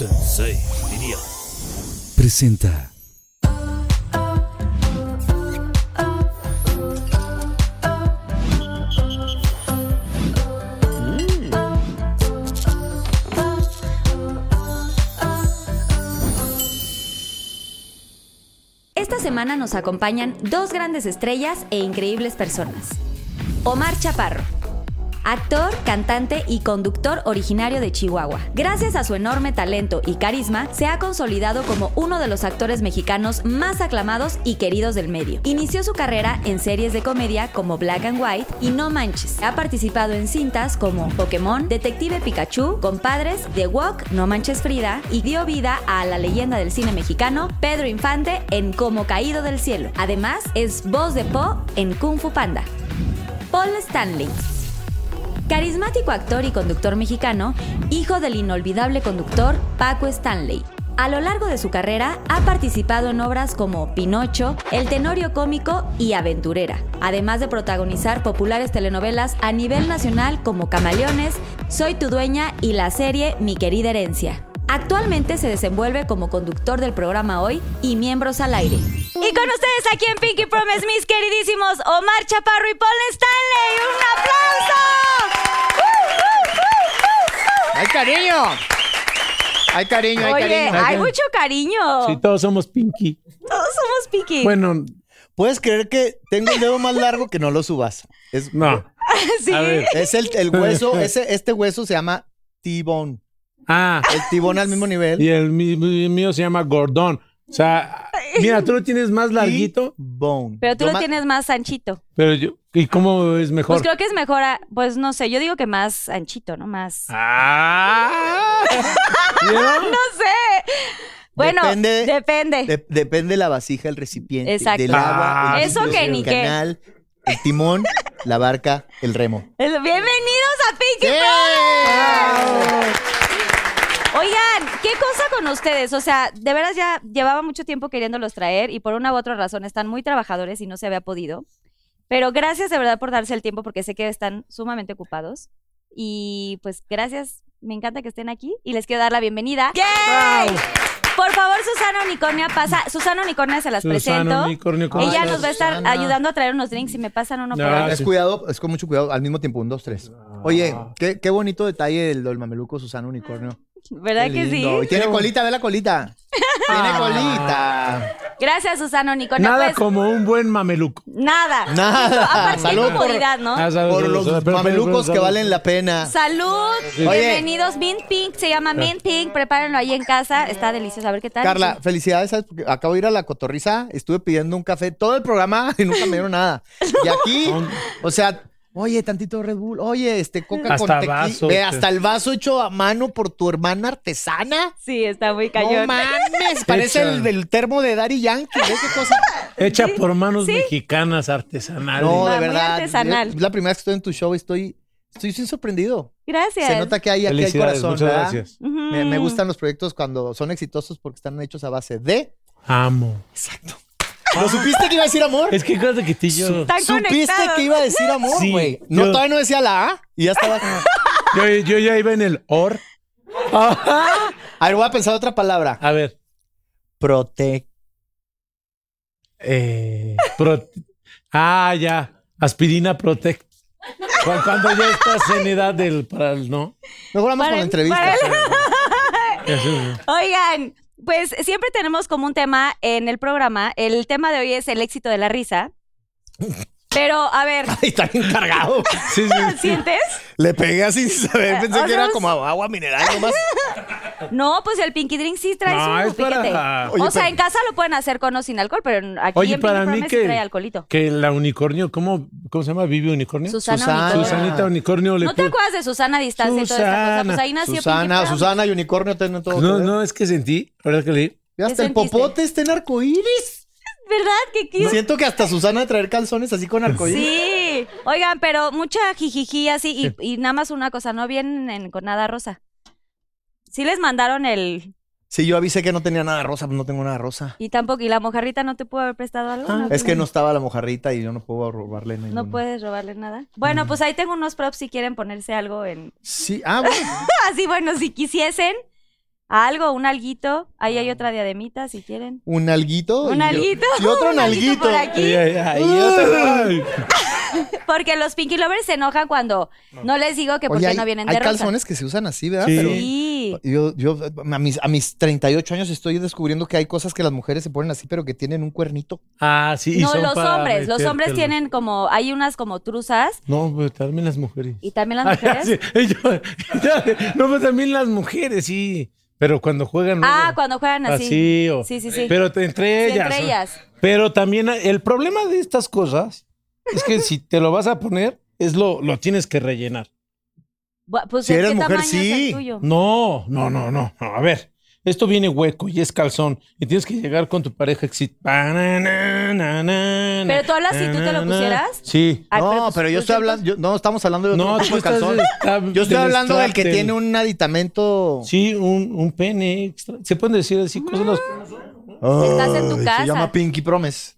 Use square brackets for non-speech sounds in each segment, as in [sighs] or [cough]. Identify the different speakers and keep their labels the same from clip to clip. Speaker 1: Sensei diría. Presenta.
Speaker 2: Esta semana nos acompañan dos grandes estrellas e increíbles personas. Omar Chaparro, actor, cantante y conductor originario de Chihuahua. Gracias a su enorme talento y carisma, se ha consolidado como uno de los actores mexicanos más aclamados y queridos del medio. Inició su carrera en series de comedia como Black and White y No Manches. Ha participado en cintas como Pokémon, Detective Pikachu, Compadres, The Walk, No Manches Frida y dio vida a la leyenda del cine mexicano Pedro Infante en Como Caído del Cielo. Además, es voz de Po en Kung Fu Panda. Paul Stanley. Carismático actor y conductor mexicano, hijo del inolvidable conductor Paco Stanley. A lo largo de su carrera ha participado en obras como Pinocho, El Tenorio Cómico y Aventurera, además de protagonizar populares telenovelas a nivel nacional como Camaleones, Soy tu dueña y la serie Mi querida herencia. Actualmente se desenvuelve como conductor del programa Hoy y Miembros al Aire. Y con ustedes aquí en Pinky Promise, mis queridísimos Omar Chaparro y Paul Stanley. ¡Un aplauso!
Speaker 3: ¡Ay, cariño! ¡Ay, cariño! ¡Ay,
Speaker 2: Oye,
Speaker 3: cariño!
Speaker 2: hay mucho cariño.
Speaker 4: Sí, todos somos Pinky.
Speaker 2: Todos somos Pinky.
Speaker 4: Bueno,
Speaker 3: ¿Puedes creer que tengo el dedo más largo que no lo subas? Es,
Speaker 4: no.
Speaker 2: sí.
Speaker 4: A ver.
Speaker 3: es el, el hueso, ese, este hueso se llama T-bone.
Speaker 4: Ah,
Speaker 3: El T-bone al mismo nivel.
Speaker 4: y el mi- mi- mío se llama Gordón. O sea, mira, tú lo tienes más larguito,
Speaker 3: T-bone.
Speaker 2: Pero tú
Speaker 3: Yo
Speaker 2: lo
Speaker 3: ma-
Speaker 2: tienes más anchito.
Speaker 4: pero yo. ¿Y cómo es mejor?
Speaker 2: Pues creo que es mejor, a- pues no sé, yo digo que más anchito, ¿no? Más.
Speaker 4: ¡Ah! ¿Vieron?
Speaker 2: No sé. Bueno, depende.
Speaker 3: Depende- de- depende la vasija, el recipiente,
Speaker 2: Exacto.
Speaker 3: del agua,
Speaker 4: Ah,
Speaker 3: el,
Speaker 2: Eso que ni
Speaker 3: el
Speaker 2: qué.
Speaker 3: canal, el timón, la barca, el remo.
Speaker 2: El- Bienvenidos a Pinky
Speaker 3: ¡Eh!
Speaker 2: Promise. Oigan, ¿qué cosa con ustedes? O sea, de veras ya llevaba mucho tiempo queriéndolos traer y por una u otra razón están muy trabajadores y no se había podido. Pero gracias de verdad por darse el tiempo porque sé que están sumamente ocupados. Y pues gracias, me encanta que estén aquí y les quiero dar la bienvenida. ¡Yay! Por favor, Susana Unicornia pasa. Susana Unicornia se las presento.
Speaker 4: Susana, unicornio, ¿cómo
Speaker 2: Ella
Speaker 3: Ay,
Speaker 2: nos va a estar
Speaker 3: Susana.
Speaker 2: ayudando a traer unos drinks si me pasan uno por
Speaker 4: Ah,
Speaker 2: ahí.
Speaker 3: es
Speaker 4: sí.
Speaker 3: cuidado, es con mucho cuidado, al mismo tiempo, un, dos, tres.
Speaker 4: Ah.
Speaker 3: Oye, qué, qué bonito detalle el del mameluco Susano Unicornio.
Speaker 2: ¿Verdad
Speaker 3: Qué
Speaker 2: que sí?
Speaker 3: lindo. Y tiene colita, ve la colita. Tiene colita.
Speaker 2: Gracias, Susana Unicornia.
Speaker 4: Nada
Speaker 2: Pues,
Speaker 4: como un buen mameluco.
Speaker 2: nada.
Speaker 3: Nada.
Speaker 2: Aparte, qué
Speaker 3: Salud por,
Speaker 2: comodidad, ¿no?
Speaker 4: Ah, salud,
Speaker 3: por
Speaker 4: salud,
Speaker 3: los
Speaker 4: salud. Pero, pero,
Speaker 3: mamelucos
Speaker 4: pero,
Speaker 3: que
Speaker 4: salud.
Speaker 3: valen la pena.
Speaker 2: Salud.
Speaker 4: Sí.
Speaker 3: Oye.
Speaker 2: Bienvenidos. Mint Pink se llama Mint Pink. Prepárenlo ahí en casa. Está delicioso. A ver qué tal.
Speaker 3: Carla, felicidades. ¿sabes? Porque acabo de ir a la cotorriza, estuve pidiendo un café todo el programa [laughs] y nunca me dieron nada. Y
Speaker 4: [laughs]
Speaker 3: aquí, o sea, oye, tantito Red Bull, oye, este coca con
Speaker 4: Hasta
Speaker 3: tequila.
Speaker 4: vaso, este.
Speaker 3: Ve,
Speaker 4: che.
Speaker 3: hasta el vaso hecho a mano por tu hermana artesana.
Speaker 2: Sí, está muy
Speaker 3: No
Speaker 2: cañón.
Speaker 3: mames,
Speaker 4: [laughs]
Speaker 3: parece
Speaker 4: Hecha.
Speaker 3: el del termo de Daddy Yankee. ¿ves qué
Speaker 4: [laughs]
Speaker 3: cosa?
Speaker 4: Hecha por manos
Speaker 2: Sí.
Speaker 4: mexicanas artesanales.
Speaker 3: No, de
Speaker 2: Muy
Speaker 3: verdad.
Speaker 2: artesanal.
Speaker 3: Es la primera vez que estoy en tu show y estoy, estoy sin sorprendido.
Speaker 2: Gracias.
Speaker 3: Se nota que hay, aquí hay
Speaker 4: Felicidades,
Speaker 3: corazón.
Speaker 4: muchas
Speaker 3: ¿verdad?
Speaker 4: gracias.
Speaker 2: Ujú.
Speaker 3: Me, me gustan los proyectos cuando son exitosos porque están hechos a base de.
Speaker 4: Amo.
Speaker 3: Exacto. ¿Lo supiste que iba a decir amor?
Speaker 4: Ah. Es que acuérdate que ti yo.
Speaker 2: Están
Speaker 3: Supiste
Speaker 2: conectados.
Speaker 3: que iba a decir amor,
Speaker 4: Sí,
Speaker 3: güey. no,
Speaker 4: yo-
Speaker 3: todavía no decía la A y ya estaba.
Speaker 2: [laughs]
Speaker 4: Yo, yo ya iba en el or.
Speaker 3: A ver, voy a pensar otra palabra.
Speaker 4: A ver.
Speaker 3: Protec.
Speaker 4: Eh, pro- ah, ya. Aspirina Protect. Cu- Cuando ya estás en edad del para el no.
Speaker 3: Mejor vamos
Speaker 2: Para
Speaker 3: con la
Speaker 2: el-
Speaker 3: entrevista.
Speaker 2: para
Speaker 4: Ya sé.
Speaker 2: [laughs] Oigan, pues siempre tenemos como un tema en el programa. El tema de hoy es el éxito de la risa. Pero, a
Speaker 3: [laughs]
Speaker 2: ver,
Speaker 3: Ay, está bien cargado.
Speaker 4: Sí, sí, sí.
Speaker 2: ¿sientes?
Speaker 3: Le pegué así sin saber. Pensé
Speaker 2: o
Speaker 3: que
Speaker 2: sea,
Speaker 3: era
Speaker 2: es-
Speaker 3: como agua mineral nomás.
Speaker 2: No, pues el Pinky Drink sí trae
Speaker 4: No,
Speaker 2: su
Speaker 4: es para-
Speaker 3: Oye,
Speaker 2: o sea,
Speaker 3: pero-
Speaker 2: en casa lo pueden hacer con o sin alcohol, pero en- aquí
Speaker 4: Oye,
Speaker 2: en
Speaker 4: para
Speaker 2: Pinky
Speaker 4: mí
Speaker 2: Promise sí
Speaker 4: que-
Speaker 2: trae alcoholito.
Speaker 4: Que la unicornio, ¿cómo, cómo se llama? ¿Vive unicornio?
Speaker 2: Susana,
Speaker 3: ¿Eh? Susana.
Speaker 2: Unicornio.
Speaker 4: Susanita unicornio le
Speaker 2: ¿No te
Speaker 4: pu-
Speaker 2: acuerdas de Susana a distancia y toda esta cosa? Pues
Speaker 4: Susana.
Speaker 2: ahí [laughs] nació Pinky
Speaker 3: Susana,
Speaker 2: Promise.
Speaker 3: Susana y unicornio tienen todo.
Speaker 4: No,
Speaker 3: que ver.
Speaker 4: no, es que sentí, ¿verdad que leí?
Speaker 3: Y hasta
Speaker 2: ¿Qué
Speaker 3: el
Speaker 2: sentiste?
Speaker 3: popote está en arcoíris.
Speaker 2: ¿Verdad que quiso?
Speaker 3: Siento que hasta Susana de traer calzones así con arcoíris.
Speaker 2: Sí. Oigan, pero mucha jijiji así y, y nada más una cosa, no vienen en- con nada rosa. Sí les mandaron el...
Speaker 3: Sí, yo avisé que no tenía nada rosa, pues no tengo nada rosa.
Speaker 2: Y tampoco, ¿y la mojarrita no te pudo haber prestado algo?
Speaker 3: Ah, Es que no estaba la mojarrita y yo no puedo robarle ninguna.
Speaker 2: Ah, No puedes robarle nada. Bueno, pues ahí tengo unos props si quieren ponerse algo en... [laughs]
Speaker 3: Sí, ah, bueno.
Speaker 2: Así, bueno, si quisiesen, Algo, un alguito. Ahí hay otra diademita, si quieren.
Speaker 3: ¿Un alguito?
Speaker 2: Un
Speaker 3: Y-
Speaker 2: alguito.
Speaker 3: Y otro
Speaker 2: [laughs] Un alguito
Speaker 3: nalguito.
Speaker 2: por aquí.
Speaker 4: Ay, ay, ay, ay, ay.
Speaker 2: Porque los Pinky Lovers se enojan cuando no les digo que por
Speaker 3: Oye,
Speaker 2: qué
Speaker 3: hay,
Speaker 2: no vienen
Speaker 3: hay
Speaker 2: de rosa.
Speaker 3: calzones que se usan así, ¿verdad?
Speaker 4: Sí.
Speaker 3: Pero
Speaker 2: Sí.
Speaker 3: yo, yo a, mis, a mis 38 años estoy descubriendo que hay cosas que las mujeres se ponen así, pero que tienen un cuernito.
Speaker 4: Ah, sí. y
Speaker 2: No,
Speaker 4: son
Speaker 2: los
Speaker 4: para
Speaker 2: hombres. Los hombres
Speaker 4: metértelo.
Speaker 2: tienen como, hay unas como truzas
Speaker 4: No, pero también las mujeres.
Speaker 2: y también
Speaker 4: [laughs]
Speaker 2: las mujeres.
Speaker 4: Ah, Sí, y yo- ya, no, pero también las mujeres, sí. Pero cuando juegan.
Speaker 2: Ah,
Speaker 4: luego,
Speaker 2: cuando juegan así.
Speaker 4: Así, o-
Speaker 2: Sí, sí, sí.
Speaker 4: Pero te- entre
Speaker 2: Sí,
Speaker 4: ellas.
Speaker 2: entre
Speaker 4: ¿no?
Speaker 2: ellas.
Speaker 4: Pero también hay- el problema de estas cosas es que si te lo vas a poner, es lo, lo tienes que rellenar.
Speaker 2: Bu- Pues,
Speaker 3: Si
Speaker 2: ¿de
Speaker 3: eres
Speaker 2: qué
Speaker 3: mujer,
Speaker 2: tamaño es
Speaker 3: sí.
Speaker 2: el tuyo?
Speaker 4: No, no, no, no. no, A ver, esto viene hueco y es calzón. Y tienes que llegar con tu pareja. exi- pa, na, na, na, na, na,
Speaker 2: Pero tú hablas si tú te lo
Speaker 4: na, na.
Speaker 2: pusieras.
Speaker 4: Sí.
Speaker 2: Ay,
Speaker 3: no, pero,
Speaker 2: pues,
Speaker 3: yo
Speaker 2: pues,
Speaker 3: estoy hablando, yo- no, estamos hablando de otro
Speaker 4: No,
Speaker 3: tipo
Speaker 4: tú
Speaker 3: de
Speaker 4: estás
Speaker 3: calzón.
Speaker 4: está-
Speaker 3: Yo estoy hablando del que
Speaker 4: destáctel.
Speaker 3: tiene un aditamento.
Speaker 4: Sí, un, un pene extra. ¿Se pueden decir así cosas? Los...
Speaker 2: Estás en tu
Speaker 3: Ay,
Speaker 2: casa.
Speaker 3: Se llama Pinky Promise.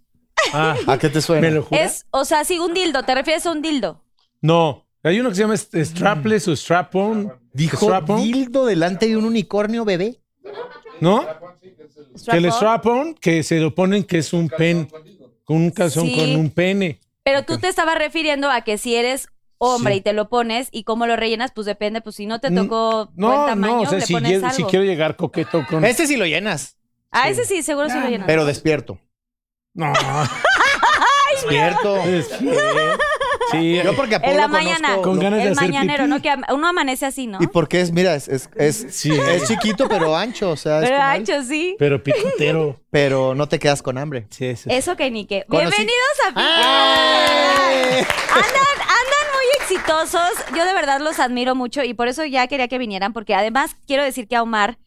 Speaker 4: Ah,
Speaker 3: ¿A qué te suena?
Speaker 4: ¿me lo juras?
Speaker 2: Es, o sea, sí, un dildo. ¿Te refieres a un dildo?
Speaker 4: No. Hay uno que se llama est- strapless o strap-on.
Speaker 3: Dijo
Speaker 4: strap-on,
Speaker 3: dildo delante de un unicornio bebé.
Speaker 4: ¿No? Que el
Speaker 2: Strap-on.
Speaker 4: strap-on, que se lo ponen que es un pen. Con un calzón
Speaker 2: Sí.
Speaker 4: con un pene.
Speaker 2: Pero tú te estabas refiriendo a que si eres hombre
Speaker 4: Sí.
Speaker 2: y te lo pones y cómo lo rellenas, pues depende, pues si no te
Speaker 4: Mm,
Speaker 2: tocó buen
Speaker 4: No,
Speaker 2: tamaño,
Speaker 4: no, o sea,
Speaker 2: le
Speaker 4: si,
Speaker 2: pones
Speaker 4: lle-
Speaker 2: algo.
Speaker 4: si quiero llegar coqueto con.
Speaker 3: Ese sí lo llenas.
Speaker 2: Ah, ese sí, seguro sí lo llenas.
Speaker 3: Pero despierto. [laughs]
Speaker 4: No.
Speaker 3: Despierto.
Speaker 4: es- Sí,
Speaker 3: Yo porque a Pablo
Speaker 2: en la
Speaker 3: conozco-
Speaker 2: mañana.
Speaker 4: Con ganas de
Speaker 2: el
Speaker 4: hacer
Speaker 2: mañanero,
Speaker 4: pipí.
Speaker 2: ¿no? Que am- uno amanece así, ¿no?
Speaker 3: Y porque es, mira, es, es, es,
Speaker 4: Sí.
Speaker 3: es chiquito pero ancho. O sea, es
Speaker 2: Pero
Speaker 3: como él,
Speaker 2: ancho, sí.
Speaker 4: pero picotero.
Speaker 3: pero no te quedas con hambre.
Speaker 4: Sí, sí.
Speaker 2: Eso que ni qué.
Speaker 3: Conocí-
Speaker 2: Bienvenidos a Picante.
Speaker 4: ¡Eh!
Speaker 3: ¡Ay!
Speaker 2: Andan, andan muy exitosos. Yo de verdad los admiro mucho y por eso ya quería que vinieran, porque además quiero decir que a Omar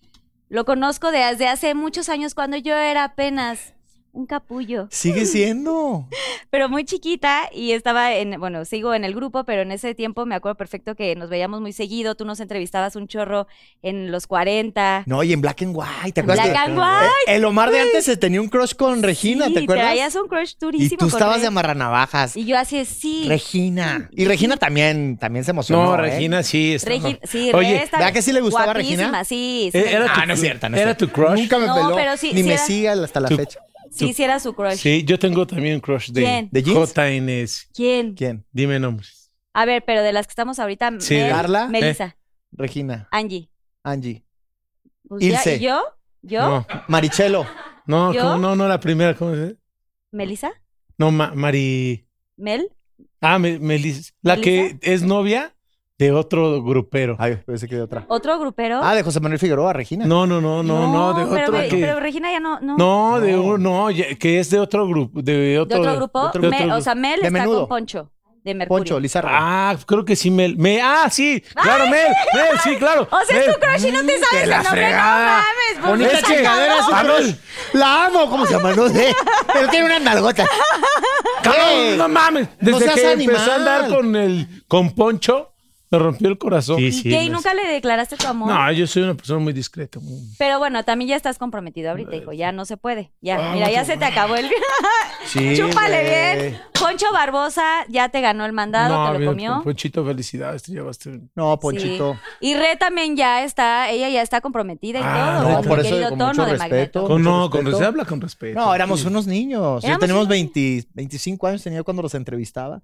Speaker 2: lo conozco desde hace muchos años, cuando yo era apenas un capullo,
Speaker 3: Sigue siendo.
Speaker 2: pero muy chiquita y estaba en, bueno, sigo en el grupo, pero en ese tiempo me acuerdo perfecto que nos veíamos muy seguido. Tú nos entrevistabas un chorro en los 40.
Speaker 3: No, y en Black and White, ¿te acuerdas?
Speaker 2: Black
Speaker 3: que-
Speaker 2: and White.
Speaker 3: Eh, el Omar de antes se tenía un crush con Regina, ¿te
Speaker 2: Sí,
Speaker 3: acuerdas?
Speaker 2: traías un crush durísimo.
Speaker 3: y tú
Speaker 2: con
Speaker 3: estabas
Speaker 2: Reg.
Speaker 3: de amarranavajas.
Speaker 2: Y yo así, de, sí.
Speaker 3: Regina. Y Regina también, también se
Speaker 4: no,
Speaker 3: emocionó. ¿eh?
Speaker 4: Regina sí. Está,
Speaker 2: Regi- sí,
Speaker 4: Oye,
Speaker 2: Reg está
Speaker 3: ¿verdad que sí le gustaba a
Speaker 2: guapísima,
Speaker 3: Regina?
Speaker 2: Sí, sí,
Speaker 4: Eh,
Speaker 2: me-
Speaker 4: Era tu,
Speaker 3: Ah, no es cierta, no es
Speaker 4: era
Speaker 3: cierta.
Speaker 4: tu crush.
Speaker 3: Nunca me
Speaker 2: No,
Speaker 3: peló.
Speaker 2: pero sí-
Speaker 3: Ni
Speaker 2: sí
Speaker 3: me
Speaker 2: era-
Speaker 3: sigue hasta la
Speaker 4: Tú-
Speaker 3: fecha.
Speaker 2: sí, sí era su crush.
Speaker 4: Sí, yo tengo también un crush de,
Speaker 2: ¿Quién?
Speaker 3: ¿De jeans?
Speaker 4: JNS.
Speaker 2: ¿Quién?
Speaker 3: ¿Quién?
Speaker 4: Dime nombres.
Speaker 2: A ver, pero de las que estamos ahorita,
Speaker 4: Sí,
Speaker 2: Mel,
Speaker 3: Carla. eh.
Speaker 2: Melissa,
Speaker 3: Regina.
Speaker 2: Angie.
Speaker 3: Angie.
Speaker 2: Pues ya,
Speaker 3: Ilse.
Speaker 2: ¿Y yo? ¿Yo?
Speaker 4: No,
Speaker 3: Marichelo.
Speaker 4: no,
Speaker 2: ¿Yo?
Speaker 4: ¿cómo no, no, la primera, ¿cómo se dice?
Speaker 2: ¿Melissa?
Speaker 4: No, Ma- Mari.
Speaker 2: ¿Mel?
Speaker 4: Ah, me, Melis- La
Speaker 2: ¿Melisa?
Speaker 4: que es novia de otro grupero.
Speaker 3: Ay, pensé que de otra.
Speaker 2: ¿Otro grupero?
Speaker 3: Ah, de José Manuel Figueroa, Regina.
Speaker 4: No, no, no, no, no, de
Speaker 2: pero,
Speaker 4: otro
Speaker 2: me-
Speaker 4: que.
Speaker 2: pero Regina ya no. No,
Speaker 4: no, de
Speaker 3: No.
Speaker 4: un, no, ya- que es de otro grupo, de
Speaker 2: ¿De
Speaker 4: otro,
Speaker 2: otro grupo?
Speaker 4: de otro-
Speaker 2: Me-
Speaker 4: de otro
Speaker 2: o sea, Mel
Speaker 3: De
Speaker 2: está
Speaker 3: menudo.
Speaker 2: con Poncho, de Mercurio.
Speaker 3: Poncho, Lizarra.
Speaker 4: Ah, creo que sí, Mel. Me, ah, sí, claro, Mel, Mel, sí, claro.
Speaker 2: O sea, es
Speaker 4: Mel.
Speaker 2: tu crush y no te sabes el
Speaker 4: la
Speaker 2: nombre,
Speaker 4: fregada.
Speaker 2: no mames.
Speaker 4: Bonita
Speaker 2: Pues,
Speaker 3: Es que
Speaker 4: chingadera es su
Speaker 3: Perdón,
Speaker 4: crush.
Speaker 3: La amo, ¿cómo se llama? No sé. Pero tiene unas nalgotas.
Speaker 4: Cabrón,
Speaker 3: ¡Ey!
Speaker 4: no mames. Desde
Speaker 3: Eh, seas
Speaker 4: que
Speaker 3: animal.
Speaker 4: empezó a andar con el con Poncho, me rompió el corazón.
Speaker 2: ¿Y qué? ¿Y nunca le declaraste tu amor?
Speaker 4: No, yo soy una persona muy discreta. muy-
Speaker 2: Pero bueno, también ya estás comprometido ahorita, hijo. Ya no se puede. Ya, mira, ya se te acabó el. [laughs] Chúpale
Speaker 3: güey.
Speaker 2: bien. Poncho Barbosa ya te ganó el mandado,
Speaker 4: no,
Speaker 2: te lo
Speaker 4: bien,
Speaker 2: comió.
Speaker 4: Ponchito, felicidades, te llevaste. un-
Speaker 3: No,
Speaker 2: Sí.
Speaker 3: Ponchito.
Speaker 2: Y Re también ya está, ella ya está comprometida y
Speaker 4: Ah,
Speaker 2: todo.
Speaker 4: no,
Speaker 2: con
Speaker 4: por
Speaker 2: mi
Speaker 3: eso,
Speaker 2: querido
Speaker 3: con
Speaker 2: tono
Speaker 3: mucho
Speaker 2: de
Speaker 3: respeto.
Speaker 2: Magneto.
Speaker 4: Con,
Speaker 3: mucho
Speaker 4: no, con
Speaker 3: respeto.
Speaker 4: se habla con respeto.
Speaker 3: No, éramos
Speaker 4: Sí.
Speaker 3: unos niños. Yo
Speaker 2: Éramos
Speaker 3: teníamos
Speaker 2: unos
Speaker 3: 20, 25 años, tenía cuando los entrevistaba.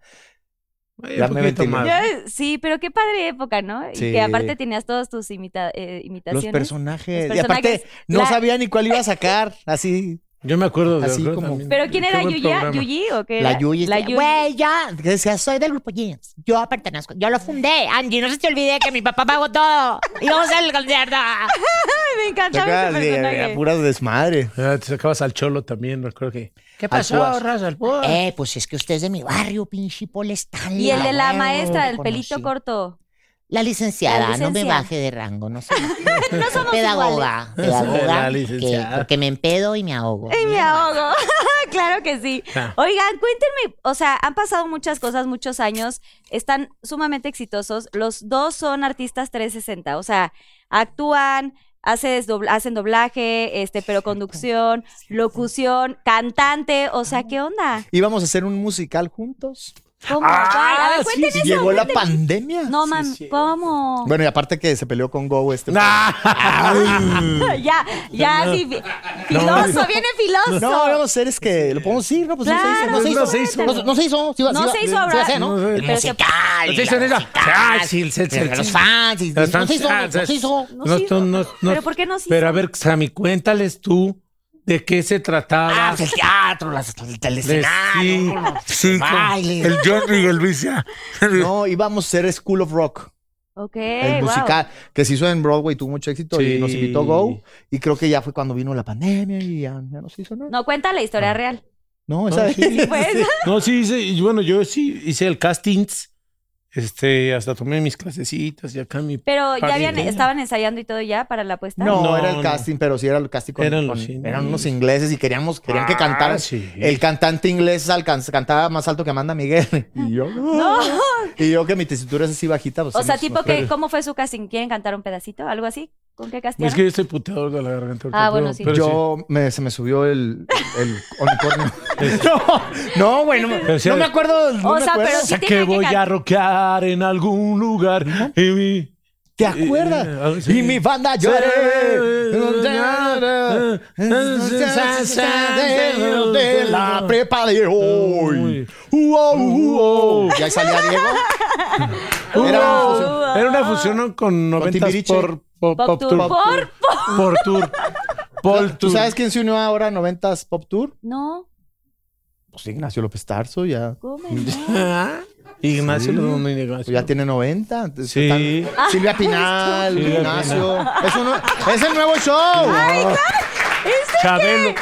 Speaker 4: Ay,
Speaker 3: Ya
Speaker 4: un
Speaker 3: me
Speaker 4: poquito
Speaker 3: metí.
Speaker 4: más.
Speaker 2: Ya, Sí, pero qué padre época, ¿no? Y
Speaker 3: Sí.
Speaker 2: que aparte tenías todos tus imita- eh,
Speaker 3: Los
Speaker 2: imitaciones.
Speaker 3: personajes.
Speaker 2: Los
Speaker 3: Y aparte,
Speaker 2: personajes.
Speaker 3: no
Speaker 2: La-
Speaker 3: sabía
Speaker 2: [laughs]
Speaker 3: ni cuál iba a sacar. Así,
Speaker 4: Yo me acuerdo de
Speaker 3: Así
Speaker 4: acuerdo
Speaker 3: como-
Speaker 4: también.
Speaker 2: pero ¿quién
Speaker 4: Qué
Speaker 2: era
Speaker 4: buen
Speaker 2: Yuya?
Speaker 4: programa.
Speaker 2: ¿Yuyi o qué?
Speaker 3: la
Speaker 2: era?
Speaker 3: Yuyi.
Speaker 2: La
Speaker 3: decía,
Speaker 2: Yuyi.
Speaker 5: Güey, ya, que decía, soy del grupo Jeans. Yo pertenezco, yo lo fundé. Angie, no se te olvide que mi papá pagó todo. Y vamos al concierto.
Speaker 2: Ay, me
Speaker 3: ¿te
Speaker 2: encantaba
Speaker 3: acuerdas?
Speaker 2: ese
Speaker 3: De- de-
Speaker 2: personaje.
Speaker 3: Puras desmadre.
Speaker 4: Ah, te sacabas al cholo también, recuerdo que.
Speaker 5: ¿Qué
Speaker 4: pasó, [laughs]
Speaker 5: Eh, pues es que usted es de mi barrio, pinche Paul Stanley.
Speaker 2: Y el de la
Speaker 5: Huevo,
Speaker 2: maestra,
Speaker 5: te
Speaker 2: del pelito
Speaker 5: conocí.
Speaker 2: corto.
Speaker 5: La licenciada,
Speaker 2: La
Speaker 5: no me
Speaker 2: licenciada.
Speaker 5: baje de rango, no sé.
Speaker 2: [laughs] No somos
Speaker 5: pedagoga, pedagoga.
Speaker 4: [laughs] La licenciada.
Speaker 5: que- porque me empedo y me ahogo.
Speaker 2: Y me ahogo. [laughs] claro que sí.
Speaker 4: Ah.
Speaker 2: Oigan, cuéntenme, o sea, han pasado muchas cosas, muchos años, están sumamente exitosos. Los dos son artistas 360, o sea, actúan, haces dobl- hacen doblaje, este, pero conducción, locución, cantante, o sea, ¿qué onda?
Speaker 3: Íbamos a hacer un musical juntos.
Speaker 2: ¿Cómo?
Speaker 3: Ah,
Speaker 2: ¿Cuál? A ver, cuenten eso.
Speaker 3: Llegó la
Speaker 2: cuenten-
Speaker 3: pandemia.
Speaker 2: No, man, ¿cómo?
Speaker 3: Bueno, y aparte que se peleó con Go este.
Speaker 2: ya, ya, sí. fi- Filoso, viene filoso.
Speaker 3: No, éramos seres que lo podemos decir, ¿no? Pues
Speaker 2: Claro,
Speaker 3: no se hizo.
Speaker 4: no se hizo.
Speaker 3: No se- no se hizo. sí iba-
Speaker 2: No
Speaker 3: sí iba-
Speaker 2: se hizo,
Speaker 3: sí iba a
Speaker 2: habrá-
Speaker 3: ser, ¿no?
Speaker 4: No se-
Speaker 5: El
Speaker 2: pero se-
Speaker 5: musical.
Speaker 4: No
Speaker 5: y
Speaker 4: se hizo
Speaker 5: la
Speaker 4: ni la-
Speaker 5: musical,
Speaker 4: Ah, sí, el- el-
Speaker 5: pero
Speaker 4: el-
Speaker 5: Los fans. y-
Speaker 4: Los
Speaker 5: No se
Speaker 4: fans-
Speaker 5: hizo.
Speaker 4: ah,
Speaker 5: No se hizo.
Speaker 2: No
Speaker 4: No,
Speaker 2: se
Speaker 4: tú,
Speaker 2: hizo.
Speaker 4: no, no.
Speaker 2: ¿Pero por qué no se
Speaker 4: Pero a
Speaker 2: hizo?
Speaker 4: ver, Sammy, cuéntales tú de qué se
Speaker 5: Ah,
Speaker 4: trataba.
Speaker 5: pues el teatro, las, el
Speaker 4: de- sí,
Speaker 5: telescenario.
Speaker 4: sí, con
Speaker 5: bailes.
Speaker 4: el Johnny y el Vicia.
Speaker 3: No, íbamos a ser School of Rock,
Speaker 2: Ok, wow.
Speaker 3: el musical, que se hizo en Broadway, tuvo mucho éxito y
Speaker 4: Sí.
Speaker 3: nos invitó Go. Y creo que ya fue cuando vino la pandemia y ya, ya no se hizo nada.
Speaker 2: No, cuenta la
Speaker 3: Ah.
Speaker 2: historia
Speaker 3: [laughs]
Speaker 2: real.
Speaker 3: No, esa vez.
Speaker 2: Pues,
Speaker 4: No, [laughs] sí, hice, y bueno, yo sí hice el castings. Este, hasta tomé mis clasecitas y acá mi.
Speaker 2: Pero ya habían,
Speaker 4: Padre.
Speaker 2: estaban ensayando y todo ya para la apuesta.
Speaker 3: [laughs] No,
Speaker 4: No,
Speaker 3: era el
Speaker 4: no.
Speaker 3: casting, pero sí era el casting con,
Speaker 4: Eran
Speaker 3: con-
Speaker 4: los ingleses.
Speaker 3: eran unos ingleses y queríamos querían que
Speaker 4: Ah,
Speaker 3: cantaran.
Speaker 4: sí.
Speaker 3: El cantante inglés alcanz- cantaba más alto que Amanda Miguel. [laughs] Y yo, "Ah". y yo que mi tesitura es así bajita. pues,
Speaker 2: O sea,
Speaker 3: nos-
Speaker 2: tipo
Speaker 3: nos-
Speaker 2: que, ¿cómo fue su casting? ¿Quieren cantar un pedacito? ¿Algo así? ¿Con
Speaker 3: Pues
Speaker 2: qué casting?
Speaker 4: Es que yo estoy puteador de la garganta. ahorita,
Speaker 2: Ah, bueno,
Speaker 4: pero-
Speaker 2: sí.
Speaker 4: pero
Speaker 3: yo me- se me subió el,
Speaker 4: [laughs]
Speaker 3: el unicornio. [laughs] no, no, güey, no, me-
Speaker 4: Pero sí
Speaker 3: no
Speaker 4: era-
Speaker 3: me acuerdo. no
Speaker 2: O
Speaker 3: me
Speaker 2: sea,
Speaker 3: acuerdo.
Speaker 2: pero
Speaker 4: O sea,
Speaker 2: Sí
Speaker 4: que
Speaker 2: tenía que
Speaker 4: voy a
Speaker 2: can-
Speaker 4: rockear en algún lugar. Y mi-
Speaker 3: ¿Te acuerdas?
Speaker 4: Eh, sí.
Speaker 3: Y mi banda lloré. De la prepa de hoy. Uo, uo. Y ahí salía Diego. Era una fusión.
Speaker 2: Uo.
Speaker 4: Era una fusión con 90
Speaker 3: Timbiriche.
Speaker 4: por
Speaker 2: Pop
Speaker 4: pop, pop
Speaker 2: tour.
Speaker 4: tour.
Speaker 2: Por-
Speaker 4: Por tour. Por
Speaker 3: ¿Tú
Speaker 4: tour.
Speaker 3: sabes quién se unió ahora a 90s Pop Tour?
Speaker 2: No,
Speaker 3: Pues Ignacio López Tarso ya.
Speaker 2: ¿cómo?
Speaker 3: Mm.
Speaker 2: no?
Speaker 4: Ah, [laughs] Ignacio, no, no, no,
Speaker 3: Pues
Speaker 4: Ignacio.
Speaker 3: ya tiene 90. Entonces
Speaker 4: Sí.
Speaker 2: Ah,
Speaker 3: están- Silvia Pinal,
Speaker 4: Silvia
Speaker 3: Ignacio. Es, un nue- es el nuevo show.
Speaker 4: Chabelo,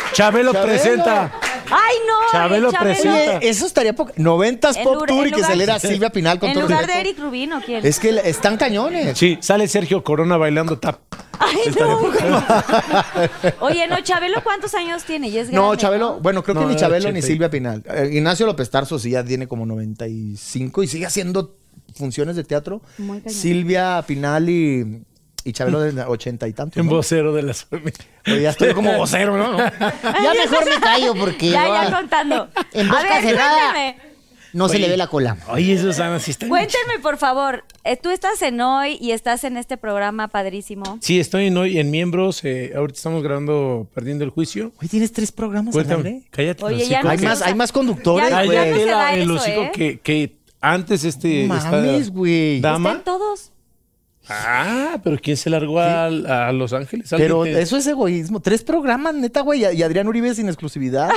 Speaker 3: Chabelo.
Speaker 4: Chabelo presenta.
Speaker 2: ¡Ay, no!
Speaker 4: Chabelo
Speaker 2: el
Speaker 4: presenta.
Speaker 3: Oye, eso estaría poco. 90s
Speaker 2: En
Speaker 3: Pop
Speaker 2: lugar-
Speaker 3: Tour y
Speaker 2: en
Speaker 3: que se
Speaker 2: lugar-
Speaker 3: le era Silvia Pinal con
Speaker 2: ¿En
Speaker 3: todo
Speaker 2: lugar de
Speaker 3: respeto.
Speaker 2: Eric Rubin o quién?
Speaker 3: Es que le- están cañones.
Speaker 4: Sí, sale Sergio Corona bailando tap.
Speaker 2: Ay, no. güey. [laughs] Oye, no, Chabelo, ¿cuántos años tiene? Ya es grande,
Speaker 3: No, Chabelo, bueno, creo que
Speaker 4: No,
Speaker 3: ni
Speaker 4: era
Speaker 3: Chabelo ni
Speaker 4: 80.
Speaker 3: Silvia Pinal. Eh, Ignacio López Tarso sí ya tiene como 95 y sigue haciendo funciones de teatro.
Speaker 2: Muy cañón.
Speaker 3: Silvia Pinal y, y Chabelo [laughs] de 80 y tantos.
Speaker 4: En
Speaker 3: ¿no?
Speaker 4: vocero de las familias.
Speaker 3: Pero ya estoy como vocero, ¿no?
Speaker 5: Ya mejor me callo porque
Speaker 2: Ya,
Speaker 5: no,
Speaker 2: ya contando.
Speaker 5: En
Speaker 2: a
Speaker 5: boca
Speaker 2: ver,
Speaker 5: cerrada.
Speaker 2: cuéntenme.
Speaker 5: no se le ve la cola.
Speaker 4: Oye, Susana, sí está.
Speaker 2: Cuéntenme, por favor. eh, tú estás en hoy y estás en este programa padrísimo.
Speaker 4: Sí, estoy en hoy en miembros. eh, ahorita estamos grabando Perdiendo el Juicio.
Speaker 3: Oye, tienes tres programas al aire?
Speaker 4: Cuéntame. Cállate.
Speaker 2: Oye,
Speaker 4: los
Speaker 2: ya
Speaker 4: hijos.
Speaker 2: no
Speaker 3: Hay
Speaker 2: sé,
Speaker 3: más,
Speaker 2: o sea,
Speaker 3: hay más conductores,
Speaker 2: ya- ya
Speaker 3: güey.
Speaker 2: no se da
Speaker 4: el
Speaker 2: eso,
Speaker 4: hocico
Speaker 2: ¿eh?
Speaker 4: que, que antes este.
Speaker 3: No
Speaker 4: esta
Speaker 3: mames, güey.
Speaker 2: Están
Speaker 4: Dama.
Speaker 2: todos. ¿Este?
Speaker 4: Ah, pero ¿quién se largó al- a, Los Ángeles? ¿Alguien
Speaker 3: Pero
Speaker 4: te-
Speaker 3: eso es egoísmo. Tres programas, neta, güey. Y Adrián Uribe
Speaker 2: [laughs]
Speaker 3: sin exclusividad.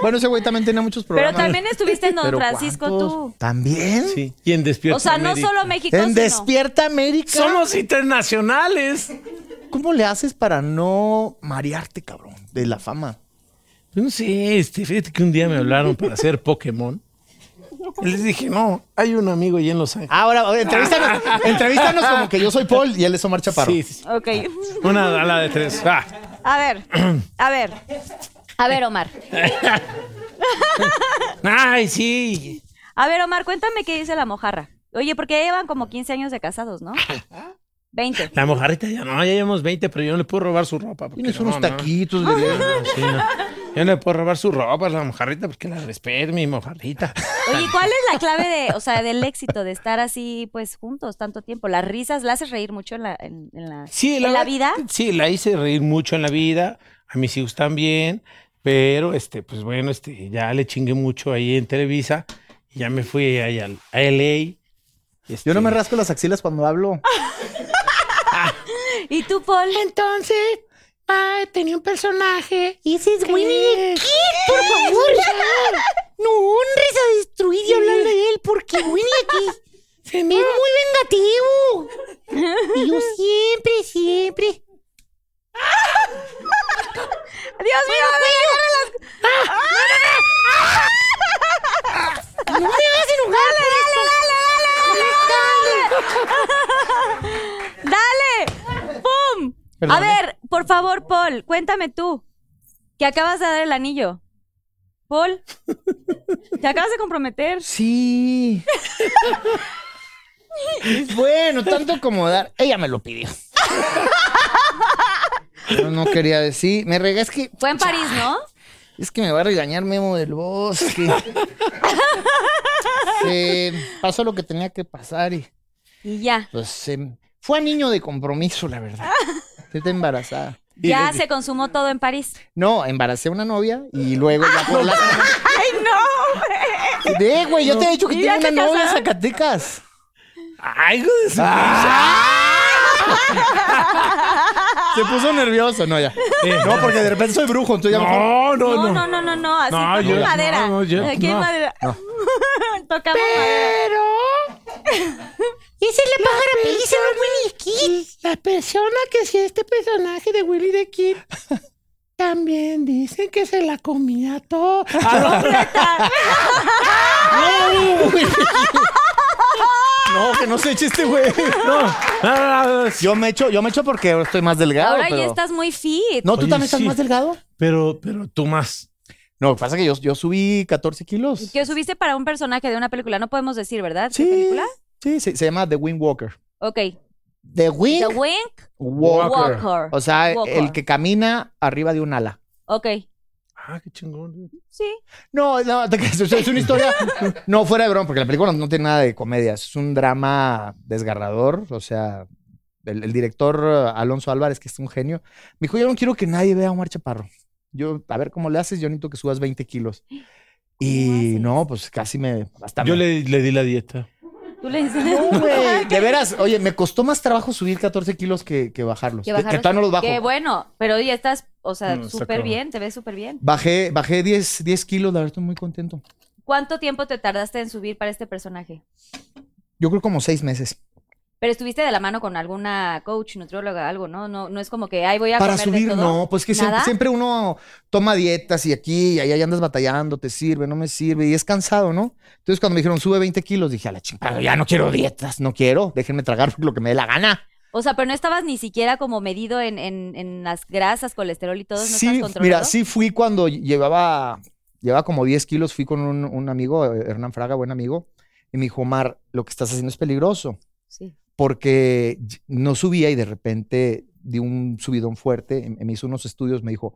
Speaker 3: bueno, ese güey también tenía muchos
Speaker 2: Pero
Speaker 3: programas.
Speaker 2: también estuviste en
Speaker 3: [laughs]
Speaker 2: Don
Speaker 3: Pero
Speaker 2: Francisco
Speaker 3: ¿cuántos?
Speaker 2: tú.
Speaker 3: ¿También?
Speaker 4: Sí. Y en Despierta
Speaker 2: O sea, no
Speaker 4: América.
Speaker 2: solo México,
Speaker 3: En
Speaker 2: sino...
Speaker 3: Despierta América.
Speaker 4: Somos internacionales.
Speaker 3: ¿Cómo le haces para no marearte, cabrón, de la fama?
Speaker 4: Yo no sé, este, fíjate que un día me hablaron para hacer Pokémon. Y les dije, no, hay un amigo allí en Los Ángeles.
Speaker 3: Ahora, [laughs] entrevístanos, entrevístanos como que yo soy Paul y él es Omar Chaparro.
Speaker 4: Ah, Sí, sí, sí.
Speaker 2: Ok.
Speaker 4: Una a la de tres. Ah.
Speaker 2: A ver, a ver. A ver, Omar.
Speaker 4: Ay, sí.
Speaker 2: A ver, Omar, cuéntame qué dice la mojarra. Oye, porque llevan como 15 años de casados, ¿no? 20.
Speaker 4: La mojarrita ya no, ya llevamos 20, pero yo no le puedo robar su ropa. porque
Speaker 3: Tienes
Speaker 4: no,
Speaker 3: unos
Speaker 4: no.
Speaker 3: taquitos, bebé.
Speaker 4: No, sí, no. Yo no le puedo robar su ropa a la mojarrita porque la respeto, mi mojarrita.
Speaker 2: Oye, ¿cuál es la clave de, o sea, del éxito de estar así, pues, juntos tanto tiempo? ¿Las risas la haces reír mucho en la, en, en la,
Speaker 4: Sí,
Speaker 2: en la
Speaker 4: verdad,
Speaker 2: vida?
Speaker 4: Sí, la hice reír mucho en la vida. A mis hijos también. Pero, este, pues bueno, este, ya le chingué mucho ahí en Televisa. Y ya me fui ahí al- a LA.
Speaker 3: Yo no me
Speaker 4: Este,
Speaker 3: rasco las axilas cuando hablo.
Speaker 2: ¿Y tú, Paul?
Speaker 6: Entonces, ah, tenía un personaje.
Speaker 5: Y ese es Winnie
Speaker 6: que-
Speaker 5: the Kid, por favor. [laughs] No honres a destruir y hablar de él porque Winnie the Kid
Speaker 6: Se
Speaker 5: es
Speaker 6: me,
Speaker 5: muy vengativo. Y yo siempre, siempre.
Speaker 2: ¡Dios pues, mío! ¡Ah!
Speaker 5: No me hagas enojar.
Speaker 2: ¡Dale! ¡Dale! ¡Pum! A
Speaker 7: ¿eh?
Speaker 4: Perdón,
Speaker 2: ver, por favor, Paul, cuéntame tú. Que acabas de dar el anillo. Paul, te acabas de comprometer.
Speaker 3: Sí. [laughs] bueno, tanto como dar. Ella me lo pidió. Yo no quería decir. Me regué, es que
Speaker 2: Fue en París, ¿no?
Speaker 3: Es que me va a regañar Memo del [laughs] Bosque. Eh, pasó lo que tenía que pasar y
Speaker 2: Y ya.
Speaker 3: pues em, fue niño de compromiso, la verdad.
Speaker 2: Ah.
Speaker 3: Estoy embarazada.
Speaker 2: Ya se consumó todo en París.
Speaker 3: No, embaracé a una novia y
Speaker 2: Ah.
Speaker 3: luego ya por la...
Speaker 2: ¡Ay, no!
Speaker 3: De, güey, yo te he dicho que
Speaker 2: ¿Y
Speaker 3: tiene
Speaker 2: ya
Speaker 3: una
Speaker 2: te
Speaker 3: novia en
Speaker 2: casaron?
Speaker 3: Zacatecas. Ah.
Speaker 7: Ay, hijo de su
Speaker 3: Se puso nervioso, no, ya. No, porque de repente soy brujo, entonces ya mejor-
Speaker 7: No, no,
Speaker 2: No,
Speaker 7: no.
Speaker 2: no, no, no, no. Así
Speaker 7: No,
Speaker 2: no,
Speaker 7: yo-
Speaker 2: madera.
Speaker 7: no, no, yo-
Speaker 2: Aquí hay
Speaker 7: no,
Speaker 2: madera. [laughs] Tocamos madera.
Speaker 5: Esa es la pájara pizza,
Speaker 4: La persona que hacía este personaje de Willy the Kid también dicen que se la comía todo.
Speaker 3: No, que no se eche este güey.
Speaker 7: No, no, no, no, sí.
Speaker 3: Yo me echo, yo me echo porque estoy más delgado.
Speaker 2: Ahora
Speaker 3: pero-
Speaker 2: ya estás muy fit.
Speaker 3: No, ¿tú
Speaker 7: Oye,
Speaker 3: también estás
Speaker 7: sí.
Speaker 3: más delgado?
Speaker 7: Pero, pero tú más.
Speaker 3: No, lo que pasa es que yo, yo subí 14 kilos.
Speaker 2: Que subiste para un personaje de una película. No podemos decir, ¿verdad? ¿Qué película?
Speaker 3: Sí, se, se llama The Wind Walker.
Speaker 2: Ok.
Speaker 3: The Wind
Speaker 2: The Wink
Speaker 3: Walker.
Speaker 2: Walker.
Speaker 3: O sea,
Speaker 2: Walker.
Speaker 3: el que camina arriba de un ala.
Speaker 2: Ok.
Speaker 7: Ah, qué chingón.
Speaker 2: Sí.
Speaker 3: No, no, te creas, o sea, es
Speaker 2: [laughs]
Speaker 3: una historia. No, fuera de broma, porque la película no tiene nada de comedia. Es un drama desgarrador. O sea, el, el director eh, Alonso Álvarez, que es un genio, me dijo: Yo no quiero que nadie vea a Omar Chaparro. Yo, a ver cómo le haces, yo necesito que subas
Speaker 2: [gasps]
Speaker 3: 20 kilos. Y
Speaker 2: haces?
Speaker 3: no, pues casi me. Hasta
Speaker 7: Yo
Speaker 2: [laughs]
Speaker 3: me-
Speaker 7: le, le di la dieta.
Speaker 2: Tú le dices.
Speaker 3: No, güey. [laughs] De veras, oye, me costó más trabajo subir 14 kilos que, que bajarlos.
Speaker 2: Que
Speaker 3: Que, que
Speaker 2: bajarlos.
Speaker 3: todavía no los
Speaker 2: [laughs]
Speaker 3: bajo.
Speaker 2: Qué bueno. Pero ya estás, o sea,
Speaker 7: No, Mm, está
Speaker 2: súper
Speaker 7: cabrón.
Speaker 2: bien. Te ves súper bien.
Speaker 3: Bajé, bajé 10, 10 kilos, la verdad estoy muy contento.
Speaker 2: ¿Cuánto tiempo te tardaste en subir para este personaje?
Speaker 3: Yo creo como seis meses.
Speaker 2: Pero estuviste de la mano con alguna coach, nutrióloga, algo, ¿no? No, no es como que, ay, voy a
Speaker 3: Para
Speaker 2: comer de
Speaker 3: subir,
Speaker 2: todo".
Speaker 3: no, pues que siem-
Speaker 2: ¿Nada?
Speaker 3: siempre, uno toma dietas y aquí y allá y andas batallando, te sirve, no me sirve, y es cansado, ¿no? Entonces cuando me dijeron sube 20 kilos, dije a la chingada, ya no quiero dietas, no quiero, déjenme tragar [laughs] lo que me dé la gana.
Speaker 2: O sea, pero no estabas ni siquiera como medido en, en- en las grasas, colesterol y todo, no
Speaker 3: sí,
Speaker 2: estás controlado.
Speaker 3: mira, sí fui cuando llevaba, llevaba como 10 kilos, fui con un, un amigo, eh, Hernán Fraga, buen amigo, y me dijo, Omar, lo que estás haciendo es peligroso.
Speaker 2: Sí.
Speaker 3: porque y- no subía y de repente di un subidón fuerte, em- me hizo unos estudios, me dijo,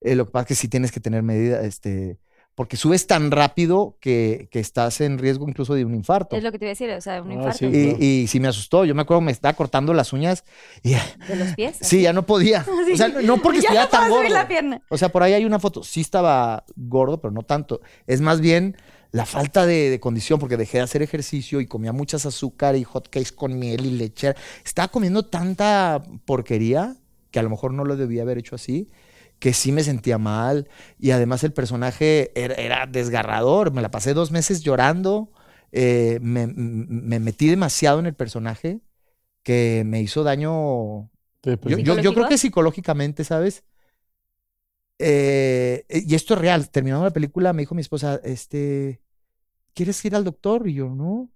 Speaker 3: "Eh, lo que pasa es que sí tienes que tener medida, este, porque subes tan rápido que, que estás en riesgo incluso de un infarto.
Speaker 2: Es lo que te iba a decir, o sea, un
Speaker 7: Ah,
Speaker 2: infarto
Speaker 7: sí.
Speaker 3: Y, y sí me asustó, yo me acuerdo me estaba cortando las uñas y
Speaker 2: de los pies.
Speaker 3: sí, ya no
Speaker 2: [laughs]
Speaker 3: podía. O sea, no- no porque
Speaker 2: ya
Speaker 3: estuviera
Speaker 2: no
Speaker 3: tan
Speaker 2: puedo
Speaker 3: gordo.
Speaker 2: subir la pierna.
Speaker 3: O sea, por ahí hay una foto. Sí estaba gordo, pero no tanto. Es más bien la falta de, de condición, porque dejé de hacer ejercicio y comía muchas azúcar y hot cakes con miel y leche. Estaba comiendo tanta porquería que a lo mejor no lo debía haber hecho así, que sí me sentía mal. Y además el personaje era, era desgarrador. Me la pasé dos meses llorando. Eh, me, me metí demasiado en el personaje que me hizo daño
Speaker 7: Te-
Speaker 3: yo, yo- yo creo que psicológicamente, ¿sabes? Eh, eh, y esto es real. Terminando la película, me dijo mi esposa, este, ¿quieres ir al doctor? Y yo, no.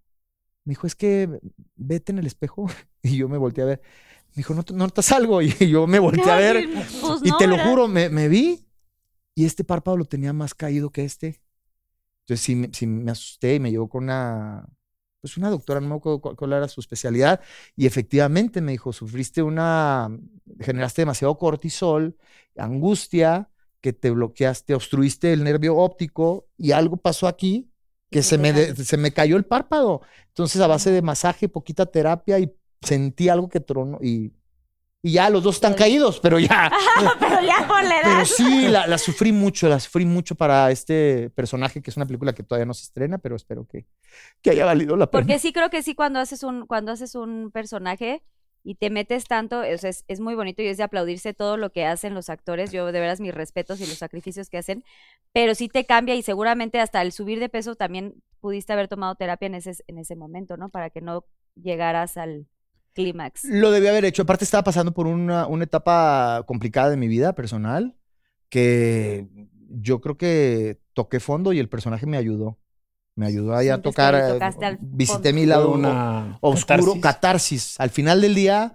Speaker 3: Me dijo, es que vete en el espejo. [laughs] Y yo me volteé a ver. Me dijo, no, te- no notas algo. [laughs] Y yo me volteé a ver.
Speaker 2: Pues
Speaker 3: Y
Speaker 2: no,
Speaker 3: te lo
Speaker 2: ¿verdad?
Speaker 3: juro, me, me vi y este párpado lo tenía más caído que este. Entonces sí, me- sí me asusté y me llevó con una, pues una doctora, no me acuerdo cu- cuál era su especialidad, y efectivamente me dijo, sufriste una, generaste demasiado cortisol, angustia, que te bloqueaste, obstruiste el nervio óptico y algo pasó aquí que se me, de- se me cayó el párpado. Entonces a base de masaje, poquita terapia y sentí algo que tronó y, y ya los dos están caídos, pero ya.
Speaker 2: [laughs] Pero ya con la edad.
Speaker 3: Pero [laughs] sí, la, la sufrí mucho, la sufrí mucho para este personaje, que es una película que todavía no se estrena, pero espero que, que haya valido la pena.
Speaker 2: Porque sí creo que sí cuando haces un, cuando haces un personaje y te metes tanto, o sea, es, es muy bonito y es de aplaudirse todo lo que hacen los actores. Yo de veras mis respetos y los sacrificios que hacen, pero sí te cambia y seguramente hasta el subir de peso también pudiste haber tomado terapia en ese, en ese momento, ¿no? Para que no llegaras al clímax.
Speaker 3: Lo debí haber hecho. Aparte, estaba pasando por una, una etapa complicada de mi vida personal, que yo creo que toqué fondo y el personaje me ayudó. Me ayudó ahí a
Speaker 2: Sentiste
Speaker 3: tocar.
Speaker 2: que
Speaker 3: eh,
Speaker 2: tocaste al
Speaker 3: visité
Speaker 2: fondo.
Speaker 3: mi lado una, oscuro catarsis. Al final del día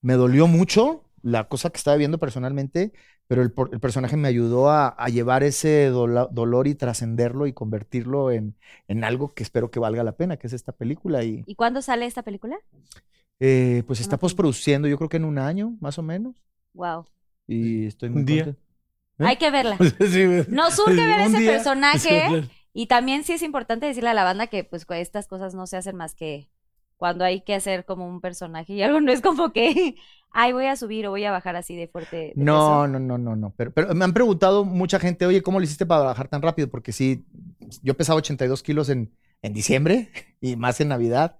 Speaker 3: me dolió mucho la cosa que estaba viendo personalmente, pero el, por- el personaje me ayudó a, a llevar ese dola- dolor y trascenderlo y convertirlo en, en algo que espero que valga la pena, que es esta película. Y
Speaker 2: ¿Y cuándo sale esta película?
Speaker 3: eh, pues está
Speaker 2: Una peli-
Speaker 3: postproduciendo, yo creo que en un año, más o menos.
Speaker 2: Wow.
Speaker 3: Y estoy muy
Speaker 7: Un día.
Speaker 3: contento.
Speaker 2: Hay que verla.
Speaker 4: [laughs] Sí, güey.
Speaker 2: Nos
Speaker 3: [laughs]
Speaker 2: surge ver
Speaker 4: Un
Speaker 2: ese
Speaker 4: día- [laughs]
Speaker 2: personaje. ¿eh? Y también sí es importante decirle a la banda que pues cu- estas cosas no se hacen más que cuando hay que hacer como un personaje y algo no es como que, [laughs] ay, voy a subir o voy a bajar así de fuerte. de
Speaker 3: No,
Speaker 2: peso".
Speaker 3: no, no, no, no. Pero, pero me han preguntado mucha gente, oye, ¿cómo lo hiciste para bajar tan rápido? Porque sí, yo pesaba 82 kilos en, en diciembre [laughs] y más en Navidad.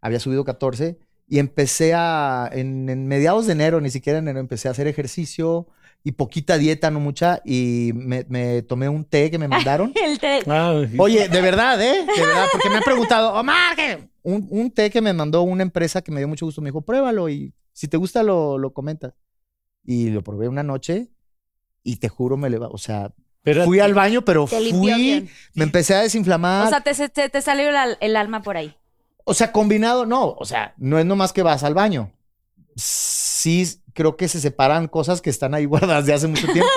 Speaker 3: Había subido 14 y empecé a, en, en mediados de enero, ni siquiera en enero, empecé a hacer ejercicio y poquita dieta, no mucha, y me, me tomé un té
Speaker 2: [laughs]
Speaker 3: que me mandaron.
Speaker 2: El te-
Speaker 4: Ah, sí.
Speaker 3: Oye, de verdad, ¿eh? De verdad, porque me han preguntado, Omar, ¿qué?". Un, un té que me mandó una empresa que me dio mucho gusto, me dijo, pruébalo y si te gusta lo, lo comentas. Y lo probé una noche y te juro, me leva, o sea,
Speaker 4: Pero-
Speaker 3: fui al baño, pero
Speaker 8: Te limpió
Speaker 3: fui,
Speaker 8: bien.
Speaker 3: me empecé a desinflamar.
Speaker 2: O sea, te, se- te- te salió el, el alma por ahí.
Speaker 3: combinado, no, o sea, no es nomás que vas al baño. Sí, creo que se separan cosas que están ahí [laughs] guardadas de hace mucho
Speaker 8: [laughs]
Speaker 3: tiempo.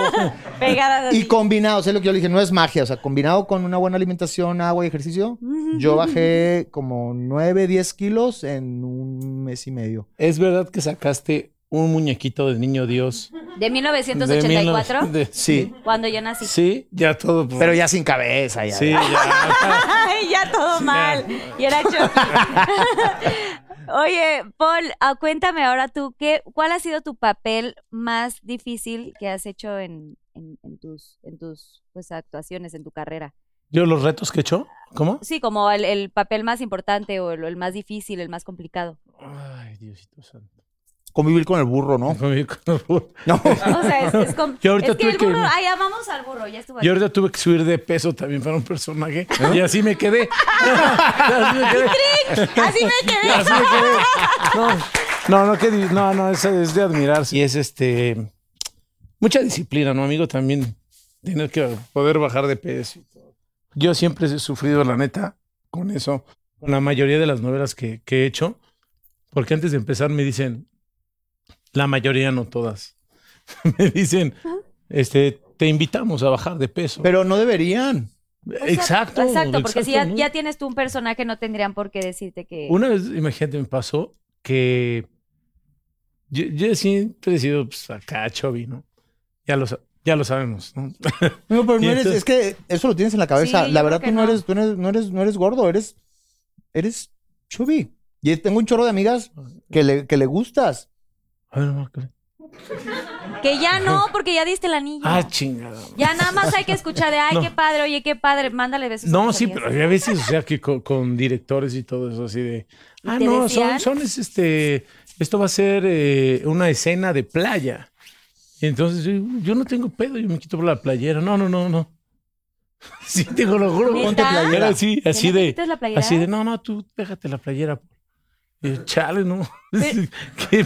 Speaker 2: Pegada
Speaker 3: y
Speaker 2: así.
Speaker 3: combinado, o sea, lo que yo le dije, no es magia, o sea, combinado con una buena alimentación, agua y ejercicio, Yo bajé como 9, 10 kilos en un mes y medio.
Speaker 4: ¿Es verdad que sacaste un muñequito de niño Dios?
Speaker 2: De
Speaker 4: de
Speaker 2: 1984,
Speaker 4: 1900 de-
Speaker 3: Sí.
Speaker 2: cuando yo nací.
Speaker 4: Sí, ya todo. pues,
Speaker 3: Pero ya sin cabeza, ya.
Speaker 4: Sí, ya. [laughs]
Speaker 2: Ay, ya todo mal. Y era Chucky. Oye, Paul, ah, cuéntame ahora tú, ¿qué, ¿cuál ha sido tu papel más difícil que has hecho en, en- en tus, en tus pues, actuaciones, en tu carrera?
Speaker 4: ¿Yo los retos que echó? ¿Cómo?
Speaker 2: Sí, como el, el papel más importante o el, el más difícil, el más complicado.
Speaker 4: Ay, Diosito santo.
Speaker 3: Convivir con el burro, ¿no? [laughs] No.
Speaker 2: O sea, es, es com-
Speaker 4: [laughs] Yo ahorita
Speaker 2: es que el
Speaker 4: tuve que-
Speaker 2: burro, ay, amamos al burro, ya estuvo.
Speaker 4: Yo ahorita tuve que subir de peso también para un personaje. Y así me [laughs] quedé. así me quedé. [laughs]
Speaker 2: Así me quedé.
Speaker 4: Así me quedé. No, no, no, que di- no, no, es, es de admirarse. Y es este. Mucha disciplina, ¿no, amigo? También tienes que poder bajar de peso. y todo. Yo siempre he sufrido, la neta, con eso. Con la mayoría de las novelas que, que he hecho. Porque antes de empezar me dicen, la mayoría, no todas. [laughs] me dicen, este, te invitamos a bajar de peso.
Speaker 3: Pero no deberían.
Speaker 4: exacto.
Speaker 2: Exacto, porque si ya,
Speaker 4: exacto, ¿no?
Speaker 2: ya tienes tú un personaje, no tendrían por qué decirte que...
Speaker 4: Una vez, imagínate, me pasó que yo, yo siempre he sido pues, acá chubby, ¿no? Ya lo, sa- ya lo sabemos, ¿no? [laughs]
Speaker 3: No, pero
Speaker 4: Y
Speaker 3: no eres,
Speaker 4: entonces-
Speaker 3: es que eso lo tienes en la cabeza.
Speaker 2: Sí, yo
Speaker 3: la
Speaker 2: creo
Speaker 3: verdad,
Speaker 2: que
Speaker 3: tú no,
Speaker 2: no.
Speaker 3: Eres, tú no eres, no eres, no eres gordo, eres, eres chubby. Y tengo un chorro de amigas que le, que le gustas.
Speaker 4: A ver, Marco.
Speaker 2: Que ya
Speaker 4: [laughs]
Speaker 2: no, porque ya diste el anillo.
Speaker 4: Ah, chingada.
Speaker 2: Ya nada más hay que escuchar de, ay,
Speaker 4: No.
Speaker 2: qué padre, oye, qué padre, mándale besos. a
Speaker 4: No,
Speaker 2: tus
Speaker 4: sí,
Speaker 2: amigas".
Speaker 4: pero a veces, o sea, que con, con directores y todo eso así de... Ah,
Speaker 2: te
Speaker 4: no, son,
Speaker 2: decían?
Speaker 4: son es, este... Esto va a ser eh, una escena de playa. Entonces, yo, yo no tengo pedo, yo me quito por la playera. No, no, no, [laughs] no. Sí, te lo juro.
Speaker 2: ¿Neta?
Speaker 3: Ponte
Speaker 4: Era
Speaker 3: playera.
Speaker 4: así,
Speaker 2: ¿Ya
Speaker 4: así
Speaker 2: no te
Speaker 4: de...
Speaker 2: quitas la playera?
Speaker 4: Así de, no, no, tú déjate la playera. Y yo, chale, no. [laughs] ¿Qué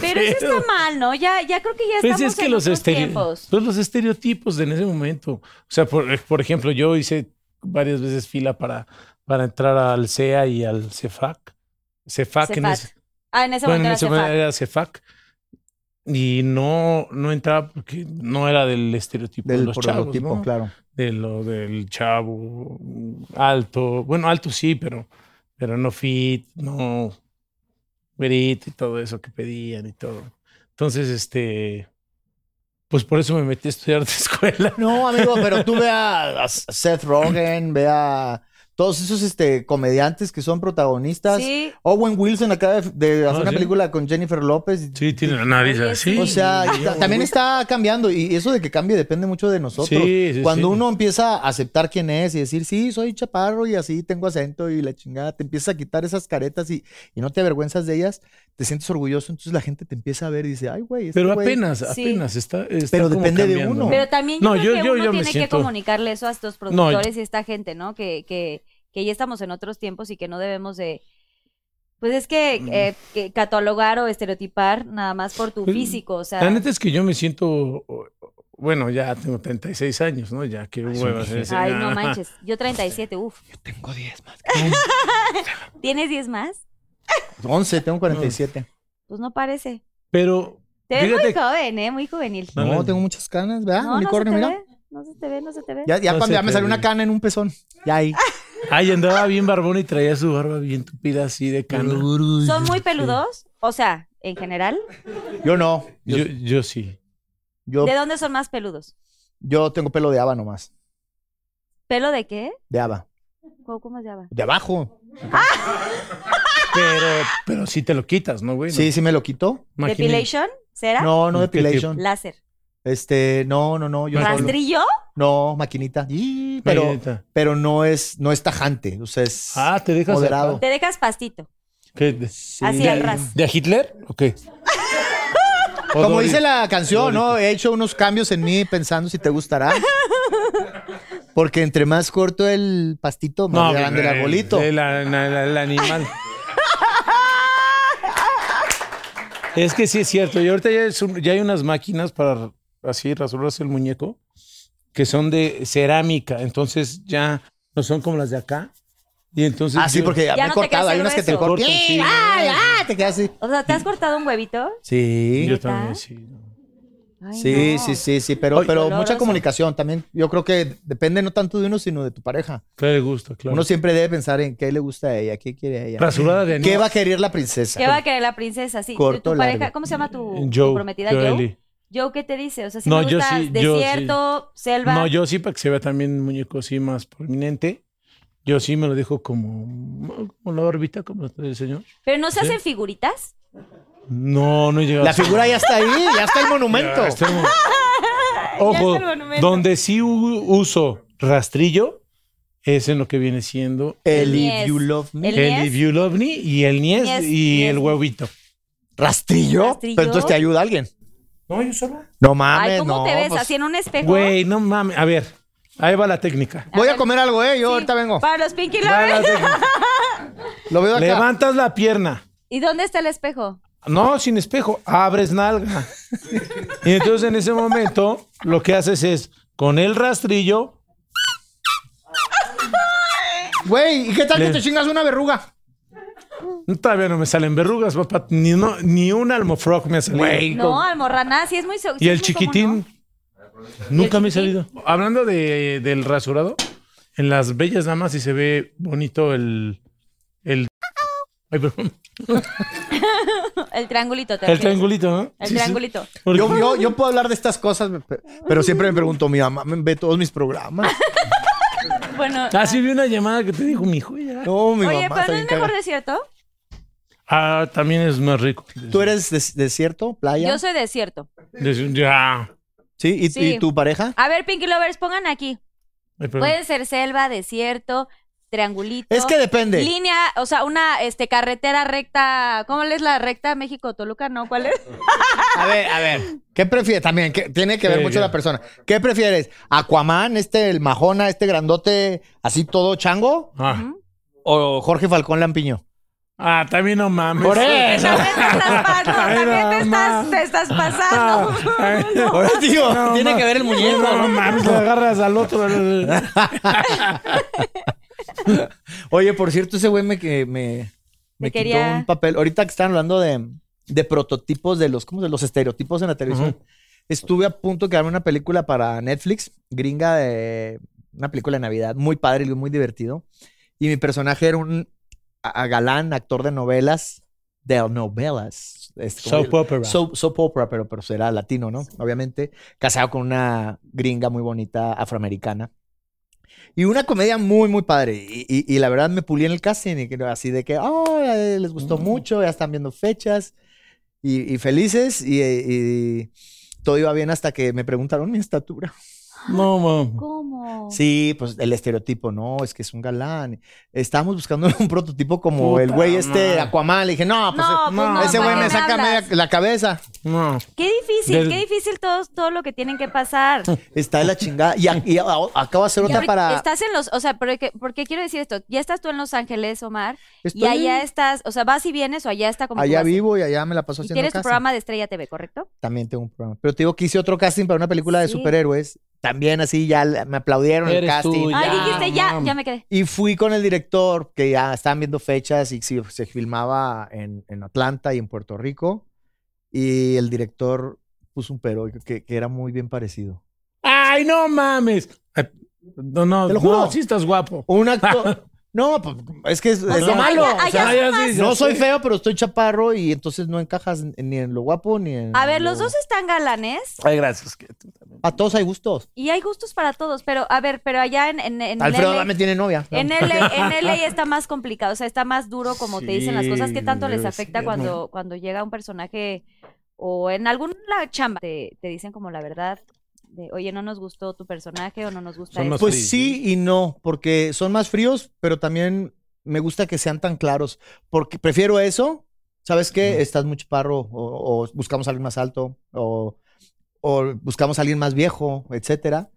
Speaker 2: [laughs] Pero eso
Speaker 4: pedo?
Speaker 2: está mal, ¿no? Ya, ya creo que ya
Speaker 4: Pues
Speaker 2: estamos
Speaker 4: es que
Speaker 2: en
Speaker 4: los,
Speaker 2: otros
Speaker 4: estere-
Speaker 2: tiempos.
Speaker 4: pues los estereotipos de en ese momento. O sea, por, eh, por ejemplo, yo hice varias veces fila para, para entrar al CEA y al E CEFAC. CEFAC en
Speaker 2: Cefat.
Speaker 4: ese,
Speaker 2: Ah, en ese
Speaker 4: bueno, en
Speaker 2: momento
Speaker 4: ese
Speaker 2: era
Speaker 4: momento
Speaker 2: Cefat.
Speaker 4: era E CEFAC. Y no, no entraba porque no era del estereotipo de
Speaker 3: Del
Speaker 4: los chavos,
Speaker 3: prototipo,
Speaker 4: ¿no?
Speaker 3: claro.
Speaker 4: de lo del chavo mm, alto. Bueno, alto sí, pero, pero no fit, no grito y todo eso que pedían y todo. Entonces, este, pues por eso me metí a estudiar de [laughs] escuela.
Speaker 3: No, amigo, pero tú ve a, a Seth Rogen, ve a todos esos este, comediantes que son protagonistas.
Speaker 2: Sí.
Speaker 3: Owen Wilson acaba de, de hacer
Speaker 4: Ah,
Speaker 3: una
Speaker 4: sí.
Speaker 3: película con Jennifer López.
Speaker 4: Sí, tiene la nariz
Speaker 2: Oye,
Speaker 4: así.
Speaker 2: sí.
Speaker 3: O sea, y ta- también está cambiando y eso de que cambie depende mucho de nosotros.
Speaker 4: Sí, sí,
Speaker 3: Cuando
Speaker 4: sí.
Speaker 3: uno empieza a aceptar quién es y decir, sí, soy chaparro y así tengo acento y la chingada, te empiezas a quitar esas caretas y, y no te avergüenzas de ellas, te sientes orgulloso, entonces la gente te empieza a ver y dice, ay, güey. este
Speaker 4: pero
Speaker 3: güey".
Speaker 4: apenas,
Speaker 2: Sí.
Speaker 4: apenas está, está
Speaker 3: Pero
Speaker 4: como
Speaker 3: depende de
Speaker 4: cambiando,
Speaker 3: uno.
Speaker 4: ¿no?
Speaker 2: Pero también yo
Speaker 4: No,
Speaker 2: creo
Speaker 4: yo-
Speaker 2: que
Speaker 4: yo-
Speaker 2: uno
Speaker 4: yo me
Speaker 2: tiene que
Speaker 4: siento-
Speaker 2: comunicarle eso a estos
Speaker 4: yo-
Speaker 2: productores y esta gente, ¿no? Que, que, que ya estamos en otros tiempos y que no debemos de... Pues es que,
Speaker 4: Mm.
Speaker 2: eh, que catalogar o estereotipar nada más por tu
Speaker 4: Pues,
Speaker 2: físico, o
Speaker 3: ah.
Speaker 2: sea...
Speaker 4: La neta es que yo me siento, bueno, ya tengo 36 años, ¿no? Ya que huevas. ese-
Speaker 2: Ay, no manches. Yo 37, uff. Yo [laughs] tengo 10 más. ¿Tienes 10 más?
Speaker 3: 11, tengo 47.
Speaker 4: Ah.
Speaker 2: Pues no parece.
Speaker 4: Pero,
Speaker 2: Te ves
Speaker 4: Fíjate
Speaker 2: muy
Speaker 4: que-
Speaker 2: joven, ¿eh? Muy juvenil.
Speaker 3: No,
Speaker 4: No, no.
Speaker 3: tengo muchas canas, ¿verdad?
Speaker 2: No, no se te
Speaker 3: Unicornio, mira.
Speaker 2: ve. No se te ve, no se te ve.
Speaker 3: Ya, ya
Speaker 4: No
Speaker 3: cuando
Speaker 4: se
Speaker 3: ya me
Speaker 4: te
Speaker 3: salió
Speaker 4: ve.
Speaker 3: una cana en un pezón. Ya ahí.
Speaker 4: ay, andaba bien barbón y traía su barba bien tupida así de cana.
Speaker 2: ¿Son muy peludos? O sea, en general.
Speaker 3: Yo no.
Speaker 4: Yo, yo sí.
Speaker 3: Yo
Speaker 2: ¿De dónde son más peludos?
Speaker 3: Yo tengo pelo de haba nomás.
Speaker 2: ¿Pelo de qué?
Speaker 3: De haba.
Speaker 2: ¿Cómo, cómo se llama?
Speaker 3: De abajo.
Speaker 4: Pero, pero sí te lo quitas, ¿no, güey?
Speaker 3: Sí, sí me lo quitó.
Speaker 4: Maquinilla.
Speaker 2: ¿Depilation? ¿Será?
Speaker 3: No, no
Speaker 4: ¿Qué tipo?
Speaker 3: depilation.
Speaker 2: Láser.
Speaker 3: Este, no, no, no. Yo solo-
Speaker 2: ¿Rastrillo?
Speaker 3: No, maquinita. Y- Pero,
Speaker 4: Maquinita.
Speaker 3: pero no es, no es tajante. O sea, es.
Speaker 4: Ah, te dejas.
Speaker 3: Moderado.
Speaker 4: acá.
Speaker 2: Te dejas pastito.
Speaker 4: ¿Qué? De,
Speaker 2: Así
Speaker 4: de-
Speaker 2: al ras.
Speaker 4: ¿De a Hitler? ¿O qué? O
Speaker 3: Como
Speaker 4: Dori-
Speaker 3: dice la canción,
Speaker 4: Dorito.
Speaker 3: ¿no? He hecho unos cambios en mí pensando si te gustará. Porque entre más corto el pastito, más
Speaker 4: hombre,
Speaker 3: grande el arbolito.
Speaker 4: El, el- el- el animal.
Speaker 3: [laughs]
Speaker 4: es que sí es cierto. Y ahorita ya, es un- ya hay unas máquinas para así rasurarse el muñeco que son de cerámica. Entonces ya no son como las de acá. Y entonces.
Speaker 3: Ah, sí,
Speaker 4: yo-
Speaker 3: porque ya
Speaker 2: Ya
Speaker 3: me he
Speaker 2: no te
Speaker 3: cortado.
Speaker 2: queda
Speaker 3: Hay
Speaker 2: ese
Speaker 3: unas que te
Speaker 2: grueso.
Speaker 3: cortan.
Speaker 4: Cortan, sí.
Speaker 3: ¡Ay, ah! Te quedas así.
Speaker 2: O sea, ¿te has cortado un huevito?
Speaker 3: Sí.
Speaker 4: Yo también, sí.
Speaker 2: Ay,
Speaker 3: Sí,
Speaker 2: no.
Speaker 3: sí, sí, sí, pero, pero
Speaker 2: Doloroso.
Speaker 3: mucha comunicación también. Yo creo que depende no tanto de uno, sino de tu pareja.
Speaker 4: Claro, de gusto, claro.
Speaker 3: Uno siempre debe pensar en qué le gusta a ella, qué quiere a ella.
Speaker 4: Rasurada de
Speaker 3: ¿Qué
Speaker 4: anís.
Speaker 3: va a querer la princesa?
Speaker 2: ¿Qué va a querer la princesa? Sí.
Speaker 3: Corto,
Speaker 2: tu pareja,
Speaker 3: largo.
Speaker 2: ¿cómo se llama tu, tu
Speaker 4: Mm, Joe,
Speaker 2: prometida?
Speaker 4: Joe
Speaker 2: Joe.
Speaker 4: Eli.
Speaker 2: Joe, ¿qué te dice? O sea, si
Speaker 4: No,
Speaker 2: me
Speaker 4: yo
Speaker 2: gustas
Speaker 4: sí, yo sí.
Speaker 2: desierto, selva.
Speaker 4: No, yo sí, para que se vea también un muñeco así más prominente. Yo sí me lo dejo como, como la órbita, como la del señor.
Speaker 2: Pero no se
Speaker 4: Sí.
Speaker 2: hacen figuritas.
Speaker 4: No, no he llegado.
Speaker 3: La
Speaker 4: a ese
Speaker 3: figura ya está ahí, ya está el monumento.
Speaker 4: Ya, este mo- Ojo,
Speaker 2: el monumento.
Speaker 4: donde sí u- uso rastrillo es en lo que viene siendo
Speaker 3: El
Speaker 2: Yes.
Speaker 3: If You Love Me.
Speaker 2: El
Speaker 4: el,
Speaker 2: niés.
Speaker 4: If You Love Me y el niés
Speaker 2: Niés,
Speaker 4: y
Speaker 2: niés.
Speaker 4: el huevito.
Speaker 3: ¿Rastrillo?
Speaker 2: ¿Rastrillo?
Speaker 3: Pero entonces te ayuda alguien.
Speaker 4: No, yo solo.
Speaker 3: No
Speaker 4: Ah,
Speaker 3: mames,
Speaker 2: Ay, ¿cómo
Speaker 3: no.
Speaker 2: te ves?
Speaker 3: pues,
Speaker 2: Así en un espejo.
Speaker 4: Güey, no mames. A ver, ahí va la técnica.
Speaker 3: Voy a comer algo, eh. Yo
Speaker 2: Sí,
Speaker 3: ahorita vengo.
Speaker 2: Para los Pinky
Speaker 4: Va la
Speaker 2: Lovers.
Speaker 4: técnica.
Speaker 3: Lo veo acá.
Speaker 4: Levantas la pierna.
Speaker 2: ¿Y dónde está el espejo?
Speaker 4: No, sin espejo. Abres nalga. Y entonces en ese momento lo que haces es con el rastrillo.
Speaker 3: Güey, ¿y qué tal
Speaker 4: Le-
Speaker 3: que te chingas una verruga?
Speaker 4: Todavía no me salen verrugas, papá. Ni, no- ni un almofrog me ha salido.
Speaker 2: No, almorraná, sí es muy so- sí
Speaker 4: Y
Speaker 2: es
Speaker 4: el
Speaker 2: muy
Speaker 4: chiquitín.
Speaker 2: común,
Speaker 4: Nunca me he
Speaker 2: chiquitín?
Speaker 4: salido. Hablando de, del rasurado, en las bellas damas sí se ve bonito el. El.
Speaker 2: [laughs]
Speaker 4: Ay, perdón.
Speaker 2: ¿no? El triangulito. te
Speaker 4: El
Speaker 2: refieres.
Speaker 4: triangulito, ¿no?
Speaker 2: El
Speaker 4: Sí, sí.
Speaker 2: triangulito.
Speaker 4: Porque-
Speaker 3: Yo, yo, yo puedo hablar de estas cosas, pe- pero siempre me pregunto, mi mamá me ve todos
Speaker 2: [laughs]
Speaker 3: mis programas.
Speaker 2: Bueno.
Speaker 4: Ah, sí, vi una llamada que te dijo mi hijo. ya.
Speaker 3: No, mi
Speaker 2: Oye,
Speaker 3: mamá
Speaker 2: pero
Speaker 3: está
Speaker 2: no
Speaker 3: bien
Speaker 2: es mejor
Speaker 3: cagada.
Speaker 2: desierto.
Speaker 4: Ah, también es más rico.
Speaker 3: ¿Tú eres des- desierto, playa?
Speaker 2: Yo soy desierto.
Speaker 4: De- Ya.
Speaker 3: ¿Sí? ¿Y,
Speaker 2: Sí.
Speaker 3: y tu pareja?
Speaker 2: A ver, Pinky Lovers, pongan aquí.
Speaker 4: Ay, perdón.
Speaker 2: Pueden ser selva, desierto, triangulito.
Speaker 3: Es que depende.
Speaker 2: Línea, o sea, una este, carretera recta. ¿Cómo es la recta México-Toluca? ¿No? ¿Cuál
Speaker 3: [laughs]
Speaker 2: es?
Speaker 3: A ver, a ver. ¿Qué prefieres? También, que tiene que ver
Speaker 4: Sí,
Speaker 3: mucho
Speaker 4: ya.
Speaker 3: la persona. ¿Qué prefieres? ¿Aquaman, este, el majona, este grandote, así todo chango?
Speaker 4: Ah.
Speaker 3: ¿O Jorge Falcón
Speaker 4: [laughs]
Speaker 3: Lampiño?
Speaker 4: Ah, también no mames.
Speaker 3: Por eso.
Speaker 2: También te estás pasando.
Speaker 4: Ay,
Speaker 2: También
Speaker 4: no,
Speaker 2: te estás,
Speaker 4: ma.
Speaker 2: te estás
Speaker 4: [laughs] Ah,
Speaker 2: pasando.
Speaker 4: ay,
Speaker 3: Ahora digo,
Speaker 4: no,
Speaker 3: tiene
Speaker 4: ma-
Speaker 3: que ver el muñeco.
Speaker 4: No mames, le agarras al otro. el-
Speaker 3: Oye, por cierto, ese güey me, que me, me quitó
Speaker 2: quería-
Speaker 3: un papel. Ahorita que están hablando de, de prototipos de los, ¿cómo de los estereotipos en la televisión. Estuve a punto de crearme una película para Netflix, gringa de una película de Navidad, muy padre y muy divertido. Y mi personaje era un a- a galán, actor de novelas, de novelas. este, ¿cómo
Speaker 4: Soap
Speaker 3: digo? [laughs]
Speaker 4: opera.
Speaker 3: Soap, soap opera, pero, pero será latino, ¿no? Obviamente, casado con una gringa muy bonita, afroamericana. Y una comedia muy, muy padre. Y, y- y la verdad me pulí en el casting, y que- así de que, oh, eh, les gustó mucho, ya están viendo fechas y, y felices. Y, y todo iba bien hasta que me preguntaron mi estatura.
Speaker 4: No mames.
Speaker 2: ¿Cómo?
Speaker 3: Sí, pues el estereotipo, no, es que es un galán. Estábamos buscando [laughs] un prototipo como el
Speaker 4: Puta
Speaker 3: güey este,
Speaker 4: madre.
Speaker 3: Aquaman. Le dije, no, pues,
Speaker 2: No,
Speaker 3: eh,
Speaker 2: pues no,
Speaker 3: ese güey
Speaker 2: ¿para
Speaker 3: me
Speaker 2: qué
Speaker 3: saca
Speaker 2: hablas?
Speaker 3: media- la cabeza.
Speaker 4: No.
Speaker 2: Qué difícil,
Speaker 4: Del-
Speaker 2: qué difícil todo, todo lo que tienen que pasar.
Speaker 3: Está de la chingada. Y, a- y a- acabo de hacer
Speaker 2: Y
Speaker 3: otra
Speaker 2: ahorita
Speaker 3: para.
Speaker 2: Estás en los, o sea, porque, porque quiero decir esto, ya estás tú en Los Ángeles, Omar,
Speaker 3: Estoy
Speaker 2: y allá estás, o sea, vas y vienes o allá está como tú
Speaker 3: allá
Speaker 2: vas.
Speaker 3: vivo y allá me la paso
Speaker 2: Y
Speaker 3: haciendo
Speaker 2: tienes tu
Speaker 3: casting.
Speaker 2: programa de Estrella TV, ¿correcto?
Speaker 3: También tengo un programa. Pero te digo que hice otro casting para una película de
Speaker 2: Sí.
Speaker 3: superhéroes. También así ya la- me aplaudieron el
Speaker 4: Eres
Speaker 3: casting.
Speaker 4: tú,
Speaker 2: Ay,
Speaker 4: Pues Ya,
Speaker 2: dijiste ya,
Speaker 4: mam.
Speaker 2: ya me quedé.
Speaker 3: Y fui con el director, que ya estaban viendo fechas y si- se filmaba en, en Atlanta y en Puerto Rico. Y el director puso un pero que, que era muy bien parecido.
Speaker 4: Ay, no mames. Ay, No, no,
Speaker 3: Te lo
Speaker 4: no,
Speaker 3: juro.
Speaker 4: sí estás guapo.
Speaker 3: Un actor. no, pues, es que es, es
Speaker 2: sea,
Speaker 3: lo malo.
Speaker 2: allá-
Speaker 3: o sea,
Speaker 2: allá-
Speaker 4: ya sí, [laughs] ya
Speaker 3: no
Speaker 4: sí.
Speaker 3: soy feo, pero estoy chaparro y entonces no encajas ni en lo guapo ni en.
Speaker 2: A ver, los
Speaker 3: lo-
Speaker 2: dos están galanes.
Speaker 4: Ay, gracias. que tú también.
Speaker 3: A todos hay gustos.
Speaker 2: Y hay gustos para todos, pero a ver, pero allá en, en, en
Speaker 3: Alfredo
Speaker 2: LA,
Speaker 3: Adame tiene novia.
Speaker 2: en, LA, en LA está más complicado, o sea, está más duro como te dicen las cosas. ¿Qué
Speaker 4: Sí,
Speaker 2: tanto les
Speaker 4: debe
Speaker 2: afecta
Speaker 4: ser,
Speaker 2: cuando, cuando llega un personaje o en alguna chamba te, te dicen como la verdad de, oye, no nos gustó tu personaje o no nos gusta
Speaker 4: Son [laughs]
Speaker 2: esto"?
Speaker 4: más
Speaker 3: Pues
Speaker 4: fríos,
Speaker 3: sí y no, porque son más fríos, pero también me gusta que sean tan claros, porque prefiero eso. ¿Sabes qué? Estás muy chaparro, o, o buscamos a alguien más alto, o, o buscamos a alguien más viejo, etcétera.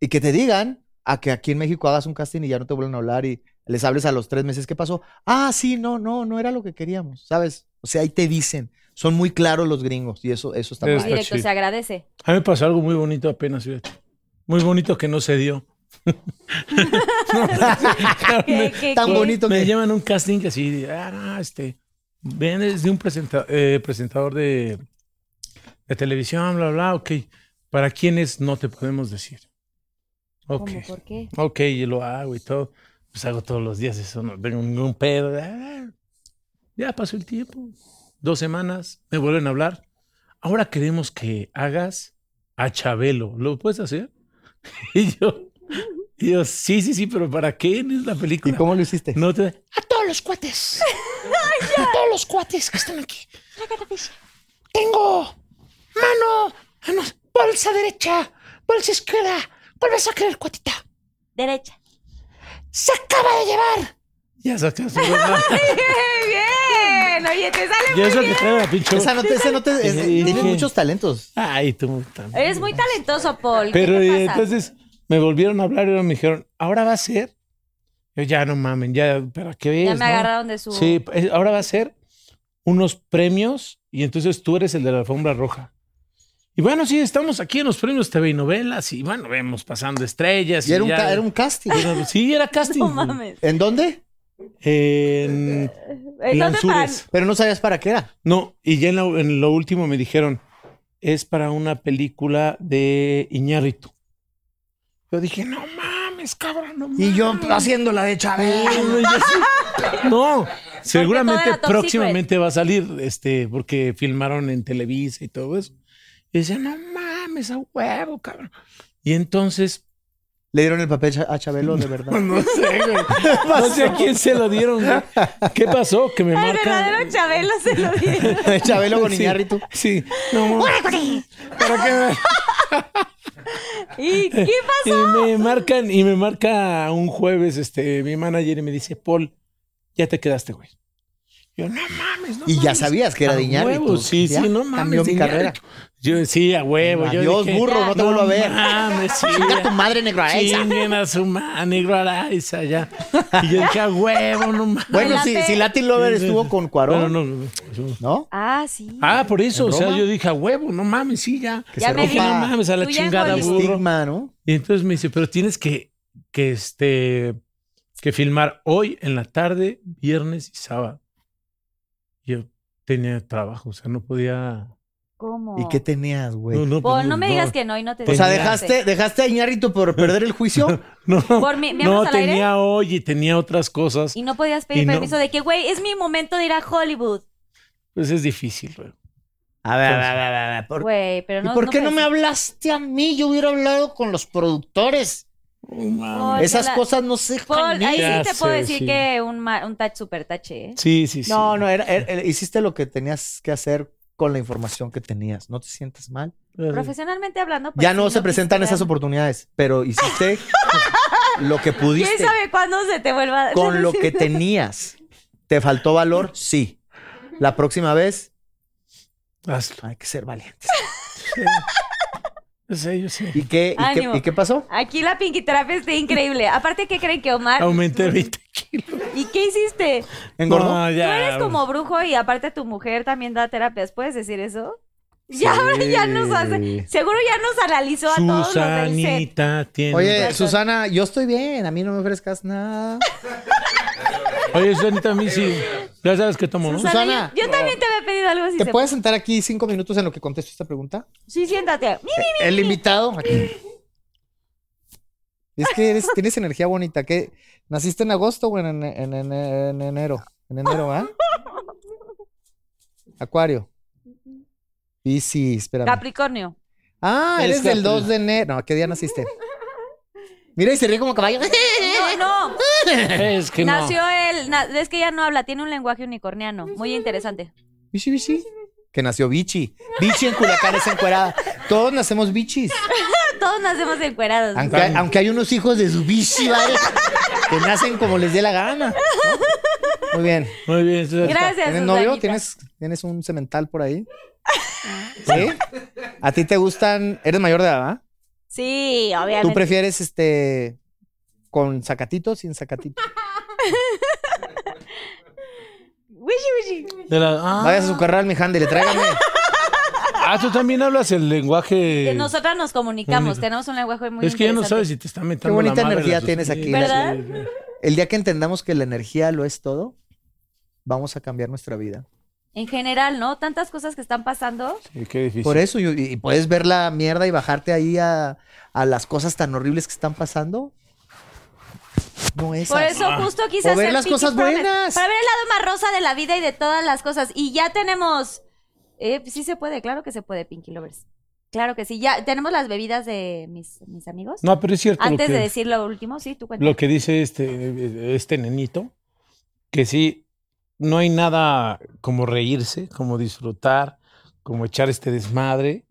Speaker 3: Y que te digan a que aquí en México hagas un casting y ya no te vuelven a hablar y les hables a los tres meses, ¿qué pasó? Ah, sí, no, no, no era lo que queríamos, ¿sabes? O sea, ahí te dicen, son muy claros los gringos y eso, eso está
Speaker 4: Es-
Speaker 2: Muy
Speaker 3: mal.
Speaker 4: Está
Speaker 2: directo,
Speaker 4: chido.
Speaker 2: se [laughs] agradece.
Speaker 4: A mí me pasó algo muy bonito apenas, fíjate. Muy bonito que no se dio. [laughs]
Speaker 2: ¿Qué- qué-
Speaker 3: Tan
Speaker 2: qué?
Speaker 3: bonito
Speaker 4: Me
Speaker 3: que...
Speaker 4: llaman a un casting que así, ah, no, este, ven, es de un presenta- eh, presentador de, de televisión, bla, bla, ok. ¿Para quiénes no te podemos decir?
Speaker 2: ¿Cómo?
Speaker 4: Ok,
Speaker 2: ¿Por qué?
Speaker 4: ok, y lo hago y todo. Pues hago todos los días eso, no tengo ningún pedo. ah. Ya pasó el tiempo, dos semanas, me vuelven a hablar. Ahora queremos que hagas a Chabelo, ¿lo puedes hacer? [laughs] Y yo, y yo sí, sí, sí, pero ¿para qué? No es la película.
Speaker 3: ¿Y cómo lo hiciste?
Speaker 4: No te...
Speaker 9: A todos los
Speaker 4: [laughs]
Speaker 9: cuates. A todos los cuates que están aquí. Tengo mano, ah, no, bolsa derecha, bolsa izquierda. ¿Cuál vas a querer, cuatita?
Speaker 2: Derecha.
Speaker 9: Se acaba de llevar.
Speaker 4: Ya
Speaker 2: [laughs]
Speaker 4: sacas su verdad.
Speaker 2: [laughs] ¡Bien! Oye, te sale
Speaker 4: Y eso que trae la pinche.
Speaker 3: Esa no te, esa no te- es-
Speaker 4: Sí.
Speaker 3: tienes muchos talentos.
Speaker 4: Ay, tú también.
Speaker 2: Eres muy talentoso, Paul. ¿Qué
Speaker 4: Pero
Speaker 2: te
Speaker 4: eh,
Speaker 2: pasa?
Speaker 4: entonces me volvieron a hablar y me dijeron, ¿ahora va a ser? Yo ya no mamen, ya, ¿para qué ves?
Speaker 2: ya me
Speaker 4: no?
Speaker 2: agarraron de su. [laughs]
Speaker 4: Sí, eh, ahora va a ser unos premios y entonces tú eres el de la alfombra roja. Y bueno, sí, estamos aquí en los premios TV y novelas y bueno, vemos pasando estrellas.
Speaker 3: Y era, un,
Speaker 4: ya-
Speaker 3: ca- era un casting.
Speaker 4: Era- [laughs] pues, Sí, era
Speaker 2: [laughs]
Speaker 4: casting.
Speaker 2: No mames.
Speaker 3: ¿En dónde?
Speaker 4: En
Speaker 2: Eh, no te pan-
Speaker 4: Lanzures.
Speaker 3: Pero no sabías para qué era.
Speaker 4: No, y ya en lo, en lo último me dijeron, es para una película de Iñárritu. Yo dije, no mames, cabrón, no mames.
Speaker 3: Y yo
Speaker 4: [laughs]
Speaker 3: haciendo la de Chabelo.
Speaker 4: Y yo así, No,
Speaker 2: todo
Speaker 4: seguramente
Speaker 2: era top
Speaker 4: próximamente va a salir, este, porque filmaron en Televisa y todo eso. Y decía, no mames, a huevo, cabrón. Y entonces, [laughs]
Speaker 3: Le dieron el papel a Chabelo, de verdad. [laughs]
Speaker 4: no sé, güey. No sé a quién se lo dieron, güey. ¿Qué pasó? Que me
Speaker 2: Al
Speaker 4: marcan.
Speaker 2: verdadero Chabelo se
Speaker 4: [laughs]
Speaker 2: lo dieron.
Speaker 3: Chabelo con
Speaker 4: Sí,
Speaker 3: Iñárritu.
Speaker 4: Sí, no mames. ¿Para qué me-
Speaker 2: ¿Y qué
Speaker 4: Y me marcan, y me marca un jueves este, mi manager y me dice, Paul, ya te quedaste, güey. Yo, no mames, no
Speaker 3: Y ya
Speaker 4: mames".
Speaker 3: sabías que era
Speaker 4: A
Speaker 3: de Iñárritu.
Speaker 4: huevo, Sí,
Speaker 3: Ya,
Speaker 4: sí, no mames.
Speaker 3: Cambió
Speaker 4: de
Speaker 3: mi
Speaker 4: Iñárritu.
Speaker 3: carrera.
Speaker 4: Yo, sí, a huevo. yo
Speaker 3: Adiós,
Speaker 4: dije,
Speaker 3: burro, no te
Speaker 4: "Ya,
Speaker 3: vuelvo a ver".
Speaker 4: Mames, sí.
Speaker 3: Chinga tu
Speaker 4: ya.
Speaker 3: madre, negro Araiza.
Speaker 4: Chinguen a su ma- negro Araiza, ya. Y yo dije, a huevo, no mames.
Speaker 3: Bueno,
Speaker 2: Adelante.
Speaker 3: si, si Latin Lover estuvo con
Speaker 4: Bueno,
Speaker 3: Cuarón,
Speaker 4: no, no.
Speaker 3: ¿no?
Speaker 2: Ah, sí.
Speaker 4: Ah, por eso,
Speaker 3: ¿En
Speaker 4: o sea,
Speaker 3: Roma?
Speaker 4: yo dije, a huevo, no mames, sí, ya.
Speaker 3: Que
Speaker 2: Ya
Speaker 3: se
Speaker 2: me
Speaker 4: Dije,
Speaker 2: vi.
Speaker 4: no
Speaker 3: rompa
Speaker 4: mames, a la
Speaker 2: Tú ya
Speaker 4: chingada,
Speaker 3: el
Speaker 2: envolviste.
Speaker 4: burro.
Speaker 3: estigma, ¿no?
Speaker 4: Y entonces me dice, pero tienes que, que, este, que filmar hoy en la tarde, viernes y sábado. Yo tenía trabajo, o sea, no podía...
Speaker 2: ¿Cómo?
Speaker 3: ¿Y qué tenías, güey?
Speaker 4: No, no,
Speaker 2: Paul,
Speaker 4: pues,
Speaker 2: no me digas que no y no te
Speaker 3: O sea,
Speaker 2: digas.
Speaker 3: dejaste, dejaste a Iñárritu por perder el juicio.
Speaker 4: [laughs] No,
Speaker 2: [laughs] Por mi- miembros
Speaker 4: no
Speaker 2: al aire.
Speaker 4: tenía hoy y tenía otras cosas.
Speaker 2: Y no podías pedir
Speaker 4: Y no.
Speaker 2: permiso de que, güey, es mi momento de ir a Hollywood.
Speaker 4: Pues es difícil, güey.
Speaker 5: A ver, a ver, a ver, a ver. ¿por-
Speaker 2: Güey, pero
Speaker 5: ¿Y
Speaker 2: no.
Speaker 5: por qué no
Speaker 2: puedes-
Speaker 5: me hablaste a mí? Yo hubiera hablado con los
Speaker 3: Eh,
Speaker 5: productores.
Speaker 2: Ay,
Speaker 3: Esas
Speaker 2: chala.
Speaker 5: cosas no se
Speaker 2: Paul, ahí
Speaker 4: Ya
Speaker 2: sí te puedo
Speaker 4: sé,
Speaker 2: decir
Speaker 4: sí.
Speaker 2: que un, ma- un touch super tache, ¿eh?
Speaker 4: Sí, sí, sí.
Speaker 3: No, no, era- era- hiciste lo que tenías que hacer con la información que tenías. No te sientas mal.
Speaker 4: Eh,
Speaker 2: Profesionalmente hablando. pues,
Speaker 3: Ya
Speaker 2: sí,
Speaker 3: no se presentan
Speaker 2: quisiera-
Speaker 3: esas oportunidades, pero hiciste
Speaker 2: [laughs]
Speaker 3: lo que
Speaker 2: ¿Quién
Speaker 3: pudiste
Speaker 2: sabe cuándo se te vuelva a-
Speaker 3: con lo que tenías. ¿Te faltó valor? Sí. La próxima vez
Speaker 4: Hazlo.
Speaker 3: hay que ser valientes.
Speaker 4: Yo sé, yo sé.
Speaker 3: ¿Y qué, y qué,
Speaker 2: Ánimo.
Speaker 3: y qué pasó?
Speaker 2: Aquí la Pinky Terapia está increíble. Aparte, ¿qué creen que Omar?
Speaker 4: Aumenté 20 kilos.
Speaker 2: ¿Y qué hiciste?
Speaker 3: ¿Engordó?
Speaker 4: No,
Speaker 2: Tú
Speaker 4: ya.
Speaker 2: eres como brujo y aparte tu mujer también da terapias. ¿Puedes decir eso? Ya, ahora ya nos hace. Seguro ya nos analizó a todos los del set.
Speaker 4: Susanita tiene...
Speaker 3: Oye, Eh, Susana, yo estoy bien. A mí no me ofrezcas nada.
Speaker 4: Oye, Susanita, a mí sí. Ya sabes que tomo, ¿no?
Speaker 2: Susana,
Speaker 3: Susana.
Speaker 2: yo, yo también te había pedido algo así.
Speaker 3: ¿Te puedes sentar [laughs] aquí cinco minutos en lo que contesto esta pregunta?
Speaker 2: Sí, siéntate.
Speaker 3: El invitado. aquí. Es que eres- tienes energía bonita. ¿Qué? ¿Naciste en agosto o en, en- en- en- en enero? En enero, ¿ah? ¿va? Acuario. Piscis, espérame.
Speaker 2: Capricornio.
Speaker 3: Ah,
Speaker 4: Eres
Speaker 3: eres del
Speaker 4: Capri.
Speaker 3: 2 de enero. No, ¿qué día naciste? Mira y se ríe como caballo. ¿Eh?
Speaker 2: No, no.
Speaker 4: Es que no.
Speaker 2: Nació él. na- es que ya no habla, tiene un lenguaje unicorniano. Muy interesante.
Speaker 3: Bichi, bichi. Que nació Bichi. Bichi en Culiacán es encuerada. Todos nacemos bichis.
Speaker 2: Todos nacemos encuerados.
Speaker 3: Aunque, aunque hay unos hijos de su bichi, ¿vale? Que nacen como les dé la gana. ¿no? Muy bien.
Speaker 4: Muy bien. entonces-
Speaker 2: Gracias.
Speaker 3: ¿Tienes novio?
Speaker 2: Susanita.
Speaker 3: ¿Tienes, ¿Tienes un cemental por ahí?
Speaker 2: Ah.
Speaker 3: ¿Sí? ¿A ti te gustan? ¿Eres mayor de edad? ¿verdad?
Speaker 2: Sí,
Speaker 3: ¿Tú
Speaker 2: obviamente.
Speaker 3: prefieres este con sacatito o sin sacatito?
Speaker 2: Wishy, wishy.
Speaker 4: de la- ah,
Speaker 3: Vayas a su carral, mi Handel, tráigame.
Speaker 4: ah, tú también hablas el lenguaje.
Speaker 2: Que Eh, Nosotras nos comunicamos,
Speaker 4: Bonito.
Speaker 2: tenemos un lenguaje muy
Speaker 4: es que ya no
Speaker 2: interesante.
Speaker 4: sabes si te está metiendo
Speaker 3: Qué bonita
Speaker 4: la madre
Speaker 3: energía
Speaker 4: la
Speaker 3: tienes
Speaker 4: Susana.
Speaker 3: aquí,
Speaker 2: ¿Verdad?
Speaker 3: El día que entendamos que la energía lo es todo, vamos a cambiar nuestra vida.
Speaker 2: En general, ¿no? Tantas cosas que están pasando.
Speaker 4: Sí, qué difícil.
Speaker 3: Por eso, yo- y y puedes ver la mierda y bajarte ahí a, a las cosas tan horribles que están pasando. No esas.
Speaker 2: Por eso justo quise
Speaker 3: Ah. O
Speaker 2: hacer
Speaker 3: ver las
Speaker 2: Peaky
Speaker 3: cosas
Speaker 2: Blinders,
Speaker 3: buenas.
Speaker 2: Para ver el lado más rosa de la vida y de todas las cosas. Y ya tenemos. Eh, sí se puede, claro que se puede, Pinky Lovers. Claro que sí. Ya tenemos las bebidas de mis, mis amigos.
Speaker 4: No, pero es cierto.
Speaker 2: Antes
Speaker 4: lo
Speaker 2: de
Speaker 4: que,
Speaker 2: decir lo último, sí, tú cuentas.
Speaker 4: lo que dice este, este nenito, que sí, no hay nada como reírse, como disfrutar, como echar este desmadre,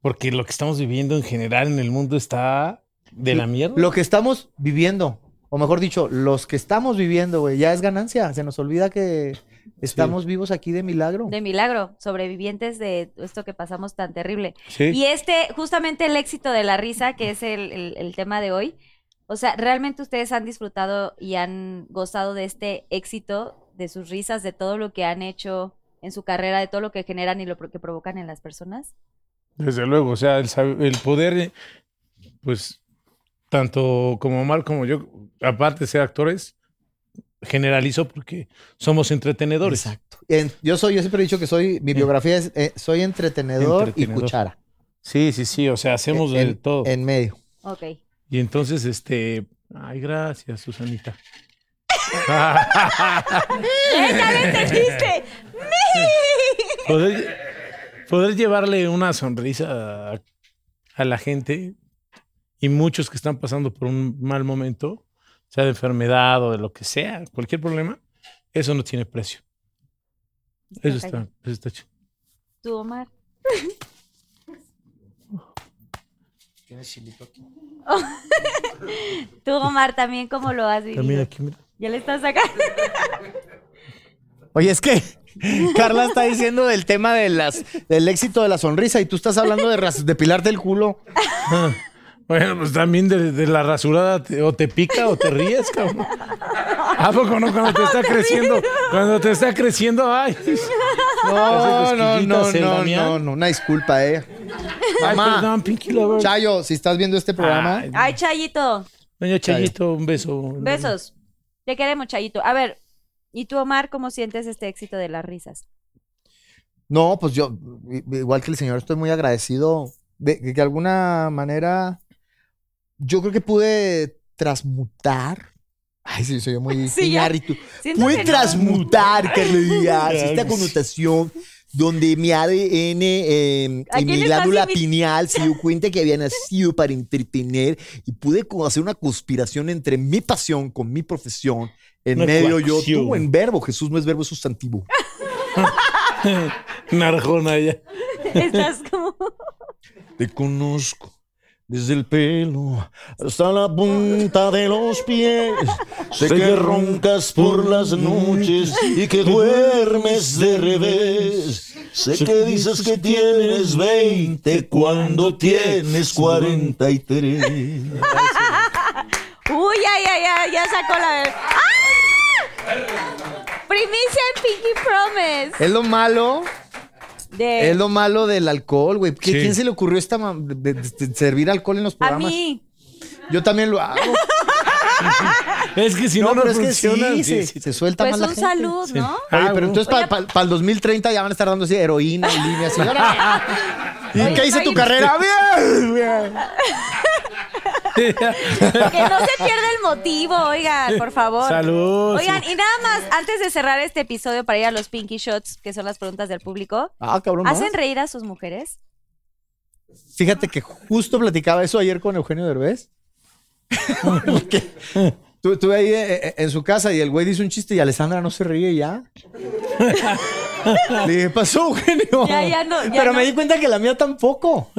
Speaker 4: porque lo que estamos viviendo en general en el mundo está de la mierda.
Speaker 3: Lo que estamos viviendo, o mejor dicho, los que estamos viviendo, güey, ya es ganancia. Se nos olvida que estamos vivos aquí de milagro.
Speaker 2: De milagro, sobrevivientes de esto que pasamos tan terrible.
Speaker 4: Sí.
Speaker 2: Y este, justamente el éxito de la risa, que es el, el- el tema de hoy. O sea, realmente ustedes han disfrutado y han gozado de este éxito, de sus risas, de todo lo que han hecho en su carrera, de todo lo que generan y lo pro- que provocan en las personas.
Speaker 4: Desde luego, o sea, el, sab- el poder, eh, pues, tanto como Omar como yo, aparte de ser actores, generalizo porque somos entretenedores.
Speaker 3: Exacto. En- yo soy, yo siempre he dicho que soy, mi biografía es, eh, soy entretenedor, y
Speaker 4: Entretenedor.
Speaker 3: cuchara.
Speaker 4: Sí, sí, sí, o sea, hacemos de
Speaker 3: en,
Speaker 4: todo.
Speaker 3: En medio.
Speaker 4: [laughs]
Speaker 2: Ok.
Speaker 4: Y entonces, este, ay, gracias, Susanita.
Speaker 2: ¡Esta vez entendiste!
Speaker 4: Poder, poder llevarle una sonrisa a, a la gente y muchos que están pasando por un mal momento, sea de enfermedad o de lo que sea, cualquier problema, eso no tiene precio. Eso
Speaker 2: Ok.
Speaker 4: está, eso está chido.
Speaker 2: Tú, Omar. [laughs] Tú, Omar, también cómo lo has vivido.
Speaker 4: También aquí, mira.
Speaker 2: Ya le estás sacando.
Speaker 3: Oye, es que [laughs] Carla está diciendo del tema de las, del éxito de la sonrisa y tú estás hablando de ras- depilarte el
Speaker 4: [laughs]
Speaker 3: culo.
Speaker 4: Ah, Bueno, pues también de, de la rasurada te- o te pica o te ríes, cabrón. ¿A poco no? Cuando
Speaker 2: [laughs]
Speaker 4: te está creciendo, cuando te está creciendo, ay.
Speaker 3: No, no, no,
Speaker 4: cosquillitas ¿eh, el
Speaker 3: no,
Speaker 4: Damián.
Speaker 3: no, no, una disculpa, eh.
Speaker 4: Ay,
Speaker 3: Mamá,
Speaker 4: perdón, Pinky Lover.
Speaker 3: Chayo, si estás viendo este programa,
Speaker 4: Ay,
Speaker 2: Ay, Chayito.
Speaker 4: Doña Chayito, un beso.
Speaker 2: Besos. Te queremos, Chayito. A ver, ¿y tú, Omar, cómo sientes este éxito de las risas?
Speaker 3: No, pues yo, i- igual que el señor, estoy muy agradecido de de que de alguna manera yo creo que pude transmutar. Ay, sí, soy yo
Speaker 2: [laughs]
Speaker 3: muy
Speaker 2: Sí, ya.
Speaker 3: Iñárritu.
Speaker 2: Siento
Speaker 3: Pude
Speaker 2: que no.
Speaker 3: transmutar,
Speaker 4: [laughs]
Speaker 3: Carlita,
Speaker 4: Claro
Speaker 3: esta
Speaker 4: que
Speaker 3: connotación donde mi ADN eh,
Speaker 2: ¿A
Speaker 3: y
Speaker 2: quién
Speaker 3: mi
Speaker 2: le
Speaker 3: glándula
Speaker 2: estás imi-
Speaker 3: pineal se
Speaker 2: [laughs]
Speaker 3: dio cuenta que había nacido para entretener y pude como hacer una conspiración entre mi pasión con mi profesión. En
Speaker 4: Una
Speaker 3: medio yo,
Speaker 4: coacción.
Speaker 3: tú en verbo, Jesús no es verbo, es sustantivo.
Speaker 4: Narjona ya.
Speaker 2: [laughs] Estás como...
Speaker 3: Te conozco desde el pelo hasta la punta de los pies. Sé que roncas por las noches y que duermes de revés. Sé que dices que tienes 20 cuando tienes 43.
Speaker 2: Uy, ya, ya, ya, ya sacó la... ¡Ah! Primicia en Pinky Promise.
Speaker 3: Es lo malo,
Speaker 2: De...
Speaker 3: es lo malo del alcohol, güey. ¿Qué-
Speaker 4: Sí.
Speaker 3: ¿Quién se le ocurrió esta ma- de- de- de servir alcohol en los
Speaker 2: A
Speaker 3: programas?
Speaker 2: mí.
Speaker 3: Yo también lo hago.
Speaker 4: Es que si
Speaker 3: [laughs]
Speaker 4: no,
Speaker 3: No,
Speaker 4: no,
Speaker 3: pero es que
Speaker 4: funciona.
Speaker 3: sí,
Speaker 4: sí,
Speaker 3: se,
Speaker 4: sí.
Speaker 3: se suelta
Speaker 2: Pues
Speaker 3: más la
Speaker 2: un
Speaker 3: gente.
Speaker 2: salud,
Speaker 4: Sí. [laughs]
Speaker 2: ¿no?
Speaker 3: Oye,
Speaker 4: Ah,
Speaker 3: pero entonces para
Speaker 2: Oye,
Speaker 3: el 2030 ya van a estar dando así heroína y líneas. ¿Y
Speaker 2: Oye,
Speaker 3: qué hice
Speaker 2: está
Speaker 3: tu
Speaker 2: bien.
Speaker 3: carrera? ¡Bien! bien.
Speaker 2: Que no se pierda el motivo, oigan, por favor.
Speaker 4: Salud.
Speaker 2: Oigan, y nada más, antes de cerrar este episodio para ir a los Pinky Shots, que son las preguntas del público,
Speaker 3: Ah, cabrón. ¿más?
Speaker 2: ¿hacen reír a sus mujeres?
Speaker 3: Fíjate que justo platicaba eso ayer con
Speaker 2: [laughs]
Speaker 3: Eugenio Derbez. Porque tu- tuve ahí eh, eh, en su casa y el güey dice un chiste y Alessandra no se
Speaker 2: [laughs]
Speaker 3: ríe ya. Le dije, pasó, Eugenio?
Speaker 2: Ya, ya no, ya
Speaker 3: Pero
Speaker 2: no.
Speaker 3: me di cuenta que la mía tampoco.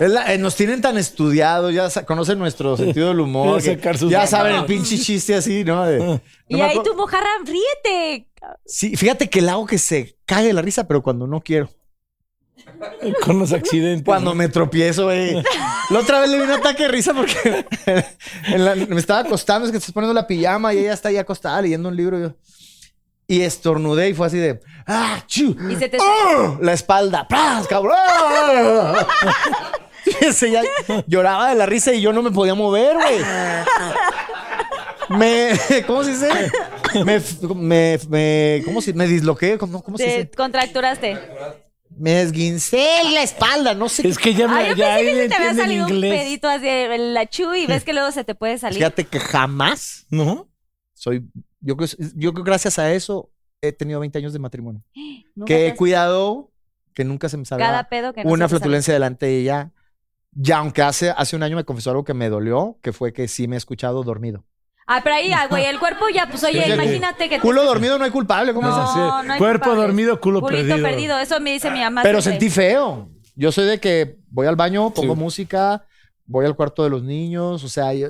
Speaker 3: Es la- eh, nos tienen tan estudiados, ya sa- conocen nuestro sentido del humor.
Speaker 4: Voy a
Speaker 3: que
Speaker 4: sacar sus-
Speaker 3: ya saben el pinche chiste así, ¿no? De- no
Speaker 2: Y
Speaker 3: me
Speaker 2: ahí
Speaker 3: acuerdo-
Speaker 2: tu mojarra, ríete.
Speaker 3: Sí, fíjate que la hago que se cague de la risa, pero cuando no quiero.
Speaker 4: Con los accidentes.
Speaker 3: Cuando me tropiezo, güey. La otra vez le di un ataque de risa porque [laughs] en la- me estaba acostando, es que te estás poniendo la pijama y ella está ahí acostada leyendo un libro. Y, yo- y estornudé y fue así de. ¡Ah, chu!
Speaker 2: Y se te-
Speaker 3: ¡Ah! La espalda. ¡Pras, cabrón! [laughs] ¡Ah! Y ese ya lloraba de la risa y yo no me podía mover, güey. Me. [laughs] ¿Cómo se dice? Me. me, me ¿Cómo se Me disloqué. ¿Cómo, cómo se
Speaker 2: Te
Speaker 3: dice?
Speaker 2: contracturaste.
Speaker 3: Me esguincé la espalda. No sé
Speaker 4: Es que ya me
Speaker 2: Ah, yo
Speaker 4: ya
Speaker 2: pensé que
Speaker 4: ahí
Speaker 2: se te había
Speaker 4: entienden
Speaker 2: salido un
Speaker 4: inglés.
Speaker 2: pedito así en la chu y ves que luego se te puede salir.
Speaker 3: Fíjate que jamás
Speaker 4: ¿No?
Speaker 3: soy. Yo creo, yo creo gracias a eso he tenido 20 años de matrimonio.
Speaker 2: Nunca
Speaker 3: Que he
Speaker 2: te-
Speaker 3: cuidado que nunca se me salga
Speaker 2: Cada pedo que no
Speaker 3: una
Speaker 2: se te sale.
Speaker 3: flatulencia delante de ella. Ya, aunque hace, hace un año me confesó algo que me dolió, que fue que sí me he escuchado dormido.
Speaker 2: Ah, pero ahí, ah, güey, el cuerpo ya, pues oye,
Speaker 4: Sí, sí.
Speaker 2: imagínate que... te-
Speaker 3: Culo dormido no hay culpable, ¿cómo
Speaker 2: No,
Speaker 3: es así?
Speaker 2: no hay
Speaker 4: Cuerpo
Speaker 2: culpables.
Speaker 4: dormido, culo
Speaker 2: Culito
Speaker 4: perdido.
Speaker 2: Eso me dice mi mamá.
Speaker 3: Pero
Speaker 2: siempre.
Speaker 3: sentí feo. Yo soy de que voy al baño, pongo música, voy al cuarto de los niños, o sea, yo-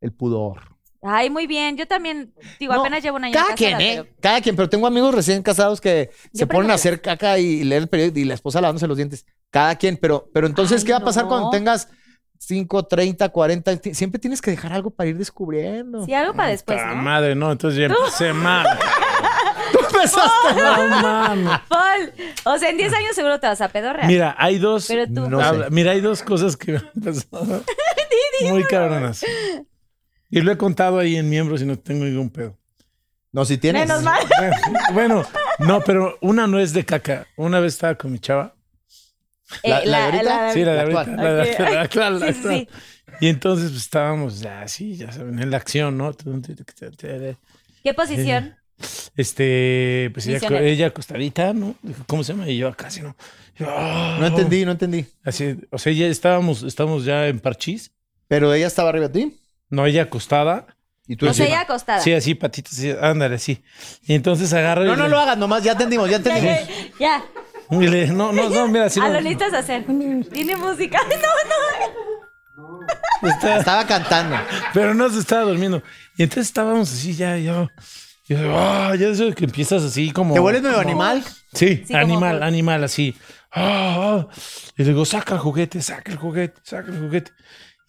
Speaker 3: el pudor.
Speaker 2: Ay, muy bien. Yo también, digo,
Speaker 3: No,
Speaker 2: apenas llevo un año
Speaker 3: Cada
Speaker 2: casada,
Speaker 3: quien, ¿eh?
Speaker 2: pero-
Speaker 3: Cada quien, pero tengo amigos recién casados que se ponen
Speaker 2: primero.
Speaker 3: a hacer caca y leer el periódico y la esposa lavándose los dientes. Cada quien, pero, pero entonces,
Speaker 2: Ay,
Speaker 3: ¿qué va a pasar
Speaker 2: no.
Speaker 3: cuando tengas 5, 30, 40? Ti- Siempre tienes que dejar algo para ir descubriendo.
Speaker 2: pues, Sí, algo para después,
Speaker 4: Ah,
Speaker 2: ¿no?
Speaker 4: madre, no, entonces ya empecé mal.
Speaker 2: [laughs]
Speaker 3: Tú empezaste.
Speaker 4: No mames.
Speaker 2: Paul, o sea, en 10 años seguro te vas a pedorrear.
Speaker 4: Mira, hay dos.
Speaker 2: Pero tú-
Speaker 3: No
Speaker 4: Habla-
Speaker 3: sé.
Speaker 4: Mira, hay dos cosas que me han
Speaker 2: [laughs]
Speaker 4: pasado. muy cabronas. Y lo he contado ahí en miembros y no tengo ningún pedo.
Speaker 3: No, si tienes.
Speaker 2: Menos mal.
Speaker 4: Bueno, no, pero una no es de caca. Una vez estaba con mi chava.
Speaker 2: eh,
Speaker 3: ¿La- la de ahorita?
Speaker 4: Sí, la de
Speaker 3: La
Speaker 4: ahorita.
Speaker 3: actual.
Speaker 4: la de-
Speaker 2: Ok.
Speaker 4: la de actual, la
Speaker 2: Sí, sí, sí.
Speaker 4: actual. Y entonces pues, estábamos ya así, ya saben, en la acción, ¿no?
Speaker 2: ¿Qué posición?
Speaker 4: Este, pues ella,
Speaker 2: Misionera.
Speaker 4: ella acostadita, ¿no? Dijo, ¿Cómo se llama? Y yo acá, así, ¿no? Yo, ah.
Speaker 3: No entendí, no entendí.
Speaker 4: Así, o sea, ya estábamos, estábamos ya en parchís.
Speaker 3: Pero ella estaba arriba de ti.
Speaker 4: No, ella acostada.
Speaker 3: Y tú
Speaker 2: O sea,
Speaker 3: encima.
Speaker 2: ya acostada.
Speaker 4: Sí, así, patitas, así, ándale, así. Y entonces agarro
Speaker 3: No,
Speaker 4: y,
Speaker 3: no
Speaker 4: le, [laughs]
Speaker 3: lo hagas nomás, ya entendimos,
Speaker 2: Ya,
Speaker 3: ya entendimos.
Speaker 2: ya, ya.
Speaker 4: y le- no, no, no, mira, así.
Speaker 2: A
Speaker 3: Ah,
Speaker 4: no,
Speaker 2: Ah, lo necesitas hacer. Tiene música. [laughs] Ay, No, no.
Speaker 4: está-
Speaker 3: Estaba cantando.
Speaker 4: pero no se estaba durmiendo. Y entonces estábamos así, ya, yo. Yo, ah, ya eso que empiezas así como.
Speaker 3: ¿Te vuelves medio animal?
Speaker 4: Sí,
Speaker 2: Sí, como-
Speaker 4: animal, animal, así. Ah, ah. Y le digo, saca el juguete, saca el juguete, saca el juguete.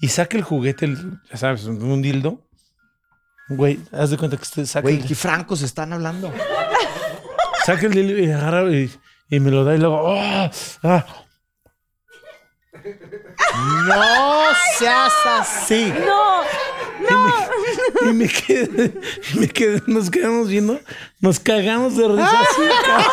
Speaker 4: Y saca el juguete, el- ya sabes, un, un dildo. Güey, haz de cuenta que usted saca,
Speaker 3: Güey,
Speaker 4: el,
Speaker 3: qué francos están hablando.
Speaker 4: saca el dildo y agarra y, y me lo da y luego, ah, ah.
Speaker 3: No seas así.
Speaker 2: No.
Speaker 4: Y me quedé, [laughs] y me quedé, nos quedamos viendo, nos cagamos de risa así,
Speaker 2: Ah,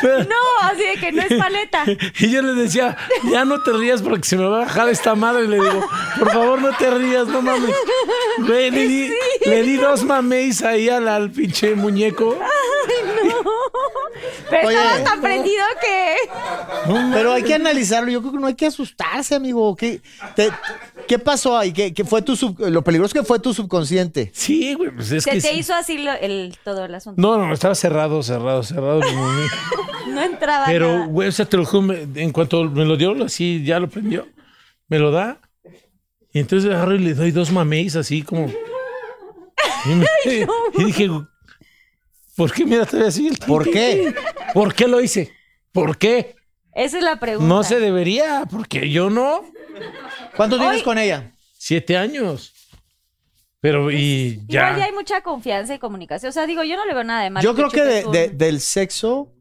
Speaker 4: cabrón.
Speaker 2: No, así de que no es
Speaker 4: [laughs]
Speaker 2: paleta.
Speaker 4: Y yo le decía, ya no te rías porque se me va a bajar esta madre. Y le digo, por favor, no te rías, no mames. Güey, le di, le di dos mameis ahí al, al pinche muñeco.
Speaker 2: Pero
Speaker 3: Oye.
Speaker 2: estaba tan prendido que.
Speaker 3: Pero hay que analizarlo. Yo creo que no hay que asustarse, amigo. ¿Qué, te- qué pasó ahí? ¿Qué, qué fue tu sub- lo peligroso que fue tu subconsciente?
Speaker 4: Sí, güey, pues es
Speaker 2: Se
Speaker 4: que.
Speaker 2: te
Speaker 4: sí.
Speaker 2: hizo así lo- el, todo el asunto.
Speaker 4: No, no, estaba cerrado, cerrado, cerrado. como un-
Speaker 2: No entraba.
Speaker 4: Pero,
Speaker 2: nada.
Speaker 4: güey, o sea, te lo juro, me- en cuanto me lo dio, así ya lo prendió, me lo da. Y entonces agarro y le doy dos mameis así como. Y,
Speaker 2: [laughs]
Speaker 4: me- y dije, ¿por qué mira todavía así? el tin,
Speaker 3: ¿Por
Speaker 4: tin,
Speaker 3: qué?
Speaker 4: tin? [laughs] ¿Por qué lo hice? ¿Por qué?
Speaker 2: Esa es la pregunta.
Speaker 4: No se debería, porque yo no.
Speaker 3: ¿Cuánto tienes con ella?
Speaker 4: Siete años. Pero, y
Speaker 2: Igual ya
Speaker 4: ya.
Speaker 2: hay mucha confianza y comunicación. O sea, digo, yo no le veo nada de malo.
Speaker 3: Yo creo que de-
Speaker 2: chupes un-
Speaker 3: de- del sexo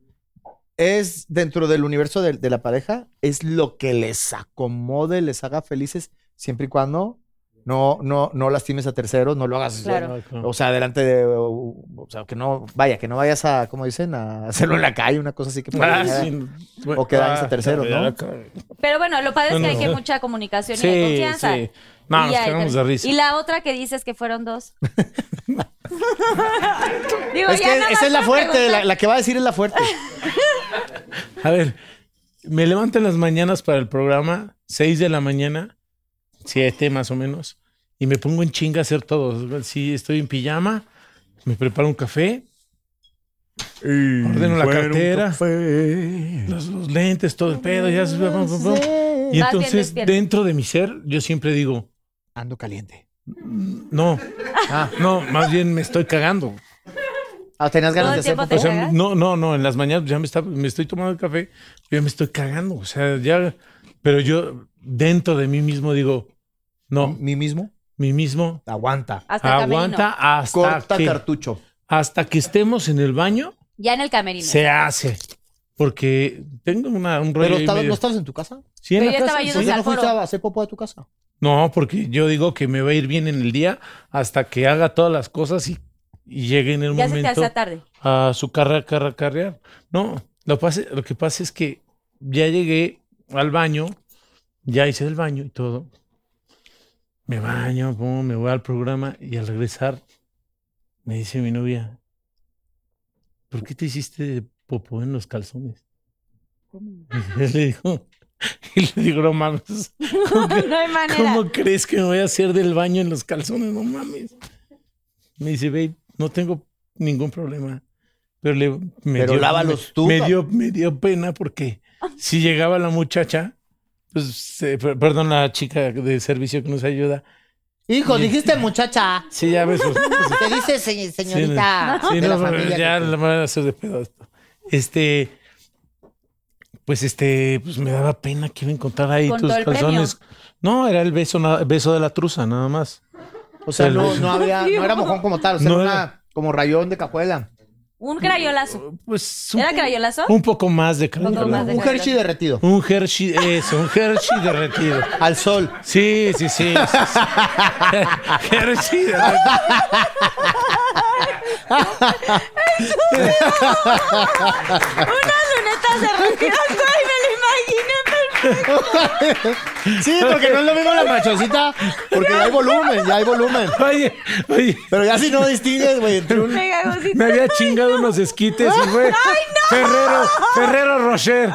Speaker 3: es dentro del universo de, de la pareja, es lo que les acomode, les haga felices, siempre y cuando no, no, no lastimes a terceros, no lo hagas.
Speaker 2: Claro.
Speaker 3: O sea, delante de. O, o sea, que no. Vaya, que no vayas a, como dicen, a hacerlo en la calle, una cosa así que.
Speaker 4: Ah,
Speaker 3: pueda llegar a-
Speaker 4: sí. ah,
Speaker 3: O que dañes a terceros,
Speaker 4: ya,
Speaker 3: ¿no?
Speaker 4: claro.
Speaker 2: Pero bueno, lo padre es que
Speaker 4: No,
Speaker 2: hay
Speaker 4: no.
Speaker 2: que mucha comunicación y hay
Speaker 4: Sí,
Speaker 2: confianza.
Speaker 4: sí. No,
Speaker 2: Y
Speaker 4: nos
Speaker 2: ya,
Speaker 4: cagamos de
Speaker 2: pero-
Speaker 4: risa.
Speaker 2: Y la otra que dices que fueron
Speaker 4: [laughs]
Speaker 2: dos. Digo,
Speaker 3: Es
Speaker 2: ya
Speaker 3: que
Speaker 2: nada
Speaker 3: esa
Speaker 2: más
Speaker 3: es la
Speaker 2: para
Speaker 3: fuerte,
Speaker 2: preguntar.
Speaker 3: la, la que va a decir es la fuerte.
Speaker 4: A ver, Me levanto en las mañanas para el programa, 6 de la mañana, 7 más o menos, y me pongo en chinga a hacer todo. Si estoy en pijama, me preparo un café, ordeno la cartera, los, los lentes, todo el pedo, ya. se- pum, pum, pum. Y
Speaker 2: Vas bien
Speaker 4: entonces,
Speaker 2: despierto.
Speaker 4: dentro de mi ser, yo siempre digo,
Speaker 10: Ando caliente.
Speaker 4: no, ah, no, más bien me estoy cagando.
Speaker 3: Ah, tenías
Speaker 2: Todo
Speaker 3: ganas
Speaker 2: el
Speaker 3: de hacer
Speaker 2: tiempo
Speaker 4: O
Speaker 2: te
Speaker 3: popó.
Speaker 4: sea,
Speaker 2: cagas.
Speaker 4: no, no, no, en las mañanas ya me, está- me estoy tomando el café, yo ya me estoy cagando, o sea, ya, pero yo dentro de mí mismo digo, no,
Speaker 3: mí mismo.
Speaker 4: Pues, mí mismo
Speaker 3: Aguanta.
Speaker 2: Hasta el
Speaker 4: aguanta
Speaker 2: camerino.
Speaker 4: hasta
Speaker 3: Corta
Speaker 4: que,
Speaker 3: cartucho.
Speaker 4: hasta que estemos en el baño,
Speaker 2: Ya en el camerino.
Speaker 4: se hace. Porque tengo una, un rollo
Speaker 3: Pero
Speaker 4: ahí
Speaker 3: estabas-
Speaker 4: medio-
Speaker 3: no estabas en tu casa.
Speaker 4: Sí, en
Speaker 2: Pero
Speaker 4: la
Speaker 2: yo
Speaker 4: casa,
Speaker 2: estaba
Speaker 4: sí.
Speaker 2: yendo-
Speaker 3: ¿Ya no
Speaker 2: al foro.
Speaker 3: fuiste a hacer popó a tu casa?
Speaker 4: No, porque yo digo que me va a ir bien en el día hasta que haga todas las cosas y, y llegue en el
Speaker 2: ya se te
Speaker 4: momento.
Speaker 2: hace tarde.
Speaker 4: a su carrera, carrera, carrera. No, lo, pase- lo que pasa es que ya llegué al baño, ya hice el baño y todo. Me baño, pum, me voy al programa y al regresar me dice mi novia, ¿por qué te hiciste popó en los calzones? [laughs] Y le digo, [laughs] y le digo, no mames, ¿cómo,
Speaker 2: [laughs]
Speaker 4: cre-
Speaker 2: No hay manera.
Speaker 4: cómo crees que me voy a hacer del baño en los calzones? No mames. Me dice, babe, no tengo ningún problema. Pero le me
Speaker 3: Pero lávalos tú,
Speaker 4: Me,
Speaker 3: cabrón.
Speaker 4: dio, me dio pena porque si llegaba la muchacha, pues, se- per- perdón, la chica de servicio que nos ayuda.
Speaker 5: Hijo, dijiste muchacha.
Speaker 4: Sí, ya ves.
Speaker 2: [laughs]
Speaker 4: pues, pues,
Speaker 5: Te dice se- señorita
Speaker 4: Sí,
Speaker 5: de la
Speaker 4: no, pues,
Speaker 5: familia.
Speaker 4: ya
Speaker 5: que-
Speaker 4: la van a hacer de pedo esto. Este, pues este, pues me daba pena que iba a encontrar ahí
Speaker 2: Con
Speaker 4: tus
Speaker 2: todo el
Speaker 4: calzones. No, era el beso, na- beso de la truza, nada más.
Speaker 3: O sea,
Speaker 4: Tal
Speaker 3: no,
Speaker 4: vez.
Speaker 3: no había, no era mojón como tal, o sea,
Speaker 4: No
Speaker 3: era una-
Speaker 4: era.
Speaker 3: como rayón de cajuela.
Speaker 2: Un crayolazo.
Speaker 4: Pues un,
Speaker 2: ¿Era crayolazo?
Speaker 4: un poco más de
Speaker 2: poco
Speaker 4: crayón.
Speaker 2: más de-
Speaker 3: Un Hershey derretido.
Speaker 4: Un Hershey, eso, un Hershey derretido.
Speaker 3: Al sol.
Speaker 4: Sí, sí, sí. sí, sí. [laughs] Hershey derretido.
Speaker 2: Unas lunetas derretidas, güey, me lo imagino. perfecto.
Speaker 3: Sí, porque no es lo mismo la machoncita, porque ya hay volumen, ya hay volumen.
Speaker 4: Oye, oye.
Speaker 3: Pero ya si no distingues, güey, entre un...
Speaker 2: Me cago,
Speaker 4: [laughs]
Speaker 2: sí.
Speaker 4: Me había chingado unos esquites y fue Ferrero, Ferrero Rocher.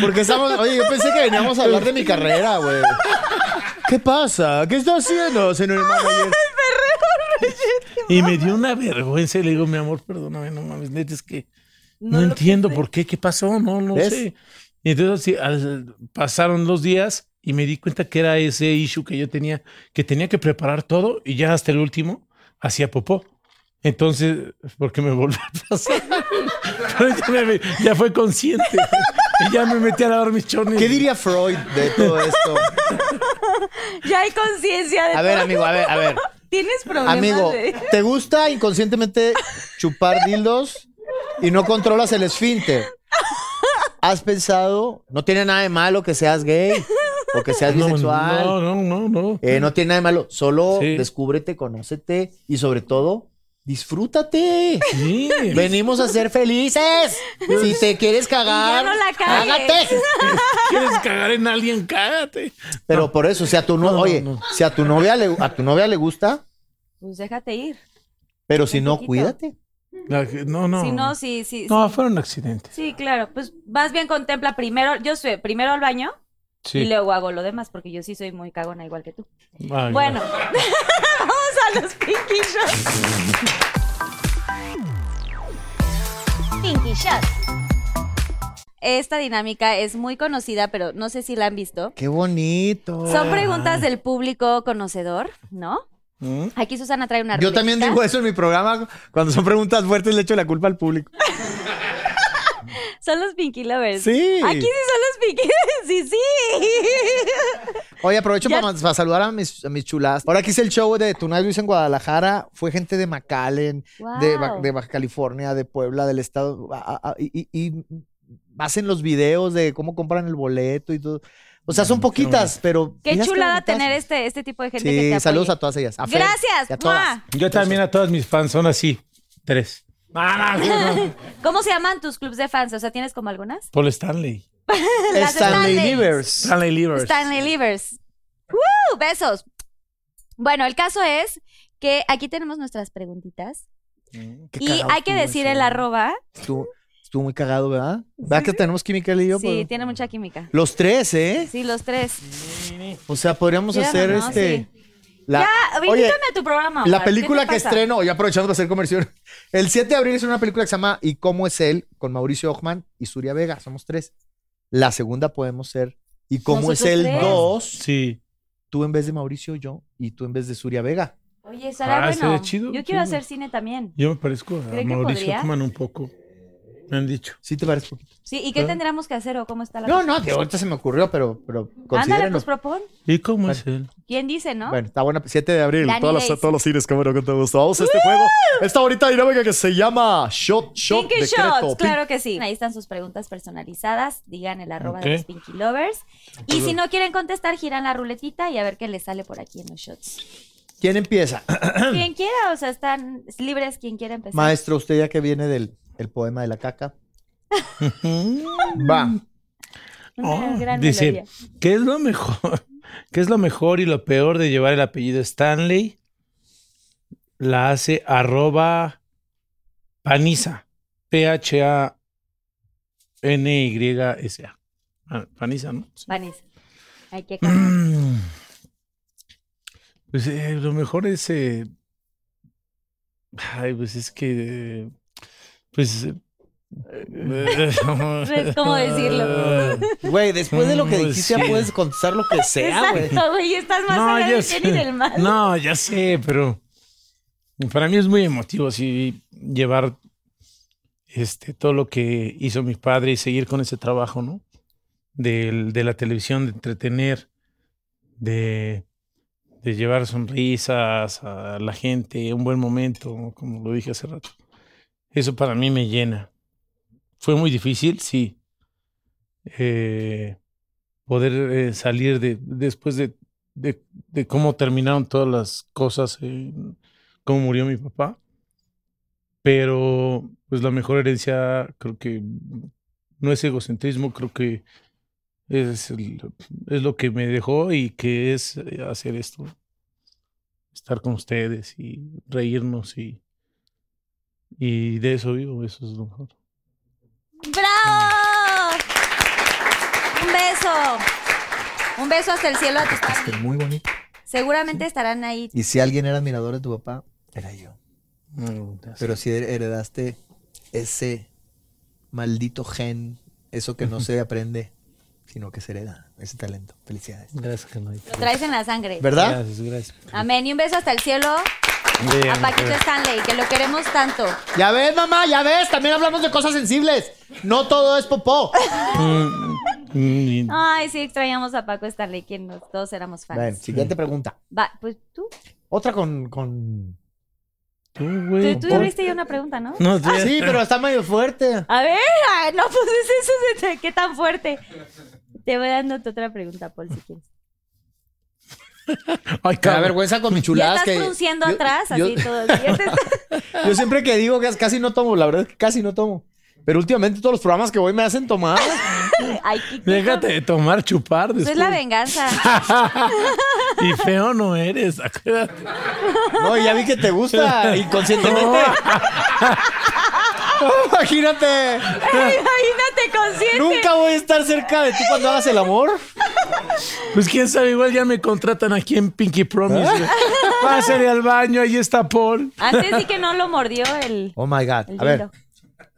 Speaker 3: Porque estamos... Oye, yo pensé que veníamos a hablar de mi carrera, güey. ¿Qué pasa? ¿Qué está haciendo, señor manager?
Speaker 4: Y me dio una vergüenza y le digo, mi amor, perdóname, no mames, neta, es que no,
Speaker 2: No lo
Speaker 4: entiendo por qué, qué pasó, no, no
Speaker 3: ¿Ves?
Speaker 4: sé. Y entonces sí, al- pasaron los días y me di cuenta que era ese issue que yo tenía, que tenía que preparar todo y ya hasta el último hacía popó. Entonces, porque me volvió
Speaker 2: [laughs]
Speaker 4: a pasar. Pero ya, me- ya fue consciente. Y ya me metí a lavar mis chones.
Speaker 3: ¿Qué diría Freud de todo esto?
Speaker 2: Ya hay conciencia de
Speaker 3: A ver,
Speaker 2: todo.
Speaker 3: amigo, a ver, a ver.
Speaker 2: Tienes problemas.
Speaker 3: Amigo,
Speaker 2: de-
Speaker 3: ¿te gusta inconscientemente chupar dildos y no controlas el esfínter? ¿Has pensado? No tiene nada de malo que seas gay o que seas
Speaker 4: No,
Speaker 3: bisexual.
Speaker 4: no, no, no, no.
Speaker 3: Eh, no tiene nada de malo. Solo
Speaker 4: Sí.
Speaker 3: descúbrete, conócete y sobre todo, disfrútate. [laughs]
Speaker 4: Sí.
Speaker 3: Venimos a ser felices. Si te quieres cagar,
Speaker 2: Y ya no la cagues.
Speaker 3: cágate.
Speaker 4: ¿Quieres cagar en alguien? Cágate.
Speaker 3: Pero por eso, si a tu no,
Speaker 4: No, no,
Speaker 3: oye,
Speaker 4: no.
Speaker 3: si a tu novia le, a tu novia le gusta,
Speaker 2: Pues déjate ir.
Speaker 3: pero si
Speaker 2: Un
Speaker 3: no,
Speaker 2: poquito.
Speaker 3: cuídate.
Speaker 4: La que- No, no.
Speaker 2: Si no, sí, sí.
Speaker 4: No, fue un accidente.
Speaker 2: Sí, claro. Pues más bien contempla primero. Yo soy primero al baño y
Speaker 4: Sí.
Speaker 2: luego hago lo demás, porque yo sí soy muy cagona igual que tú.
Speaker 4: Ay,
Speaker 2: Bueno, [laughs] vamos a los Pinky Shots. Pinky Shots. Esta dinámica es muy conocida, pero no sé si la han visto.
Speaker 3: Qué bonito.
Speaker 2: Son preguntas del público conocedor, ¿no?
Speaker 4: ¿Mm?
Speaker 2: Aquí Susana trae una
Speaker 3: Yo también
Speaker 2: ruletita.
Speaker 3: digo eso en mi programa. Cuando son preguntas fuertes, le echo la culpa al público.
Speaker 2: Son los Pinky Lovers.
Speaker 3: Sí.
Speaker 2: Aquí sí son los Pinky Sí, sí.
Speaker 3: [laughs] Oye, aprovecho para, man- para saludar a mis, a mis chuladas. Ahora que hice el show de Tonight Luis en Guadalajara, fue gente de McAllen, de, Ba-
Speaker 2: Wow.
Speaker 3: de Baja California, de Puebla, del estado. a- a- a- y, y- y hacen los videos de cómo compran el boleto y todo. O sea, son poquitas, pero.
Speaker 2: Qué
Speaker 3: miras
Speaker 2: chulada
Speaker 3: bonitas.
Speaker 2: tener este, este tipo de gente que
Speaker 3: Sí,
Speaker 2: te apoye.
Speaker 3: saludos a todas ellas. a Fer
Speaker 2: Gracias.
Speaker 3: y a todas.
Speaker 2: ¡Mua!
Speaker 4: Yo también a todas mis fans son así. Tres. Ah,
Speaker 2: [laughs]
Speaker 4: no, no, no.
Speaker 2: ¿Cómo se llaman tus clubs de fans? O sea, ¿tienes como algunas?
Speaker 4: Paul Stanley.
Speaker 2: Las
Speaker 3: Stanley
Speaker 2: Stanleys.
Speaker 3: Livers.
Speaker 4: Stanley Livers.
Speaker 2: Stanley Livers. ¡Woo! Besos. Bueno, el caso es que aquí tenemos nuestras preguntitas
Speaker 3: Mm, Qué
Speaker 2: y
Speaker 3: cagado
Speaker 2: hay que
Speaker 3: estuvo
Speaker 2: decir
Speaker 3: eso.
Speaker 2: el arroba
Speaker 3: Estuvo, Estuvo muy cagado, ¿verdad? ¿Verdad que tenemos química él y yo? pues,
Speaker 2: Sí,
Speaker 3: Por-
Speaker 2: tiene mucha química.
Speaker 3: Los tres, ¿eh?
Speaker 2: Sí, los tres.
Speaker 3: O sea, podríamos
Speaker 2: Mira
Speaker 3: hacer
Speaker 2: nomás,
Speaker 3: este. La,
Speaker 2: Ya,
Speaker 3: Oye,
Speaker 2: invítame Ah, a tu programa. Omar.
Speaker 3: la
Speaker 2: ¿Qué
Speaker 3: película
Speaker 2: te
Speaker 3: que
Speaker 2: pasa?
Speaker 3: estreno, ya aprovechando para hacer comercial, [laughs] el 7 de abril es una película que se llama ¿Y cómo es él? con Mauricio Ochman y Suria Vega, somos tres. La segunda podemos ser ¿Y cómo es
Speaker 2: Nosotros
Speaker 3: él?
Speaker 2: tres.
Speaker 3: 2,
Speaker 4: Sí.
Speaker 3: tú en vez de Mauricio, yo, y tú en vez de Suria Vega.
Speaker 2: Oye, será
Speaker 4: Ah,
Speaker 2: bueno.
Speaker 4: estaría chido,
Speaker 2: Yo quiero
Speaker 4: chido.
Speaker 2: hacer cine también.
Speaker 4: Yo me parezco a
Speaker 2: ¿Cree que
Speaker 4: Mauricio
Speaker 2: podría?
Speaker 4: Ockman un poco. Me han dicho.
Speaker 3: ¿Sí te parece poquito?
Speaker 2: Sí, ¿y qué
Speaker 4: ¿Eh?
Speaker 2: tendríamos que hacer o cómo está la
Speaker 3: No, no, de ahorita se me ocurrió, pero, pero
Speaker 2: Ándale,
Speaker 3: considérenlo.
Speaker 2: pues propon.
Speaker 4: ¿Y cómo es él?
Speaker 2: ¿Quién dice, no?
Speaker 3: Bueno, está buena. 7 de abril,
Speaker 2: Danny
Speaker 3: todas las-
Speaker 2: Days.
Speaker 3: todos los cines, como no, con todo gusto. Vamos a este juego, esta bonita dinámica que se llama Shot, Shot,
Speaker 2: Pinky
Speaker 3: Decreto.
Speaker 2: Shots,
Speaker 3: Pink-
Speaker 2: claro que sí. Ahí están sus preguntas personalizadas. Digan el arroba
Speaker 4: Ok.
Speaker 2: de los Pinky Lovers. Y
Speaker 3: Pues
Speaker 2: si no quieren contestar, giran la ruletita y a ver qué les sale por aquí en los shots.
Speaker 3: ¿Quién empieza?
Speaker 2: quien quiera, o sea, están libres quien quiera empezar.
Speaker 3: Maestro, usted ya que viene del el poema de la caca. Va.
Speaker 2: Una
Speaker 4: Oh,
Speaker 2: gran
Speaker 4: dice,
Speaker 2: melodía.
Speaker 4: ¿qué es lo mejor? [laughs] ¿Qué es lo mejor y lo peor de llevar el apellido Stanley? La hace arroba paniza. P-H-A-N-Y-S-A. Ah, Paniza, ¿no? Sí.
Speaker 2: Vanessa. Hay que [laughs]
Speaker 4: Mm. [clears throat] Pues eh, lo mejor es. eh, Ay, pues es que. eh,
Speaker 2: [laughs]
Speaker 4: Pues. eh, No [laughs]
Speaker 2: sé cómo decirlo.
Speaker 3: Güey, después de lo que
Speaker 4: Mm,
Speaker 3: dijiste, ya
Speaker 4: sí.
Speaker 3: puedes contestar lo que sea, güey.
Speaker 2: Exacto, güey, estás más
Speaker 4: No,
Speaker 2: allá
Speaker 4: ya
Speaker 2: del bien y del
Speaker 4: sé.
Speaker 2: mal.
Speaker 4: No, ya sé, pero. Para mí es muy emotivo así llevar este, todo lo que hizo mi padre y seguir con ese trabajo, ¿no? Del- de la televisión, de entretener, de, de llevar sonrisas a la gente, un buen momento, como lo dije hace rato. Eso para mí me llena. Fue muy difícil, sí. Eh, poder eh, salir de, después de, de, de cómo terminaron todas las cosas, eh, cómo murió mi papá. Pero, pues la mejor herencia creo que no es egocentrismo, creo que es, el- es lo que me dejó y que es eh, hacer esto, estar con ustedes y reírnos y, y de eso vivo, eso es lo mejor.
Speaker 2: ¡Bravo! Un beso. Un beso hasta el cielo a tus padres.
Speaker 3: Muy bonito.
Speaker 2: Seguramente estarán ahí.
Speaker 3: Y si alguien era admirador de tu papá, era yo.
Speaker 4: Mm,
Speaker 3: Pero si her- heredaste ese maldito gen, eso que no se aprende, sino que se hereda, ese talento. Felicidades.
Speaker 4: Gracias, Carnalita.
Speaker 2: Lo traes en la sangre.
Speaker 3: ¿Verdad?
Speaker 4: Gracias, gracias.
Speaker 2: Amén. Y un beso hasta el cielo a Paquito Stanley, que lo queremos tanto.
Speaker 3: Ya ves, mamá, ya ves. También hablamos de cosas sensibles. No todo es popó.
Speaker 4: Mm,
Speaker 2: Ay, sí, extrañamos a Paco Stanley, quien nos- todos éramos fans.
Speaker 3: Bueno, siguiente pregunta.
Speaker 2: Va, pues tú,
Speaker 3: Otra con. con...
Speaker 4: tú,
Speaker 2: tú,
Speaker 4: güey.
Speaker 2: tú ya viste ya una pregunta, ¿no?
Speaker 4: No, tú-
Speaker 3: Ah, Sí, pero está medio fuerte.
Speaker 2: A ver, ay, no, pues es eso, se te- qué tan fuerte. Te voy dando tu otra pregunta, Paul, si quieres.
Speaker 4: Ay,
Speaker 3: Me da
Speaker 4: cabrón.
Speaker 3: vergüenza con
Speaker 2: [laughs]
Speaker 3: mis
Speaker 2: Ya
Speaker 3: chuladas
Speaker 2: estás
Speaker 3: que.
Speaker 2: produciendo
Speaker 3: yo-
Speaker 2: atrás,
Speaker 3: yo-
Speaker 2: así
Speaker 3: [laughs]
Speaker 2: todo. Este Ya te estás-
Speaker 3: Yo siempre que digo que casi no tomo, la verdad es que casi no tomo. Pero últimamente todos los programas que voy me hacen tomar.
Speaker 2: Ay, Kikito.
Speaker 4: Déjate de tomar, chupar
Speaker 2: Eso
Speaker 4: después.
Speaker 2: es la
Speaker 3: [laughs]
Speaker 2: venganza.
Speaker 4: y feo no eres, acuérdate.
Speaker 3: No, y ya vi que te
Speaker 2: [laughs]
Speaker 3: gusta inconscientemente. [laughs] Imagínate,
Speaker 2: Imagínate consciente.
Speaker 3: nunca voy a estar cerca de ti cuando hagas el amor.
Speaker 4: Pues quién sabe, igual ya me contratan aquí en Pinky Promise. güey.
Speaker 2: Ah.
Speaker 4: Pásale al baño, ahí está Paul.
Speaker 2: Antes sí que no lo mordió el,
Speaker 3: Oh my God.
Speaker 2: el
Speaker 3: A ver,
Speaker 2: dildo.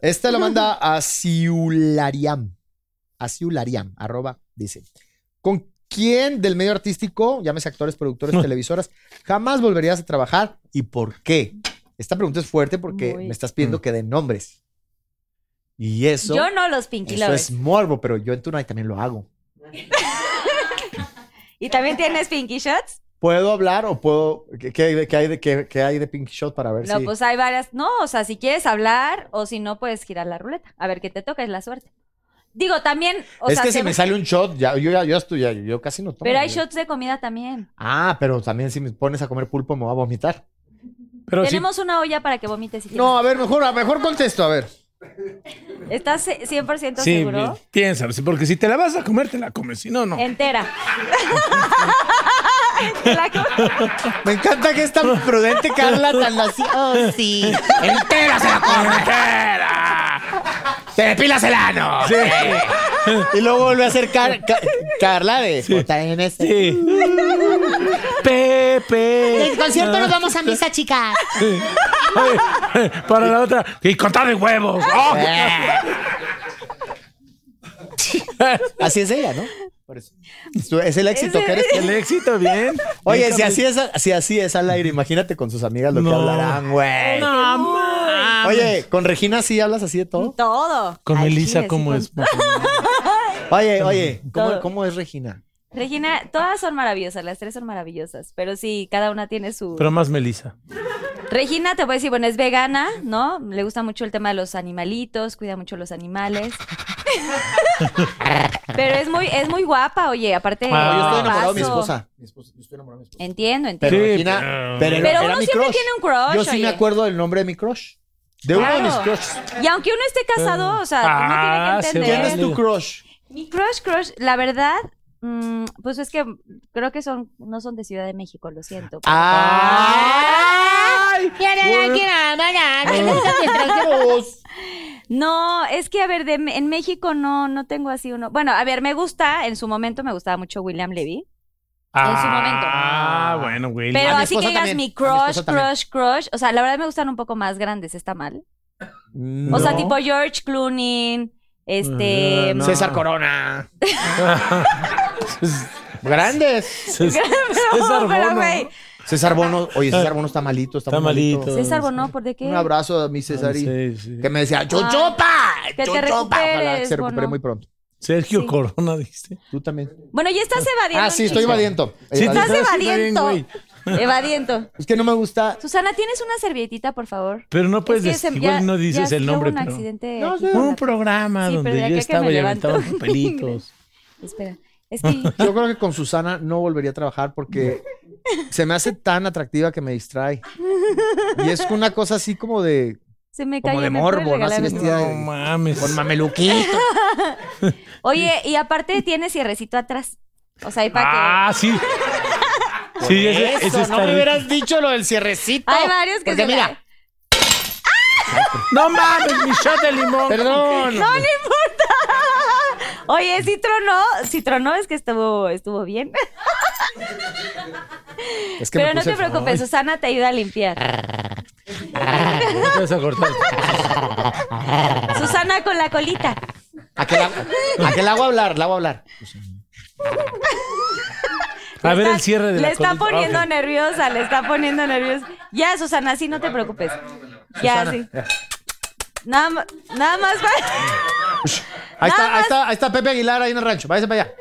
Speaker 3: este lo manda a Siulariam. A Siulariam, arroba, dice. ¿Con quién del medio artístico, llámese actores, productores, televisoras, jamás volverías a trabajar y por qué? Esta pregunta es fuerte porque
Speaker 2: Muy.
Speaker 3: me estás pidiendo que den nombres. Y eso.
Speaker 2: Yo no los Pinky
Speaker 3: Eso
Speaker 2: Lovers.
Speaker 3: es morbo, pero yo en Tonight también lo hago.
Speaker 2: ¿Y también tienes Pinky Shots?
Speaker 3: ¿Puedo hablar o puedo.? ¿Qué, qué hay, de, qué hay, de, qué- qué hay de Pink Shot para ver
Speaker 2: No,
Speaker 3: si.?
Speaker 2: pues hay varias. No, o sea, si quieres hablar o si no, puedes girar la ruleta. A ver qué te toca, es la suerte. Digo, también. O
Speaker 3: es
Speaker 2: sea,
Speaker 3: que si
Speaker 2: siempre-
Speaker 3: me sale un shot, ya, yo, ya, yo, estoy, ya- yo casi no tomo.
Speaker 2: Pero hay
Speaker 3: güey.
Speaker 2: shots de comida también.
Speaker 3: Ah, pero también si me pones a comer pulpo me va a vomitar.
Speaker 4: Pero sí,
Speaker 2: Tenemos una olla para que vomites. Si
Speaker 3: No, a ver, mejor, a mejor contesto, a ver.
Speaker 2: quieres. ¿Estás ce- 100%
Speaker 4: sí,
Speaker 2: seguro? Eh.
Speaker 4: bien, piénsalo, sí, porque si te la vas a comer, te la comes, si no, no. [laughs]
Speaker 2: Entera. Te la com-
Speaker 3: Me encanta que es tan prudente, Carla, tan así.
Speaker 5: Oh, sí.
Speaker 3: ¡Entera se la come!
Speaker 4: ¡Entera!
Speaker 3: ¡Te depilas el ano! Y luego vuelve a hacer Car- Ca- Carla de JNS.
Speaker 4: Sí. Pepe.
Speaker 5: Del concierto nos vamos a misa, chicas.
Speaker 4: Oye, Para la otra. Y contar de huevos.
Speaker 3: Eh.
Speaker 4: ¡Oh!
Speaker 3: Así es ella, ¿no? Por eso. Su- Es el éxito que eres.
Speaker 4: El éxito, bien.
Speaker 3: Oye,
Speaker 4: Bien,
Speaker 3: si
Speaker 4: Carlos.
Speaker 3: así, es, si así es al aire, imagínate con sus amigas lo que
Speaker 4: No.
Speaker 3: hablarán, güey.
Speaker 4: No, mames.
Speaker 3: Oye, ¿con Regina sí hablas así de todo?
Speaker 2: Todo.
Speaker 4: Con
Speaker 2: Al
Speaker 4: Melissa,
Speaker 2: chile,
Speaker 4: ¿cómo
Speaker 2: sí,
Speaker 4: es?
Speaker 3: Oye, oye, ¿cómo,
Speaker 2: Todo.
Speaker 3: cómo es Regina?
Speaker 2: con- Regina, todas son maravillosas, las tres son maravillosas, pero sí, cada una tiene su...
Speaker 4: Pero más Melissa.
Speaker 2: Regina, te voy a decir, bueno, es vegana, ¿no? Le gusta mucho el tema de los animalitos, cuida mucho los
Speaker 4: [laughs]
Speaker 2: animales. Pero es muy, es muy guapa, oye, aparte...
Speaker 4: Ah,
Speaker 3: yo estoy enamorado de mi
Speaker 2: paso.
Speaker 3: esposa. Mi esposa- yo estoy enamorado de mi esposa.
Speaker 2: Entiendo, entiendo.
Speaker 3: Pero
Speaker 4: Sí,
Speaker 3: Regina, pero,
Speaker 2: Pero
Speaker 3: era
Speaker 2: uno
Speaker 3: mi
Speaker 2: siempre
Speaker 3: crush.
Speaker 2: tiene un crush,
Speaker 3: Yo sí me
Speaker 2: oye.
Speaker 3: acuerdo del nombre de mi crush. De uno de mis
Speaker 2: Claro.
Speaker 3: crushes.
Speaker 2: Y aunque uno esté casado, o sea,
Speaker 4: Ah,
Speaker 2: uno tiene que
Speaker 4: se
Speaker 2: entender.
Speaker 3: ¿Quién es tu crush?
Speaker 2: Mi crush, crush, la verdad, mm, pues es que creo que son, no son de Ciudad de México, lo siento.
Speaker 3: Ah.
Speaker 2: Ah,
Speaker 5: ¡Ay! ¡Quiero la quiero, mamá! ¡Que no se extranjeros!
Speaker 2: No, es que a ver, de- en México no, no tengo así uno. Bueno, a ver, me gusta, en su momento me gustaba mucho William Levy. En su momento.
Speaker 4: Ah, bueno, güey.
Speaker 2: Pero
Speaker 4: [laughs]
Speaker 3: A mi
Speaker 2: así que
Speaker 3: esposa
Speaker 2: digas
Speaker 3: también,
Speaker 2: mi
Speaker 3: a mi
Speaker 2: crush,
Speaker 3: esposa también.
Speaker 2: crush, crush. O sea, la verdad me gustan un poco más grandes, está mal. O sea,
Speaker 3: No.
Speaker 2: tipo George Clooney, este.
Speaker 4: No, no.
Speaker 3: César Corona. Grandes.
Speaker 2: [laughs]
Speaker 4: César
Speaker 2: [laughs] No, pero,
Speaker 4: Bono.
Speaker 2: güey,
Speaker 3: César Bono. Oye, César Bono está malito. Está,
Speaker 4: Está
Speaker 3: muy malito.
Speaker 4: malito.
Speaker 2: César Bono, ¿por de qué?
Speaker 3: Un abrazo a mi Cesarí.
Speaker 4: Sí, sí.
Speaker 3: Que me decía, ¡Chochopa!
Speaker 2: que te
Speaker 3: ¡Chochopa! Ojalá que
Speaker 2: recuperes,
Speaker 3: se recupere
Speaker 2: Bono.
Speaker 3: muy pronto.
Speaker 4: Sergio
Speaker 2: Sí.
Speaker 4: Corona, dijiste.
Speaker 3: Tú también.
Speaker 2: Bueno, ya estás evadiendo.
Speaker 3: Ah, sí,
Speaker 2: un
Speaker 3: estoy
Speaker 2: chiste.
Speaker 3: evadiento.
Speaker 2: Estás
Speaker 3: Evadiento.
Speaker 4: bien,
Speaker 2: evadiento.
Speaker 4: güey.
Speaker 2: Evadiento.
Speaker 3: Es que no me gusta.
Speaker 2: Susana, ¿tienes una servilletita, por favor?
Speaker 4: Pero no puedes
Speaker 2: Es que
Speaker 4: decir,
Speaker 2: se-
Speaker 4: igual
Speaker 2: ya-
Speaker 4: no dices
Speaker 2: ya
Speaker 4: el
Speaker 2: hubo
Speaker 4: nombre,
Speaker 2: un
Speaker 4: pero-
Speaker 2: accidente.
Speaker 3: No,
Speaker 2: aquí.
Speaker 3: sí.
Speaker 4: Un programa
Speaker 2: Sí, pero de
Speaker 4: donde
Speaker 2: acá
Speaker 4: yo
Speaker 2: que
Speaker 4: estaba
Speaker 2: me
Speaker 4: y
Speaker 2: levanto.
Speaker 4: aventaba papelitos.
Speaker 2: [laughs] Espera. Es que
Speaker 3: Yo creo que con Susana no volvería a trabajar porque se me hace tan atractiva que me distrae. Y es una cosa así como de.
Speaker 2: se me
Speaker 3: Como
Speaker 2: cayó.
Speaker 3: de
Speaker 2: ¿me puedes
Speaker 3: morbo, ¿no? Así
Speaker 2: regalar
Speaker 3: vestido.
Speaker 2: uno?
Speaker 4: No mames.
Speaker 3: Con mameluquito.
Speaker 2: Oye, y aparte tiene cierrecito atrás. O sea, ahí para que...
Speaker 4: Ah,
Speaker 2: [laughs]
Speaker 4: sí. Sí, ese, ese
Speaker 3: Eso,
Speaker 4: está
Speaker 3: no me
Speaker 4: rico.
Speaker 3: hubieras dicho lo del cierrecito.
Speaker 2: Hay varios que
Speaker 3: Porque
Speaker 2: se
Speaker 3: mira,
Speaker 2: la-
Speaker 4: No mames, mi shot de limón.
Speaker 3: Perdón.
Speaker 2: No, no importa. Oye, sí tronó, sí tronó, es que estuvo, estuvo bien.
Speaker 3: Es
Speaker 2: Pero no te
Speaker 3: ¿eh?
Speaker 2: preocupes, Susana te ayuda a limpiar.
Speaker 3: Ah,
Speaker 4: Te vas a cortar.
Speaker 2: Susana con la colita.
Speaker 3: ¿A qué la, a que la hago hablar? La hago hablar.
Speaker 4: A
Speaker 2: Le
Speaker 4: ver el
Speaker 2: está-
Speaker 4: cierre de la
Speaker 2: Le está
Speaker 4: colita.
Speaker 2: poniendo
Speaker 4: Ah, ok.
Speaker 2: nerviosa, le está poniendo nerviosa. Ya, Susana, sí, no te preocupes. Ya, sí. Nada, ma- nada más va- Nada
Speaker 3: Ahí está, ahí
Speaker 2: más.
Speaker 3: está, ahí está Pepe Aguilar ahí en el rancho. Váyase para allá.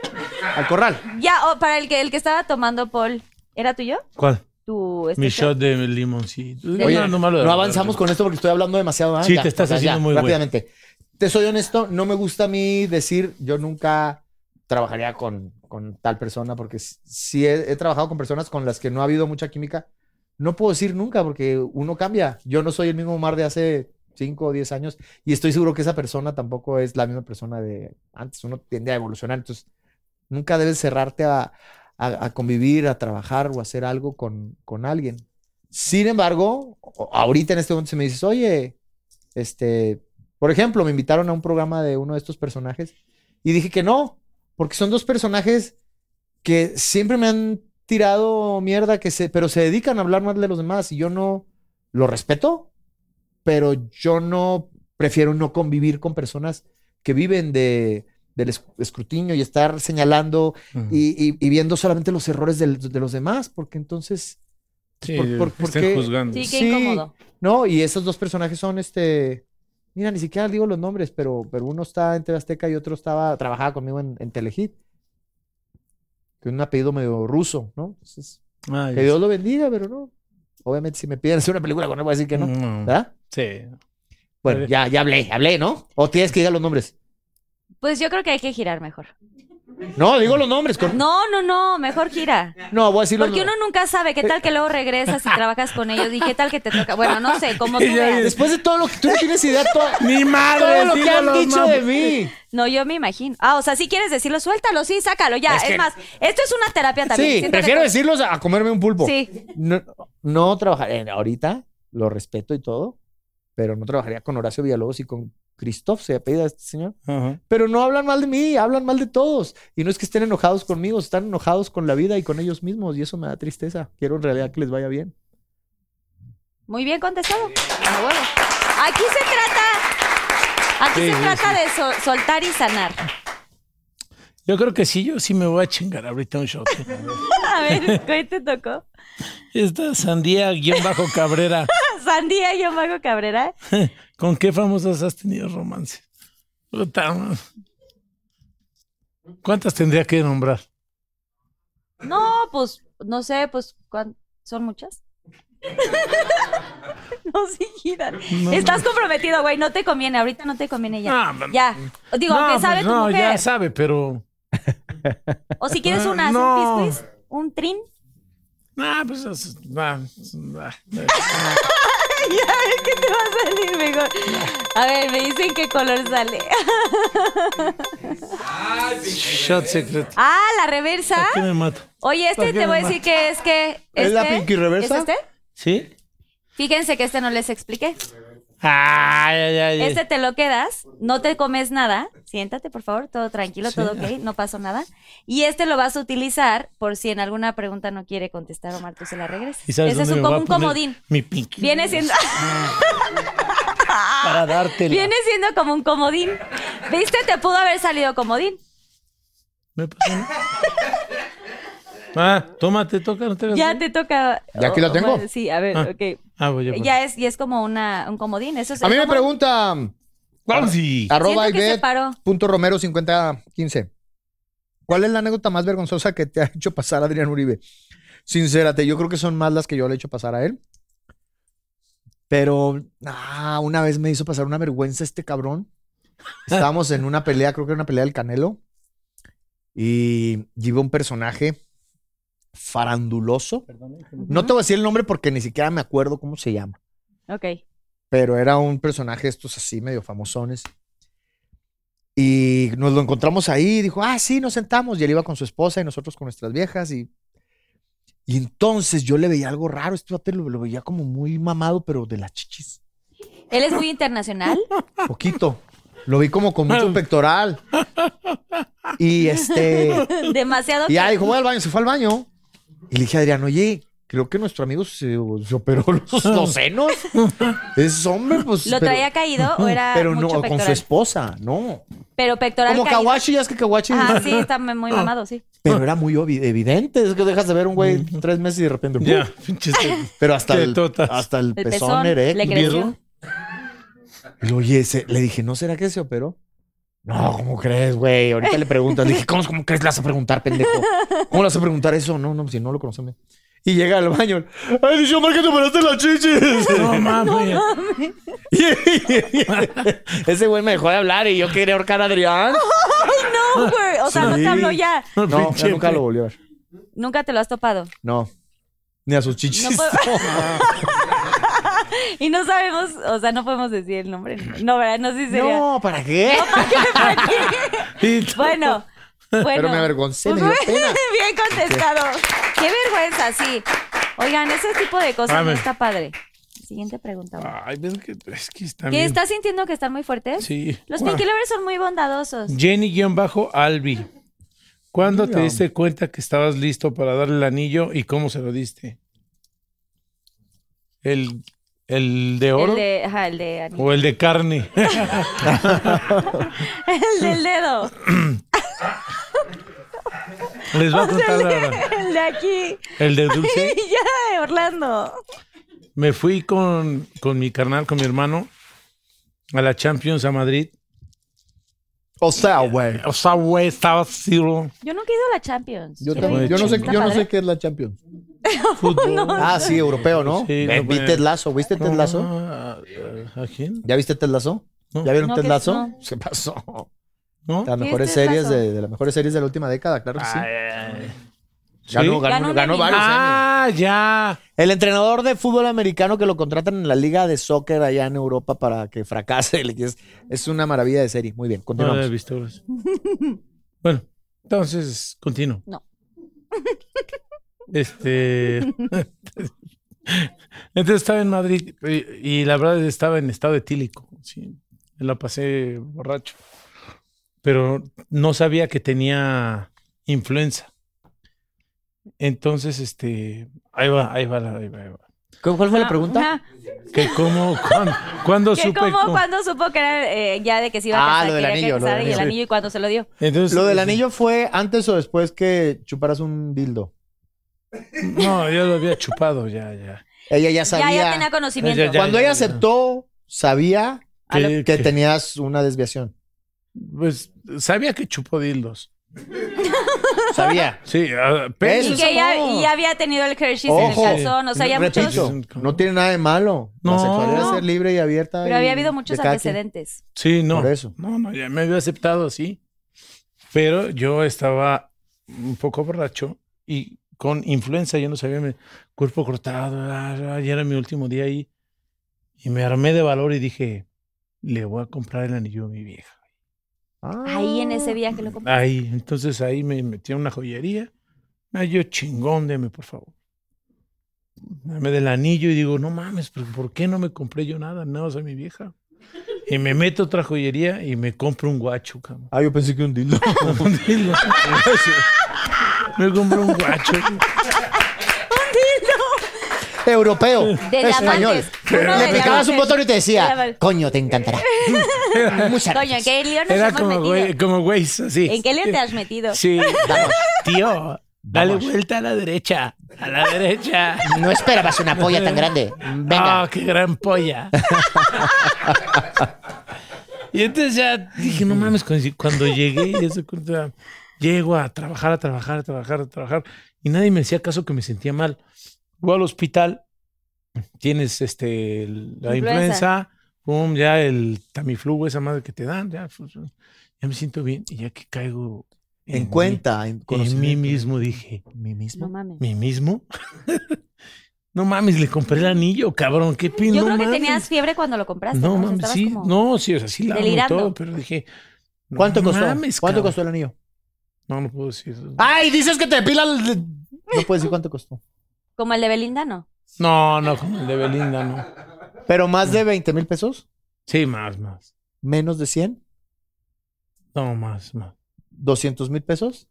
Speaker 3: Al corral.
Speaker 2: Ya, oh, para el que, el que estaba tomando Paul. ¿Era tuyo?
Speaker 4: ¿Cuál?
Speaker 2: Tu, este,
Speaker 4: Mi shot de limoncito.
Speaker 3: Oye,
Speaker 4: No,
Speaker 3: no,
Speaker 4: no, malo de hablar.
Speaker 3: avanzamos con esto porque estoy hablando demasiado. ¿ah?
Speaker 4: Sí, te estás
Speaker 3: o sea,
Speaker 4: haciendo muy güey.
Speaker 3: Rápidamente. Te soy honesto, no me gusta a mí decir yo nunca trabajaría con, con tal persona porque s- si he, he trabajado con personas con las que no ha habido mucha química, no puedo decir nunca porque uno cambia. Yo no soy el mismo Omar de hace 5 o 10 años y estoy seguro que esa persona tampoco es la misma persona de antes. Uno tiende a evolucionar. Entonces, nunca debes cerrarte a, a- a convivir, a trabajar o a hacer algo con, con alguien. Sin embargo, o- ahorita en este momento, si me dices, oye, este, por ejemplo, me invitaron a un programa de uno de estos personajes y dije que no, porque son dos personajes que siempre me han tirado mierda, que se, pero se dedican a hablar mal de los demás y yo no lo respeto, pero yo no prefiero no convivir con personas que viven de, del esc- escrutinio y estar señalando
Speaker 4: Ujú.
Speaker 3: y, y- y viendo solamente los errores del- de los demás, porque entonces...
Speaker 4: Sí,
Speaker 3: por- por-
Speaker 4: me
Speaker 3: ¿por
Speaker 4: están
Speaker 3: qué?
Speaker 4: juzgando.
Speaker 2: Sí, qué
Speaker 3: Sí.
Speaker 2: incómodo.
Speaker 3: No, y esos dos personajes son este. Mira, ni siquiera digo los nombres, pero, pero uno está en TV Azteca y otro estaba, trabajaba conmigo en, en Telehit. Tiene un apellido medio ruso, ¿no? Entonces,
Speaker 4: Ay,
Speaker 3: que Dios lo bendiga, pero no. Obviamente, si me piden hacer una película con él, voy a decir que no.
Speaker 4: no.
Speaker 3: ¿Verdad?
Speaker 4: Sí.
Speaker 3: Bueno, ya, ya hablé, hablé, ¿no? O tienes que diga los nombres.
Speaker 2: Pues yo creo que hay que girar mejor.
Speaker 3: No, digo los nombres. con-
Speaker 2: No, no, no, mejor gira.
Speaker 3: No, voy a decir los
Speaker 2: Porque uno
Speaker 3: nombres.
Speaker 2: nunca sabe qué tal que luego regresas y trabajas con ellos y qué tal que te toca. Bueno, no sé, como tú
Speaker 4: [laughs] Y ya
Speaker 2: veas.
Speaker 4: es-
Speaker 3: Después de todo lo que tú no tienes idea, todo,
Speaker 4: ¡Mi madre!
Speaker 3: todo lo que
Speaker 4: digo
Speaker 3: han
Speaker 4: los
Speaker 3: dicho
Speaker 4: mam-
Speaker 3: de mí.
Speaker 2: No, yo me imagino. Ah, o sea, si quieres decirlo, suéltalo, sí, sácalo, ya. Es, más, esto es una terapia también.
Speaker 3: Sí,
Speaker 2: Siento que
Speaker 3: prefiero
Speaker 2: tú-
Speaker 3: decirlos a a comerme un pulpo.
Speaker 2: Sí.
Speaker 3: No, no trabajaría ahorita, lo respeto y todo, pero no trabajaría con Horacio Villalobos y con
Speaker 1: Christoph se apellida este señor. Pero no hablan mal de mí, hablan mal de todos. Y no es que estén enojados conmigo, están enojados con la vida y con ellos mismos. Y eso me da tristeza. Quiero en realidad que les vaya bien.
Speaker 2: Muy bien contestado. Ah, bueno. Aquí se trata, aquí
Speaker 4: Sí,
Speaker 2: se
Speaker 4: sí,
Speaker 2: trata
Speaker 4: sí.
Speaker 2: de sol- soltar y
Speaker 4: [laughs]
Speaker 2: sanar.
Speaker 4: Yo creo que sí, yo sí me voy a chingar ahorita
Speaker 2: [laughs]
Speaker 4: un shot.
Speaker 2: A ver, ¿cuál te tocó?
Speaker 4: Esta sandía guión bajo Cabrera.
Speaker 2: Sandía y Mago Cabrera.
Speaker 4: ¿Con qué famosas has tenido romance? Puta madre. ¿Cuántas tendría que nombrar?
Speaker 2: No, pues, no sé, pues, ¿cuán- ¿son muchas? [laughs] no, sí, giran. Estás comprometido, güey, no te conviene, ahorita no te conviene ya.
Speaker 4: Ah, man.
Speaker 2: Ya, digo,
Speaker 4: no,
Speaker 2: aunque sabe
Speaker 4: pues
Speaker 2: tu
Speaker 4: no,
Speaker 2: mujer.
Speaker 4: ya sabe, pero.
Speaker 2: O si quieres una,
Speaker 4: No.
Speaker 2: un piscuis, un trin. [laughs]
Speaker 4: Ah, pues. es- ah, es- ah, eh.
Speaker 2: Ya ver qué te va a salir mejor. A ver, me dicen qué color sale.
Speaker 4: Shot secret.
Speaker 2: Ah, la reversa.
Speaker 4: Aquí me mato.
Speaker 2: Oye, este te voy a decir que es que.
Speaker 1: ¿Es la
Speaker 2: este-
Speaker 1: Pinky reversa?
Speaker 2: ¿Es este?
Speaker 4: ¿Sí?
Speaker 2: Fíjense que este no les expliqué.
Speaker 4: Ay, ay, ay. ay.
Speaker 2: Este te lo quedas, no te comes nada. Siéntate, por favor, todo tranquilo, todo ok, no pasó nada. Y este lo vas a utilizar por si en alguna pregunta no quiere contestar Omar, tú se la regresas.
Speaker 4: ¿Y sabes
Speaker 2: Ese es un,
Speaker 4: dónde me
Speaker 2: como
Speaker 4: voy a
Speaker 2: un
Speaker 4: poner
Speaker 2: comodín.
Speaker 4: Mi pinky.
Speaker 2: Viene siendo,
Speaker 4: Para dártela.
Speaker 2: Ah, viene siendo como un comodín. ¿Viste? Te pudo haber salido comodín.
Speaker 4: ¿Me pasó? no? [laughs] Ah, tómate, toca, no te hagas
Speaker 2: Ya
Speaker 4: güey.
Speaker 2: te toca.
Speaker 3: ¿Ya aquí lo tengo?
Speaker 2: Omar, Sí, a ver,
Speaker 4: Ah.
Speaker 2: ok.
Speaker 4: Ah, voy a
Speaker 2: Ya es, y es como una, un comodín. Eso es,
Speaker 3: A mí me
Speaker 2: estamos-
Speaker 3: pregunta
Speaker 4: ¡Vamos!
Speaker 3: arroba
Speaker 2: Siento que se
Speaker 3: Ivette
Speaker 2: paró.
Speaker 3: punto Romero 5015. ¿Cuál es la anécdota más vergonzosa que te ha hecho pasar Adrián Uribe? Sincérate, yo creo que son más las que yo le he hecho pasar a él. Pero ah, una vez me hizo pasar una vergüenza este cabrón. Estábamos en una pelea, creo que era una pelea del Canelo. Y lleva un personaje faranduloso. No te voy a decir el nombre porque ni siquiera me acuerdo cómo se llama
Speaker 2: Ok.
Speaker 3: pero era un personaje estos así medio famosones. Y nos lo encontramos ahí, dijo, ah, sí, nos sentamos. Y él iba con su esposa y nosotros con nuestras viejas. Y, y entonces yo le veía algo raro, este vato lo, lo veía como muy mamado, pero de las chichis,
Speaker 2: Él es muy internacional.
Speaker 3: poquito. Lo vi como con mucho pectoral. Y este,
Speaker 2: Demasiado.
Speaker 3: y ya dijo, voy al baño, se fue al baño. Y le dije a Adrián, oye, creo que nuestro amigo se, se operó los,
Speaker 2: [laughs]
Speaker 3: los senos. Es hombre, pues.
Speaker 2: ¿Lo
Speaker 3: pero-
Speaker 2: traía caído o era
Speaker 3: pero no,
Speaker 2: mucho
Speaker 3: con
Speaker 2: pectoral?
Speaker 3: su esposa, no.
Speaker 2: Pero pectoral
Speaker 3: Como
Speaker 2: caído.
Speaker 3: Kawashi, ya es que Kawashi.
Speaker 2: Ajá, sí, está me- muy mamado,
Speaker 3: [laughs]
Speaker 2: sí.
Speaker 3: Pero era muy obvi- evidente. Es que dejas de ver un güey tres meses y de repente. ¡pum!
Speaker 4: Ya, este- pinches.
Speaker 2: [laughs]
Speaker 3: Pero hasta
Speaker 4: Qué
Speaker 3: el,
Speaker 4: totas.
Speaker 3: hasta el,
Speaker 2: El
Speaker 3: pezón,
Speaker 2: pezón
Speaker 3: erecto.
Speaker 2: le creció.
Speaker 3: Y lo oye, se- le dije, ¿no será que se operó? No, ¿cómo crees, güey? Ahorita le preguntas. Le dije, ¿cómo, cómo crees? Le vas a preguntar, pendejo. ¿Cómo le vas a preguntar eso? No, no, si no lo conocemos. Y llega al baño. ¡Ay, dice Omar que te operaste las chichis!
Speaker 4: [laughs] No mames.
Speaker 3: Ese güey me dejó de hablar y yo quería ahorcar a Adrián.
Speaker 2: No, Oh, güey. O sea, no te hablo ya.
Speaker 3: No, ya
Speaker 4: Pinche-
Speaker 3: nunca lo volvió a ver.
Speaker 2: Nunca te lo has topado.
Speaker 3: No. Ni a sus chichis.
Speaker 2: No puedo- [laughs] Y no sabemos, o sea, no podemos decir el nombre. No, ¿verdad? No sé si sería. [laughs]
Speaker 3: No, ¿para qué?
Speaker 4: Y-
Speaker 2: Bueno, bueno.
Speaker 3: Pero me avergoncé, me dio
Speaker 2: Pues,
Speaker 3: pena.
Speaker 2: [laughs] Bien contestado. Qué vergüenza, sí. Oigan, ese tipo de cosas no
Speaker 4: Dame.
Speaker 2: está padre. Siguiente pregunta. güey.
Speaker 4: Ay, ves que es que está
Speaker 2: ¿Qué
Speaker 4: bien.
Speaker 2: estás sintiendo que están muy fuertes?
Speaker 4: Sí.
Speaker 2: Los
Speaker 4: Ah.
Speaker 2: Pinky Lovers son muy bondadosos.
Speaker 4: Jenny-Albi. ¿Cuándo te diste cuenta que estabas listo para darle el anillo y cómo se lo diste? ¿El, el de oro
Speaker 2: El de, ajá, el de
Speaker 3: [laughs]
Speaker 2: anillo.
Speaker 4: o el de carne? [laughs]
Speaker 2: El del
Speaker 3: [laughs]
Speaker 2: dedo.
Speaker 4: Les
Speaker 2: [laughs]
Speaker 4: voy a contar ahora.
Speaker 2: El de aquí.
Speaker 4: El
Speaker 2: [laughs]
Speaker 4: de dulce.
Speaker 2: ya, Orlando.
Speaker 4: Me fui con, con mi carnal, con mi hermano, a la Champions a Madrid.
Speaker 3: O sea, güey.
Speaker 4: O sea, güey, estaba cero
Speaker 2: Yo nunca he ido a la Champions.
Speaker 3: Yo,
Speaker 4: Se
Speaker 3: también- yo
Speaker 4: fue
Speaker 3: no sé,
Speaker 2: chingada.
Speaker 3: yo no sé qué es la Champions.
Speaker 4: fútbol.
Speaker 3: Ah, sí, europeo, ¿no?
Speaker 4: Sí,
Speaker 3: Ve-
Speaker 4: no,
Speaker 3: vi
Speaker 4: güey.
Speaker 3: Ted Lasso. ¿Viste Ted Lazo?
Speaker 4: Ah, ah, ¿A quién?
Speaker 3: ¿Ya viste Ted Lasso?
Speaker 4: No.
Speaker 3: ¿Ya vieron
Speaker 2: No,
Speaker 3: Ted
Speaker 2: que-
Speaker 3: Lazo?
Speaker 2: no.
Speaker 3: ¿Qué pasó?
Speaker 4: ¿No?
Speaker 3: De las
Speaker 2: Sí,
Speaker 3: mejores
Speaker 2: Ted
Speaker 3: series
Speaker 2: Lasso.
Speaker 3: de, de las mejores series de la última década, claro que sí.
Speaker 4: ¿Sí?
Speaker 3: Ah, eh, Ganó,
Speaker 2: Ganó
Speaker 3: ganó,
Speaker 2: un
Speaker 3: ganó
Speaker 2: anillo.
Speaker 3: varios. Emmys.
Speaker 4: Ah, ya.
Speaker 3: El entrenador de fútbol americano que lo contratan en la liga de soccer allá en Europa para que fracase. [laughs] le- Es, es una maravilla de serie. Muy bien,
Speaker 4: No la he
Speaker 3: continuamos.
Speaker 4: visto. gracias. bueno, entonces, continúo.
Speaker 2: No.
Speaker 4: Este. [laughs] Entonces estaba en Madrid y, y la verdad estaba en estado etílico. sí. Me la pasé borracho. Pero no sabía que tenía influenza. Entonces, este, ahí va, ahí va, la- ahí va, ahí va.
Speaker 3: ¿Cuál fue la pregunta?
Speaker 4: Que cómo, cuán- cuándo,
Speaker 2: ¿Qué,
Speaker 4: supe
Speaker 2: cómo,
Speaker 4: cómo?
Speaker 2: cuándo supo que era eh, ya de que se iba
Speaker 3: Ah,
Speaker 2: a casar?
Speaker 3: lo del
Speaker 2: quería
Speaker 3: anillo, lo del
Speaker 2: casar y el
Speaker 4: anillo.
Speaker 2: anillo y cuándo se lo dio.
Speaker 4: Entonces,
Speaker 3: ¿Lo del
Speaker 4: este,
Speaker 3: anillo fue antes o después que chuparas un dildo?
Speaker 4: No, ya lo había chupado, ya, ya.
Speaker 3: Ella ya
Speaker 2: Ya,
Speaker 3: sabía.
Speaker 2: ya tenía conocimiento.
Speaker 4: Ya, ya,
Speaker 3: Cuando
Speaker 4: ya,
Speaker 3: ella
Speaker 4: ya.
Speaker 3: aceptó, sabía
Speaker 2: A lo-
Speaker 4: Que-
Speaker 3: que
Speaker 4: que-
Speaker 3: tenías una desviación.
Speaker 4: Pues sabía que chupó dildos.
Speaker 2: [laughs]
Speaker 3: Sabía.
Speaker 4: Sí, ah, pero
Speaker 3: Eso
Speaker 2: y
Speaker 3: es
Speaker 2: que ella
Speaker 3: amor.
Speaker 2: y ya había tenido el Hershey's en el
Speaker 3: Ojo.
Speaker 2: calzón. O sea, ya
Speaker 3: Repito,
Speaker 2: muchos.
Speaker 4: muchos-
Speaker 3: no tiene nada de malo.
Speaker 4: No.
Speaker 3: La sexualidad es ser libre y abierta.
Speaker 2: Pero
Speaker 3: y
Speaker 2: había habido muchos
Speaker 3: de cada quien.
Speaker 2: antecedentes.
Speaker 4: Sí, no.
Speaker 3: Por eso.
Speaker 4: No, no, ya me había aceptado, sí. Pero yo estaba un poco borracho y con influenza, yo no sabía, me- cuerpo cortado, ah, ah, ya era mi último día ahí. Y me armé de valor y dije, le voy a comprar el anillo a mi vieja.
Speaker 2: Ahí en ese viaje lo compré.
Speaker 4: Ahí, entonces ahí me metí a una joyería. Ay, yo chingón, deme, por favor. Dame del anillo y digo, no mames, pero ¿por qué no me compré yo nada? Nada, soy mi vieja. Y me meto a otra joyería y me compro un guacho, cabrón. [laughs]
Speaker 3: Ah, yo pensé que un dildo.
Speaker 4: Un dildo. me compré un
Speaker 2: [laughs]
Speaker 4: guacho. [laughs]
Speaker 3: Europeo.
Speaker 2: De
Speaker 3: español.
Speaker 2: diamantes. Uno de
Speaker 3: Le picabas
Speaker 2: diamantes.
Speaker 3: un botón y te decía,
Speaker 2: Diamantes.
Speaker 3: coño, te encantará.
Speaker 5: [laughs]
Speaker 3: Muchas
Speaker 2: Coño, ¿en
Speaker 3: gracias.
Speaker 2: qué lío nos
Speaker 4: Era
Speaker 2: hemos
Speaker 4: como
Speaker 2: metido?
Speaker 4: güey, como güeyes, así.
Speaker 2: ¿En qué lío te has metido?
Speaker 4: Sí. Tío, dale vuelta a la derecha. A la derecha.
Speaker 5: No esperabas una polla tan grande. Venga.
Speaker 4: Ah, qué gran polla. y entonces ya dije, no mames, cuando cuando llegué, y eso, cuando- llego a trabajar, a trabajar, a trabajar, a trabajar, y nadie me hacía caso que me sentía mal. Voy al hospital, tienes este, el- la
Speaker 2: Influenza.
Speaker 4: influenza, pum, ya el tamiflu, esa madre que te dan, ya, pues, ya me siento bien, y ya que caigo
Speaker 3: En
Speaker 4: mí-
Speaker 3: cuenta, en
Speaker 4: en mí
Speaker 3: conocimiento.
Speaker 4: mismo dije, ¿mí
Speaker 2: No
Speaker 4: mismo?
Speaker 2: mames.
Speaker 4: ¿Mí mismo? [laughs] no mames, le compré el anillo, cabrón. Qué pin,
Speaker 2: Yo
Speaker 4: no
Speaker 2: creo que
Speaker 4: mames.
Speaker 2: tenías fiebre cuando lo compraste. No,
Speaker 4: No
Speaker 2: O sea,
Speaker 4: mames,
Speaker 2: estabas
Speaker 4: sí.
Speaker 2: como-
Speaker 4: No, sí, o sea, sí la amo y
Speaker 2: delirando.
Speaker 4: todo, pero dije. no
Speaker 3: ¿Cuánto costó?
Speaker 4: mames,
Speaker 3: ¿Cuánto
Speaker 4: cabrón.
Speaker 3: costó Ah. el anillo?
Speaker 4: No, no puedo decir.
Speaker 3: Ay, dices que te pila el... No puedes decir cuánto
Speaker 4: [laughs]
Speaker 3: costó.
Speaker 2: Como el de Belinda, no.
Speaker 4: No, no, como el de Belinda, no.
Speaker 3: Pero más de 20 mil pesos,
Speaker 4: Sí, más, más.
Speaker 3: menos de 100,
Speaker 4: No, más, más.
Speaker 3: 200
Speaker 2: [laughs]
Speaker 3: mil pesos.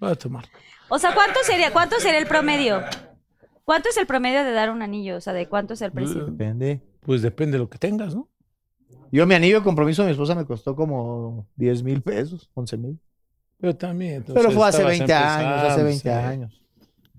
Speaker 4: Voy a tomar.
Speaker 2: O sea, ¿cuánto sería? ¿Cuánto sería el promedio? ¿Cuánto es el promedio de dar un anillo? O sea, ¿de cuánto es el precio?
Speaker 3: Depende.
Speaker 4: Pues depende de lo que tengas, ¿no?
Speaker 3: Yo mi anillo de compromiso de mi esposa me costó como 10 mil pesos, 11 mil.
Speaker 4: Yo también. entonces,
Speaker 3: Pero fue hace
Speaker 4: estabas
Speaker 3: 20 años, hace
Speaker 4: empezando,
Speaker 3: 20
Speaker 4: sí.
Speaker 3: años.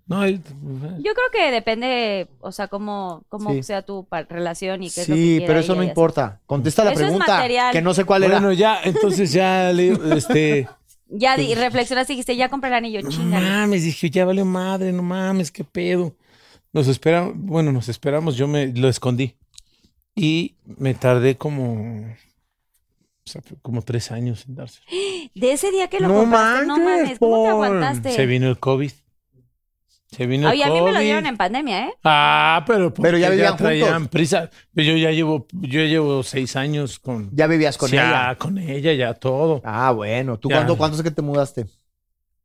Speaker 4: No, y- pues,
Speaker 2: Yo creo que depende, o sea, cómo, cómo
Speaker 3: Sí.
Speaker 2: sea tu pa- relación y qué es lo que
Speaker 3: Sí,
Speaker 2: quiera
Speaker 3: pero eso
Speaker 2: ella
Speaker 3: no
Speaker 2: y así.
Speaker 3: importa. Contesta la
Speaker 2: Eso es
Speaker 3: pregunta,
Speaker 2: material.
Speaker 3: que no sé cuál era.
Speaker 4: Bueno, ya, entonces ya le este.
Speaker 2: Ya di- reflexionaste y dijiste, ya compré el anillo,
Speaker 4: No
Speaker 2: Ah, chingale.
Speaker 4: mames, dije, ya valió madre, no mames, qué pedo. Nos esperamos, bueno, nos esperamos, yo me lo escondí. Y me tardé como, o sea, fue como tres años en darse.
Speaker 2: De ese día que lo
Speaker 4: No
Speaker 2: compraste, no
Speaker 4: manches,
Speaker 2: mames, ¿cómo te
Speaker 4: Paul.
Speaker 2: aguantaste?
Speaker 4: Se vino el COVID. Se vino
Speaker 2: Oye,
Speaker 4: el
Speaker 2: a
Speaker 4: COVID.
Speaker 2: mí me lo dieron en pandemia, ¿eh?
Speaker 4: Ah, pero, porque
Speaker 3: Pero ya vivían
Speaker 4: traían
Speaker 3: juntos.
Speaker 4: prisa. Pues Yo ya llevo, yo llevo seis años con,
Speaker 3: Ya vivías con
Speaker 4: ya,
Speaker 3: ella.
Speaker 4: con ella, ya todo.
Speaker 3: Ah, bueno. ¿Tú
Speaker 4: Ya.
Speaker 3: cuándo, cuándo es que te mudaste?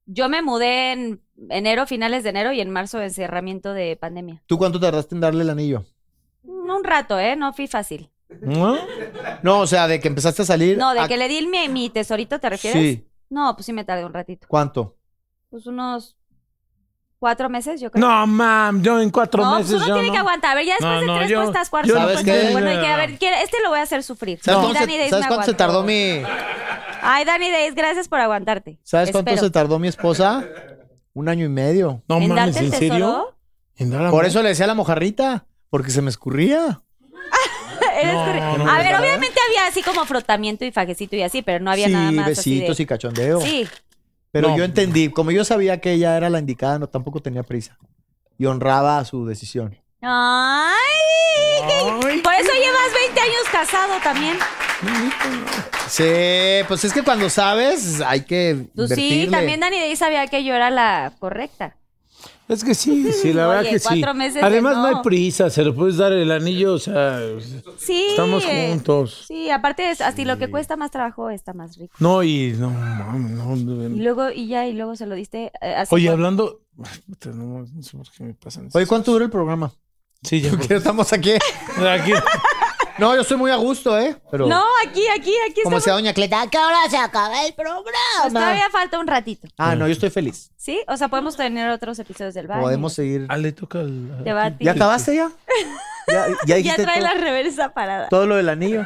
Speaker 2: Yo me mudé en enero, finales de enero y en marzo encerramiento de pandemia.
Speaker 3: ¿Tú cuánto tardaste en darle el anillo? Mm.
Speaker 2: Un rato, ¿eh? No fui fácil.
Speaker 4: ¿No?
Speaker 3: No, o sea, de que empezaste a salir.
Speaker 2: No, de
Speaker 3: a-
Speaker 2: que le di mi, mi tesorito, ¿te refieres?
Speaker 3: Sí.
Speaker 2: No, pues sí me tardé un ratito.
Speaker 3: ¿Cuánto?
Speaker 2: Pues unos cuatro meses, yo creo.
Speaker 4: No, mam, yo en cuatro
Speaker 2: No,
Speaker 4: meses.
Speaker 2: pues uno
Speaker 4: yo
Speaker 2: tiene
Speaker 4: no.
Speaker 2: que aguantar. A ver, ya después
Speaker 4: No,
Speaker 2: de
Speaker 4: no,
Speaker 2: tres
Speaker 4: yo-
Speaker 2: puestas cuarto.
Speaker 4: yo-
Speaker 2: no
Speaker 3: ¿Sabes
Speaker 2: puedes-
Speaker 3: qué?
Speaker 2: Bueno, hay que, a ver, quiere- este lo voy a hacer sufrir.
Speaker 3: ¿Sabes
Speaker 2: Y
Speaker 3: cuánto,
Speaker 2: Dani
Speaker 3: se,
Speaker 2: Days
Speaker 3: ¿sabes
Speaker 2: me
Speaker 3: cuánto se
Speaker 2: aguantó.
Speaker 3: tardó mi,
Speaker 2: Ay, Dani Days, gracias por aguantarte.
Speaker 3: ¿sabes cuánto
Speaker 2: Espero.
Speaker 3: se tardó mi esposa? Un año y medio.
Speaker 4: No
Speaker 2: ¿En
Speaker 4: mames,
Speaker 2: darte el
Speaker 4: ¿en serio?
Speaker 2: tesoro?
Speaker 4: ¿En dar
Speaker 3: Por
Speaker 4: amor?
Speaker 3: eso le decía la mojarrita, porque se me escurría.
Speaker 2: [laughs] Eres
Speaker 4: No,
Speaker 2: correcto.
Speaker 4: no,
Speaker 2: a
Speaker 4: no,
Speaker 2: ver,
Speaker 4: no.
Speaker 2: obviamente había así como frotamiento y fajecito y así, pero no había
Speaker 3: sí,
Speaker 2: nada más.
Speaker 3: besitos
Speaker 2: así
Speaker 3: y cachondeo.
Speaker 2: de... Sí,
Speaker 3: Pero
Speaker 4: No.
Speaker 3: yo entendí, como yo sabía que ella era la indicada, no tampoco tenía prisa. Y honraba a su decisión.
Speaker 2: Ay, qué-
Speaker 4: Ay.
Speaker 2: por eso llevas 20 años casado también.
Speaker 3: Sí, pues es que cuando sabes hay que
Speaker 2: Tú Pues sí,
Speaker 3: invertirle.
Speaker 2: también Dani Day sabía que yo era la correcta.
Speaker 4: Es que sí, sí, la
Speaker 2: Oye,
Speaker 4: verdad que sí.
Speaker 2: cuatro meses de
Speaker 4: Además, no.
Speaker 2: no.
Speaker 4: hay prisa, se lo puedes dar el anillo, o sea,
Speaker 2: Sí.
Speaker 4: estamos
Speaker 2: eh,
Speaker 4: juntos.
Speaker 2: Sí, aparte es así lo que cuesta más trabajo está más rico.
Speaker 4: No, y no, mames, no, no.
Speaker 2: Y luego y ya y luego se lo diste eh, así.
Speaker 4: Oye,
Speaker 2: por-
Speaker 4: hablando. Puta, no, no sé por qué me pasan.
Speaker 3: [laughs]
Speaker 4: esas-
Speaker 3: Oye, ¿cuánto dura el programa?
Speaker 4: Sí, ya.
Speaker 3: Porque estamos aquí.
Speaker 4: [laughs] Aquí.
Speaker 3: No, yo estoy muy a gusto, ¿eh? Pero
Speaker 2: No, aquí, aquí, aquí
Speaker 3: como
Speaker 2: estamos.
Speaker 3: decía Doña Cleta.
Speaker 5: ¿A qué hora se acaba el programa?
Speaker 2: Pues todavía falta un ratito.
Speaker 3: Ah, no, yo estoy feliz.
Speaker 2: ¿Sí? O sea, podemos tener otros episodios del baño.
Speaker 3: Podemos seguir.
Speaker 4: Ah, le toca al.
Speaker 2: Debate.
Speaker 3: ¿Ya
Speaker 2: [laughs]
Speaker 3: acabaste ya? Ya, ya
Speaker 2: Ya
Speaker 3: dijiste
Speaker 2: trae
Speaker 3: todo,
Speaker 2: la reversa parada.
Speaker 3: todo lo del anillo.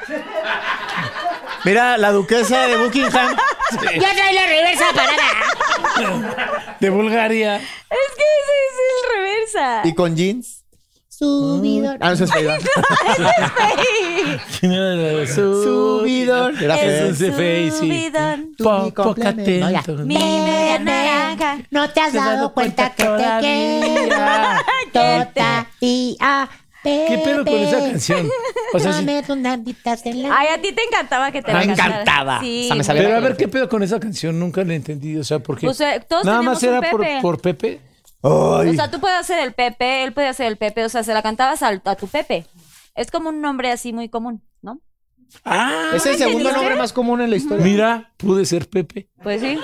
Speaker 3: Mira, la duquesa de Buckingham.
Speaker 5: Ya trae la reversa parada.
Speaker 4: De Bulgaria.
Speaker 2: Es que ese es el reversa. [laughs]
Speaker 3: Y con jeans.
Speaker 5: Subido.
Speaker 3: Ah, no, eso es Fedor.
Speaker 4: ¿Quién era la-
Speaker 3: Subidor. Era
Speaker 2: El
Speaker 3: Fedor.
Speaker 4: ese fe, sí.
Speaker 2: subidón,
Speaker 3: Tú mi
Speaker 4: Po- Poca
Speaker 3: complemento. No, ya.
Speaker 4: atento.
Speaker 2: Mi media naranja.
Speaker 5: No te has dado cuenta que te quiero.
Speaker 4: todavía.
Speaker 5: Tota y a
Speaker 4: ¿Qué pedo con esa
Speaker 2: [laughs]
Speaker 4: canción? O sea, sí.
Speaker 5: Dame una en la...
Speaker 2: Ay, a ti te encantaba que te
Speaker 3: Me
Speaker 2: la cantara.
Speaker 3: encantaba.
Speaker 2: Sí.
Speaker 3: O sea, me salía
Speaker 4: Pero
Speaker 3: la
Speaker 4: a ver,
Speaker 3: colección.
Speaker 4: ¿qué pedo con esa canción? Nunca la entendí. O sea, porque.
Speaker 2: Pues, eh, todos
Speaker 4: Nada
Speaker 2: tenemos
Speaker 4: más
Speaker 2: un
Speaker 4: era por,
Speaker 2: Pepe.
Speaker 4: por Pepe.
Speaker 2: O sea, tú podías ser el Pepe, él podía ser el Pepe, o sea, se la cantabas al- a tu Pepe. Es como un nombre así muy común, ¿no?
Speaker 4: Ah,
Speaker 3: Es el segundo nombre más común en la historia.
Speaker 4: mira, pude ser Pepe.
Speaker 2: Pues sí.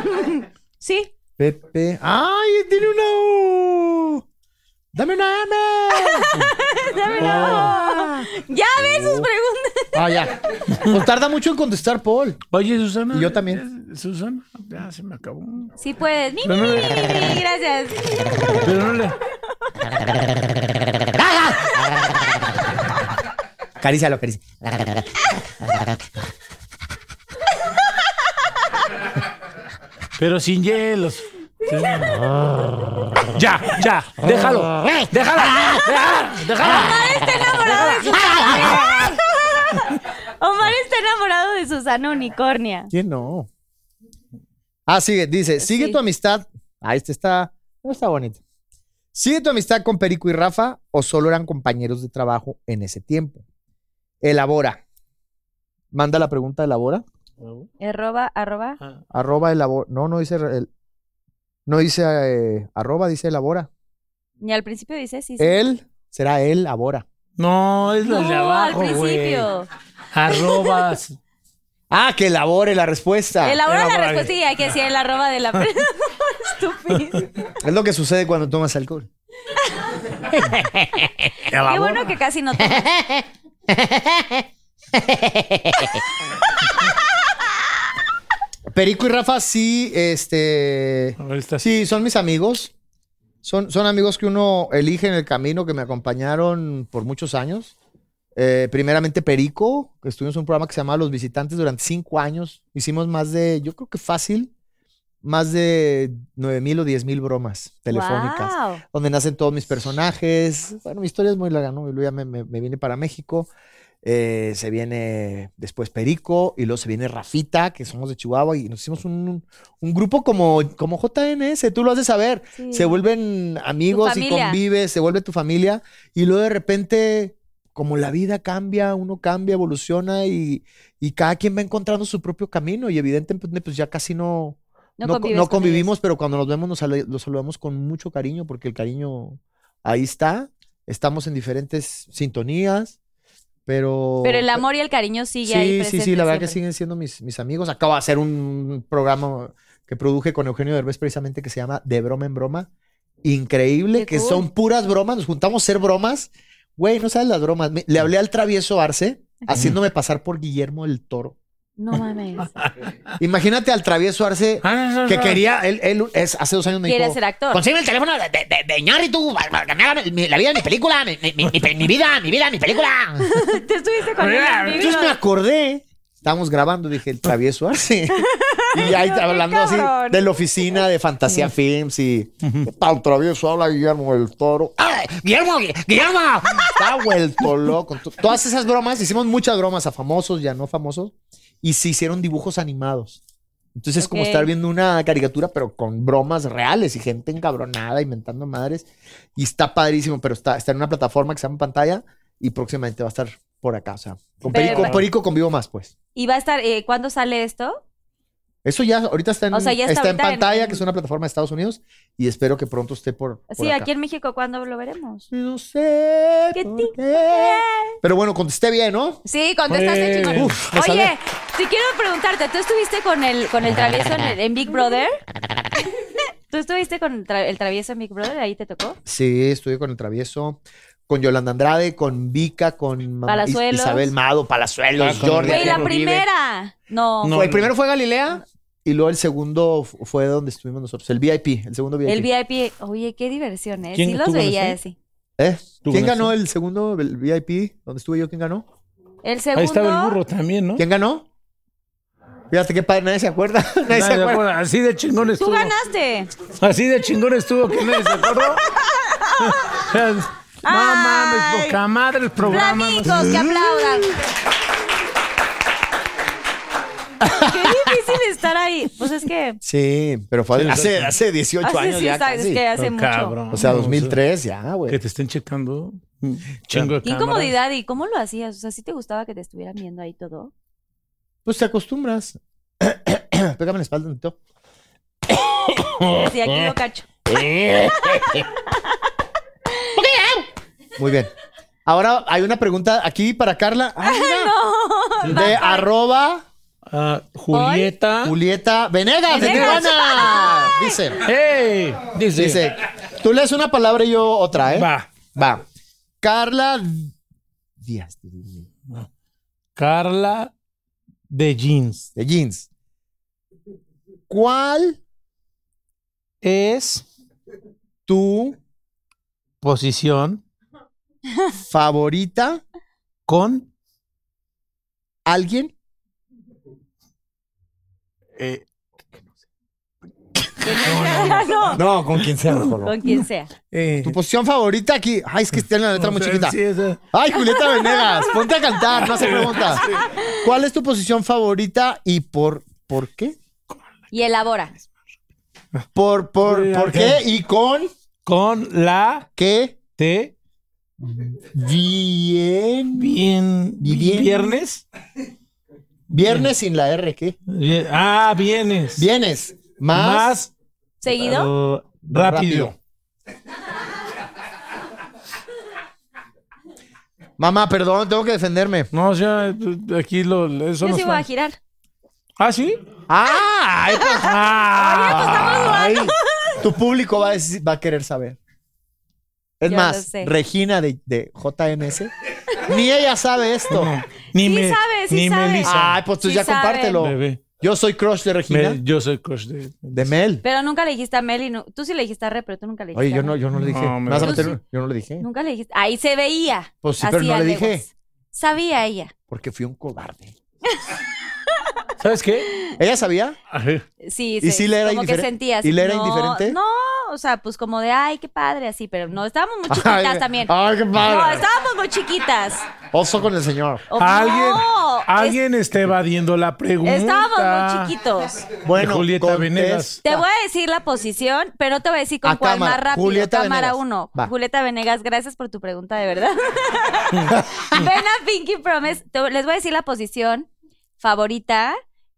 Speaker 2: [laughs] sí.
Speaker 3: Pepe. ¡Ay, tiene una O! ¡Dame una M!
Speaker 2: Ya ves sus preguntas.
Speaker 3: Ah, ya. Pues tarda mucho en contestar, Paul.
Speaker 4: Oye, Susana.
Speaker 3: Y yo también.
Speaker 4: eh, Susana, ya se me acabó.
Speaker 2: Sí puedes. Mi,
Speaker 4: No, no,
Speaker 2: mi,
Speaker 4: no.
Speaker 2: mi, mi, gracias.
Speaker 4: Pero no le.
Speaker 3: Carícialo, caricia.
Speaker 4: Pero sin hielos. Ah. ya, ya, déjalo. Déjala, déjala, déjala.
Speaker 2: Omar está enamorado de Susana. Omar está enamorado de Susana Unicornia.
Speaker 3: ¿Quién no? Ah, sigue, dice, sigue
Speaker 2: Sí.
Speaker 3: tu amistad. Ah, este está, no está bonito. ¿Sigue tu amistad con Perico y Rafa o solo eran compañeros de trabajo en ese tiempo? Elabora. Manda la pregunta, elabora.
Speaker 2: Arroba, arroba.
Speaker 3: Arroba elabora. No, no dice. re- el- no dice eh, arroba, dice elabora.
Speaker 2: Ni al principio dice sí. sí.
Speaker 3: Él será él, abora.
Speaker 4: No, es la Eh, de
Speaker 2: No,
Speaker 4: abajo,
Speaker 2: al
Speaker 4: güey.
Speaker 2: principio.
Speaker 4: Arrobas.
Speaker 3: Ah, que elabore la respuesta.
Speaker 2: Elabora Eh, la
Speaker 4: Elabora.
Speaker 2: respuesta y hay que decir el arroba
Speaker 3: [laughs]
Speaker 2: de la [laughs] Estúpido.
Speaker 3: Es lo que sucede cuando tomas alcohol.
Speaker 2: [laughs] Qué bueno que casi no te.
Speaker 3: Perico y Rafa sí, este.
Speaker 4: A ver, está así.
Speaker 3: Sí, son mis amigos. Son, son amigos que uno elige en el camino, que me acompañaron por muchos años. Eh, primeramente Perico, que estuvimos en un programa que se llamaba Los Visitantes durante cinco años. Hicimos más de, yo creo que fácil, más de nueve mil o diez mil bromas telefónicas.
Speaker 2: Wow.
Speaker 3: Donde nacen todos mis personajes. Bueno, mi historia es muy larga, ¿no? Y luego ya me, me- me vine para México. Eh, se viene después Perico y luego se viene Rafita, que somos de Chihuahua, y nos hicimos un, un grupo como, como JNS, tú lo has de saber.
Speaker 2: Sí.
Speaker 3: Se vuelven amigos
Speaker 2: Tu
Speaker 3: y
Speaker 2: familia.
Speaker 3: convives, se vuelve tu familia, y luego de repente, como la vida cambia, uno cambia, evoluciona y, y cada quien va encontrando su propio camino, y evidentemente, pues ya casi no, no, co-
Speaker 2: convives
Speaker 3: no
Speaker 2: con
Speaker 3: convivimos,
Speaker 2: ellos.
Speaker 3: pero cuando nos vemos nos salu- nos saludamos con mucho cariño, porque el cariño ahí está, estamos en diferentes sintonías, pero...
Speaker 2: Pero el amor y el cariño sigue
Speaker 3: Sí,
Speaker 2: ahí.
Speaker 3: sí, sí,
Speaker 2: presente
Speaker 3: la verdad que
Speaker 2: siempre.
Speaker 3: siguen siendo mis, mis amigos. Acabo de hacer un programa que produje con Eugenio Derbez precisamente que se llama De Broma en Broma. Increíble,
Speaker 2: Qué
Speaker 3: que
Speaker 2: cool.
Speaker 3: son puras bromas. Nos juntamos a hacer bromas. Güey, no sabes las bromas. Me- Le hablé al travieso Arce haciéndome pasar por Guillermo el Toro.
Speaker 2: No
Speaker 3: [laughs]
Speaker 2: mames.
Speaker 3: Imagínate al travieso Arce
Speaker 4: Ah,
Speaker 3: que quería, él, él es, hace dos años me
Speaker 2: Quiere
Speaker 3: dijo,
Speaker 2: ser actor.
Speaker 5: Consigue el teléfono de, de, de, de Iñárritu para- para que me haga mi- mi- la vida de mi película, mi, mi- mi- mi- mi vida, mi vida, mi película.
Speaker 2: [laughs] Te estuviste con él. amigo.
Speaker 3: Entonces me acordé, estábamos grabando, dije, el
Speaker 2: [laughs]
Speaker 3: travieso Arce. y ahí
Speaker 2: Qué
Speaker 3: hablando así
Speaker 2: cabrón.
Speaker 3: de la oficina de Fantasía Films y ¿qué tal travieso habla Guillermo del Toro.
Speaker 5: Ay, Guillermo, Gui- Guillermo.
Speaker 3: Está vuelto loco. Tu- Todas esas bromas, hicimos muchas bromas a famosos y a no famosos y se hicieron dibujos animados. Entonces es como
Speaker 2: Ok.
Speaker 3: estar viendo una caricatura, pero con bromas reales y gente encabronada, inventando madres. Y está padrísimo, pero está, está en una plataforma que se llama Pantalla y próximamente va a estar por acá. O sea, con
Speaker 2: Pero-
Speaker 3: Perico, Perico convivo más, pues.
Speaker 2: ¿Y va a estar, eh, cuándo sale esto?
Speaker 3: Eso ya ahorita está en,
Speaker 2: O sea, ya está
Speaker 3: está en
Speaker 2: ahorita en-
Speaker 3: pantalla, que es una plataforma de Estados Unidos, y espero que pronto esté por, por
Speaker 2: Sí,
Speaker 3: acá.
Speaker 2: aquí en México, ¿cuándo lo veremos?
Speaker 3: No sé
Speaker 2: ¿Qué
Speaker 3: por
Speaker 2: ti-
Speaker 3: qué. Pero bueno, contesté bien, ¿no?
Speaker 2: Sí, contestaste,
Speaker 4: Eh,
Speaker 2: chingón.
Speaker 3: Pues, uf, me
Speaker 2: Oye,
Speaker 3: sale.
Speaker 2: si quiero preguntarte, ¿tú estuviste con el, con el travieso en, el- en Big
Speaker 3: [laughs]
Speaker 2: Brother? ¿Tú estuviste con el, tra- el travieso en Big Brother? ¿Ahí te tocó?
Speaker 3: Sí, estuve con el travieso. con Yolanda Andrade, con Vika, con mamá- Is-
Speaker 2: Palazuelos.
Speaker 3: Isabel Mado, Palazuelos,
Speaker 4: Ah, con-
Speaker 3: Jordi.
Speaker 2: Güey,
Speaker 4: Gabriel
Speaker 2: la
Speaker 4: Uribe.
Speaker 2: primera. No.
Speaker 4: No,
Speaker 3: Fue- el primero fue Galilea y luego el segundo f- fue donde estuvimos nosotros, el VIP, el segundo VIP.
Speaker 2: El VIP, oye, qué diversión, ¿eh?
Speaker 4: ¿Quién
Speaker 2: Sí los
Speaker 4: tuvo
Speaker 2: veía
Speaker 4: ese?
Speaker 2: así.
Speaker 3: ¿Eh?
Speaker 4: ¿Tú
Speaker 3: ¿Quién
Speaker 4: ganaste?
Speaker 3: ganó el segundo el VIP? ¿Dónde estuve yo? ¿Quién ganó?
Speaker 2: El segundo.
Speaker 4: Ahí estaba el burro también,
Speaker 2: ¿Mm?
Speaker 4: ¿no?
Speaker 3: ¿Quién ganó? Fíjate qué padre, nadie se acuerda. [laughs] Nadie, se
Speaker 4: Nadie se
Speaker 3: acuerda.
Speaker 4: acuerda. Así de chingón
Speaker 2: Tú
Speaker 4: estuvo.
Speaker 2: ganaste.
Speaker 4: Así de chingón estuvo que nadie
Speaker 2: [laughs]
Speaker 4: se acordó. no mames,
Speaker 2: Ay.
Speaker 4: poca madre el programa.
Speaker 2: Flamicos, que
Speaker 4: [laughs]
Speaker 2: aplaudan. Qué difícil estar ahí. Pues es que.
Speaker 3: Sí, pero fue
Speaker 4: Sí,
Speaker 3: hace,
Speaker 4: exacto.
Speaker 3: hace 18
Speaker 2: Hace,
Speaker 3: años
Speaker 2: Ah, sí,
Speaker 3: ya.
Speaker 2: sabes
Speaker 3: casi.
Speaker 2: que hace
Speaker 4: No,
Speaker 2: mucho.
Speaker 4: Oh, cabrón.
Speaker 3: O sea,
Speaker 4: No,
Speaker 3: 2003 ya, güey.
Speaker 4: Que te estén checando.
Speaker 3: Mm.
Speaker 4: un Chingo de cámaras.
Speaker 2: Incomodidad, ¿y cómo lo hacías? O sea, ¿sí te gustaba que te estuvieran viendo ahí todo?
Speaker 3: Pues te acostumbras. [clears throat] Pégame la espalda, Nito.
Speaker 4: Oh,
Speaker 2: Sí, aquí lo
Speaker 4: [laughs]
Speaker 2: cacho.
Speaker 3: Muy bien. Ahora hay una pregunta aquí para Carla. Ah, mira. De arroba
Speaker 4: Ah, Julieta.
Speaker 3: Julieta Venegas de
Speaker 2: Venegas.
Speaker 3: Tijuana. Dice,
Speaker 4: ¡Ey! Dice.
Speaker 3: dice, tú lees una palabra y yo otra, ¿eh?
Speaker 4: Va.
Speaker 3: Va. Carla Díaz de
Speaker 4: Carla de Jeans.
Speaker 3: Jeans. ¿Cuál
Speaker 4: Es
Speaker 3: tu
Speaker 4: posición
Speaker 3: favorita?
Speaker 4: con
Speaker 3: ¿Alguien?
Speaker 4: eh,
Speaker 2: no,
Speaker 3: No, con quien sea
Speaker 2: con quien sea.
Speaker 4: [laughs] eh,
Speaker 3: Tu posición favorita aquí. Ay, es que tiene la letra muy
Speaker 4: Sí,
Speaker 3: chiquita.
Speaker 4: sí, esa.
Speaker 3: Ay, Julieta Venegas, ponte a cantar, no se pregunta. ¿Cuál es tu posición favorita y por, por qué?
Speaker 2: Y elabora.
Speaker 3: Por, por,
Speaker 4: Sí,
Speaker 3: ¿por
Speaker 4: ok.
Speaker 3: qué y con
Speaker 4: Con la
Speaker 3: qué?
Speaker 4: T.
Speaker 3: Bien.
Speaker 4: Bien.
Speaker 3: Y bien.
Speaker 4: Viernes.
Speaker 3: Viernes sin la R, ¿qué?
Speaker 4: Bien- Ah, vienes.
Speaker 3: Vienes. Más,
Speaker 4: Más
Speaker 2: ¿Seguido?
Speaker 4: uh, rápido.
Speaker 3: Mamá, perdón, tengo que defenderme.
Speaker 4: No, o sea, aquí lo, eso
Speaker 2: Yo
Speaker 4: nos
Speaker 2: sí voy
Speaker 4: fue.
Speaker 2: a girar. [laughs]
Speaker 4: Ah, sí. Ah,
Speaker 3: ¡Ah! ay, pues, ay, tu público va a, decir- va a querer saber. Es
Speaker 2: Ya lo
Speaker 3: más,
Speaker 2: sé.
Speaker 3: Regina de, de JNS, ni ella sabe esto.
Speaker 4: Ni
Speaker 2: Sí
Speaker 4: me,
Speaker 2: sabe, sí
Speaker 4: ni
Speaker 2: sabe.
Speaker 4: Melissa.
Speaker 3: Ay, pues tú
Speaker 2: Sí
Speaker 3: ya
Speaker 2: saben.
Speaker 3: compártelo.
Speaker 4: Bebé.
Speaker 3: Yo soy crush de Regina.
Speaker 4: Me- yo soy crush de.
Speaker 3: De Mel.
Speaker 2: Pero nunca le dijiste a Meli. no- tú sí le dijiste a Re, pero tú nunca le dijiste.
Speaker 3: Oye, yo
Speaker 2: a
Speaker 3: no,
Speaker 2: Mel.
Speaker 3: yo no le dije. ¿Me
Speaker 4: No, me
Speaker 3: vas a
Speaker 4: da-
Speaker 3: meter
Speaker 2: Tú sí.
Speaker 3: un- Yo no le dije.
Speaker 2: Nunca le dijiste. Ahí se veía.
Speaker 3: Pues sí, pero
Speaker 2: Así
Speaker 3: no
Speaker 2: a
Speaker 3: le dije.
Speaker 2: leguas. Sabía ella.
Speaker 3: Porque fui un cobarde.
Speaker 4: ¿Sabes qué?
Speaker 2: [laughs]
Speaker 3: ¿Ella sabía?
Speaker 4: Ay,
Speaker 2: Sí,
Speaker 3: ¿Y sí le era
Speaker 2: como que
Speaker 3: indiferente?
Speaker 2: sentías.
Speaker 3: ¿Y le era
Speaker 2: no,
Speaker 3: indiferente?
Speaker 2: No, o sea, pues como de, ay, qué padre, así, pero no, estábamos muy chiquitas
Speaker 3: [laughs] Ay, ah,
Speaker 2: también.
Speaker 3: Ay, qué
Speaker 2: No,
Speaker 3: padre.
Speaker 2: estábamos muy chiquitas.
Speaker 3: Oso con el señor.
Speaker 2: O-
Speaker 4: Alguien,
Speaker 2: no, es-
Speaker 4: alguien está evadiendo la pregunta.
Speaker 2: estábamos muy chiquitos.
Speaker 3: Bueno,
Speaker 4: Julieta
Speaker 3: contesta-
Speaker 4: Venegas.
Speaker 2: Te voy a decir la posición, pero te voy a decir con
Speaker 3: A
Speaker 2: cuál
Speaker 3: cámara.
Speaker 2: más rápido.
Speaker 3: Julieta
Speaker 2: cámara
Speaker 3: Venegas.
Speaker 2: 1.
Speaker 3: Va.
Speaker 2: Julieta Venegas, gracias por tu pregunta, de
Speaker 3: [laughs]
Speaker 2: verdad. [laughs] Ven a Pinky Promise. Te- les voy a decir la posición favorita,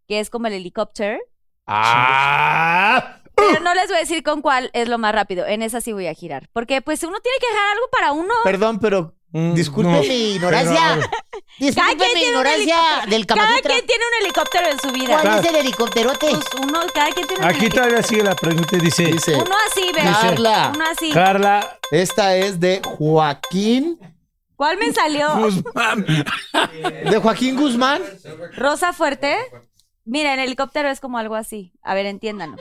Speaker 2: que es como el helicóptero.
Speaker 3: Ah,
Speaker 2: Pero no les voy a decir con cuál es lo más rápido. En esa sí voy a girar. Porque pues uno tiene que dejar algo para uno.
Speaker 3: perdón, pero
Speaker 4: Mm,
Speaker 3: disculpe
Speaker 4: no.
Speaker 3: mi
Speaker 4: Pero, a
Speaker 3: ignorancia.
Speaker 2: Cada
Speaker 4: ver,
Speaker 2: quien
Speaker 5: Disculpen mi
Speaker 2: tiene un
Speaker 5: ignorancia del
Speaker 2: Cada
Speaker 5: Kamasutra.
Speaker 2: quien tiene un helicóptero en su vida.
Speaker 5: ¿Cuál es el helicópterote?
Speaker 2: Pues uno, cada quien tiene un
Speaker 4: Aquí
Speaker 2: helicóptero.
Speaker 4: todavía sigue la pregunta y dice,
Speaker 3: Dice,
Speaker 2: Uno así, ¿verdad?
Speaker 3: Carla.
Speaker 2: Uno así.
Speaker 4: Carla
Speaker 3: esta es de Joaquín.
Speaker 2: ¿Cuál me salió?
Speaker 4: Guzmán.
Speaker 3: ¿De Joaquín Guzmán?
Speaker 2: Rosa Fuerte. Mira, el helicóptero es como algo así. A ver, entiéndanlo.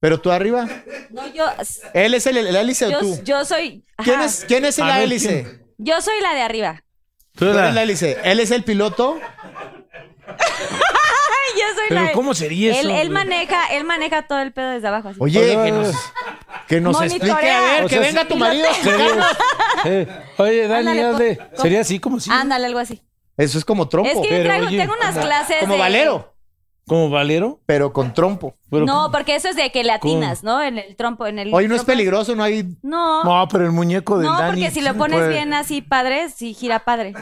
Speaker 3: Pero tú arriba.
Speaker 2: No, yo,
Speaker 3: Él es el, el hélice o
Speaker 2: yo,
Speaker 3: tú.
Speaker 2: yo soy. ajá.
Speaker 3: ¿Quién es, ¿Quién es el
Speaker 4: A ver,
Speaker 3: hélice?
Speaker 4: ¿quién?
Speaker 2: Yo soy la de arriba.
Speaker 4: Tú
Speaker 3: Tú
Speaker 4: la-
Speaker 3: eres la hélice. Él es el piloto.
Speaker 2: Ay, yo soy la
Speaker 4: Pero
Speaker 2: de-
Speaker 4: ¿cómo sería eso?
Speaker 2: Él, él
Speaker 4: güey?
Speaker 2: maneja, él maneja todo el pedo desde abajo. así.
Speaker 3: Oye, que nos, que nos
Speaker 2: Monitorea.
Speaker 3: explique. A ver,
Speaker 4: O
Speaker 3: que
Speaker 4: sea,
Speaker 3: venga
Speaker 4: sí.
Speaker 3: tu marido.
Speaker 4: Sería- eh, oye, Dani,
Speaker 2: Ándale, pues, Ah.
Speaker 4: hazle-
Speaker 2: pon-
Speaker 4: sería así como si...
Speaker 2: Ándale, algo así.
Speaker 3: Eso es como trompo.
Speaker 2: es que yo
Speaker 4: pero
Speaker 2: traigo,
Speaker 4: oye,
Speaker 2: tengo unas clases.
Speaker 3: como
Speaker 2: de-
Speaker 3: valero,
Speaker 4: ¿Como Valero?
Speaker 3: pero con trompo.
Speaker 4: Pero-
Speaker 2: no, porque eso es de que le atinas, ¿no? En el trompo, en el.
Speaker 3: Hoy no es
Speaker 2: trompo-
Speaker 3: peligroso, no hay.
Speaker 2: No.
Speaker 4: No, pero el muñeco de
Speaker 2: No,
Speaker 4: Dani...
Speaker 2: porque si lo pones
Speaker 4: puede-
Speaker 2: bien así padre, sí gira padre.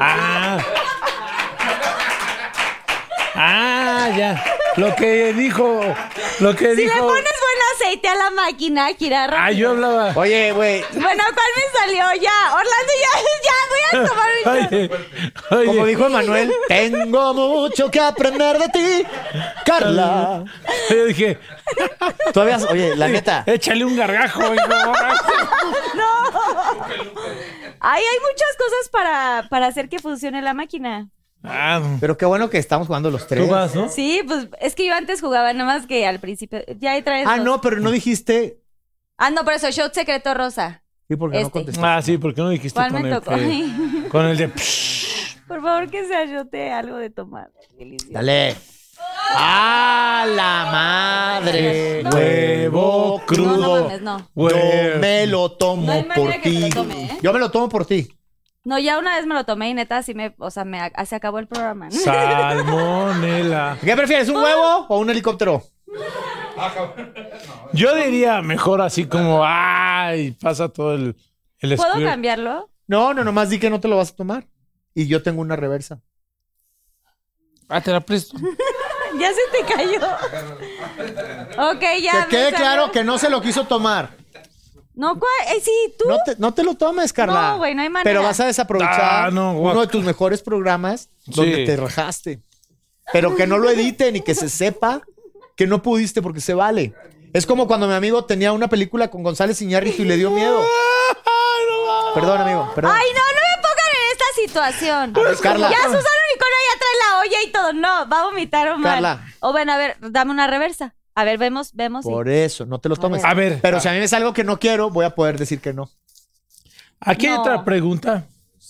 Speaker 4: Ah. Ah, ya. Lo que dijo. Lo que
Speaker 2: Si le
Speaker 4: dijo.
Speaker 2: pones buena aceite a la máquina, girar
Speaker 4: Ah, yo hablaba.
Speaker 3: Oye, güey,
Speaker 2: Bueno, ¿cuál me salió? Ya, Orlando, ya, [laughs] ya, voy a tomar
Speaker 4: [laughs]
Speaker 2: un shot.
Speaker 4: Oye, oye,
Speaker 3: como dijo Emanuel, tengo mucho que aprender de ti, Carla.
Speaker 4: yo dije,
Speaker 3: Todavía, oye, la neta,
Speaker 4: échale un gargajo. hijo.
Speaker 2: Ay, hay muchas cosas para, para hacer que funcione la máquina.
Speaker 4: Ah,
Speaker 3: pero qué bueno que estamos jugando los tres.
Speaker 4: tú vas, ¿no?
Speaker 2: Sí, pues es que yo antes jugaba, nada más que al principio. Ya hay traes.
Speaker 3: Ah,
Speaker 2: dos.
Speaker 3: no, pero no dijiste.
Speaker 2: Ah, no, pero eso, Shot Secreto Rosa.
Speaker 3: Sí, porque no
Speaker 2: Este.
Speaker 3: contestaste.
Speaker 4: Ah, sí, porque no dijiste
Speaker 2: ¿Cuál
Speaker 4: con
Speaker 2: me
Speaker 4: el,
Speaker 2: tocó?
Speaker 4: de- con el de.
Speaker 2: [laughs] Por favor, que se ayote algo de tomar. Delicioso.
Speaker 3: Dale. ¡A la madre!
Speaker 2: No.
Speaker 4: Huevo
Speaker 2: No, no
Speaker 4: Eh, crudo.
Speaker 2: mames, no.
Speaker 3: Yo
Speaker 2: [laughs]
Speaker 4: Huevo.
Speaker 3: me lo
Speaker 2: No hay
Speaker 3: tomo
Speaker 2: manera
Speaker 3: por
Speaker 2: que te lo
Speaker 3: ti.
Speaker 2: tome, ¿eh?
Speaker 3: Yo me lo tomo por ti.
Speaker 2: No, ya una vez me lo tomé y neta, sí me, o sea, me, a- se acabó el programa.
Speaker 4: Salmonela.
Speaker 3: ¿Qué prefieres,
Speaker 2: Ah.
Speaker 3: un huevo o un helicóptero?
Speaker 4: Yo diría mejor así como, ay, pasa todo el, el
Speaker 2: ¿Puedo
Speaker 4: squirt.
Speaker 2: cambiarlo? [laughs]
Speaker 3: No, no, nomás di que no te lo vas a tomar. Y yo tengo una reversa.
Speaker 4: Ah, te la presto.
Speaker 2: Ya se te cayó. ok, ya.
Speaker 3: Que
Speaker 2: me
Speaker 3: quede
Speaker 2: salió.
Speaker 3: claro que no se lo quiso tomar.
Speaker 2: No, ¿cuál? Eh, sí, tú.
Speaker 3: No te, no te lo tomes, Carla.
Speaker 2: No, güey, no hay manera.
Speaker 3: Pero vas a desaprovechar
Speaker 4: Ah, no, guac.
Speaker 3: uno de tus mejores programas donde
Speaker 4: Sí.
Speaker 3: te rajaste. Pero que no lo editen y que se sepa que no pudiste porque se vale. Es como cuando mi amigo tenía una película con González Iñárritu y le dio miedo. Perdón, amigo, perdón.
Speaker 2: Ay, no, no me pongan en esta situación.
Speaker 3: ver, Carla.
Speaker 2: Ya Susana Unicornia ya trae la olla y todo. No, va a vomitar o mal.
Speaker 3: Carla.
Speaker 2: O ven, a ver, dame una reversa. A ver, vemos, vemos. y-
Speaker 3: Por eso, no te lo tomes.
Speaker 4: A ver,
Speaker 3: Pero si a mí me es algo que no quiero, voy a poder decir que no.
Speaker 4: aquí hay
Speaker 2: No.
Speaker 4: otra pregunta. Aquí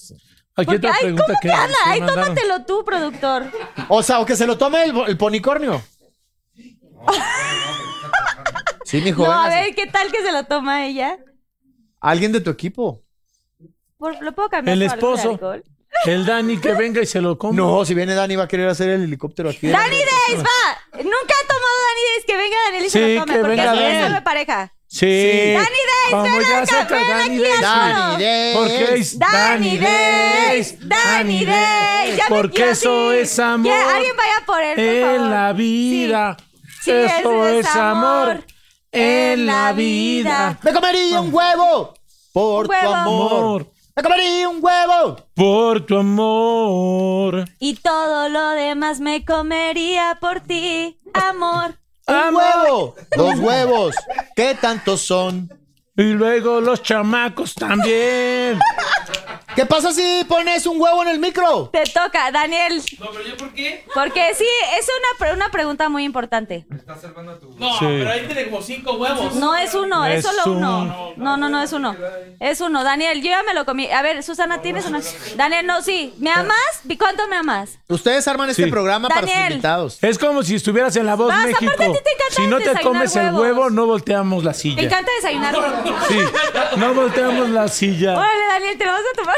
Speaker 4: hay
Speaker 2: Porque,
Speaker 4: otra
Speaker 2: ay,
Speaker 4: pregunta
Speaker 2: ¿cómo
Speaker 4: que,
Speaker 2: que anda?
Speaker 4: que
Speaker 2: Ay,
Speaker 4: mandaron.
Speaker 2: tómatelo tú, productor.
Speaker 3: O sea, o que se lo tome el,
Speaker 2: [laughs]
Speaker 3: el ponicornio. Sí, mijo.
Speaker 2: No, a
Speaker 3: véngase.
Speaker 2: ver, ¿qué tal que se lo toma ella?
Speaker 3: Alguien de tu equipo.
Speaker 2: Por- ¿Lo puedo cambiar?
Speaker 4: El
Speaker 2: por algo de
Speaker 4: esposo.
Speaker 2: alcohol?
Speaker 4: El Dani
Speaker 2: [laughs]
Speaker 4: que venga y se lo come.
Speaker 3: No, si viene Dani va a querer hacer el helicóptero aquí.
Speaker 2: Dani Days, va. Nunca ha tomado Dani Days. Que venga Daniel y se
Speaker 4: Sí,
Speaker 2: lo tome.
Speaker 4: que
Speaker 2: porque
Speaker 4: venga
Speaker 2: así es
Speaker 4: Daniel.
Speaker 2: solo pareja.
Speaker 4: Sí.
Speaker 3: Dani
Speaker 2: Days,
Speaker 4: Como
Speaker 2: ven
Speaker 4: ya
Speaker 2: acá,
Speaker 4: saca
Speaker 2: ven
Speaker 4: Dani
Speaker 2: aquí
Speaker 4: Days.
Speaker 2: al
Speaker 3: Dani Days.
Speaker 4: Porque es
Speaker 2: Dani Days, Dani Days. Ya me
Speaker 4: Porque
Speaker 2: quiero
Speaker 4: eso
Speaker 2: ir.
Speaker 4: es amor.
Speaker 2: Ya, alguien vaya por él, por favor.
Speaker 4: En la vida.
Speaker 2: Sí,
Speaker 4: eso
Speaker 2: ese
Speaker 4: es amor. En la vida.
Speaker 3: Me comería un huevo
Speaker 2: Ah. Un huevo.
Speaker 3: por tu amor.
Speaker 4: Amor.
Speaker 3: Me comería un huevo.
Speaker 4: Por tu amor.
Speaker 2: Y todo lo demás me comería por ti, amor.
Speaker 3: Un huevo. Dos huevos. ¿Qué tantos son?
Speaker 4: Y luego los chamacos también.
Speaker 2: [laughs]
Speaker 3: ¿Qué pasa si pones un huevo en el micro?
Speaker 2: Te toca, Daniel. No, pero yo por qué? Porque sí, es una, pre- una pregunta muy importante.
Speaker 11: No,
Speaker 4: Sí.
Speaker 11: Ah, pero ahí tiene como cinco huevos.
Speaker 2: No es uno, es,
Speaker 4: Es
Speaker 2: solo
Speaker 4: un-
Speaker 2: uno. No, no, no es uno. Es uno. Daniel, yo ya me lo comí. A ver, Susana, ¿tienes una? Daniel, no, sí. ¿Me amas? ¿Y ¿Cuánto me amas?
Speaker 3: Ustedes arman este
Speaker 4: Sí.
Speaker 3: programa para sus
Speaker 2: Daniel.
Speaker 3: invitados.
Speaker 4: Es como si estuvieras en La Voz
Speaker 2: Vas, aparte
Speaker 4: México.
Speaker 2: a ti te encanta
Speaker 4: si no te
Speaker 2: desayunar
Speaker 4: comes el
Speaker 2: huevos.
Speaker 4: huevo, no volteamos la
Speaker 2: Me
Speaker 4: silla.
Speaker 2: encanta desayunar. Órale,
Speaker 4: Sí, no volteamos la silla.
Speaker 2: Daniel, te lo vas a tomar.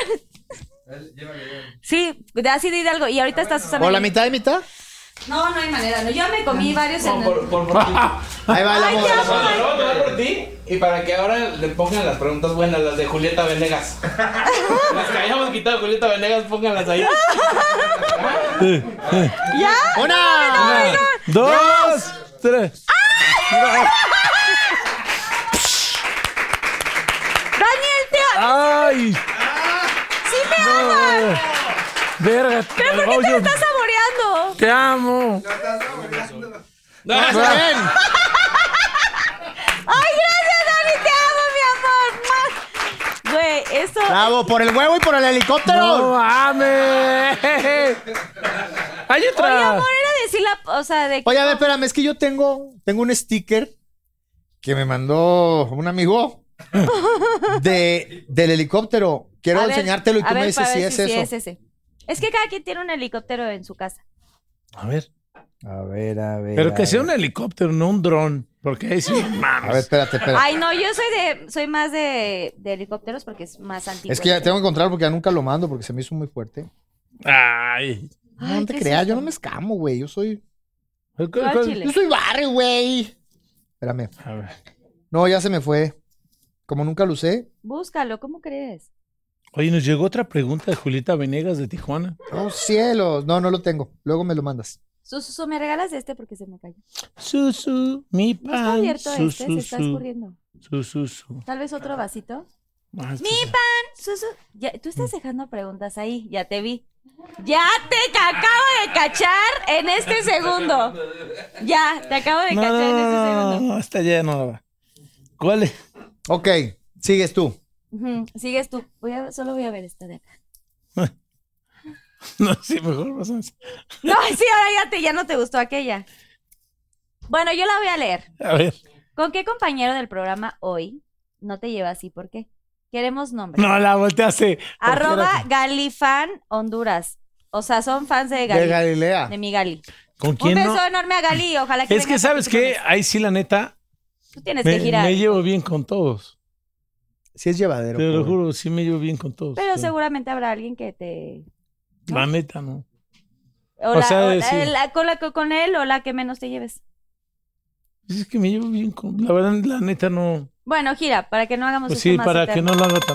Speaker 2: Sí, así di de algo. Y ahorita está Susana.
Speaker 3: ¿O la mitad y mitad?
Speaker 2: No, no hay manera. No, yo me comí varios en
Speaker 11: Por, por,
Speaker 4: Ah.
Speaker 11: por ti.
Speaker 3: Ahí va la
Speaker 2: Ay,
Speaker 3: moda.
Speaker 2: ya,
Speaker 11: No, te lo voy a tomar por ti. Y para que ahora le pongan las preguntas buenas, las de Julieta Venegas. las que hayamos quitado de Julieta Venegas, pónganlas ahí.
Speaker 2: ¿Ya?
Speaker 3: ¡Una!
Speaker 4: Una, dos, tres.
Speaker 2: Daniel, te a-
Speaker 4: ¡Ay!
Speaker 2: sí me amas.
Speaker 4: no. Verga.
Speaker 2: ¿Pero por qué te
Speaker 4: oye,
Speaker 2: lo estás saboreando?
Speaker 4: te amo.
Speaker 2: ¡Ay, gracias, Dani! ¡Te amo, mi amor! Güey, eso...
Speaker 3: Bravo, por el huevo y por el
Speaker 4: ¡No
Speaker 3: helicóptero.
Speaker 4: mames! ¡Hay
Speaker 2: Oye,
Speaker 4: otra!
Speaker 2: amor, era decir la... O sea, de...
Speaker 3: Oye, a ver, espérame, es que yo tengo, tengo un sticker que me mandó
Speaker 2: [laughs]
Speaker 3: un amigo de, del helicóptero.
Speaker 2: A
Speaker 3: Quiero
Speaker 2: ver,
Speaker 3: enseñártelo y
Speaker 2: a
Speaker 3: tú me
Speaker 2: ver,
Speaker 3: dices
Speaker 2: para
Speaker 3: si
Speaker 2: ver
Speaker 3: es eso.
Speaker 2: es ese. Es que cada quien tiene un helicóptero en su casa.
Speaker 4: A ver.
Speaker 3: A ver, a ver.
Speaker 4: Pero que
Speaker 3: a
Speaker 4: sea
Speaker 3: ver.
Speaker 4: un helicóptero, no un dron. Porque
Speaker 2: [laughs]
Speaker 4: ahí sí, mames.
Speaker 3: A ver, espérate, espérate.
Speaker 2: Ay, no, yo soy de... Soy más de, de helicópteros porque es más antiguo.
Speaker 3: Es que ya tengo que encontrar porque ya nunca lo mando porque se me hizo muy fuerte.
Speaker 4: Ay.
Speaker 3: No,
Speaker 2: Ay,
Speaker 3: no te
Speaker 2: qué
Speaker 3: creas, yo
Speaker 2: susto.
Speaker 3: no me escamo, güey. Yo soy.
Speaker 4: ¿Cuál-
Speaker 2: Yo al
Speaker 4: cuál-
Speaker 2: chile.
Speaker 3: Yo soy barrio, güey. Espérame.
Speaker 4: A ver.
Speaker 3: No, ya se me fue. Como nunca lo usé.
Speaker 2: Búscalo, ¿cómo crees?
Speaker 4: Oye, nos llegó otra pregunta de Julieta Venegas de Tijuana.
Speaker 3: Oh, cielos. No, no lo tengo. Luego me lo mandas.
Speaker 2: Susu, ¿me regalas este? Porque se me cayó.
Speaker 4: Susu, mi pan.
Speaker 2: No está abierto
Speaker 4: su,
Speaker 2: este,
Speaker 4: su,
Speaker 2: se está
Speaker 4: su,
Speaker 2: escurriendo.
Speaker 4: su, su, su.
Speaker 2: Tal vez otro vasito.
Speaker 4: Ah,
Speaker 2: Mi
Speaker 4: sí.
Speaker 2: Susu, ya- tú
Speaker 3: Mm.
Speaker 2: estás dejando preguntas ahí, ya te vi. Ya te ca- acabo de cachar en este segundo. Ya, te acabo de
Speaker 4: No,
Speaker 2: cachar en este
Speaker 4: no, no,
Speaker 2: segundo.
Speaker 4: no, hasta allá no va. ¿Cuál es? [laughs]
Speaker 3: Ok, sigues tú.
Speaker 2: Ujú, Sigues tú. Voy a- solo voy a ver esta de acá.
Speaker 4: No, sí, mejor vas a decir.
Speaker 2: No, [laughs] sí, ahora ya, te, ya no te gustó aquella. Bueno, yo la voy a leer.
Speaker 4: A ver.
Speaker 2: ¿Con qué compañero del programa hoy no te llevas y por qué? Queremos nombres.
Speaker 4: No, la volteaste. porque
Speaker 2: Arroba
Speaker 4: era-
Speaker 2: Galifan Honduras. O sea, son fans de
Speaker 3: De
Speaker 2: Gali.
Speaker 3: Galilea.
Speaker 2: De mi Gali.
Speaker 4: ¿Con
Speaker 2: Un
Speaker 4: quién
Speaker 2: beso
Speaker 4: no?
Speaker 2: enorme a Gali. Ojalá que
Speaker 4: Es que,
Speaker 2: vengas
Speaker 4: ¿sabes
Speaker 2: con tus
Speaker 4: qué? Ahí sí, la neta,
Speaker 2: nombres. Tú tienes
Speaker 4: me,
Speaker 2: que girar.
Speaker 4: me llevo bien con todos.
Speaker 3: Si es llevadero.
Speaker 4: Te lo
Speaker 3: pobre.
Speaker 4: juro, sí me llevo bien con todos.
Speaker 2: Pero seguramente habrá alguien que te.
Speaker 4: La neta, no.
Speaker 2: O
Speaker 4: O
Speaker 2: la-
Speaker 4: sea,
Speaker 2: o la-
Speaker 4: sí.
Speaker 2: la- con, la, con él o la que menos te lleves.
Speaker 4: Pues Es que me llevo bien con... La verdad, la neta, no...
Speaker 2: Bueno, gira, para que no hagamos
Speaker 4: Pues
Speaker 2: esto
Speaker 4: sí,
Speaker 2: más
Speaker 4: para que
Speaker 2: eterno.
Speaker 4: no lo haga tan...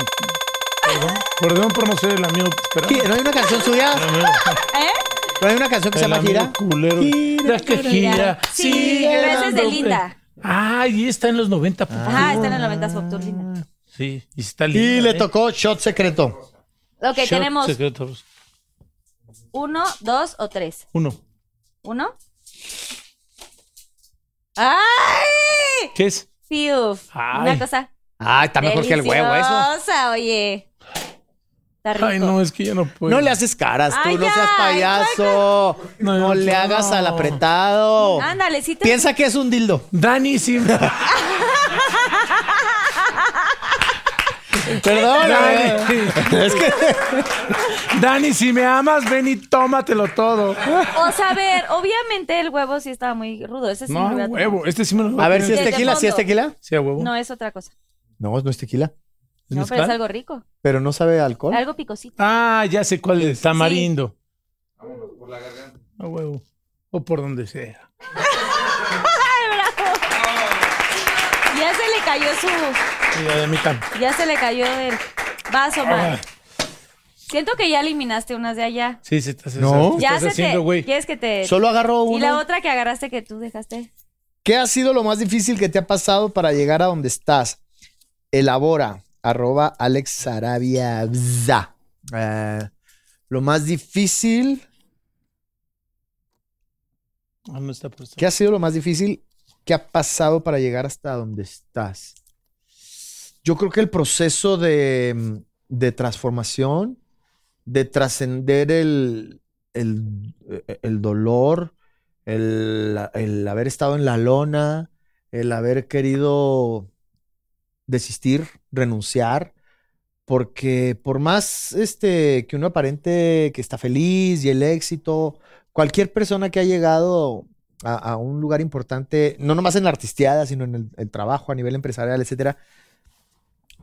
Speaker 4: Perdón, perdón por no ser el amigo
Speaker 3: Sí,
Speaker 4: que esperaba.
Speaker 3: ¿No hay una canción suya?
Speaker 4: El amigo-
Speaker 2: ¿Eh?
Speaker 3: ¿No hay una canción que se
Speaker 4: el
Speaker 3: llama
Speaker 4: amigo
Speaker 3: Gira?
Speaker 4: culero. La que
Speaker 2: Gira.
Speaker 4: gira.
Speaker 2: Sí,
Speaker 4: sigue
Speaker 2: pero esa es de
Speaker 4: dando-
Speaker 2: Linda.
Speaker 4: Ay, y está en los 90. pues.
Speaker 2: Ajá, está en el 90 Pop Tour, Linda.
Speaker 4: Sí, y está linda.
Speaker 3: Y le
Speaker 4: ¿eh?
Speaker 3: tocó Shot Secreto.
Speaker 2: Ok,
Speaker 4: Shot
Speaker 2: tenemos
Speaker 4: secretos.
Speaker 2: uno, dos o tres.
Speaker 4: Uno.
Speaker 2: ¿Uno? ¡Ay!
Speaker 4: ¿Qué es?
Speaker 2: Fiuf.
Speaker 4: Ay.
Speaker 2: Una cosa.
Speaker 3: Ah, está mejor que el huevo eso.
Speaker 2: deliciosa, oye. Está rico.
Speaker 4: Ay, no, es que ya no puedo.
Speaker 3: No le haces caras, tú
Speaker 2: Ay,
Speaker 3: no
Speaker 2: ya,
Speaker 3: seas payaso.
Speaker 4: No,
Speaker 3: No,
Speaker 4: no.
Speaker 3: le hagas al apretado.
Speaker 2: Ándale, sí te.
Speaker 3: Piensa que es un dildo.
Speaker 4: Dani sí.
Speaker 3: [laughs] Perdón.
Speaker 4: Dani.
Speaker 3: Es que
Speaker 4: [laughs] Dani, si me amas, ven y tómatelo todo.
Speaker 2: O sea, a ver, obviamente el huevo sí estaba muy rudo. Ese sí me
Speaker 4: No,
Speaker 2: lo hubiera tomado.
Speaker 4: huevo. Este sí me lo voy
Speaker 3: A ver si es
Speaker 2: Desde
Speaker 3: tequila, si es
Speaker 2: fondo.
Speaker 3: tequila.
Speaker 4: Sí, a huevo.
Speaker 2: No es otra cosa.
Speaker 3: No, no es tequila.
Speaker 4: ¿Es
Speaker 2: No, pero es
Speaker 4: mezcal?
Speaker 2: algo rico.
Speaker 3: Pero no sabe a alcohol.
Speaker 2: Algo picosito.
Speaker 4: Ah, ya sé cuál es. Tamarindo. Vámonos, por la garganta. A huevo. O por donde sea.
Speaker 2: Ya se le cayó su.
Speaker 4: Y a mí también.
Speaker 2: Ya se le cayó el vaso, man.
Speaker 4: Ah,
Speaker 2: Siento que ya eliminaste unas de allá.
Speaker 4: sí, se estás,
Speaker 3: No.
Speaker 4: te
Speaker 2: Ya
Speaker 4: estás
Speaker 2: se
Speaker 4: haciendo,
Speaker 2: te.
Speaker 4: güey.
Speaker 2: ¿Quieres que te.?
Speaker 3: Solo agarró
Speaker 2: Y la
Speaker 3: uno.
Speaker 2: otra que agarraste que tú dejaste.
Speaker 3: ¿Qué ha sido lo más difícil que te ha pasado para llegar a donde estás? Elabora. Arroba Alex Sarabia. Bza. Eh, lo más difícil.
Speaker 4: Ah, no está puesto.
Speaker 3: ¿Qué ha sido lo más difícil que ha pasado para llegar hasta donde estás? Yo creo que el proceso de, mm, de transformación, de trascender el, el- eh, el dolor, el, el haber estado en la lona, el haber querido desistir, renunciar, porque por más este, que uno aparente que está feliz y el éxito, cualquier persona que ha llegado a, a un lugar importante, no nomás en la artisteada, sino en el, el trabajo a nivel empresarial, etcétera.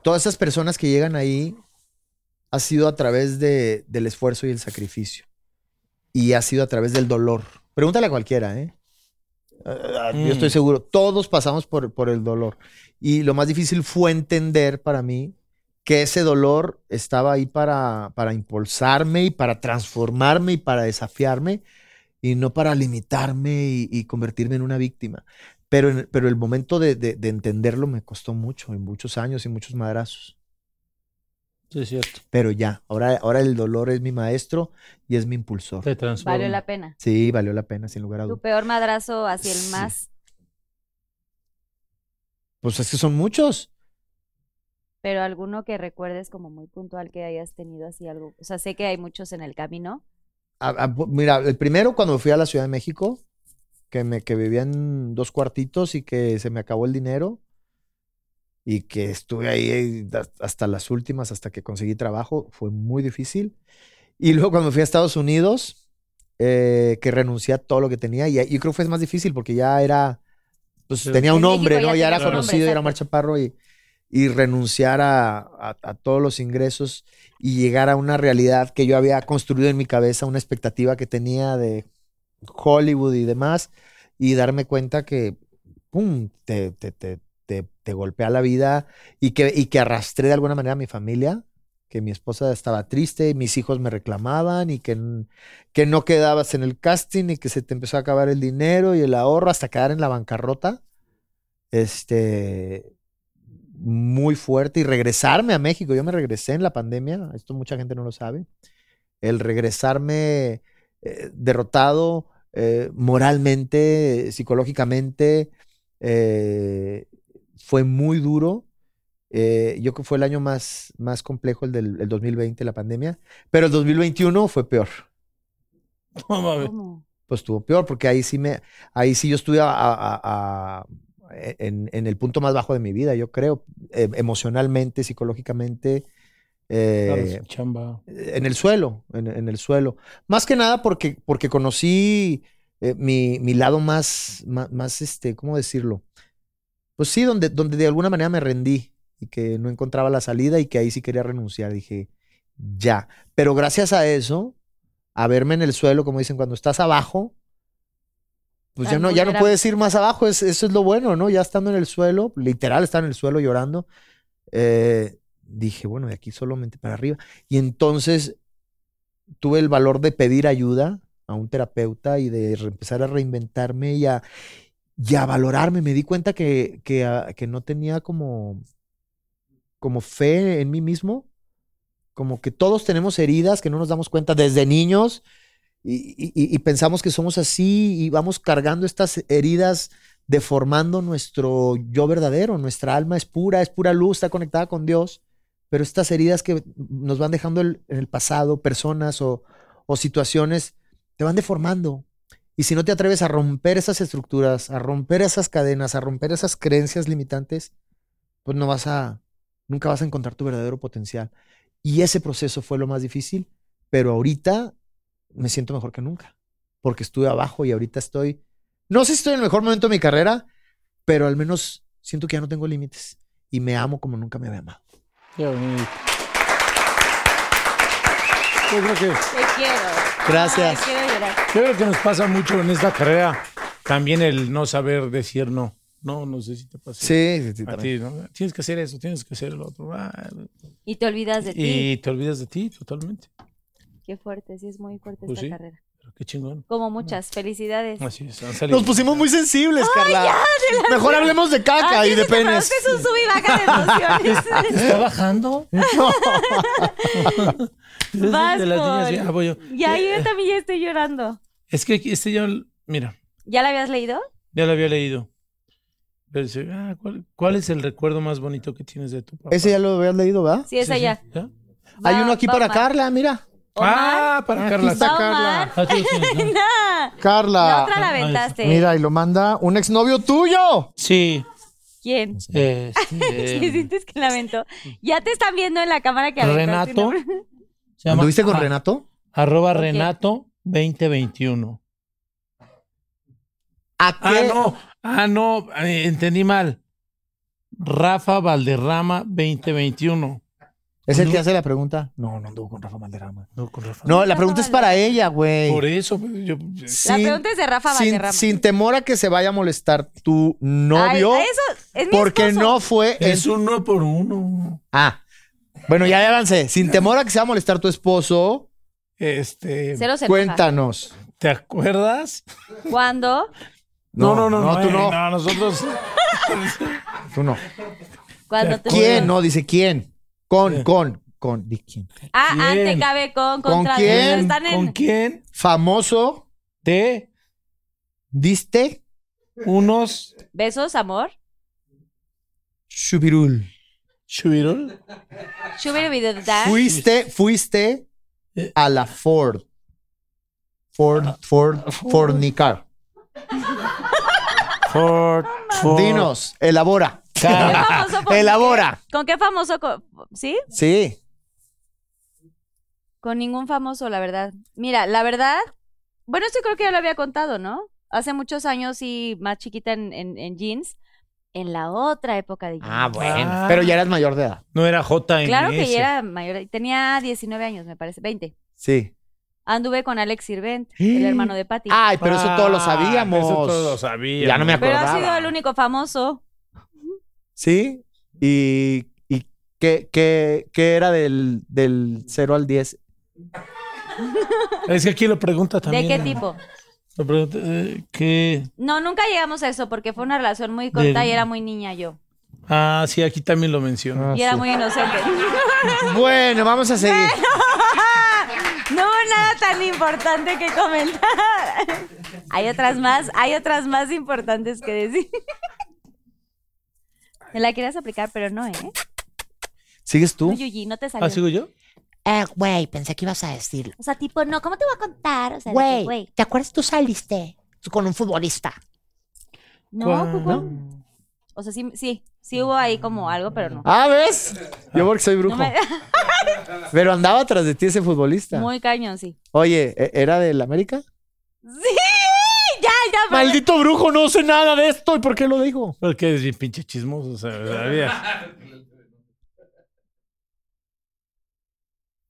Speaker 3: Todas esas personas que llegan ahí ha sido a través de- del esfuerzo y el sacrificio. Y ha sido a través del dolor. Pregúntale a cualquiera, ¿eh? Ah, ah,
Speaker 4: Mm.
Speaker 3: Yo estoy seguro, todos pasamos por, por el dolor. Y lo más difícil fue entender para mí que ese dolor estaba ahí para, para impulsarme y para transformarme y para desafiarme y no para limitarme y, y convertirme en una víctima. Pero, en- pero el momento de, de- de entenderlo me costó mucho, en muchos años y muchos madrazos.
Speaker 4: Sí, es cierto.
Speaker 3: Pero ya, ahora, ahora el dolor es mi maestro y es mi impulsor.
Speaker 4: Te transforma.
Speaker 2: Valió la pena.
Speaker 3: Sí, valió la pena, sin lugar a
Speaker 2: Tu
Speaker 3: dudas.
Speaker 2: peor madrazo hacia el
Speaker 3: Sí.
Speaker 2: más.
Speaker 3: Pues es que son muchos.
Speaker 2: Pero alguno que recuerdes como muy puntual que hayas tenido así algo. O sea, sé que hay muchos en el camino.
Speaker 3: A- a- bu- mira, el primero cuando fui a la Ciudad de México, que, me, que vivía en dos cuartitos y que se me acabó el dinero y que estuve ahí eh, da- hasta las últimas, hasta que conseguí trabajo, fue muy difícil. Y luego cuando fui a Estados Unidos, eh, que renuncié a todo lo que tenía y, y creo que fue más difícil porque ya era, pues
Speaker 4: Sí.
Speaker 3: tenía un
Speaker 2: En
Speaker 3: nombre,
Speaker 2: México
Speaker 3: ¿no?
Speaker 2: ya
Speaker 3: Ya era
Speaker 2: tenía
Speaker 4: un nombre,
Speaker 3: conocido, ya
Speaker 2: exacto.
Speaker 3: era Omar Chaparro y, y renunciar a- a- a todos los ingresos y llegar a una realidad que yo había construido en mi cabeza, una expectativa que tenía de Hollywood y demás, y darme cuenta que, ¡pum!, te, te, te, te, te golpea la vida y que, y que arrastré de alguna manera a mi familia, que mi esposa estaba triste, y mis hijos me reclamaban y que, n- que no quedabas en el casting y que se te empezó a acabar el dinero y el ahorro hasta quedar en la bancarrota. Este, muy fuerte y regresarme a México. Yo me regresé en la pandemia, esto mucha gente no lo sabe. El regresarme eh, derrotado eh, moralmente, eh, psicológicamente, eh, fue muy duro. Eh, yo creo que fue el año más, más complejo, el del el 2020, la pandemia. Pero el 2021 fue peor.
Speaker 4: No mames.
Speaker 2: ¿Cómo?
Speaker 3: Pues estuvo peor, porque ahí sí me, ahí sí yo estuve a- a- a- en, en el punto más bajo de mi vida, yo creo, eh, emocionalmente, psicológicamente.
Speaker 4: Claro,
Speaker 3: eh,
Speaker 4: su chamba.
Speaker 3: en el suelo, en, en el suelo. Más que nada porque, porque conocí eh, mi, mi lado más, ma- más, este, ¿cómo decirlo? Pues sí, donde, donde de alguna manera me rendí y que no encontraba la salida y que ahí sí quería renunciar. Dije, ya. Pero gracias a eso, a verme en el suelo, como dicen, cuando estás abajo, pues ya
Speaker 2: Tan
Speaker 3: no, ya no
Speaker 2: vulnerable.
Speaker 3: puedes ir más abajo. Es- eso es lo bueno, ¿no? Ya estando en el suelo, literal, estar en el suelo llorando. eh, dije, bueno, de aquí solamente para arriba. Y entonces tuve el valor de pedir ayuda a un terapeuta y de re- empezar a reinventarme y a, y a valorarme. Me di cuenta que, que, ah, que no tenía como, como fe en mí mismo, como que todos tenemos heridas que no nos damos cuenta desde niños y, y- y- y pensamos que somos así y vamos cargando estas heridas deformando nuestro yo verdadero, nuestra alma es pura, es pura luz, está conectada con Dios, pero estas heridas que nos van dejando el- en el pasado, personas o, o situaciones, te van deformando. Y si no te atreves a romper esas estructuras, a romper esas cadenas, a romper esas creencias limitantes, pues no vas a, nunca vas a encontrar tu verdadero potencial. Y ese proceso fue lo más difícil, pero ahorita me siento mejor que nunca, porque estuve abajo y ahorita estoy, no sé si estoy en el mejor momento de mi carrera, pero al menos siento que ya no tengo límites y me amo como nunca me había amado.
Speaker 4: Qué bonito. Yo creo que,
Speaker 2: Te quiero.
Speaker 3: Gracias.
Speaker 2: Ay, quiero llorar.
Speaker 4: yo creo que nos pasa mucho en esta carrera también el no saber decir no. No, no sé si te pasa.
Speaker 3: Sí, sí, sí,
Speaker 4: A
Speaker 3: también.
Speaker 4: ti, ¿no? Tienes que hacer eso, tienes que hacer lo otro. Ah,
Speaker 2: Y te olvidas de ti.
Speaker 4: y te olvidas de ti totalmente.
Speaker 2: Qué fuerte, sí es muy fuerte
Speaker 4: Pues
Speaker 2: esta
Speaker 4: sí.
Speaker 2: carrera.
Speaker 4: Pero qué chingón.
Speaker 2: Como muchas, felicidades.
Speaker 4: Así es. han salido.
Speaker 3: Nos pusimos muy sensibles, Carla. Mejor hablemos de caca
Speaker 2: Ay,
Speaker 3: y de
Speaker 2: sí, pero
Speaker 3: penes.
Speaker 2: Es que es un sub y
Speaker 3: [laughs]
Speaker 2: baja de emociones.
Speaker 4: ¿Está bajando? [laughs] No.
Speaker 2: Vas
Speaker 4: de las niñas,
Speaker 2: con-
Speaker 4: ya voy yo.
Speaker 2: y ahí yo también ya estoy llorando.
Speaker 4: Es que aquí- este ya, mira,
Speaker 2: ¿Ya la habías leído?
Speaker 4: ya lo había leído. Pero dice, ah, ¿cuál, cuál es el recuerdo más bonito que tienes de tu papá?
Speaker 3: Ese ya lo habías leído, ¿verdad?
Speaker 2: Sí, es
Speaker 4: Sí, sí,
Speaker 2: allá.
Speaker 4: ¿ya?
Speaker 3: Hay uno aquí para
Speaker 2: Carla.
Speaker 3: Carla, mira.
Speaker 2: [laughs]
Speaker 4: Ah, para Carla.
Speaker 3: está.
Speaker 2: Omar.
Speaker 4: Ah, tú lo tienes, ¿no?
Speaker 2: Nah, La
Speaker 3: Carla.
Speaker 2: otra la aventaste.
Speaker 3: Ah, Mira, y lo manda un exnovio tuyo.
Speaker 4: Sí.
Speaker 2: ¿Quién?
Speaker 4: este,
Speaker 2: [laughs]
Speaker 3: Em,
Speaker 2: Sí, sientes que lamento. Ya te están viendo en la cámara que aventaste,
Speaker 4: Renato.
Speaker 2: ¿no?
Speaker 4: se llama-
Speaker 3: ¿Anduviste con
Speaker 4: ah,
Speaker 3: Renato?
Speaker 4: Arroba Renato 2021.
Speaker 3: ¿A
Speaker 4: Ah, no. Ah, no. eh, Entendí mal. Rafa Valderrama 2021.
Speaker 3: Es el que hace la pregunta. No, no anduvo con Rafa Valderrama.
Speaker 4: No, con Rafa.
Speaker 3: No, la pregunta es para ella, güey.
Speaker 4: Por eso. pues, Yo,
Speaker 2: La
Speaker 3: Sin-
Speaker 2: pregunta es de Rafa Valderrama.
Speaker 3: sin, sin temor a que se vaya a molestar tu
Speaker 2: Ay,
Speaker 3: novio.
Speaker 2: eso es mi
Speaker 3: porque
Speaker 2: esposo.
Speaker 3: no fue en
Speaker 4: es uno por uno.
Speaker 3: Ah. Bueno, ya avancé. Sin temor a que se va a molestar tu esposo,
Speaker 4: Este.
Speaker 2: Cero se enoja.
Speaker 3: cuéntanos.
Speaker 4: ¿Te acuerdas?
Speaker 2: ¿Cuándo?
Speaker 3: No, no, no, no, tú
Speaker 4: eh,
Speaker 3: no.
Speaker 4: No, nosotros.
Speaker 3: Tú no.
Speaker 2: Cuando te-
Speaker 3: ¿Quién? No, dice quién. Con, con, con. Di quién.
Speaker 2: Ah,
Speaker 4: ¿Quién?
Speaker 2: ante cabe con contra
Speaker 3: quién?
Speaker 2: Están en
Speaker 4: ¿Con quién
Speaker 3: Famoso,
Speaker 4: te
Speaker 3: diste,
Speaker 4: unos
Speaker 2: besos, amor.
Speaker 3: chubirul.
Speaker 4: chubirul?
Speaker 2: Shubiru bidu da.
Speaker 3: Fuiste, fuiste
Speaker 4: Eh.
Speaker 3: a la Ford. Ford, Ford, Fornicar.
Speaker 4: Ford, Ford.
Speaker 3: Dinos, elabora.
Speaker 2: ¿Qué
Speaker 4: Ah,
Speaker 2: famoso con-
Speaker 3: Elabora.
Speaker 2: ¿Con qué famoso? co- ¿Sí?
Speaker 3: Sí.
Speaker 2: Con ningún famoso, la verdad. Mira, la verdad, bueno, esto creo que ya lo había contado, ¿no? Hace muchos años y más chiquita en, en- en jeans, en la otra época de jeans.
Speaker 3: Ah, bueno.
Speaker 4: Ah.
Speaker 3: Pero ya eras mayor de edad.
Speaker 4: No era J.
Speaker 2: claro que ya era mayor, tenía 19 años, me parece, 20.
Speaker 3: Sí.
Speaker 2: Anduve con Alex Sirvent,
Speaker 4: ¡Eh!
Speaker 2: el hermano de Patty.
Speaker 4: Ah,
Speaker 3: Ay, pero eso todos lo sabíamos.
Speaker 4: Eso todos lo sabíamos.
Speaker 3: Ya no me
Speaker 2: Pero
Speaker 3: acordaba.
Speaker 2: ha sido el único famoso.
Speaker 3: Sí. Y, y ¿Qué, qué, qué era del, del 0 al 10?
Speaker 4: Es que aquí lo pregunta
Speaker 2: ¿De
Speaker 4: también. eh,
Speaker 2: qué tipo?
Speaker 4: Lo pregunta, eh, ¿qué?
Speaker 2: No, nunca llegamos a eso porque fue una relación muy corta
Speaker 4: Del-
Speaker 2: y era muy niña yo.
Speaker 4: Ah, sí, aquí también lo menciona.
Speaker 2: Y era muy inocente.
Speaker 3: Bueno, vamos a seguir.
Speaker 2: No hubo nada tan importante que comentar. Hay otras más, hay otras más importantes que decir. Me la querías aplicar, pero no, ¿eh?
Speaker 3: ¿Sigues
Speaker 2: No,
Speaker 3: tú?
Speaker 2: Yuji, no te
Speaker 4: ¿Ah,
Speaker 2: salió.
Speaker 4: sigo yo?
Speaker 5: Eh, güey, pensé que ibas a decirlo.
Speaker 2: O sea, tipo, no, ¿cómo te voy a contar? O sea, de que,
Speaker 5: Güey, ¿te acuerdas tú saliste con un futbolista?
Speaker 2: No,
Speaker 4: ¿Cuál?
Speaker 2: Cucú. O sea, sí, sí, sí hubo ahí como algo, pero no.
Speaker 3: Ah, ¿ves? Yo porque soy brujo.
Speaker 2: No me-
Speaker 3: Pero andaba atrás de ti ese futbolista.
Speaker 2: Muy cañón, sí.
Speaker 3: Oye, ¿e- ¿era del América?
Speaker 2: ¡Sí! Ya, ya, pero-
Speaker 3: [laughs] Maldito brujo, no sé nada de esto. ¿Y por qué lo dijo?
Speaker 4: Porque es bien pinche chismoso, o sea, sabía.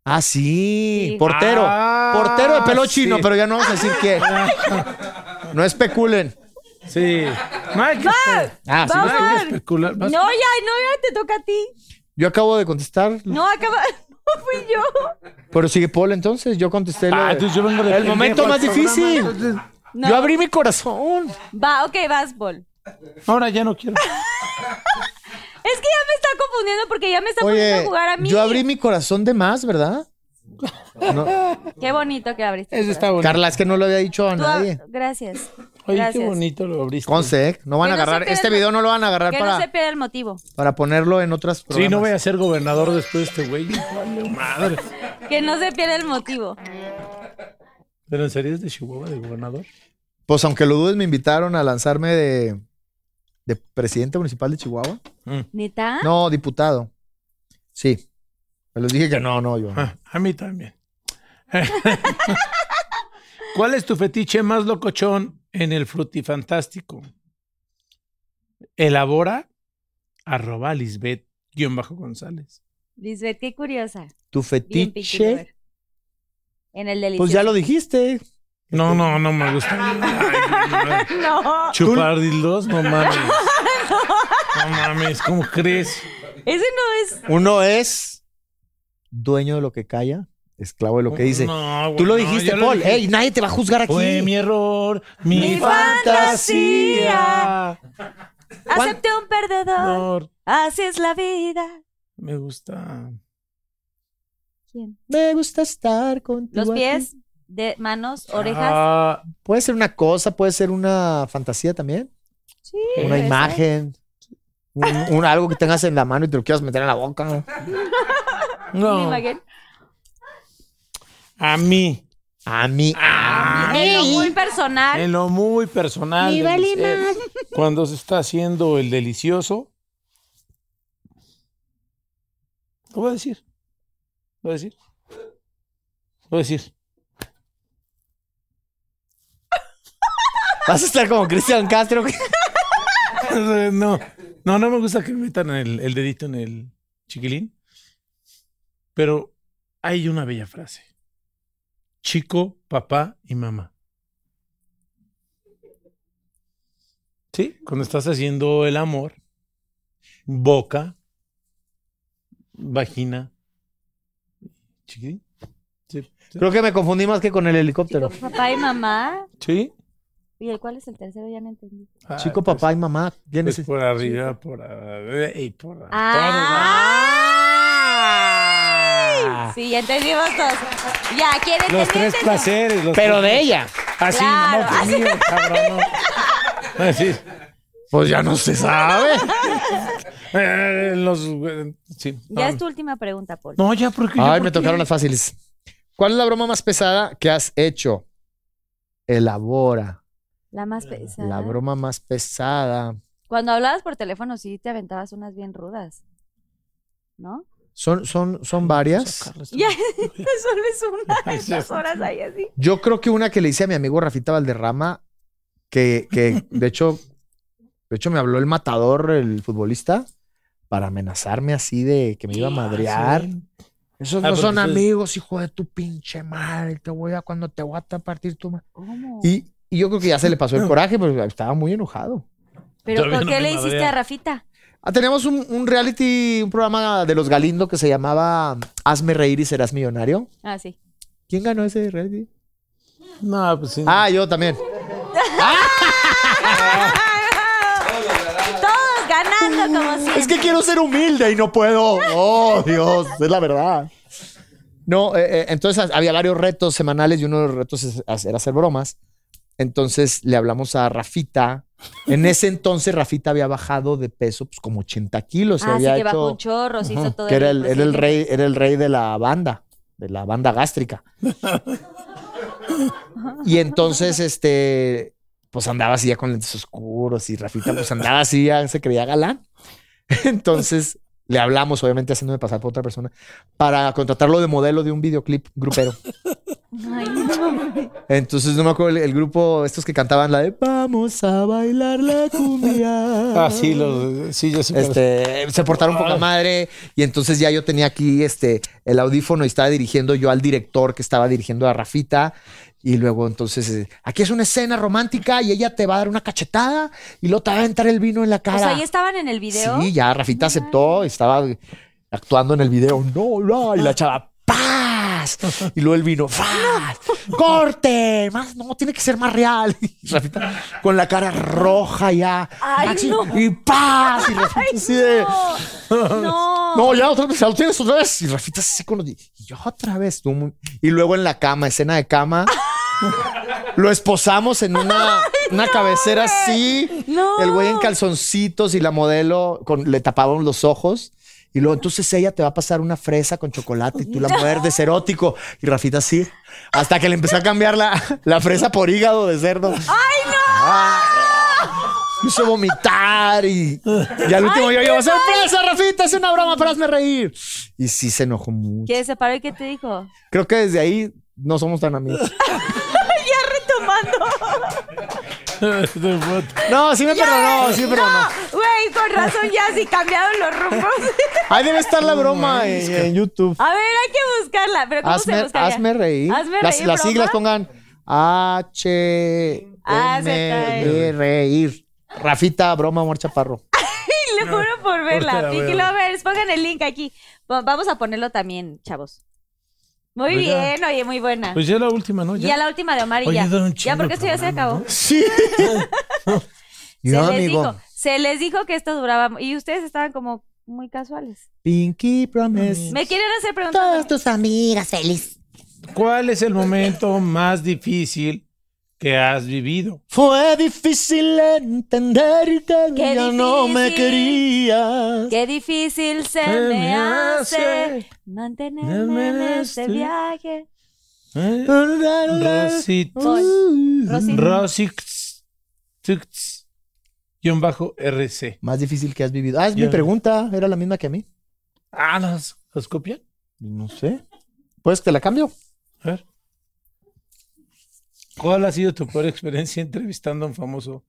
Speaker 3: Ah, sí.
Speaker 2: Sí.
Speaker 3: Portero.
Speaker 4: Ah,
Speaker 3: Portero de pelo chino,
Speaker 4: sí.
Speaker 3: pero ya no vamos a decir [laughs] quién. No especulen.
Speaker 4: Sí. No hay que espe-
Speaker 3: Ah,
Speaker 4: no hay que
Speaker 2: ¡Vamos!
Speaker 4: especular.
Speaker 2: No,
Speaker 4: Vas-
Speaker 2: ya, no, ya te toca a ti.
Speaker 3: Yo acabo de contestar.
Speaker 2: No, acaba. [laughs] No fui yo.
Speaker 3: Pero sigue Paul, entonces. Yo contesté. lo
Speaker 4: Ah,
Speaker 3: de-
Speaker 4: entonces yo vengo de
Speaker 3: el momento
Speaker 4: pendejo
Speaker 3: más
Speaker 4: al programa,
Speaker 3: difícil.
Speaker 4: entonces-
Speaker 2: No.
Speaker 3: Yo abrí mi corazón.
Speaker 2: Va, ok, vas, Paul.
Speaker 4: Ahora ya no quiero.
Speaker 2: Es que ya me está confundiendo porque ya me está poniendo a
Speaker 3: Oye,
Speaker 2: jugar a mí.
Speaker 3: yo abrí mi corazón de más, ¿verdad?
Speaker 2: Qué bonito que abriste.
Speaker 4: Eso está bonito.
Speaker 3: Carla, es que no lo había dicho a
Speaker 2: Tú ab-
Speaker 3: nadie.
Speaker 2: Gracias.
Speaker 4: Oye,
Speaker 2: gracias.
Speaker 4: qué bonito lo abriste.
Speaker 3: Conste, ¿eh? no van a
Speaker 2: Que no se
Speaker 3: agarrar.
Speaker 2: pierda
Speaker 3: Este
Speaker 2: el-
Speaker 3: video no lo van a agarrar
Speaker 2: Que no se
Speaker 3: para,
Speaker 2: pierda el motivo.
Speaker 3: para ponerlo en otras
Speaker 4: Sí,
Speaker 3: programas.
Speaker 4: no voy a ser gobernador después de este güey. Vale, madre.
Speaker 2: Que no se pierda el motivo.
Speaker 4: Pero en serio es de Chihuahua, de gobernador.
Speaker 3: Pues aunque lo dudes, me invitaron a lanzarme de, de presidente municipal de Chihuahua.
Speaker 2: ¿Neta?
Speaker 3: No, diputado. Sí. Pero les dije que no, no, yo. no.
Speaker 4: Ah, a mí también. [laughs] ¿Cuál es tu fetiche más locochón en el frutifantástico? Elabora arroba Lisbeth guión bajo González.
Speaker 2: Lisbeth, qué curiosa.
Speaker 3: Tu
Speaker 2: Bien piqui,
Speaker 3: fetiche.
Speaker 2: ver. En el delicioso.
Speaker 3: Pues ya lo dijiste.
Speaker 4: No, no, no me gusta. [laughs] Ay,
Speaker 2: No,
Speaker 4: Chupar dildos, no [laughs] mames. No mames, ¿cómo crees?
Speaker 2: ese no es.
Speaker 3: Uno es dueño de lo que calla, esclavo de lo que dice.
Speaker 4: No, güey,
Speaker 3: Tú lo
Speaker 4: no,
Speaker 3: dijiste,
Speaker 4: yo lo
Speaker 3: Paul.
Speaker 4: dije.
Speaker 3: Ey, nadie te va a juzgar aquí.
Speaker 4: Fue mi error, mi,
Speaker 2: Mi
Speaker 4: fantasía.
Speaker 2: Acepté un perdedor.
Speaker 4: Error.
Speaker 2: Así es la vida.
Speaker 4: Me gusta.
Speaker 2: ¿Quién?
Speaker 3: Me gusta estar contigo.
Speaker 2: Los
Speaker 3: aquí.
Speaker 2: pies, de manos, orejas.
Speaker 4: Ah,
Speaker 3: Puede ser una cosa, puede ser una fantasía también.
Speaker 2: Sí,
Speaker 3: Una
Speaker 2: puede ser.
Speaker 3: imagen. Un, un algo que tengas en la mano y te lo quieras meter en la boca.
Speaker 2: Una
Speaker 4: no.
Speaker 2: imagen.
Speaker 4: A mí.
Speaker 3: A mí.
Speaker 2: En lo muy personal.
Speaker 4: En lo muy personal. de mis ex, Cuando se está haciendo el delicioso. Lo voy a decir. Lo voy a decir. Lo voy a decir.
Speaker 3: Vas a estar como Cristian Castro.
Speaker 4: [laughs] No, no, no me gusta que me metan el, el dedito en el chiquilín. Pero hay una bella frase. Chico, papá y mamá. Sí, cuando estás haciendo el amor, boca, vagina, chiquilín. Sí, sí.
Speaker 3: Creo que me confundí más que con el helicóptero.
Speaker 2: Chico, papá y mamá.
Speaker 4: Sí.
Speaker 2: ¿Y el cuál es el tercero? Ya no entendí.
Speaker 4: Ah,
Speaker 3: Chico,
Speaker 4: pues,
Speaker 3: papá y mamá. ¿Quién
Speaker 4: pues
Speaker 3: es ese?
Speaker 4: por arriba, por arriba y por todos lados.
Speaker 3: ah.
Speaker 2: ¡Ah! Sí, ya entendimos todos. Ya, ¿quién entendió?
Speaker 4: Los tres
Speaker 2: entendió?
Speaker 4: placeres. los
Speaker 3: Pero
Speaker 4: tres-
Speaker 3: de ella.
Speaker 4: Así,
Speaker 2: Claro,
Speaker 4: no, que mío, cabrón. no. Así.
Speaker 3: Pues ya no se sabe.
Speaker 4: [laughs] eh, los, eh, sí.
Speaker 2: Ya
Speaker 4: no.
Speaker 2: es tu última pregunta, Paul.
Speaker 4: No, ya, porque.
Speaker 3: Ay, me tocaron las fáciles. ¿Cuál es la broma más pesada que has hecho? Elabora.
Speaker 2: La más pesada.
Speaker 3: La broma más pesada.
Speaker 2: Cuando hablabas por teléfono, sí te aventabas unas bien rudas. ¿No?
Speaker 3: Son, son, son varias.
Speaker 2: Ya, [laughs] solo es una
Speaker 4: Ay,
Speaker 2: de esas
Speaker 4: ya.
Speaker 2: horas ahí así.
Speaker 3: Yo creo que una que le hice a mi amigo Rafita Valderrama, que,
Speaker 4: [laughs]
Speaker 3: que de hecho, de hecho me habló el matador, el futbolista, para amenazarme así de que me iba a madrear. Esos
Speaker 4: Ah,
Speaker 3: no
Speaker 4: porque
Speaker 3: son
Speaker 4: tú-
Speaker 3: amigos, hijo de tu pinche madre. Te voy a cuando te voy a partir tu madre.
Speaker 2: ¿Cómo?
Speaker 3: Y,
Speaker 4: [laughs]
Speaker 3: y yo creo que ya se le pasó el coraje, pero pues, estaba muy enojado.
Speaker 2: ¿Pero
Speaker 4: Todavía
Speaker 2: por
Speaker 4: no
Speaker 2: qué
Speaker 4: me
Speaker 2: le hiciste
Speaker 4: madrea.
Speaker 2: a Rafita?
Speaker 3: Ah, Tenemos un, un reality, un programa de los Galindo que se llamaba Hazme reír y serás millonario.
Speaker 2: Ah, sí.
Speaker 3: ¿Quién ganó ese reality?
Speaker 4: No, pues sí.
Speaker 3: Ah, yo también.
Speaker 2: Todos ganando como siempre.
Speaker 3: Es que quiero ser humilde y no puedo. Oh, Dios, es la verdad. No, eh, eh, entonces había varios retos semanales y uno de los retos es hacer- era hacer bromas. Entonces le hablamos a Rafita. En ese entonces Rafita había bajado de peso pues, como 80 kilos. Se
Speaker 2: ah, sí,
Speaker 3: había
Speaker 2: que bajó
Speaker 3: hecho-
Speaker 2: un chorro, se hizo todo pues,
Speaker 3: que era el,
Speaker 2: imposible.
Speaker 3: era el rey, era el rey de la banda, de la banda gástrica. y entonces, este, pues andaba así ya con lentes oscuros y Rafita, pues andaba así, ya se creía galán. [laughs] Entonces le hablamos, obviamente haciéndome pasar por otra persona, para contratarlo de modelo de un videoclip grupero.
Speaker 2: Ay, no.
Speaker 3: Entonces no me acuerdo el, el grupo, estos que cantaban la de Vamos a bailar la cumbia.
Speaker 4: Ah, sí, los, Pues sí, yo sé cuáles.
Speaker 3: Este, se portaron poca madre y entonces ya yo tenía aquí este el audífono y estaba dirigiendo yo al director que estaba dirigiendo a Rafita y luego entonces eh, aquí es una escena romántica y ella te va a dar una cachetada y luego te va a aventar el vino en la
Speaker 2: O
Speaker 3: cara.
Speaker 2: sea, ¿ya estaban en el video?
Speaker 3: Sí, ya Rafita aceptó, estaba actuando en el video. No, no, y la chava, ¡paz! Y luego el vino, ¡paz! ¡Corte! Más, no, tiene que ser más real. [laughs] Y Rafita con la cara roja ya.
Speaker 2: Ay,
Speaker 3: Así,
Speaker 2: no.
Speaker 3: Y ¡paz! Y Rafita así de.
Speaker 2: No. no.
Speaker 3: No, ya otra vez, ya lo tienes otra vez. Y Rafita así con los. Y yo otra vez. tú muy- Y luego en la cama, escena
Speaker 2: [laughs]
Speaker 3: de cama. Lo esposamos en una, una cabecera así.
Speaker 2: No.
Speaker 3: El güey en calzoncitos y la modelo con, le tapaban los ojos. Y luego entonces ella te va a pasar una fresa con chocolate y
Speaker 2: [laughs]
Speaker 3: tú la muerdes erótico. Y Rafita así. Hasta que le empezó a cambiar la, la fresa por hígado de cerdo. ¡Ay, no! hizo vomitar y, y al último yo llevo sorpresa, Rafita, es una broma para hazme reír. Y sí se enojó mucho.
Speaker 2: ¿Qué se paró y qué te dijo?
Speaker 3: Creo que desde ahí no somos tan amigos.
Speaker 2: Retomando.
Speaker 4: [laughs] De foto.
Speaker 3: No,
Speaker 2: [laughs]
Speaker 3: sí me perdonó, sí me perdonó.
Speaker 2: Güey, con razón ya sí cambiaron los rumbos.
Speaker 3: Ahí debe estar la broma en, en YouTube.
Speaker 2: A ver, hay que buscarla. Pero ¿cómo se
Speaker 3: Hazme,
Speaker 2: buscaría?
Speaker 3: hazme reír.
Speaker 2: Hazme
Speaker 3: las,
Speaker 2: reír,
Speaker 3: las
Speaker 2: broma.
Speaker 3: siglas pongan H
Speaker 2: Ah, se
Speaker 3: M de reír. Rafita, broma, amor chaparro.
Speaker 2: Te lo juro por
Speaker 4: Ahorita
Speaker 2: verla.
Speaker 4: la
Speaker 2: Pinky
Speaker 4: veo.
Speaker 2: Lovers, pongan el link aquí. Va- Vamos a ponerlo también, chavos. Muy
Speaker 4: Oiga.
Speaker 2: bien, oye, muy buena.
Speaker 4: Pues ya la última, ¿no?
Speaker 2: y a la última de Omar y
Speaker 4: Oye,
Speaker 2: ya.
Speaker 4: da un
Speaker 2: Ya,
Speaker 4: chingo
Speaker 2: porque esto ya se
Speaker 4: programa,
Speaker 2: acabó.
Speaker 3: Sí.
Speaker 2: Se
Speaker 3: Yo,
Speaker 2: les
Speaker 3: amigo.
Speaker 2: dijo, se les dijo que esto duraba. Y ustedes estaban como muy casuales.
Speaker 3: Pinky Promise.
Speaker 2: Me quieren hacer preguntas.
Speaker 5: Todas tus amigas, feliz.
Speaker 4: ¿Cuál es el momento más difícil que has vivido?
Speaker 3: Fue difícil entender que
Speaker 2: Qué
Speaker 3: ya no me
Speaker 2: difícil.
Speaker 3: querías.
Speaker 2: Qué difícil se
Speaker 4: Se
Speaker 2: me
Speaker 4: me
Speaker 2: hace
Speaker 4: hace
Speaker 2: mantenerme en
Speaker 4: en
Speaker 2: este
Speaker 4: este
Speaker 2: viaje.
Speaker 4: ¿Eh? Rosy.
Speaker 2: Voy. Rosy.
Speaker 4: Rosy. Tux. Guión bajo RC.
Speaker 3: Más difícil que has vivido. Ah, es mi
Speaker 4: Ya.
Speaker 3: pregunta. Era la misma que a mí.
Speaker 4: Ah, ¿las, las copian?
Speaker 3: No sé. Pues te la cambio.
Speaker 4: A ver. ¿Cuál ha sido tu peor experiencia entrevistando a un famoso?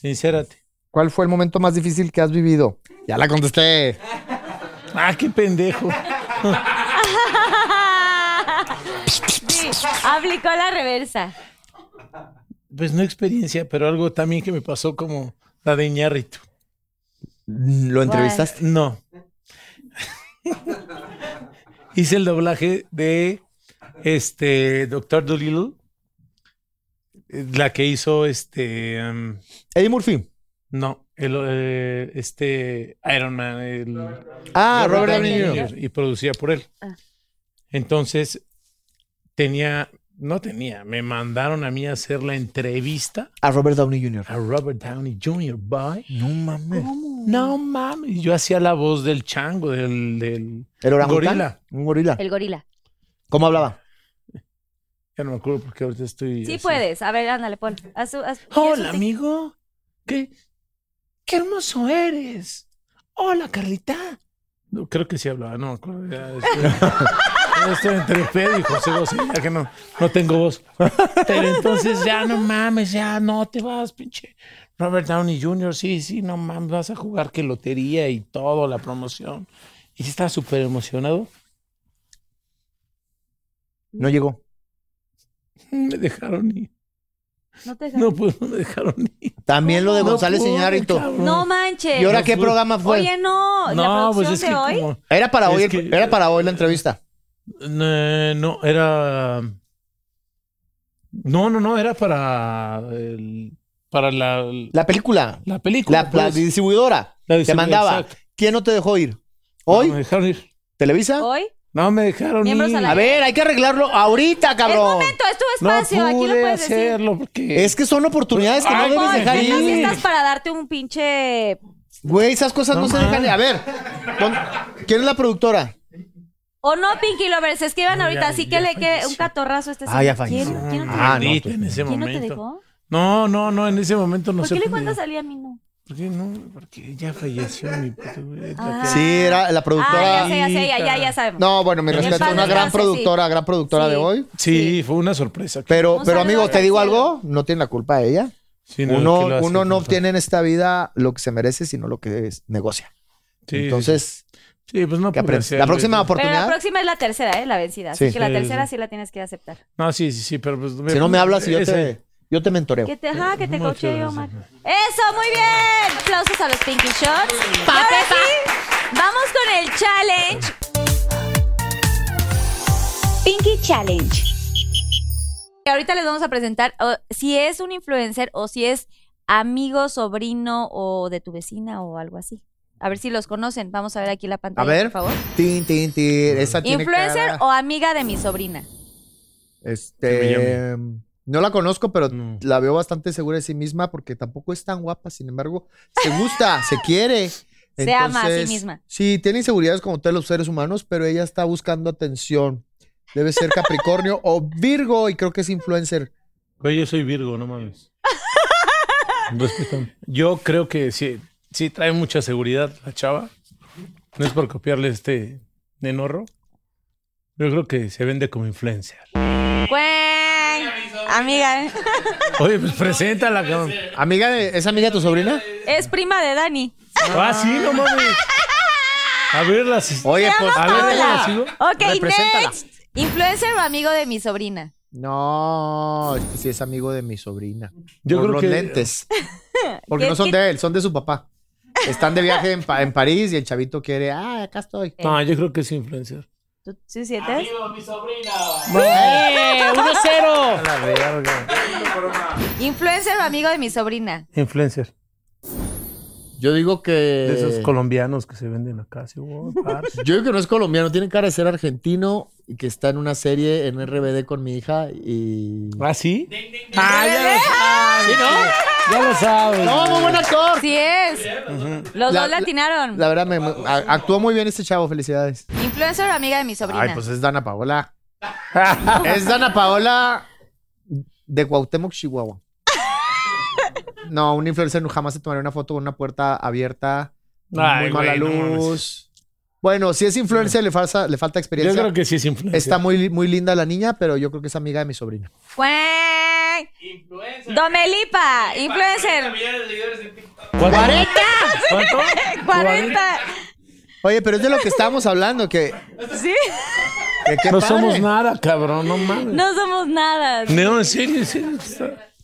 Speaker 4: Sincérate.
Speaker 3: ¿Cuál fue el momento más difícil que has vivido? Ya la contesté.
Speaker 4: Ah, qué pendejo.
Speaker 2: [laughs] Sí, aplicó la reversa.
Speaker 4: Pues no experiencia, pero algo también que me pasó como la de Iñárritu.
Speaker 3: ¿Lo entrevistaste?
Speaker 4: No. [laughs] Hice el doblaje de este Doctor Dolittle, eh, la que hizo este em,
Speaker 3: Eddie Murphy.
Speaker 4: no, el, eh, este Iron Man, el
Speaker 3: Ah, Robert Downey Jr.
Speaker 4: y producía por él.
Speaker 2: Ah.
Speaker 4: Entonces tenía no tenía, me mandaron a mí a hacer la entrevista
Speaker 3: A Ah, Robert Downey Jr.
Speaker 4: a Robert Downey Jr. Bye.
Speaker 3: No mames.
Speaker 4: No mames, yo hacía la voz del chango, del, del
Speaker 3: ¿El orangután?
Speaker 4: Gorila.
Speaker 3: Un gorila.
Speaker 2: El gorila.
Speaker 3: ¿Cómo hablaba?
Speaker 4: Ya no me acuerdo porque ahorita
Speaker 2: Sí
Speaker 4: estoy.
Speaker 2: pues,
Speaker 4: así.
Speaker 2: puedes. A ver, ándale, pon. Haz- haz-
Speaker 12: Hola,
Speaker 2: haz-
Speaker 12: amigo. ¿Qué, qué hermoso eres. Hola, Carlita.
Speaker 4: No, creo que sí hablaba, no me acuerdo. Ya estoy, ya estoy entre Pedro y José José, ya que no, no tengo voz. Pero entonces ya no mames, ya no te vas, pinche. Robert Downey Jr., sí, sí, no mames, vas a jugar que lotería y todo, la promoción. Y sí estaba súper emocionado.
Speaker 3: No llegó.
Speaker 4: Me dejaron ir.
Speaker 2: No te
Speaker 4: No, pues no me dejaron ir.
Speaker 3: También lo de
Speaker 4: No
Speaker 3: González
Speaker 4: pude,
Speaker 3: Iñárritu.
Speaker 4: cabrón.
Speaker 2: No manches.
Speaker 3: ¿Y ahora qué programa fue?
Speaker 2: Oye, no, la
Speaker 4: No,
Speaker 2: producción
Speaker 4: pues es
Speaker 2: de
Speaker 4: que
Speaker 2: hoy.
Speaker 4: como-
Speaker 3: Era para
Speaker 4: Es
Speaker 3: hoy, el-
Speaker 4: que-
Speaker 3: era para hoy la entrevista.
Speaker 4: Eh, no, era. No, no, no, era para. el- para la,
Speaker 3: La película,
Speaker 4: la película.
Speaker 3: la,
Speaker 4: pues.
Speaker 3: la distribuidora,
Speaker 4: La
Speaker 3: te
Speaker 4: distribu-
Speaker 3: mandaba.
Speaker 4: exacto.
Speaker 3: ¿Quién no te dejó ir?
Speaker 4: No me
Speaker 3: ¿Hoy?
Speaker 4: dejaron ir.
Speaker 3: ¿Televisa?
Speaker 2: Hoy.
Speaker 4: No me dejaron
Speaker 2: Miembros
Speaker 4: ir.
Speaker 2: al
Speaker 3: A ver, hay que arreglarlo ahorita,
Speaker 2: Es
Speaker 3: cabrón.
Speaker 2: momento, es tu
Speaker 4: no
Speaker 2: espacio.
Speaker 4: pude
Speaker 2: aquí lo puedes decir.
Speaker 4: hacerlo porque.
Speaker 3: Es que son oportunidades que
Speaker 4: Ay,
Speaker 3: no debes
Speaker 2: Ay, pues,
Speaker 3: dejar
Speaker 2: menos si estás
Speaker 3: ir.
Speaker 2: para darte un pinche.
Speaker 3: Güey, esas cosas no,
Speaker 4: No
Speaker 3: se
Speaker 4: más.
Speaker 3: dejan ir. A ver, pon- ¿quién es la productora?
Speaker 2: O no, Pinky Lovers, escriban
Speaker 4: No,
Speaker 2: ahorita.
Speaker 4: ya-
Speaker 2: así
Speaker 4: ya
Speaker 2: que le quede
Speaker 4: falleció.
Speaker 2: un catorrazo a este
Speaker 3: Ah,
Speaker 2: señor.
Speaker 3: ya falleció.
Speaker 2: ¿Quién, quién no te-
Speaker 3: Ah, no,
Speaker 4: Maldita,
Speaker 3: tú-
Speaker 4: pues, en ese
Speaker 2: quién no te
Speaker 4: momento.
Speaker 2: dejó?
Speaker 4: No, no, no, en ese momento no
Speaker 2: ¿Por
Speaker 4: sé.
Speaker 2: qué le
Speaker 4: por qué.
Speaker 2: cuentas a Lía a mí no?
Speaker 4: ¿Por qué no? Porque ya falleció mi puto güey.
Speaker 2: Ah.
Speaker 3: Sí, era la productora.
Speaker 2: Ah, ya sé, ya sé, ya, ya, ya sabemos.
Speaker 3: No, bueno, mi
Speaker 2: En
Speaker 3: respeto,
Speaker 2: paz
Speaker 3: una gran
Speaker 2: descanse,
Speaker 3: productora, gran productora
Speaker 2: Sí.
Speaker 3: de hoy.
Speaker 4: Sí, fue una sorpresa.
Speaker 3: Pero,
Speaker 2: Un
Speaker 3: pero
Speaker 2: saludo
Speaker 3: amigo,
Speaker 2: al
Speaker 3: te digo
Speaker 2: cielo.
Speaker 3: algo, no tiene la culpa de ella.
Speaker 4: Sí, no, pues. que lo
Speaker 3: Uno,
Speaker 4: hace,
Speaker 3: uno no
Speaker 4: lo hace.
Speaker 3: obtiene en esta vida lo que se merece, sino lo que es- negocia.
Speaker 4: Sí,
Speaker 3: Entonces,
Speaker 4: sí, pues no
Speaker 3: ¿qué
Speaker 4: pude
Speaker 3: aprendes?
Speaker 4: hacer,
Speaker 3: La
Speaker 4: güey.
Speaker 3: próxima
Speaker 2: Pero la
Speaker 3: oportunidad,
Speaker 2: próxima es la tercera, ¿eh? La vencida.
Speaker 3: Sí.
Speaker 2: Así que la
Speaker 4: Sí,
Speaker 2: tercera
Speaker 4: sí.
Speaker 2: sí la tienes que aceptar.
Speaker 4: No, sí, sí, sí, pero pues. me-
Speaker 3: si no me hablas, yo
Speaker 4: Ese-
Speaker 3: te, yo te mentoreo.
Speaker 2: Que te, ajá, que te
Speaker 4: Muchas
Speaker 2: coachee,
Speaker 4: gracias.
Speaker 2: Omar. Eso, muy bien. Aplausos a los Pinky Shots. Y ahora sí, vamos con el challenge.
Speaker 13: Pinky Challenge.
Speaker 2: que Ahorita les vamos a presentar o, si es un influencer o si es amigo, sobrino o de tu vecina o algo así. A ver si los conocen. Vamos a ver aquí la pantalla,
Speaker 3: A ver.
Speaker 2: por favor.
Speaker 3: Tin, tin, tin. Esa tiene
Speaker 2: Influencer
Speaker 3: cara-
Speaker 2: o amiga de mi sobrina.
Speaker 3: Este. No la conozco, pero
Speaker 4: No.
Speaker 3: la veo bastante segura de sí misma porque tampoco es tan guapa. Sin embargo, se gusta, se quiere.
Speaker 2: [laughs] Se ama a sí
Speaker 3: Entonces,
Speaker 2: misma.
Speaker 3: Sí, tiene inseguridades como todos los seres humanos, pero ella está buscando atención. Debe ser Capricornio o Virgo y creo que es influencer.
Speaker 4: Güey, yo soy Virgo,
Speaker 2: [laughs]
Speaker 4: no mames. Respétame. Yo creo que sí, sí trae mucha seguridad la chava. No es por copiarle este nenorro. Yo creo que se vende como influencer.
Speaker 2: Cuen. Amiga. ¿eh?
Speaker 4: Oye, pues preséntala, cabrón.
Speaker 3: Amiga, de- ¿es amiga de tu sobrina?
Speaker 2: Es prima de Dani.
Speaker 4: Ah, sí, no mames. A ver las.
Speaker 3: Oye, pues.
Speaker 4: A ver, ¿cómo la sigo?
Speaker 2: Ok,
Speaker 3: Represéntala.
Speaker 2: next. Influencer o amigo de mi sobrina.
Speaker 3: No, es que sí es amigo de mi sobrina.
Speaker 4: Yo
Speaker 3: Por
Speaker 4: creo
Speaker 3: los
Speaker 4: que-
Speaker 3: lentes.
Speaker 2: [laughs]
Speaker 3: Porque
Speaker 2: ¿Qué-
Speaker 3: no son
Speaker 2: qué-
Speaker 3: de él, son de su papá. Están de viaje en, Pa- en París y el chavito quiere, ah, acá estoy.
Speaker 4: No, yo creo que es influencer.
Speaker 2: ¿Tú sí sientes?
Speaker 5: ¡Eh! ¡1-0!
Speaker 2: Influencer o amigo de mi sobrina.
Speaker 4: Influencer.
Speaker 3: Yo digo que.
Speaker 4: De
Speaker 3: Eh.
Speaker 4: esos colombianos que se venden acá. así, oh,
Speaker 3: [laughs]
Speaker 4: parce.
Speaker 3: Yo digo que no es colombiano, tiene cara de ser argentino y que está en una serie en RBD con mi hija y.
Speaker 4: ¿Ah, sí? Ah, ya lo sabes. Ya lo sabes.
Speaker 3: ¡No, muy buen actor!
Speaker 2: Sí es. Los
Speaker 3: La-
Speaker 2: dos
Speaker 3: la-
Speaker 2: latinaron.
Speaker 3: La verdad, me, me- a- actuó muy bien este chavo, felicidades.
Speaker 2: Influencer o amiga de mi sobrina.
Speaker 3: Ay, pues es Dana
Speaker 2: [laughs]
Speaker 3: Paola. es Dana Paola de Cuauhtémoc, Chihuahua. No, un influencer no jamás se tomaría una foto con una puerta abierta,
Speaker 4: Ay,
Speaker 3: muy mala
Speaker 4: güey, no
Speaker 3: luz. bueno, si es influencer, le, falta, le falta
Speaker 4: Yo
Speaker 3: experiencia.
Speaker 4: creo que sí es influencer.
Speaker 3: Está muy, muy linda la niña, pero yo creo que es amiga de mi sobrina.
Speaker 2: ¡Cuen! Domelipa, influencer.
Speaker 4: ¿Cuánto? ¿Cuánto?
Speaker 2: 40.
Speaker 3: Oye, pero es de lo que estábamos hablando, que,
Speaker 2: Sí.
Speaker 3: que qué
Speaker 4: No
Speaker 3: padre.
Speaker 4: somos nada, cabrón, no mames. No,
Speaker 2: No somos nada.
Speaker 4: en serio, en serio.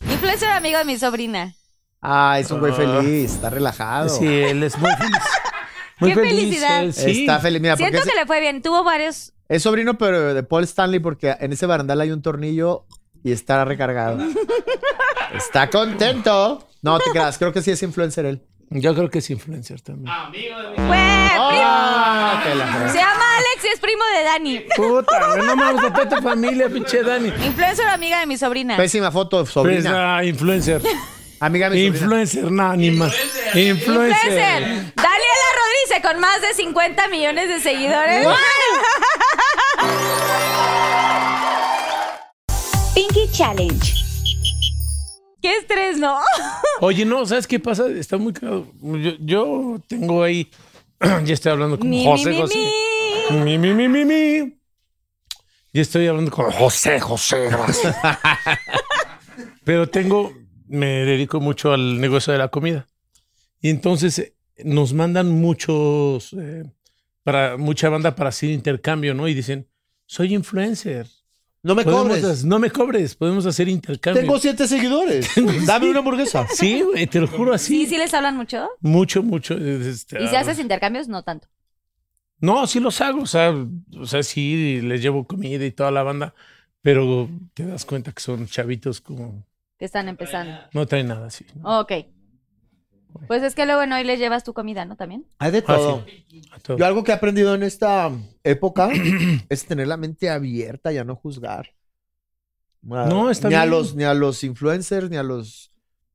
Speaker 2: Influencer o amigo de mi sobrina.
Speaker 3: Ah, es un güey feliz, está relajado.
Speaker 4: Sí, él es muy feliz. Muy
Speaker 2: Qué
Speaker 4: feliz,
Speaker 2: felicidad.
Speaker 4: él, sí.
Speaker 3: Está feliz. Mira, porque
Speaker 2: Siento
Speaker 3: es,
Speaker 2: que le fue bien. Tuvo varios.
Speaker 3: es sobrino, pero de Paul Stanley, porque en ese barandal hay un tornillo y está recargado. está contento. No, te creas, creo que sí es influencer él.
Speaker 4: Yo creo que es influencer también.
Speaker 2: ¡Cuen!
Speaker 3: Ah, que la fregada.
Speaker 2: Se llama Alex y es primo de Dani.
Speaker 4: Puta, güey, no mames, a tu familia, pinche Dani.
Speaker 2: Influencer o amiga de mi sobrina.
Speaker 3: Pésima foto,
Speaker 4: Pues,
Speaker 3: sobrina.
Speaker 4: ah, influencer.
Speaker 3: Amiga de mi sobrina.
Speaker 4: Influencer, no, ni más.
Speaker 2: Influencer.
Speaker 4: Influencer.
Speaker 2: Daniela Rodríguez con más de 50 millones de seguidores.
Speaker 13: Pinky Challenge.
Speaker 2: ¡Qué estrés, no!
Speaker 4: Oye, no, ¿sabes qué pasa? Está muy cagado. Yo, yo tengo ahí. [clears throat] ya estoy hablando con
Speaker 2: Mi,
Speaker 4: José,
Speaker 2: mi, mi,
Speaker 4: José.
Speaker 2: mi.
Speaker 4: Mi, mi, mi, mi, mi. Y estoy hablando con José, José, gracias. Pero tengo, me dedico mucho al negocio de la comida. Y entonces eh, nos mandan muchos, eh, para mucha banda para hacer intercambio, ¿no? Y dicen, soy influencer.
Speaker 3: No me
Speaker 4: Podemos
Speaker 3: cobres.
Speaker 4: hac- no me cobres, podemos hacer intercambio.
Speaker 3: Tengo siete [laughs] seguidores. Dame una hamburguesa.
Speaker 4: Sí, güey, te lo juro
Speaker 2: Sí,
Speaker 4: así.
Speaker 2: sí les hablan mucho.
Speaker 4: Mucho, mucho. este,
Speaker 2: ¿Y si haces intercambios? No tanto.
Speaker 4: No, sí los hago, o sea, o sea, sí les llevo comida y toda la banda, pero te das cuenta que son chavitos como
Speaker 2: Que están empezando.
Speaker 4: no traen nada así. ¿no?
Speaker 2: Ok. Pues es que luego en hoy les llevas tu comida, ¿no? También.
Speaker 3: Hay de todo.
Speaker 4: A todo.
Speaker 3: Yo algo que he aprendido en esta época [clears throat] es tener la mente abierta y a no juzgar. A-
Speaker 4: No, está
Speaker 3: ni A
Speaker 4: bien.
Speaker 3: los, ni a los influencers, ni a los...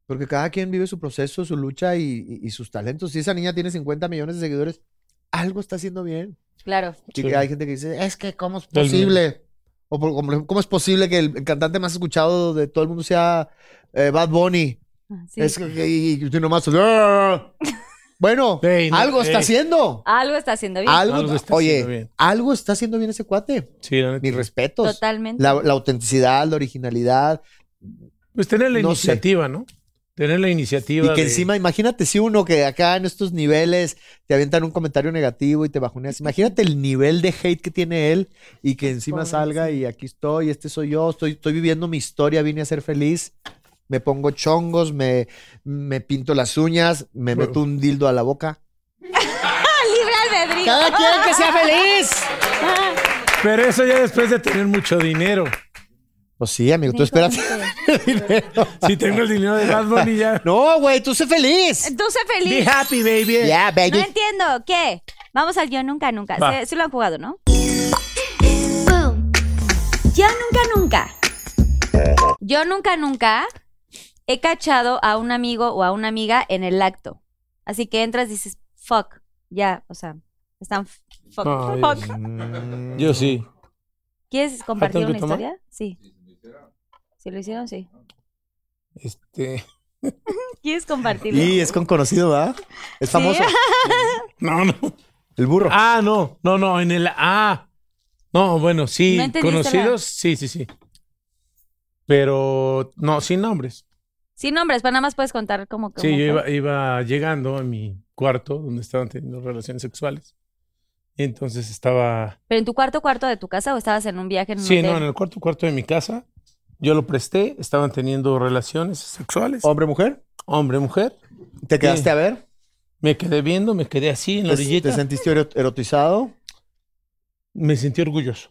Speaker 3: Porque cada quien vive su proceso, su lucha y, y- y sus talentos. Si esa niña tiene 50 millones de seguidores, algo está haciendo bien.
Speaker 2: Claro.
Speaker 3: Sí,
Speaker 4: Sí.
Speaker 3: que Hay gente que dice, es que cómo es
Speaker 4: Todo el mundo.
Speaker 3: posible. O por- como- cómo es posible que el, el cantante más escuchado de todo el mundo sea eh, Bad Bunny.
Speaker 2: Ah, Sí.
Speaker 3: Es que y, y- y tú nomás...
Speaker 4: [laughs]
Speaker 3: "Ah". Bueno,
Speaker 4: Ey, no,
Speaker 3: algo está
Speaker 4: ey.
Speaker 3: haciendo.
Speaker 2: Algo está haciendo bien.
Speaker 3: Algo,
Speaker 4: Algo está
Speaker 3: oye,
Speaker 4: haciendo bien.
Speaker 3: algo está haciendo bien ese cuate.
Speaker 4: Sí, la neta.
Speaker 3: Mis respetos.
Speaker 2: Totalmente.
Speaker 3: La, la autenticidad, la originalidad.
Speaker 4: Pues tener la
Speaker 3: No sé.
Speaker 4: iniciativa, ¿no? Tener la
Speaker 3: Y
Speaker 4: iniciativa.
Speaker 3: que
Speaker 4: de-
Speaker 3: encima, imagínate si uno que acá en estos niveles te avientan un comentario negativo y te bajoneas. Imagínate el nivel de hate que tiene él y que encima salga y aquí estoy, este soy yo, estoy, estoy viviendo mi historia, vine a ser feliz. Me pongo chongos, me, me pinto las uñas, me
Speaker 4: Bueno.
Speaker 3: meto un dildo a la boca.
Speaker 2: Libre albedrío.
Speaker 3: ¡Cada quien que sea feliz!
Speaker 4: Pero eso ya después de tener mucho dinero.
Speaker 3: Pues sí, amigo, tú esperas [laughs] dinero.
Speaker 4: Si tengo el dinero de Bad
Speaker 3: [laughs]
Speaker 4: Bunny ya.
Speaker 3: No, güey, tú sé feliz.
Speaker 2: Tú sé
Speaker 4: Be
Speaker 2: feliz.
Speaker 4: happy, baby.
Speaker 3: Yeah,
Speaker 2: No
Speaker 3: baby.
Speaker 2: entiendo. ¿Qué? Vamos al yo nunca, nunca.
Speaker 4: Va.
Speaker 2: Se- Sí lo han jugado, ¿no? Yo nunca, nunca. Yo nunca, nunca he cachado a un amigo o a una amiga en el acto. Así que entras y dices, fuck. Ya, o sea, están f- fuck.
Speaker 4: Ay,
Speaker 2: fuck.
Speaker 4: Dios. Yo sí.
Speaker 2: ¿Quieres compartir
Speaker 4: ¿tengo que
Speaker 2: una
Speaker 4: tomar?
Speaker 2: historia? Sí. Si lo hicieron, sí. [laughs]
Speaker 4: Este.
Speaker 2: ¿Quieres compartirlo?
Speaker 3: Y es con conocido, ¿verdad? Es
Speaker 2: Sí.
Speaker 3: famoso.
Speaker 4: No, no.
Speaker 3: El burro.
Speaker 4: [laughs] Ah, no, no, no, en el. Ah, no, bueno, sí,
Speaker 2: ¿No entendiste nada?
Speaker 4: conocidos, sí, sí, sí. Pero no, sin nombres.
Speaker 2: Sin nombres, pero nada más puedes contar como que.
Speaker 4: Sí, yo iba, iba llegando a mi cuarto donde estaban teniendo relaciones sexuales. Y entonces estaba.
Speaker 2: ¿Pero en tu cuarto cuarto de tu casa o estabas en un viaje en un
Speaker 4: Sí,
Speaker 2: hotel?
Speaker 4: no, en el cuarto cuarto de mi casa. Yo lo presté, estaban teniendo relaciones sexuales.
Speaker 3: Hombre, mujer.
Speaker 4: Hombre, mujer.
Speaker 3: ¿Te quedaste a ver?
Speaker 4: Me quedé viendo, me quedé así en la
Speaker 3: ¿Te, te
Speaker 4: orillita.
Speaker 3: sentiste ero- erotizado?
Speaker 4: me sentí orgulloso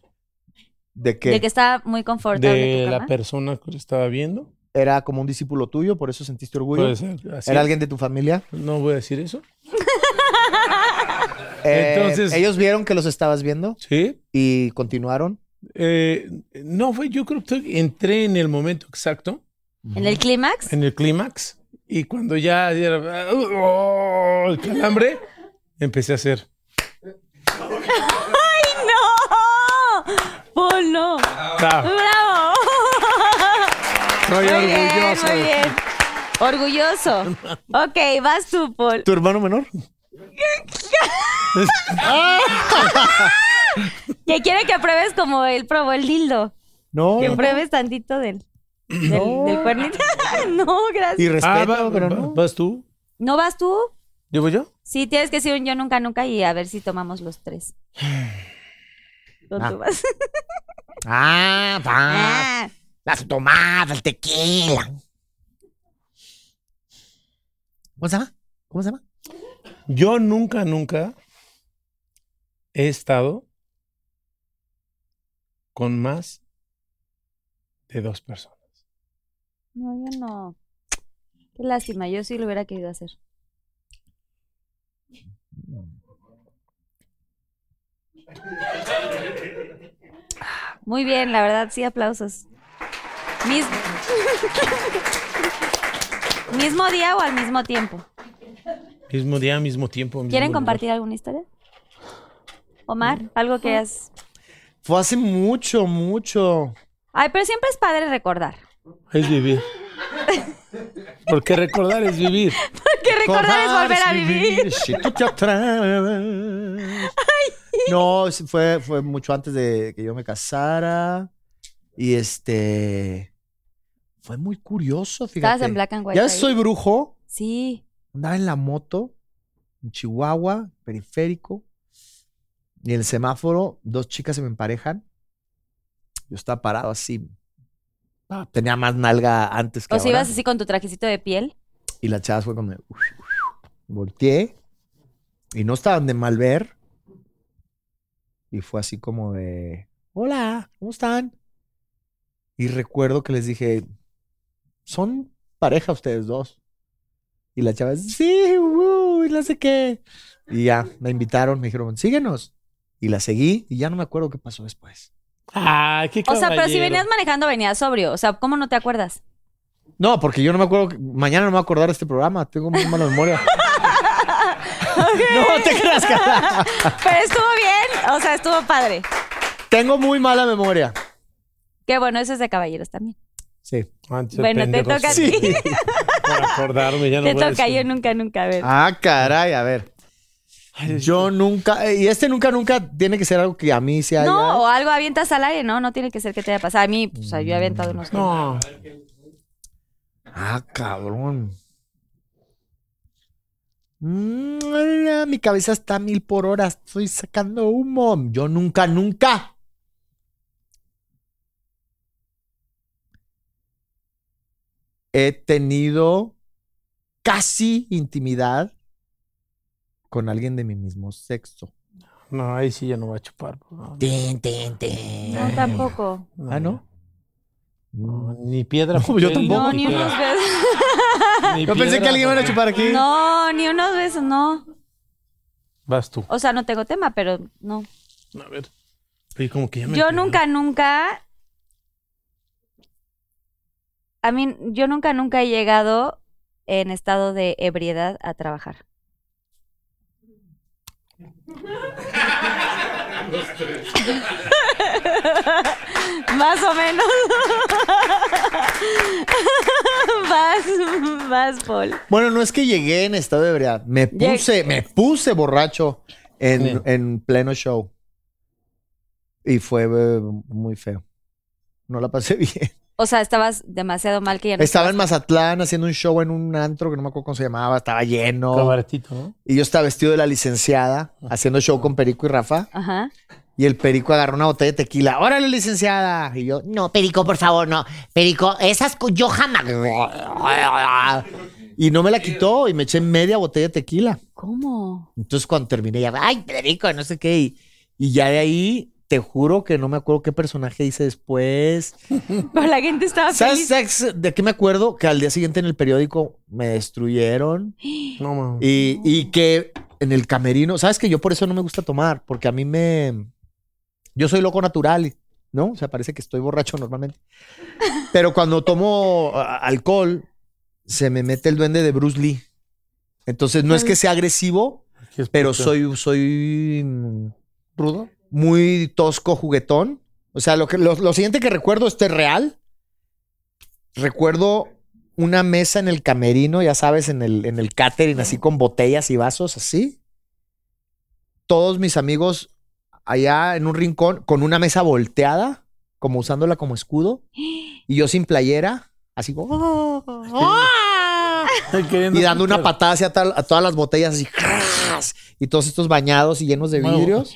Speaker 3: ¿De que
Speaker 2: De que estaba muy confortable
Speaker 4: de
Speaker 2: tu
Speaker 4: la
Speaker 2: cama.
Speaker 4: persona que estaba viendo.
Speaker 3: era como un discípulo tuyo? ¿Por eso sentiste orgullo?
Speaker 4: Puede ser, así.
Speaker 3: ¿Era alguien de tu familia?
Speaker 4: No voy a decir eso.
Speaker 3: Eh,
Speaker 4: Entonces-
Speaker 3: ¿Ellos vieron que los estabas viendo
Speaker 4: Sí,
Speaker 3: y continuaron?
Speaker 4: Eh, no fue, yo creo que entré en el momento exacto,
Speaker 2: ¿En el
Speaker 4: [laughs]
Speaker 2: clímax?
Speaker 4: en el clímax, y cuando ya era ¡Oh! el calambre, empecé a hacer.
Speaker 2: ¡No! ¡Polo!
Speaker 4: Ah,
Speaker 2: ¡Bravo!
Speaker 4: soy
Speaker 2: Muy bien,
Speaker 4: orgulloso.
Speaker 2: muy bien. Orgulloso. Ok, vas tú,
Speaker 4: [laughs]
Speaker 2: Paul.
Speaker 3: ¿Tu hermano menor?
Speaker 2: Que quiere que pruebes como él probó el dildo.
Speaker 3: No.
Speaker 2: Que pruebes tantito
Speaker 4: [clears throat]
Speaker 2: del, del, del cuernito. [laughs] no, gracias.
Speaker 3: Y respeto,
Speaker 4: Ah, va-
Speaker 3: pero
Speaker 4: va-
Speaker 3: no.
Speaker 4: ¿Vas tú?
Speaker 2: ¿No vas tú?
Speaker 4: ¿Yo voy yo?
Speaker 2: Sí, tienes que decir un yo nunca, nunca y a ver si tomamos los
Speaker 4: [sighs]
Speaker 2: tres. ¿O tú vas?
Speaker 5: Ah, va.
Speaker 2: [laughs] Ah,
Speaker 5: Las tomadas, el tequila.
Speaker 3: ¿Cómo se llama? ¿Cómo se llama?
Speaker 4: Yo nunca, nunca he estado con más de dos personas.
Speaker 2: no, yo no. Qué lástima, yo sí lo hubiera querido hacer. Muy bien, la verdad, sí, aplausos. Mis- [laughs] ¿Mismo día o al mismo tiempo?
Speaker 4: Mismo día, mismo tiempo. mismo
Speaker 2: ¿Quieren
Speaker 4: lugar.
Speaker 2: compartir alguna historia? Omar, algo que has...
Speaker 3: Fue hace mucho, mucho.
Speaker 2: Ay, pero siempre es padre recordar. [laughs]
Speaker 4: Es vivir. Porque recordar es vivir.
Speaker 2: Que recordar es volver a vivir.
Speaker 3: Si tú te atreves. No, sí, fue, fue mucho antes de que yo me casara. Y este. Fue muy curioso, fíjate.
Speaker 2: Estabas en Black and White.
Speaker 3: ya
Speaker 2: ahí.
Speaker 3: soy brujo.
Speaker 2: Sí.
Speaker 3: Andaba en la moto, en Chihuahua, periférico. Y en el semáforo, dos chicas se me emparejan. Yo estaba parado así. Tenía más nalga antes que
Speaker 2: O si
Speaker 3: ahora.
Speaker 2: ibas así con tu trajecito de piel.
Speaker 3: Y la chava fue como... de, "Uf". Volteé. Y no estaban de mal ver. Y fue así como de... Hola, ¿cómo están? Y recuerdo que les dije... ¿Son pareja ustedes dos? Y la chava... Sí, uh, y no sé qué. Y ya, me invitaron. Me dijeron, síguenos. Y la seguí. Y ya no me acuerdo qué pasó después.
Speaker 4: Ah, qué
Speaker 2: O sea, pero si
Speaker 4: caballero.
Speaker 2: venías manejando, venías sobrio. O sea, ¿cómo no te acuerdas?
Speaker 3: No, porque yo no me acuerdo. que- Mañana no me voy a acordar de este programa. Tengo muy mala memoria. No te creas, cara.
Speaker 2: Pero estuvo bien. O sea, estuvo padre.
Speaker 3: Tengo muy mala memoria.
Speaker 2: Qué bueno, eso es de caballeros también.
Speaker 3: Sí.
Speaker 4: Antes de
Speaker 2: Bueno, te
Speaker 4: pendejos.
Speaker 2: toca a
Speaker 4: Sí,
Speaker 2: ti.
Speaker 4: [laughs] por acordarme, ya no
Speaker 2: te
Speaker 4: voy a
Speaker 2: toca. Yo
Speaker 4: decir.
Speaker 2: nunca, nunca. A ver.
Speaker 3: Ah, caray, a ver. Yo nunca. eh, Y este nunca, nunca tiene que ser algo que a mí sea.
Speaker 2: No, o algo avientas al aire, ¿no? No tiene que ser que te haya pasado. A mí, pues, yo he aventado unos.
Speaker 4: No.
Speaker 3: Ah, cabrón. Mm, ala, mi cabeza está a mil por hora. Estoy sacando humo. Yo nunca, nunca. He tenido casi intimidad con alguien de mi mismo sexo.
Speaker 4: No, ahí sí ya no voy a chupar. pues, No,
Speaker 5: Tin, tin, tin.
Speaker 2: No, tampoco.
Speaker 4: no,
Speaker 3: Ah, ¿no?
Speaker 4: no, ni piedra.
Speaker 3: No, [laughs] yo
Speaker 4: papel,
Speaker 3: tampoco.
Speaker 2: No, ni unos
Speaker 4: piedra-
Speaker 2: besos.
Speaker 4: ni
Speaker 3: Yo pensé
Speaker 4: piedra,
Speaker 3: que alguien iba a chupar aquí.
Speaker 2: No, ni unos besos, no.
Speaker 4: Vas tú.
Speaker 2: O sea, no tengo tema, pero no.
Speaker 4: A ver. Oye, como que ya me
Speaker 2: Yo
Speaker 4: perdí.
Speaker 2: nunca, nunca. A mí, yo nunca, nunca he llegado en estado de ebriedad a
Speaker 3: [laughs]
Speaker 2: trabajar. más o menos. [laughs] más, más, Paul.
Speaker 3: Bueno, no es que llegué en estado de ebriedad. Me
Speaker 2: Lleg-
Speaker 3: puse, me puse borracho
Speaker 4: Sí.
Speaker 3: en, en pleno show. Y fue eh, muy feo. No la pasé [laughs] bien.
Speaker 2: O sea, estabas demasiado mal que ya no.
Speaker 3: Estaba en Mazatlán haciendo un show en un antro que no me acuerdo cómo se llamaba. Estaba lleno.
Speaker 4: Cabaretito, ¿no?
Speaker 3: Y yo estaba vestido de la licenciada haciendo show con Perico y Rafa.
Speaker 2: Ajá.
Speaker 3: Y el Perico agarró una botella de tequila. ¡Órale, licenciada! Y yo,
Speaker 5: No, Perico, por favor, no. Perico, esas co- yo jamás.
Speaker 3: Y no me la quitó y me eché media botella de tequila.
Speaker 2: ¿Cómo?
Speaker 3: Entonces cuando terminé ya, ay, Federico, no sé qué. Y, y ya de ahí, te juro que no me acuerdo qué personaje hice después.
Speaker 2: Pero la gente estaba
Speaker 3: ¿Sabes,
Speaker 2: feliz.
Speaker 3: sabes de qué me acuerdo? Que al día siguiente en el periódico me destruyeron
Speaker 4: No, mames.
Speaker 3: y, y que en el camerino, ¿sabes que yo por eso no me gusta tomar? Porque a mí me... Yo soy loco natural, ¿no? O sea, parece que estoy borracho normalmente. Pero cuando tomo a- alcohol, se me mete el duende de Bruce Lee. Entonces no es que sea agresivo,
Speaker 4: Qué
Speaker 3: pero
Speaker 4: espanto.
Speaker 3: soy, soy mm, rudo, muy tosco, juguetón. O sea, lo, que, lo, lo siguiente que recuerdo este real. Recuerdo una mesa en el camerino, ya sabes, en el, en el catering, así con botellas y vasos, así. Todos mis amigos allá en un rincón con una mesa volteada, como usándola como escudo, y yo sin playera, así como...
Speaker 4: [laughs]
Speaker 3: ¡Ah!
Speaker 4: Estoy queriendo
Speaker 3: Y dando una
Speaker 4: escuchar.
Speaker 3: patada hacia tal- a todas las botellas así. ¡cras! Y todos estos bañados y llenos de
Speaker 4: Bueno.
Speaker 3: vidrios.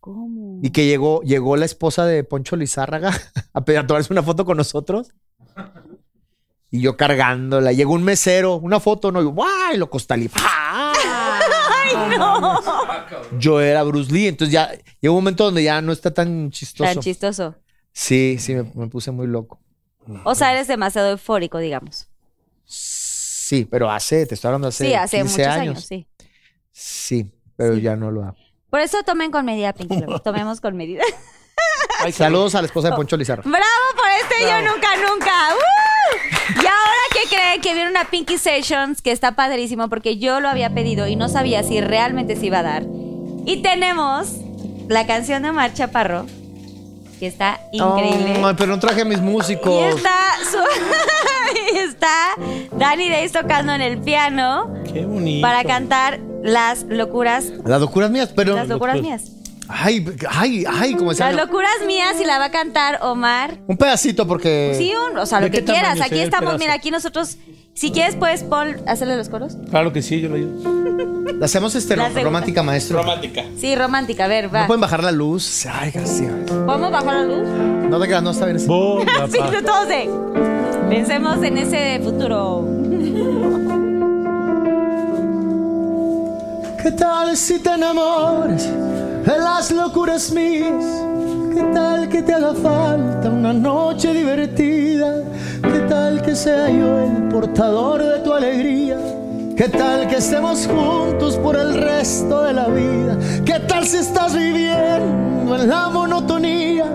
Speaker 2: ¿Cómo?
Speaker 3: Y que llegó, llegó la esposa de Poncho Lizárraga [laughs] a, pe- a tomarse una foto con nosotros. Y yo cargándola. Llegó un mesero, una foto, ¿no? Y yo, ¡guay! Lo costalí. Yo era Bruce Lee. Entonces ya llegó un momento donde ya no está tan chistoso.
Speaker 2: Tan chistoso.
Speaker 3: sí, sí, me, me puse muy loco.
Speaker 2: O sea, eres demasiado eufórico, digamos.
Speaker 3: Sí, pero hace, te estoy hablando hace,
Speaker 2: Sí, hace
Speaker 3: 15
Speaker 2: muchos años. sí.
Speaker 3: Sí, pero ya no lo hago.
Speaker 2: Por eso tomen con medida, [laughs] Pinky Lovers. Tomemos con medida. [laughs]
Speaker 4: Ay,
Speaker 3: Saludos a la esposa de Poncho Lizárraga.
Speaker 2: ¡Bravo por este Yo Nunca Nunca! ¡Uh! Y ahora que creen que viene una Pinky Sessions, que está padrísimo, porque yo lo había pedido y no sabía si realmente se iba a dar. Y tenemos la canción de Omar Chaparro, que está increíble.
Speaker 3: Ay, pero no traje a mis
Speaker 2: Y
Speaker 3: músicos.
Speaker 2: está, su- [laughs] y está Danny Days tocando en el piano
Speaker 4: Qué bonito.
Speaker 2: para cantar las locuras,
Speaker 3: Las locuras mías, pero.
Speaker 2: las locuras mías.
Speaker 3: Ay, ay, ay, como
Speaker 2: Las
Speaker 3: decía.
Speaker 2: locuras mías y la va a cantar Omar.
Speaker 3: Un pedacito porque.
Speaker 2: Sí, un- o sea, lo
Speaker 3: Eh,
Speaker 4: ¿de qué
Speaker 2: que quieras.
Speaker 4: tamaño
Speaker 2: Aquí
Speaker 4: sería el
Speaker 2: estamos,
Speaker 4: pedazo?
Speaker 2: mira, aquí nosotros Si quieres, puedes Paul, hacerle los coros.
Speaker 4: Claro que sí, yo
Speaker 3: [laughs]
Speaker 4: lo ayudo.
Speaker 3: La hacemos este,
Speaker 2: La
Speaker 3: rom-
Speaker 2: segunda.
Speaker 3: romántica, maestro.
Speaker 11: Romántica.
Speaker 2: Sí, romántica, a ver,
Speaker 3: ¿No
Speaker 2: va.
Speaker 3: pueden bajar la luz?
Speaker 1: Ay, gracias.
Speaker 2: ¿Podemos bajar la luz?
Speaker 3: No te creas, no está bien. así.
Speaker 4: Bomba,
Speaker 2: [laughs] Sí,
Speaker 4: pa.
Speaker 2: todos de. Pensemos en ese futuro.
Speaker 3: ¿Qué tal si te enamoras de las locuras mis? ¿Qué tal que te haga falta una noche divertida? ¿Qué tal que sea yo el portador de tu alegría? ¿Qué tal que estemos juntos por el resto de la vida? ¿Qué tal si estás viviendo en la monotonía?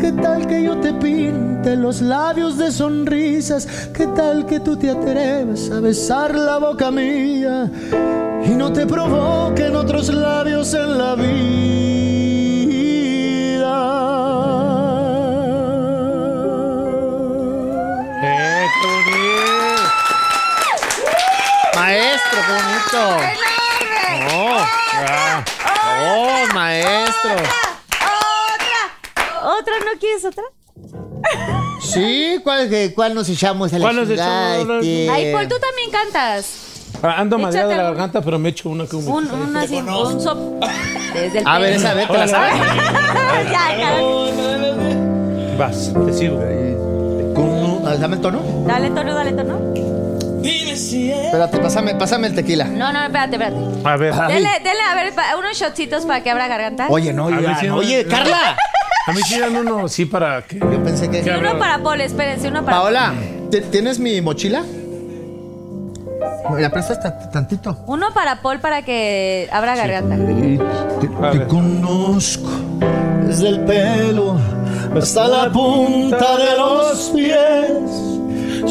Speaker 3: ¿Qué tal que yo te pinte los labios de sonrisas? ¿Qué tal que tú te atreves a besar la boca mía? y no te provoquen otros labios en la vida.
Speaker 4: Eh, qué bonito.
Speaker 3: Maestro, qué bonito. Oh, ah. oh, maestro.
Speaker 2: ¿Otra? ¿No quieres otra?
Speaker 3: Sí, ¿cuál, que- cuál nos echamos a la
Speaker 4: ¿Cuál nos
Speaker 3: ciudad?
Speaker 4: echamos?
Speaker 3: este?
Speaker 2: Ay, Paul, tú también cantas.
Speaker 4: Ah, Ando madreado de
Speaker 2: Échate
Speaker 4: la
Speaker 2: un-
Speaker 4: garganta, pero me echo una que un...
Speaker 2: Un, un así, un
Speaker 3: [laughs]
Speaker 2: sop. Desde el
Speaker 3: A ver,
Speaker 2: pene.
Speaker 3: esa vez te la
Speaker 4: Órale,
Speaker 3: sabes.
Speaker 2: [laughs] ya, ya.
Speaker 4: Vas, te sigo.
Speaker 3: ¿Cómo? Dame el tono.
Speaker 2: Dale tono, dale tono.
Speaker 3: Espérate, pásame, pásame el tequila.
Speaker 2: No, no, espérate, espérate.
Speaker 4: A
Speaker 3: [laughs]
Speaker 4: ver, a
Speaker 2: Dele, dele, a ver, pa- unos shotsitos para que abra garganta.
Speaker 3: Oye, no,
Speaker 4: A
Speaker 3: ya,
Speaker 4: ver si
Speaker 3: no.
Speaker 4: no-
Speaker 3: oye, Carla.
Speaker 4: mí sí dan uno, sí, para que...
Speaker 3: Yo pensé
Speaker 2: Y
Speaker 3: que.
Speaker 2: uno para Paul, espérense, uno para
Speaker 3: Paola, ¿te- ¿tienes mi mochila? ¿Me la prestas tant- tantito?
Speaker 2: Uno para Paul para que abra garganta.
Speaker 3: Te, te conozco desde el pelo hasta la punta de los pies.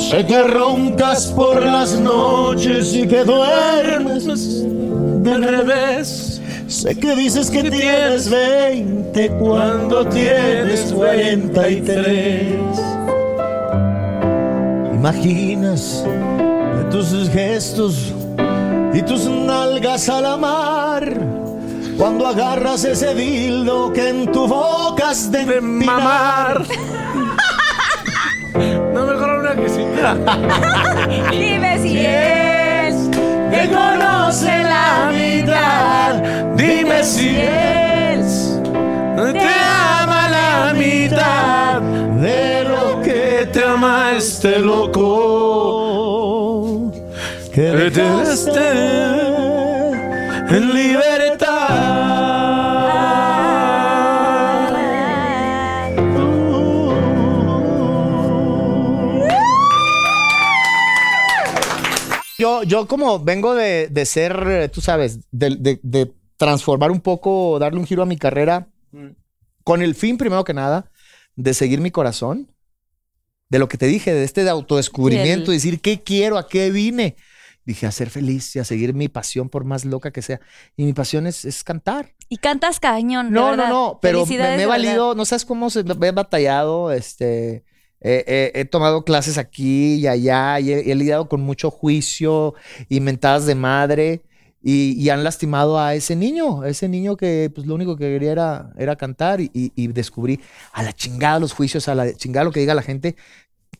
Speaker 3: Sé que roncas por las noches y que duermes del revés. Sé que dices que tienes 20 cuando tienes 43. Imaginas de tus gestos y tus nalgas a la mar. Cuando agarras ese dildo que en tu boca has de, mamar.
Speaker 4: No, mejor una que sí.
Speaker 2: Dime si es.
Speaker 3: Te conoce la mitad. Dime si es.
Speaker 4: Te ama la mitad
Speaker 3: de lo
Speaker 4: que te ama este loco.
Speaker 3: que
Speaker 4: Te
Speaker 3: dejaste
Speaker 4: en libertad.
Speaker 3: Yo, yo como vengo de, de ser, eh, tú sabes, de, de- de transformar un poco, darle un giro a mi carrera,
Speaker 2: Mm.
Speaker 3: con el fin, primero que nada, de seguir mi corazón, de lo que te dije, de este de autodescubrimiento,
Speaker 2: Del-
Speaker 3: decir qué quiero, a qué vine. Dije a ser feliz y a seguir mi pasión, por más loca que sea. Y mi pasión es, es cantar.
Speaker 2: Y cantas cañón. de
Speaker 3: No, no,
Speaker 2: verdad.
Speaker 3: no, pero me,
Speaker 2: Felicidades,
Speaker 3: me he
Speaker 2: de verdad.
Speaker 3: valido, no sabes cómo se, me he batallado, este, eh, eh, he tomado clases aquí y allá, y he, he lidiado con mucho juicio y mentadas de madre, y, y han lastimado a ese niño, a ese niño que pues lo único que quería era, era cantar, y, y- y descubrí a la chingada los juicios, a la chingada lo que diga la gente,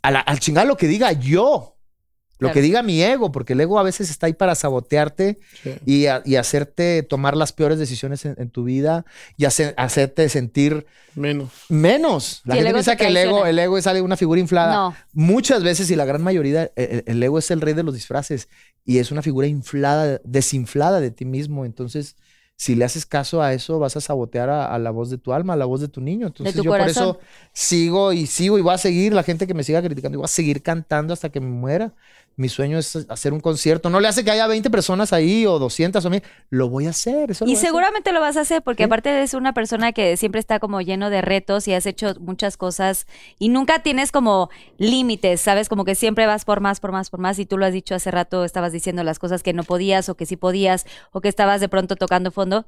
Speaker 3: a la, al chingada lo que diga yo. Lo
Speaker 2: Claro.
Speaker 3: que diga mi ego, porque el ego a veces está ahí para sabotearte y, a- y hacerte tomar las peores decisiones en- en tu vida y hace- hacerte sentir
Speaker 4: Menos.
Speaker 3: menos. La
Speaker 2: Sí, el
Speaker 3: gente
Speaker 2: ego
Speaker 3: piensa
Speaker 2: te
Speaker 3: que el ego,
Speaker 2: traiciona.
Speaker 3: el ego es algo- una figura inflada.
Speaker 2: No.
Speaker 3: Muchas veces y la gran mayoría, el, el ego es el rey de los disfraces y es una figura inflada, desinflada de ti mismo. Entonces, si le haces caso a eso, vas a sabotear a, a la voz de tu alma, a la voz de tu niño. Entonces,
Speaker 2: tu
Speaker 3: yo
Speaker 2: corazón.
Speaker 3: por eso sigo y sigo y voy a seguir. La gente que me siga criticando, y voy a seguir cantando hasta que me muera. Mi sueño es hacer un concierto. No le hace que haya 20 personas ahí o 200 o 1000. Lo voy a hacer. Eso lo
Speaker 2: Y
Speaker 3: voy a hacer.
Speaker 2: seguramente lo vas a hacer porque aparte eres una persona que siempre está como lleno de retos y has hecho muchas cosas y nunca tienes como límites, ¿sabes? Como que siempre vas por más, por más, por más y tú lo has dicho hace rato, estabas diciendo las cosas que no podías o que sí podías o que estabas de pronto tocando fondo.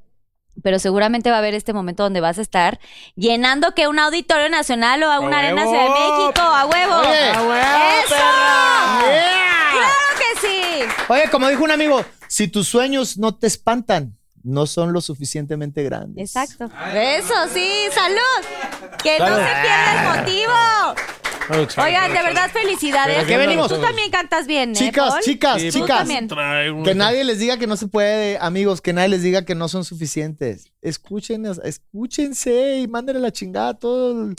Speaker 2: Pero seguramente va a haber este momento donde vas a estar llenando que un auditorio nacional o a una arena
Speaker 4: huevo!
Speaker 2: Ciudad de México, a huevo.
Speaker 3: Oye,
Speaker 2: ¡A
Speaker 3: ¡a
Speaker 2: huevo, ¡Eso!
Speaker 3: Yeah.
Speaker 2: ¡Claro que sí!
Speaker 3: Oye, como dijo un amigo, si tus sueños no te espantan, no son lo suficientemente grandes.
Speaker 2: Exacto. Eso sí, salud. Que no se pierda el motivo.
Speaker 4: Muchas
Speaker 2: Oigan, de
Speaker 4: gracias.
Speaker 2: verdad, felicidades.
Speaker 4: ¿Pero qué venimos?
Speaker 2: Tú también cantas bien, ¿eh,
Speaker 3: Chicas,
Speaker 2: Paul?
Speaker 3: chicas,
Speaker 4: Sí, pues
Speaker 2: Tú
Speaker 3: chicas.
Speaker 2: también.
Speaker 4: Trae un-
Speaker 3: Que nadie les diga que no se puede, amigos, que nadie les diga que no son suficientes. Escúchenos, escúchense y mándenle la chingada todas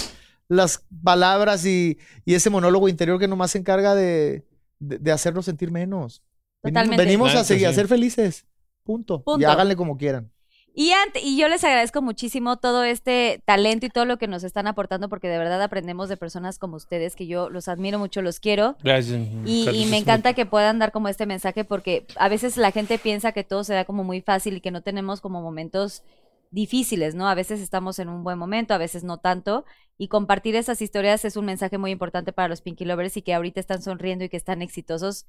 Speaker 3: las palabras y, y ese monólogo interior que nomás se encarga de, de, de hacernos sentir menos. Venimos-
Speaker 2: Totalmente.
Speaker 3: Venimos a,
Speaker 4: Exacto,
Speaker 3: seguir, a
Speaker 4: sí.
Speaker 3: ser felices. Punto. Y
Speaker 2: Punto.
Speaker 3: háganle como quieran.
Speaker 2: Y, ant- y yo les agradezco muchísimo todo este talento y todo lo que nos están aportando, porque de verdad aprendemos de personas como ustedes, que yo los admiro mucho, los quiero.
Speaker 4: Gracias.
Speaker 2: Y, y
Speaker 4: Carlitos.
Speaker 2: me encanta que puedan dar como este mensaje porque a veces la gente piensa que todo se da como muy fácil y que no tenemos como momentos difíciles, ¿no? A veces estamos en un buen momento, a veces no tanto. Y compartir esas historias es un mensaje muy importante para los Pinky Lovers y que ahorita están sonriendo y que están exitosos.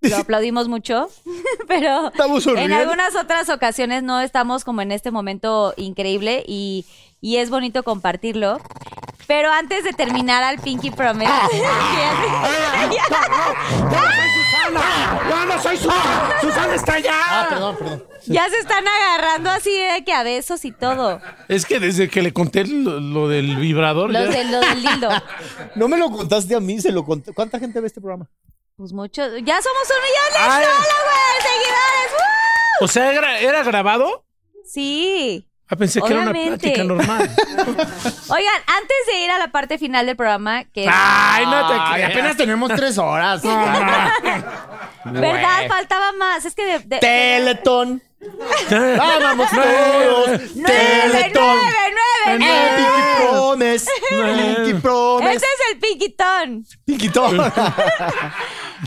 Speaker 2: Lo aplaudimos mucho, [laughs] pero
Speaker 3: Estamos
Speaker 2: en algunas otras ocasiones no estamos como en este momento increíble y, y es bonito compartirlo. Pero antes de terminar al Pinky Promise, [laughs]
Speaker 12: ¡No, no soy Susana! ¡Susana está allá!
Speaker 3: Ah, perdón, perdón.
Speaker 2: [laughs] Ya se están agarrando así de que a besos y todo.
Speaker 4: Es que desde que le conté lo, lo del vibrador, ya-
Speaker 2: Los del, los del dildo.
Speaker 3: No me lo contaste a mí, se lo conté. ¿Cuánta gente ve este programa?
Speaker 2: Pues mucho. Ya somos un millón de
Speaker 4: Ay.
Speaker 2: followers, seguidores. ¡Woo!
Speaker 4: o sea, era, era grabado.
Speaker 2: Sí.
Speaker 4: Ah, pensé que era una
Speaker 2: Obviamente.
Speaker 4: plática normal.
Speaker 2: Oigan, antes de ir a la parte final del programa, que es-
Speaker 4: Ay, no te
Speaker 3: Ay,
Speaker 4: creas.
Speaker 3: apenas tenemos tres [laughs] horas.
Speaker 2: ¿Verdad? Faltaba más. Es que de. de-
Speaker 3: Teletón. Vamos todos.
Speaker 2: ¡Nueve,
Speaker 3: Teletón.
Speaker 2: nueve, nueve, nueve!
Speaker 3: Pinky
Speaker 2: [laughs]
Speaker 3: Promise. Pinky Promise.
Speaker 2: Este es el piquitón.
Speaker 3: Pinky Tom.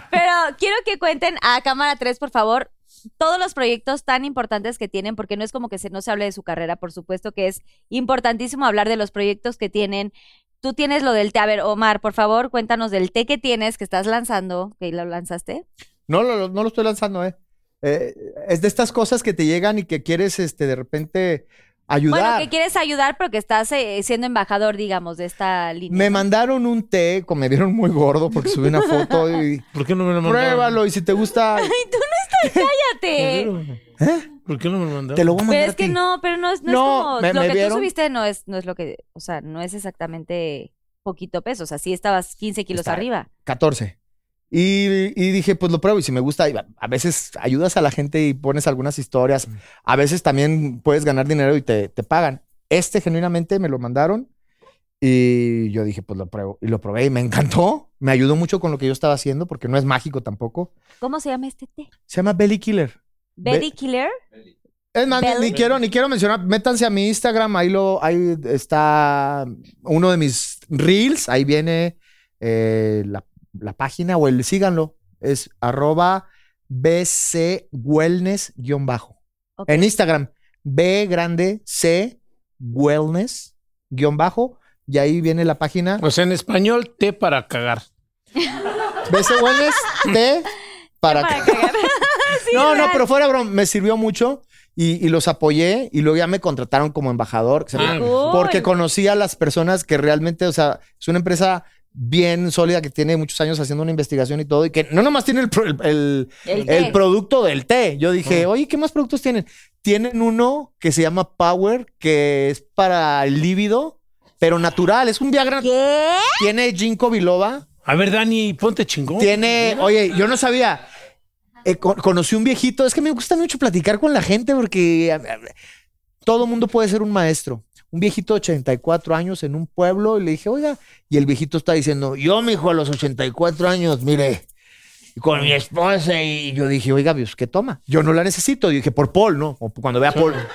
Speaker 2: Pero quiero que cuenten a Cámara 3, por favor, todos los proyectos tan importantes que tienen, porque no es como que se, no se hable de su carrera, por supuesto que es importantísimo hablar de los proyectos que tienen. Tú tienes lo del té. A ver, Omar, por favor, cuéntanos del té que tienes, que estás lanzando, que lo lanzaste.
Speaker 3: No lo, no lo estoy lanzando, eh. Eh, Es de estas cosas que te llegan y que quieres este, de repente ayudar.
Speaker 2: Bueno, que quieres ayudar, pero que estás eh, siendo embajador, digamos, de esta línea.
Speaker 3: Me mandaron un té, como me vieron muy gordo porque subí una foto y
Speaker 4: ¿Por qué no me lo mandaron?
Speaker 3: pruébalo y si te gusta,
Speaker 2: Cállate.
Speaker 4: ¿Por qué no me lo mandaron?
Speaker 3: te lo voy a mandar.
Speaker 2: Pero es
Speaker 3: a
Speaker 2: que
Speaker 3: ti.
Speaker 2: no, pero no es, no es
Speaker 3: No,
Speaker 2: como
Speaker 3: me-
Speaker 2: lo
Speaker 3: me
Speaker 2: que
Speaker 3: vieron.
Speaker 2: tú subiste no es, no es lo que, o sea, no es exactamente poquito peso. O sea, sí estabas 15 kilos
Speaker 3: Está-
Speaker 2: arriba.
Speaker 3: 14. Y, y dije, pues lo pruebo y si me gusta, y a- a veces ayudas a la gente y pones algunas historias. A veces también puedes ganar dinero y te, te pagan. Este genuinamente me lo mandaron y yo dije, pues lo pruebo. Y lo probé y me encantó. Me ayudó mucho con lo que yo estaba haciendo porque no es mágico tampoco.
Speaker 2: ¿Cómo se llama este té?
Speaker 3: Se llama Belly Killer. Ve-
Speaker 2: Betty Killer.
Speaker 3: Es más, ni-
Speaker 2: Belly.
Speaker 3: ni quiero, ni quiero mencionar, métanse a mi Instagram, ahí lo, ahí está uno de mis reels, ahí viene eh, la, la página o el síganlo, es arroba bcwellness-bajo.
Speaker 2: Ok.
Speaker 3: En Instagram, B grande C wellness-bajo, y ahí viene la página
Speaker 4: O sea, en español, té para cagar.
Speaker 3: BC Wellness
Speaker 2: [laughs]
Speaker 3: T para
Speaker 2: Para cagar.
Speaker 3: [laughs]
Speaker 2: Sí,
Speaker 3: No, no,
Speaker 2: real.
Speaker 3: pero fuera broma, me sirvió mucho y, y los apoyé y luego ya me contrataron como embajador. que se me-
Speaker 4: Ah,
Speaker 2: Cool.
Speaker 3: Porque conocí a las personas que realmente, o sea, es una empresa bien sólida que tiene muchos años haciendo una investigación y todo y que no nomás tiene el, pro- el- el-
Speaker 2: El
Speaker 3: el
Speaker 2: té.
Speaker 3: producto del té. Yo dije, oye, ¿qué más productos tienen? Tienen uno que se llama Power, que es para el líbido, pero natural. Es un Viagra.
Speaker 2: ¿Qué?
Speaker 3: Tiene ginkgo biloba.
Speaker 4: A ver, Dani, ponte chingón.
Speaker 3: Tiene, oye, yo no sabía. Eh, con- conocí un viejito, es que me gusta mucho platicar con la gente porque a- a- todo mundo puede ser un maestro. Un viejito de 84 años en un pueblo y le dije, oiga, y el viejito está diciendo, yo, mijo, a los 84 años, mire, y con mi esposa, y yo dije, oiga, pues, ¿qué toma? Yo no la necesito. Y dije, por Paul, ¿no? O cuando vea a Paul. [laughs]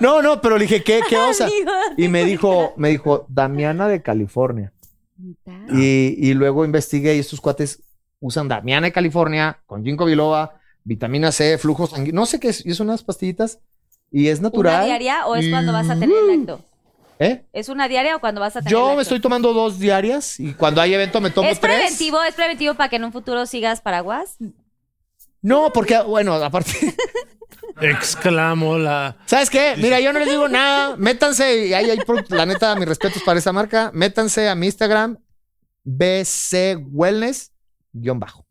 Speaker 3: no, no, pero le dije, ¿qué,
Speaker 2: [laughs]
Speaker 3: qué osa?
Speaker 2: Amigo,
Speaker 3: Y me dijo, me dijo, Damiana de California. Y, y luego investigué y estos cuates usan Damiana de California con ginkgo biloba, vitamina C, flujos sanguíneos, no sé qué es, y es unas pastillitas y es
Speaker 2: ¿Una
Speaker 3: natural. Mm.
Speaker 2: diaria o es cuando vas a tener el acto?
Speaker 3: ¿eh?
Speaker 2: ¿Es una diaria o cuando vas a tener
Speaker 3: Yo
Speaker 2: el
Speaker 3: me
Speaker 2: acto?
Speaker 3: estoy tomando dos diarias y cuando hay evento me tomo
Speaker 2: ¿Es
Speaker 3: tres.
Speaker 2: preventivo? ¿Es preventivo para que en un futuro sigas paraguas?
Speaker 3: No, porque, bueno, aparte, [laughs]
Speaker 4: Exclamó la.
Speaker 3: ¿sabes qué? Mira, yo no les digo nada, métanse, y ahí hay, pro- la neta, mis respetos para esa marca, métanse a mi Instagram, BC Wellness, guión bajo.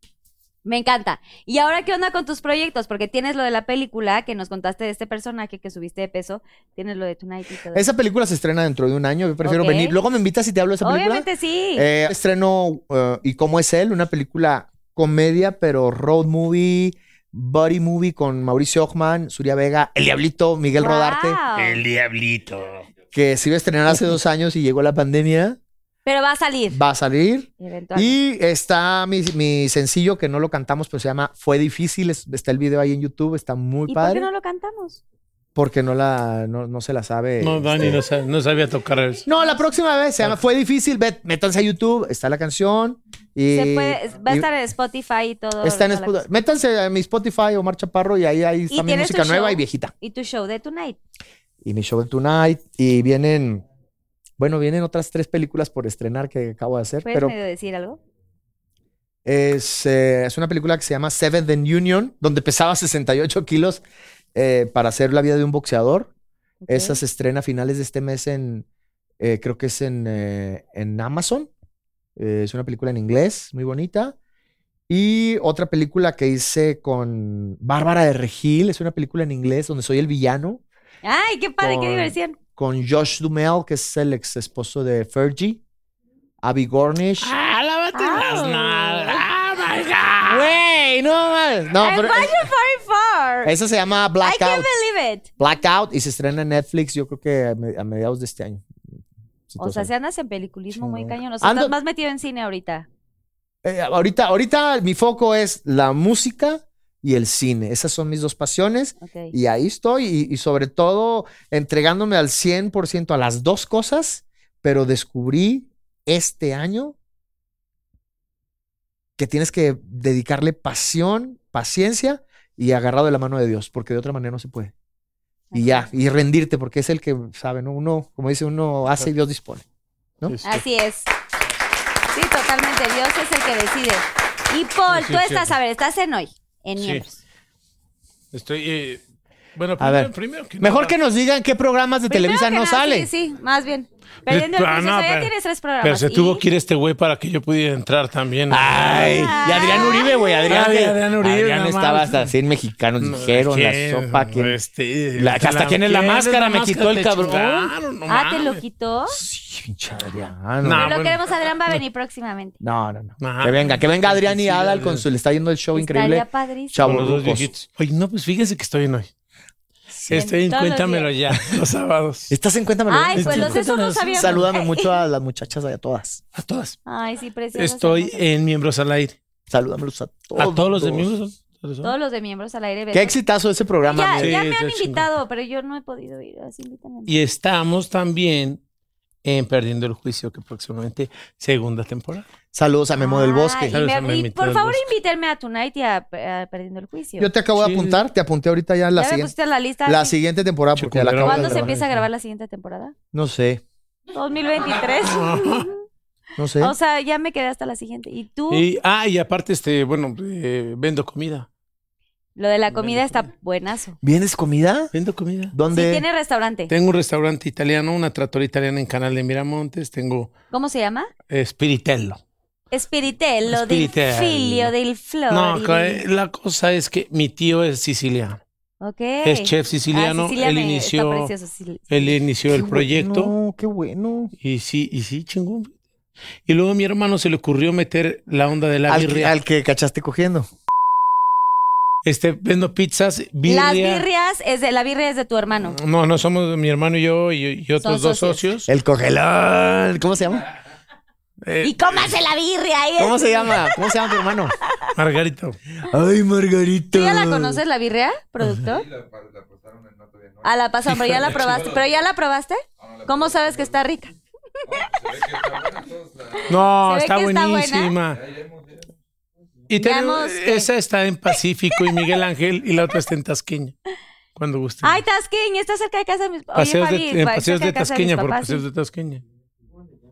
Speaker 2: Me encanta. ¿Y ahora qué onda con tus proyectos? Porque tienes lo de la película que nos contaste de este personaje que subiste de peso. Tienes lo de Tonight y todo eso.
Speaker 3: Esa película se estrena dentro de un año. Yo prefiero
Speaker 2: Ok.
Speaker 3: venir. Luego me invitas y te hablo de esa película.
Speaker 2: Obviamente sí.
Speaker 3: Eh, estreno eh, ¿Y cómo es él? Una película comedia, pero road movie, buddy movie con Mauricio Ochman, Suria Vega, El Diablito, Miguel
Speaker 2: Wow.
Speaker 3: Rodarte, que se iba a estrenar hace dos años y llegó la pandemia.
Speaker 2: Pero va a salir.
Speaker 3: Va a salir.
Speaker 2: Eventualmente.
Speaker 3: Y está mi, mi sencillo que no lo cantamos, pero se llama Fue Difícil. es- Está el video ahí en YouTube, está muy
Speaker 2: ¿Y por
Speaker 3: padre.
Speaker 2: qué no lo cantamos?
Speaker 3: Porque no la no, no se la sabe.
Speaker 4: No, Dani no sabía, no sabía tocar eso.
Speaker 3: No, la próxima vez se llama Fue Difícil. Ve, métanse a YouTube, está la canción. Y,
Speaker 2: Se puede- va a
Speaker 3: Eh, y-
Speaker 2: estar en Spotify y todo.
Speaker 3: Está en
Speaker 2: toda la
Speaker 3: Spotify.
Speaker 2: cosa.
Speaker 3: Métanse a mi Spotify Omar Chaparro y ahí, ahí
Speaker 2: ¿Y
Speaker 3: está mi
Speaker 2: tienes tu
Speaker 3: música nueva
Speaker 2: show?
Speaker 3: y viejita.
Speaker 2: Y tu show de Tonight.
Speaker 3: Y mi show en Tonight. Y vienen, bueno, vienen otras tres películas por estrenar que acabo de hacer.
Speaker 2: ¿Puedes
Speaker 3: pero
Speaker 2: medio decir algo?
Speaker 3: es, eh, es una película que se llama Seventh and Union, donde pesaba 68 kilos eh, para hacer la vida de un boxeador.
Speaker 2: Ok.
Speaker 3: Esa se estrena a finales de este mes en, eh, creo que es en, eh, en Amazon. Eh, es una película en inglés, muy bonita. Y otra película que hice con Bárbara de Regil, es una película en inglés donde soy el villano,
Speaker 2: ¡Ay, qué padre, qué
Speaker 3: Con-
Speaker 2: diversión!
Speaker 3: con Josh Dumel, que es el ex esposo de Fergie, Abby Gornish.
Speaker 12: Ah, lávate las nalgas. Ah, my God.
Speaker 3: ¡Güey! No mames. No,
Speaker 2: I'm
Speaker 3: pero
Speaker 2: going far.
Speaker 3: esa se llama
Speaker 2: I can't
Speaker 3: Blackout.
Speaker 2: believe it.
Speaker 3: Blackout y se estrena en Netflix, yo creo que a me- a mediados de este año. Si
Speaker 2: O
Speaker 3: todo
Speaker 2: sea,
Speaker 3: sale.
Speaker 2: si andas en peliculismo muy
Speaker 3: Chingón.
Speaker 2: cañón. O sea,
Speaker 3: Ando-
Speaker 2: estás más metido en cine ahorita.
Speaker 3: Eh, ahorita, ahorita mi foco es la música y el cine. Esas son mis dos pasiones
Speaker 2: Ok.
Speaker 3: y ahí estoy y, y sobre todo entregándome al 100% a las dos cosas, pero descubrí este año que tienes que dedicarle pasión, paciencia y agarrado de la mano de Dios, porque de otra manera no se puede. Y ya, y rendirte, porque es el que sabe, ¿no? Uno, como dice, uno hace y Dios dispone. ¿no?
Speaker 4: Este,
Speaker 2: Así es. Sí, totalmente. Dios es el que decide. Y Paul,
Speaker 4: Sí,
Speaker 2: tú
Speaker 4: es
Speaker 2: estás,
Speaker 4: cierto.
Speaker 2: a ver, estás en hoy, en
Speaker 4: Sí.
Speaker 2: miembros.
Speaker 4: Estoy. eh, bueno,
Speaker 3: A
Speaker 4: primero,
Speaker 3: ver.
Speaker 4: primero que
Speaker 3: Mejor
Speaker 4: nada,
Speaker 3: que nos digan qué programas de Televisa
Speaker 2: Primero que
Speaker 3: no
Speaker 2: nada,
Speaker 3: salen.
Speaker 2: Sí, sí, más bien. Perdiendo el
Speaker 4: Ah,
Speaker 2: proceso,
Speaker 4: no,
Speaker 2: ya
Speaker 4: pero-
Speaker 2: tienes tres programas.
Speaker 4: Pero se
Speaker 2: ¿Y?
Speaker 4: tuvo que ir este güey para que yo pudiera entrar también.
Speaker 3: Ay, y Adrián Uribe, güey. Adrián,
Speaker 4: Ay, Adrián Uribe,
Speaker 3: Adrián
Speaker 4: no
Speaker 3: estaba
Speaker 4: mames.
Speaker 3: hasta 100 mexicanos, dijeron la sopa. que
Speaker 4: Este,
Speaker 3: La- hasta quién es la máscara, me quitó el
Speaker 4: te
Speaker 3: cabrón.
Speaker 4: chingaron, no
Speaker 2: Ah, ¿te
Speaker 4: mames.
Speaker 2: lo quitó?
Speaker 3: Sí, pinche Adrián.
Speaker 4: No.
Speaker 2: Pero
Speaker 4: Ah,
Speaker 2: lo
Speaker 4: bueno.
Speaker 2: queremos, Adrián va a venir próximamente.
Speaker 3: No, no, no.
Speaker 4: Nah.
Speaker 3: Que venga, que venga Adrián y
Speaker 4: Sí,
Speaker 3: Adal
Speaker 4: Adrián.
Speaker 3: con su. Le está yendo el show increíble.
Speaker 2: Estaría padrísimo.
Speaker 3: Chavo,
Speaker 4: Con los dos
Speaker 3: rucos.
Speaker 4: viejitos. Oye, no, pues fíjese que estoy en hoy. estoy en
Speaker 2: Todos los
Speaker 4: Este, Cuéntamelo ya, los sábados.
Speaker 3: Estás en cuenta,
Speaker 2: Ay, pues los eso no sabíamos.
Speaker 3: Salúdame mucho a las muchachas allá todas.
Speaker 4: A todas.
Speaker 2: Ay, sí, precioso.
Speaker 4: Estoy en Miembros al Aire.
Speaker 3: Salúdamelos a todos.
Speaker 4: A todos los de Miembros al
Speaker 2: Todos los de miembros al aire.
Speaker 3: Qué Ah, exitazo ese programa.
Speaker 2: Ya,
Speaker 3: mira.
Speaker 2: ya
Speaker 4: Sí,
Speaker 2: me han
Speaker 4: está
Speaker 2: invitado, pero yo no he podido ir, así invítame.
Speaker 4: Y estamos también en Perdiendo el Juicio, que próximamente segunda temporada.
Speaker 3: Saludos a Memo del Bosque.
Speaker 2: Ay,
Speaker 4: Claro,
Speaker 2: me-
Speaker 4: se me
Speaker 2: y
Speaker 4: invitó
Speaker 2: por
Speaker 4: el
Speaker 2: favor,
Speaker 4: bosque.
Speaker 2: invítenme a Tonight y a, a Perdiendo el Juicio.
Speaker 3: Yo te acabo de
Speaker 4: Sí.
Speaker 3: apuntar, te apunté ahorita ya
Speaker 2: ya
Speaker 3: la
Speaker 2: me
Speaker 3: siguiente.
Speaker 2: pusiste en la lista.
Speaker 3: La
Speaker 2: sí.
Speaker 3: siguiente temporada, porque ya la acabo de
Speaker 2: ¿Cuándo se
Speaker 3: grabar.
Speaker 2: empieza a grabar la siguiente temporada?
Speaker 3: No sé,
Speaker 2: 2023.
Speaker 4: Ah,
Speaker 3: no sé.
Speaker 2: o sea, ya me quedé hasta la siguiente. ¿Y tú?
Speaker 4: Y, ah, y aparte, este, bueno, eh, vendo comida.
Speaker 2: Lo de la comida está buenazo.
Speaker 3: ¿Vienes comida?
Speaker 4: Vendo comida.
Speaker 3: ¿Dónde?
Speaker 2: Sí, tiene restaurante.
Speaker 4: Tengo un restaurante italiano, una trattoria italiana en Canal de Miramontes. Tengo
Speaker 2: ¿Cómo se llama?
Speaker 4: eh, Spiritello.
Speaker 2: Spiritello, del
Speaker 4: Spiritello.
Speaker 2: filio, del flor.
Speaker 4: No, ca- la cosa es que mi tío es siciliano.
Speaker 2: Ok.
Speaker 4: Es chef siciliano.
Speaker 2: Eh. Ah, Sicilia
Speaker 4: él,
Speaker 2: me- está
Speaker 4: inició,
Speaker 2: precioso, Sicilia.
Speaker 4: él inició el proyecto.
Speaker 3: No, qué bueno.
Speaker 4: Y sí, y sí, chingón. Y luego a mi hermano se le ocurrió meter la onda de la
Speaker 3: Al, que-
Speaker 4: birria.
Speaker 3: al que cachaste cogiendo.
Speaker 4: Este, vendo pizzas, birria. Mm,
Speaker 2: Las birrias, es de, la birria es de tu hermano.
Speaker 4: No, no somos mi hermano y yo y, y otros
Speaker 2: Son
Speaker 4: dos
Speaker 2: socios.
Speaker 4: socios.
Speaker 3: El cogelón. ¿Cómo se llama?
Speaker 4: Eh,
Speaker 2: Y cómase la birria. ahí es-
Speaker 3: ¿Cómo se llama? ¿Cómo se llama
Speaker 2: [laughs]
Speaker 3: tu hermano?
Speaker 4: Margarito.
Speaker 3: Ay, Margarito.
Speaker 2: ¿Tú ya la conoces, la birria, productor? Ah, la pasaron, pero ya la probaste. ¿Pero ya la probaste? ¿Cómo sabes que está rica?
Speaker 4: No,
Speaker 2: Se ve
Speaker 4: está
Speaker 2: que está buena.
Speaker 4: buenísima. Y tenemos,
Speaker 2: Veamos qué.
Speaker 4: esa está en Pacífico y Miguel Ángel y la otra está en Tasqueña. Cuando guste.
Speaker 2: Ay, Tasqueña, está cerca de casa de mis papás. Oye,
Speaker 4: paseos
Speaker 2: Fabi,
Speaker 4: de, en
Speaker 2: está
Speaker 4: paseos
Speaker 2: cerca
Speaker 4: de
Speaker 2: de casa de mis
Speaker 4: Tasqueña, por
Speaker 2: papás, sí.
Speaker 4: paseos de Tasqueña.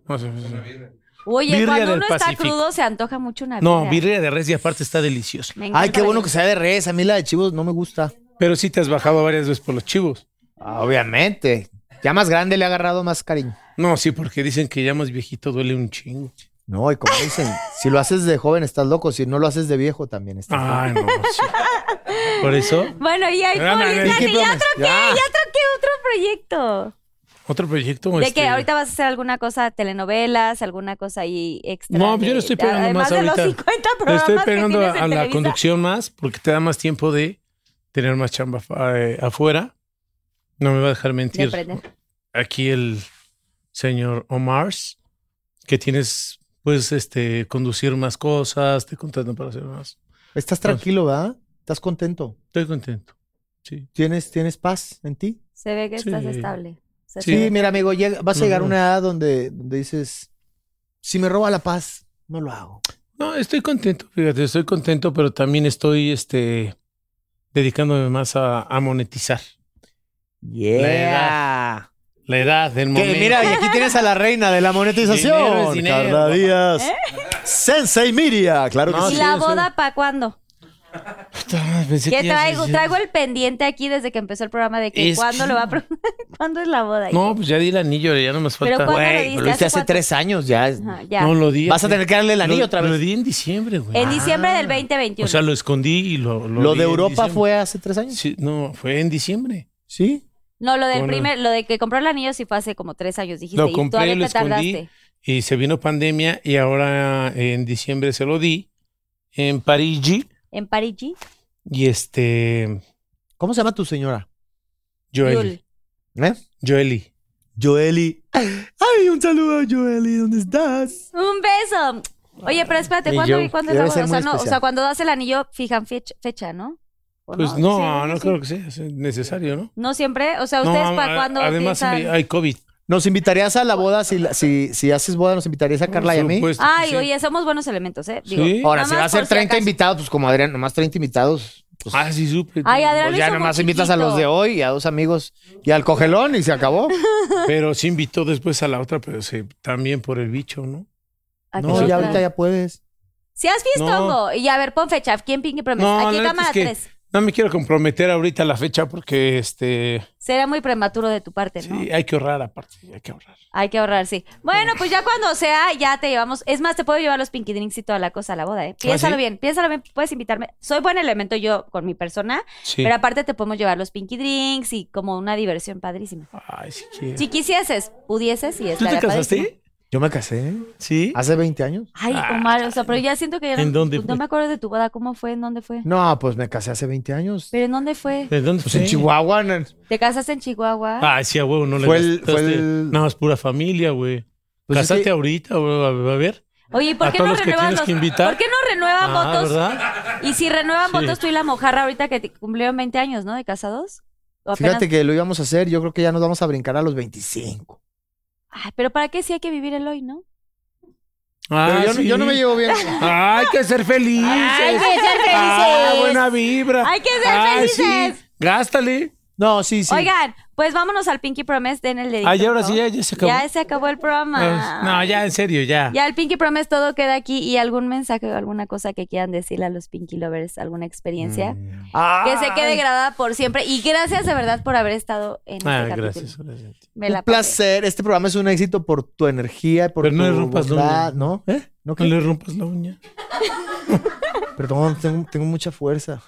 Speaker 4: No, sí, sí, sí.
Speaker 2: Oye,
Speaker 4: Birria
Speaker 2: cuando
Speaker 4: del
Speaker 2: uno está
Speaker 4: Pacífico.
Speaker 2: crudo se antoja mucho una birria.
Speaker 4: No, birria de res y aparte está deliciosa.
Speaker 2: Me encanta
Speaker 3: Ay, qué
Speaker 2: la
Speaker 3: bueno que
Speaker 2: birria.
Speaker 3: sea de res. A mí la de chivos no me gusta.
Speaker 4: Pero sí te has bajado varias veces por los chivos.
Speaker 3: Ah, Obviamente. Ya más grande le ha agarrado más cariño.
Speaker 4: No, sí, porque dicen que ya más viejito duele un chingo.
Speaker 3: No, y como dicen, si lo haces de joven estás loco, si no lo haces de viejo también estás loco.
Speaker 4: Ay, no. sí. Por eso,
Speaker 2: Bueno, y ahí,
Speaker 4: Pero, Ana,
Speaker 2: Paulina,
Speaker 4: Vicky,
Speaker 2: que ya
Speaker 4: bromas.
Speaker 2: troqué,
Speaker 4: Ya.
Speaker 2: ya troqué otro proyecto.
Speaker 4: otro proyecto.
Speaker 2: ¿De
Speaker 4: este,
Speaker 2: que ahorita vas a hacer alguna cosa, telenovelas, alguna cosa ahí extra?
Speaker 4: No, yo
Speaker 2: de-
Speaker 4: no estoy pegando
Speaker 2: además
Speaker 4: más
Speaker 2: de
Speaker 4: ahorita.
Speaker 2: los 50
Speaker 4: Le
Speaker 2: programas
Speaker 4: estoy
Speaker 2: que
Speaker 4: pegando a,
Speaker 2: tienes en
Speaker 4: a la
Speaker 2: Televisa.
Speaker 4: conducción más porque te da más tiempo de tener más chamba fa- eh, afuera. No me va a dejar
Speaker 2: De
Speaker 4: mentir.
Speaker 2: aprender.
Speaker 4: Aquí el señor Omars, que tienes, pues, este, conducir más cosas, te contratan para hacer más.
Speaker 3: Estás tranquilo, ¿verdad? Estás contento.
Speaker 4: Estoy contento. Sí.
Speaker 3: ¿Tienes, tienes paz en ti?
Speaker 2: Se ve que
Speaker 4: Sí.
Speaker 2: estás estable. Se
Speaker 4: Sí.
Speaker 3: Sí,
Speaker 2: te-
Speaker 3: mira, amigo, llega- vas a
Speaker 4: No,
Speaker 3: llegar a
Speaker 4: no.
Speaker 3: una edad donde, donde dices, si me roba la paz, no lo hago.
Speaker 4: No, estoy contento, fíjate, estoy contento, pero también estoy, este, dedicándome más a, a monetizar. La edad. La edad del momento.
Speaker 3: Que mira, y aquí tienes a la reina de la
Speaker 4: [laughs] Dinero es
Speaker 3: monetización.
Speaker 4: dinero,
Speaker 3: Carla
Speaker 4: papá.
Speaker 3: Díaz. Sensei Miria, claro que
Speaker 4: ¿eh? No,
Speaker 2: ¿Y
Speaker 3: sí.
Speaker 4: sí,
Speaker 2: la
Speaker 4: sí.
Speaker 2: boda para cuándo?
Speaker 4: Puta, pensé
Speaker 2: ¿Qué
Speaker 4: que ya-
Speaker 2: traigo?
Speaker 4: ya-
Speaker 2: Traigo el pendiente aquí desde que empezó el programa de que
Speaker 4: Es
Speaker 2: cuándo
Speaker 4: que-
Speaker 2: lo va a... pro- [laughs] ¿Cuándo es la boda? hijo?
Speaker 4: No, pues ya di el anillo, ya no me
Speaker 2: Pero
Speaker 4: falta.
Speaker 2: ¿cuándo lo
Speaker 3: Güey,
Speaker 2: diste?
Speaker 3: pero lo
Speaker 2: ¿Hace
Speaker 3: viste hace
Speaker 2: cuánto?
Speaker 3: tres años ya. es-
Speaker 2: Ajá, ya.
Speaker 4: No lo di.
Speaker 3: Vas a tener que darle el anillo
Speaker 4: Lo-
Speaker 3: otra vez.
Speaker 4: Lo di en diciembre, güey. Ah,
Speaker 2: En diciembre del 2021.
Speaker 4: O sea, lo escondí y lo.
Speaker 3: ¿Lo
Speaker 4: di
Speaker 3: de
Speaker 4: en
Speaker 3: Europa
Speaker 4: diciembre.
Speaker 3: fue hace tres años?
Speaker 4: Sí, no, fue en diciembre.
Speaker 3: Sí.
Speaker 2: no, lo del
Speaker 4: Bueno.
Speaker 2: primer, lo de que compró el anillo sí fue hace como tres años, dijiste.
Speaker 4: Lo
Speaker 2: y
Speaker 4: compré,
Speaker 2: todavía
Speaker 4: lo
Speaker 2: te
Speaker 4: escondí.
Speaker 2: tardaste.
Speaker 4: Y se vino pandemia y ahora eh, en diciembre se lo di en Parigi.
Speaker 2: ¿En Parigi?
Speaker 4: Y este.
Speaker 3: ¿Cómo se llama tu señora?
Speaker 4: Joeli.
Speaker 3: ¿Eh?
Speaker 4: Joeli.
Speaker 3: Joeli. Ay, un saludo a Joeli, ¿dónde estás?
Speaker 2: Un beso. Oye, pero espérate,
Speaker 3: Ni
Speaker 2: ¿cuándo,
Speaker 3: yo.
Speaker 2: ¿cuándo es
Speaker 3: Debe
Speaker 2: la boda?
Speaker 3: ser
Speaker 2: O sea,
Speaker 3: muy
Speaker 2: no, o
Speaker 3: especial.
Speaker 2: sea, cuando das el anillo, fijan fech- fecha, ¿no? ¿O
Speaker 4: Pues no,
Speaker 2: Sí,
Speaker 4: no
Speaker 2: sí.
Speaker 4: creo que sea sea necesario, ¿no?
Speaker 2: No siempre. O sea, ¿ustedes
Speaker 4: no,
Speaker 2: para
Speaker 4: a-
Speaker 2: cuándo
Speaker 4: Además,
Speaker 2: piensan?
Speaker 4: hay, hay COVID.
Speaker 3: ¿Nos invitarías a la boda? Si, la- si, si haces boda, ¿nos invitarías a Carla y a
Speaker 4: Por
Speaker 3: mí?
Speaker 4: supuesto que
Speaker 2: Ay,
Speaker 4: este, sí.
Speaker 2: oye, somos buenos elementos, ¿eh? Digo,
Speaker 4: Sí.
Speaker 3: Ahora,
Speaker 2: Nada
Speaker 3: si va a
Speaker 2: más
Speaker 3: ser
Speaker 2: por si
Speaker 3: 30
Speaker 2: acaso.
Speaker 3: invitados, pues como Adrián, nomás 30 invitados. Pues,
Speaker 4: Ah, sí, supe.
Speaker 2: Ay, Adrián,
Speaker 3: pues ya nomás invitas a los de hoy y a dos amigos y al cogelón y se [laughs] acabó.
Speaker 4: Pero sí invitó después a la otra, pero se- también por el bicho, ¿no?
Speaker 3: No, ya ahorita ya puedes.
Speaker 2: Ah, Si has fiestongo. Y a ver, pon fecha. ¿Quién pinky promise?
Speaker 4: No,
Speaker 2: Aquí
Speaker 4: la neta
Speaker 2: cámara
Speaker 4: es que-
Speaker 2: 3.
Speaker 4: No me quiero comprometer ahorita la fecha porque este
Speaker 2: Será muy prematuro de tu parte, ¿no?
Speaker 4: sí, hay que ahorrar aparte, hay que ahorrar.
Speaker 2: Hay que ahorrar, sí. Bueno, pues ya cuando sea, ya te llevamos. Es más, te puedo llevar los pinky drinks y toda la cosa a la boda, ¿eh? Piénsalo
Speaker 4: ¿Ah, sí?
Speaker 2: bien, piénsalo bien. Puedes invitarme. Soy buen elemento yo con mi persona,
Speaker 4: Sí.
Speaker 2: pero aparte te podemos llevar los pinky drinks y como una diversión padrísima.
Speaker 4: Ay, si quieres.
Speaker 2: Si quisieses, pudieses y
Speaker 4: ¿Tú
Speaker 2: estaría
Speaker 4: te
Speaker 2: padrísimo.
Speaker 4: casaste?
Speaker 3: Yo me casé
Speaker 4: Sí.
Speaker 3: hace 20 años.
Speaker 2: Ay, Omar, o sea, pero ya siento que ya no,
Speaker 4: ¿En dónde
Speaker 2: no
Speaker 4: fue?
Speaker 2: me acuerdo de tu boda, ¿cómo fue? ¿En dónde fue?
Speaker 3: No, pues me casé hace 20 años.
Speaker 2: ¿Pero en dónde fue?
Speaker 4: ¿De dónde
Speaker 3: Pues
Speaker 4: fue?
Speaker 3: en Chihuahua. en-
Speaker 2: ¿Te casaste en Chihuahua?
Speaker 4: Ay, sí, a huevo, no le
Speaker 3: Fue el-
Speaker 4: gastaste.
Speaker 3: fue el-
Speaker 4: Nada más pura familia, güey.
Speaker 3: Pues es
Speaker 4: Casate
Speaker 3: que-
Speaker 4: ahorita, güey, a a ver.
Speaker 2: Oye, ¿y ¿por
Speaker 4: a
Speaker 2: qué
Speaker 4: todos
Speaker 2: no
Speaker 4: los que
Speaker 2: renuevan
Speaker 4: tienes
Speaker 2: los-
Speaker 4: que invitar.
Speaker 2: ¿Por qué no renuevan
Speaker 4: Ah,
Speaker 2: votos?
Speaker 4: ¿verdad?
Speaker 2: Y si renuevan
Speaker 4: Sí.
Speaker 2: votos tú y la mojarra ahorita que te cumplieron 20 años, ¿no? De casados. ¿O apenas-
Speaker 3: Fíjate que lo íbamos a hacer, yo creo que ya nos vamos a brincar a los 25.
Speaker 2: Ay, pero ¿para qué sí hay que vivir el hoy, no?
Speaker 4: Ah,
Speaker 3: Pero yo, no-
Speaker 4: sí.
Speaker 3: yo no me llevo bien.
Speaker 4: Ay, hay que ser felices.
Speaker 5: Hay que ser
Speaker 4: Ah,
Speaker 5: felices.
Speaker 4: buena vibra.
Speaker 2: ¡Hay que ser
Speaker 4: Ay, sí.
Speaker 2: felices!
Speaker 4: Gástale.
Speaker 3: [laughs] No, sí, sí.
Speaker 2: Oigan, pues vámonos al Pinky Promise, den el dedito.
Speaker 4: Ay, ahora
Speaker 2: por
Speaker 4: sí,
Speaker 2: favor.
Speaker 4: ya, ya se acabó. Ah, Pues,
Speaker 2: Ya se acabó el programa.
Speaker 4: No, ya, en serio, ya.
Speaker 2: Ya el Pinky Promise todo queda aquí y algún mensaje o alguna cosa que quieran decirle a los Pinky Lovers, alguna experiencia
Speaker 4: Mm.
Speaker 2: que se quede grabada por siempre. Y gracias de verdad por haber estado en
Speaker 4: Ah,
Speaker 2: este capítulo.
Speaker 4: gracias, gracias.
Speaker 2: Me la
Speaker 3: Un
Speaker 2: pasé.
Speaker 3: placer. Este programa es un éxito por tu energía y por
Speaker 4: Pero no
Speaker 3: tu
Speaker 4: le rompas la
Speaker 3: bondad,
Speaker 4: uña.
Speaker 3: ¿no? ¿Eh? ¿No
Speaker 4: No
Speaker 3: qué?
Speaker 4: le rompas la uña.
Speaker 3: Perdón, tengo, tengo mucha fuerza.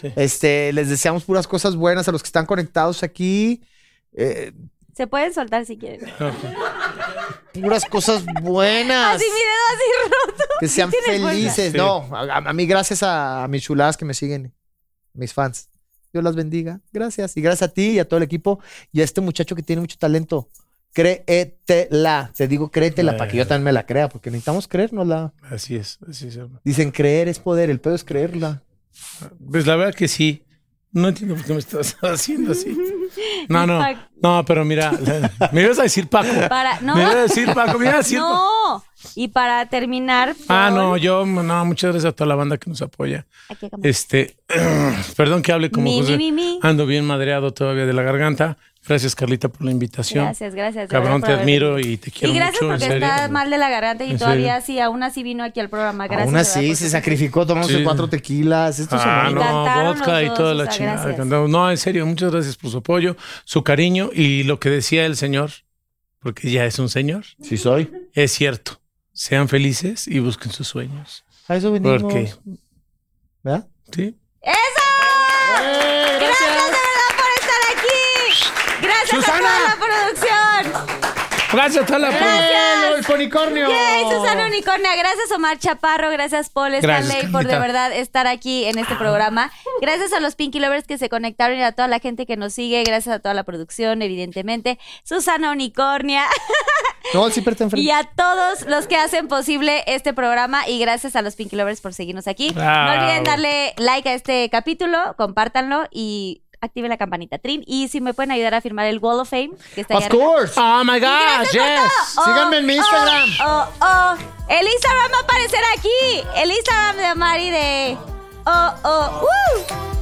Speaker 4: Sí.
Speaker 3: Este, les deseamos puras cosas buenas a los que están conectados aquí. Eh,
Speaker 2: Se pueden soltar si quieren.
Speaker 3: puras cosas buenas.
Speaker 2: Así mi dedo así roto.
Speaker 3: que sean
Speaker 2: tienes fuerza.
Speaker 3: felices.
Speaker 4: Sí.
Speaker 3: No, a, a mí gracias a, a mis chuladas que me siguen, mis fans. Dios las bendiga. Gracias. Y gracias a ti y a todo el equipo y a este muchacho que tiene mucho talento. Créetela. Te digo créetela para que yo también me la crea, porque necesitamos creérnosla.
Speaker 4: Así es, así es. hermano.
Speaker 3: Dicen creer es poder, el pedo es creerla.
Speaker 4: Pues la verdad que sí. No entiendo por qué me estás [laughs]
Speaker 2: [laughs]
Speaker 4: haciendo así. No, no. No, pero mira, [laughs] me ibas a decir Paco.
Speaker 2: Para, no.
Speaker 4: Me ibas a decir Paco, me ibas a decir Paco.
Speaker 2: [laughs] No. Y para terminar.
Speaker 4: Ah, no,
Speaker 2: Paul,
Speaker 4: yo, no, muchas gracias a toda la banda que nos apoya.
Speaker 2: aquí acá-
Speaker 4: Este, [clears throat] perdón que hable como
Speaker 2: Mi,
Speaker 4: José.
Speaker 2: mi, mi, mi.
Speaker 4: Ando bien madreado todavía de la garganta. Gracias, Carlita, por la invitación.
Speaker 2: Gracias, gracias. de verdad,
Speaker 4: Cabrón, te
Speaker 2: por haber
Speaker 4: admiro
Speaker 2: venido.
Speaker 4: y te quiero
Speaker 2: Y gracias
Speaker 4: mucho, en
Speaker 2: porque
Speaker 4: serio.
Speaker 2: está mal de la garganta y
Speaker 4: En
Speaker 2: todavía
Speaker 4: serio.
Speaker 2: sí, aún así vino aquí al programa. Gracias.
Speaker 3: Aún
Speaker 2: de
Speaker 3: así,
Speaker 2: verdad,
Speaker 3: se
Speaker 2: por-
Speaker 3: sacrificó, tomándose
Speaker 4: Sí.
Speaker 3: cuatro tequilas. Esto es
Speaker 4: Ah,
Speaker 3: una-
Speaker 2: Encantaron
Speaker 4: no,
Speaker 2: los
Speaker 4: vodka y
Speaker 2: dos,
Speaker 4: toda
Speaker 2: o
Speaker 4: la
Speaker 2: sea,
Speaker 4: chingada.
Speaker 2: gracias.
Speaker 4: cantamos. No, en serio, muchas gracias por su apoyo, su cariño y lo que decía el señor, porque ya es un señor,
Speaker 3: Sí soy.
Speaker 4: es cierto. sean felices y busquen sus sueños.
Speaker 1: A eso venimos.
Speaker 4: Porque,
Speaker 1: ¿Verdad?
Speaker 4: sí,
Speaker 2: ¡Eso!
Speaker 4: Eh,
Speaker 2: Gracias de verdad por estar aquí. Gracias
Speaker 4: Susana.
Speaker 2: a toda la producción.
Speaker 4: Gracias, Tala. por-
Speaker 2: Gracias.
Speaker 3: ¡El ponicornio!
Speaker 2: Yay, Susana Unicornia, gracias Omar Chaparro, gracias Paul
Speaker 4: Gracias,
Speaker 2: Stanley por de
Speaker 4: Carlita.
Speaker 2: verdad estar aquí en este programa. Gracias a los Pinky Lovers que se conectaron y a toda la gente que nos sigue, gracias a toda la producción, evidentemente. Susana Unicornia [laughs]
Speaker 1: No, siempre está enfrente.
Speaker 2: y a todos los que hacen posible este programa y gracias a los Pinky Lovers por seguirnos aquí.
Speaker 4: Bravo.
Speaker 3: Ah,
Speaker 2: No olviden darle like a este capítulo, compártanlo y activen la campanita Trim y si me pueden ayudar a firmar el Wall of Fame que está
Speaker 3: Of
Speaker 2: allá arriba.
Speaker 3: course. Ah,
Speaker 4: Oh my gosh, yes.
Speaker 2: Oh,
Speaker 3: Síganme en mi
Speaker 2: oh,
Speaker 3: Instagram.
Speaker 2: oh, oh. El Instagram va a aparecer aquí. El Instagram de Mari de. Oh, oh, uh.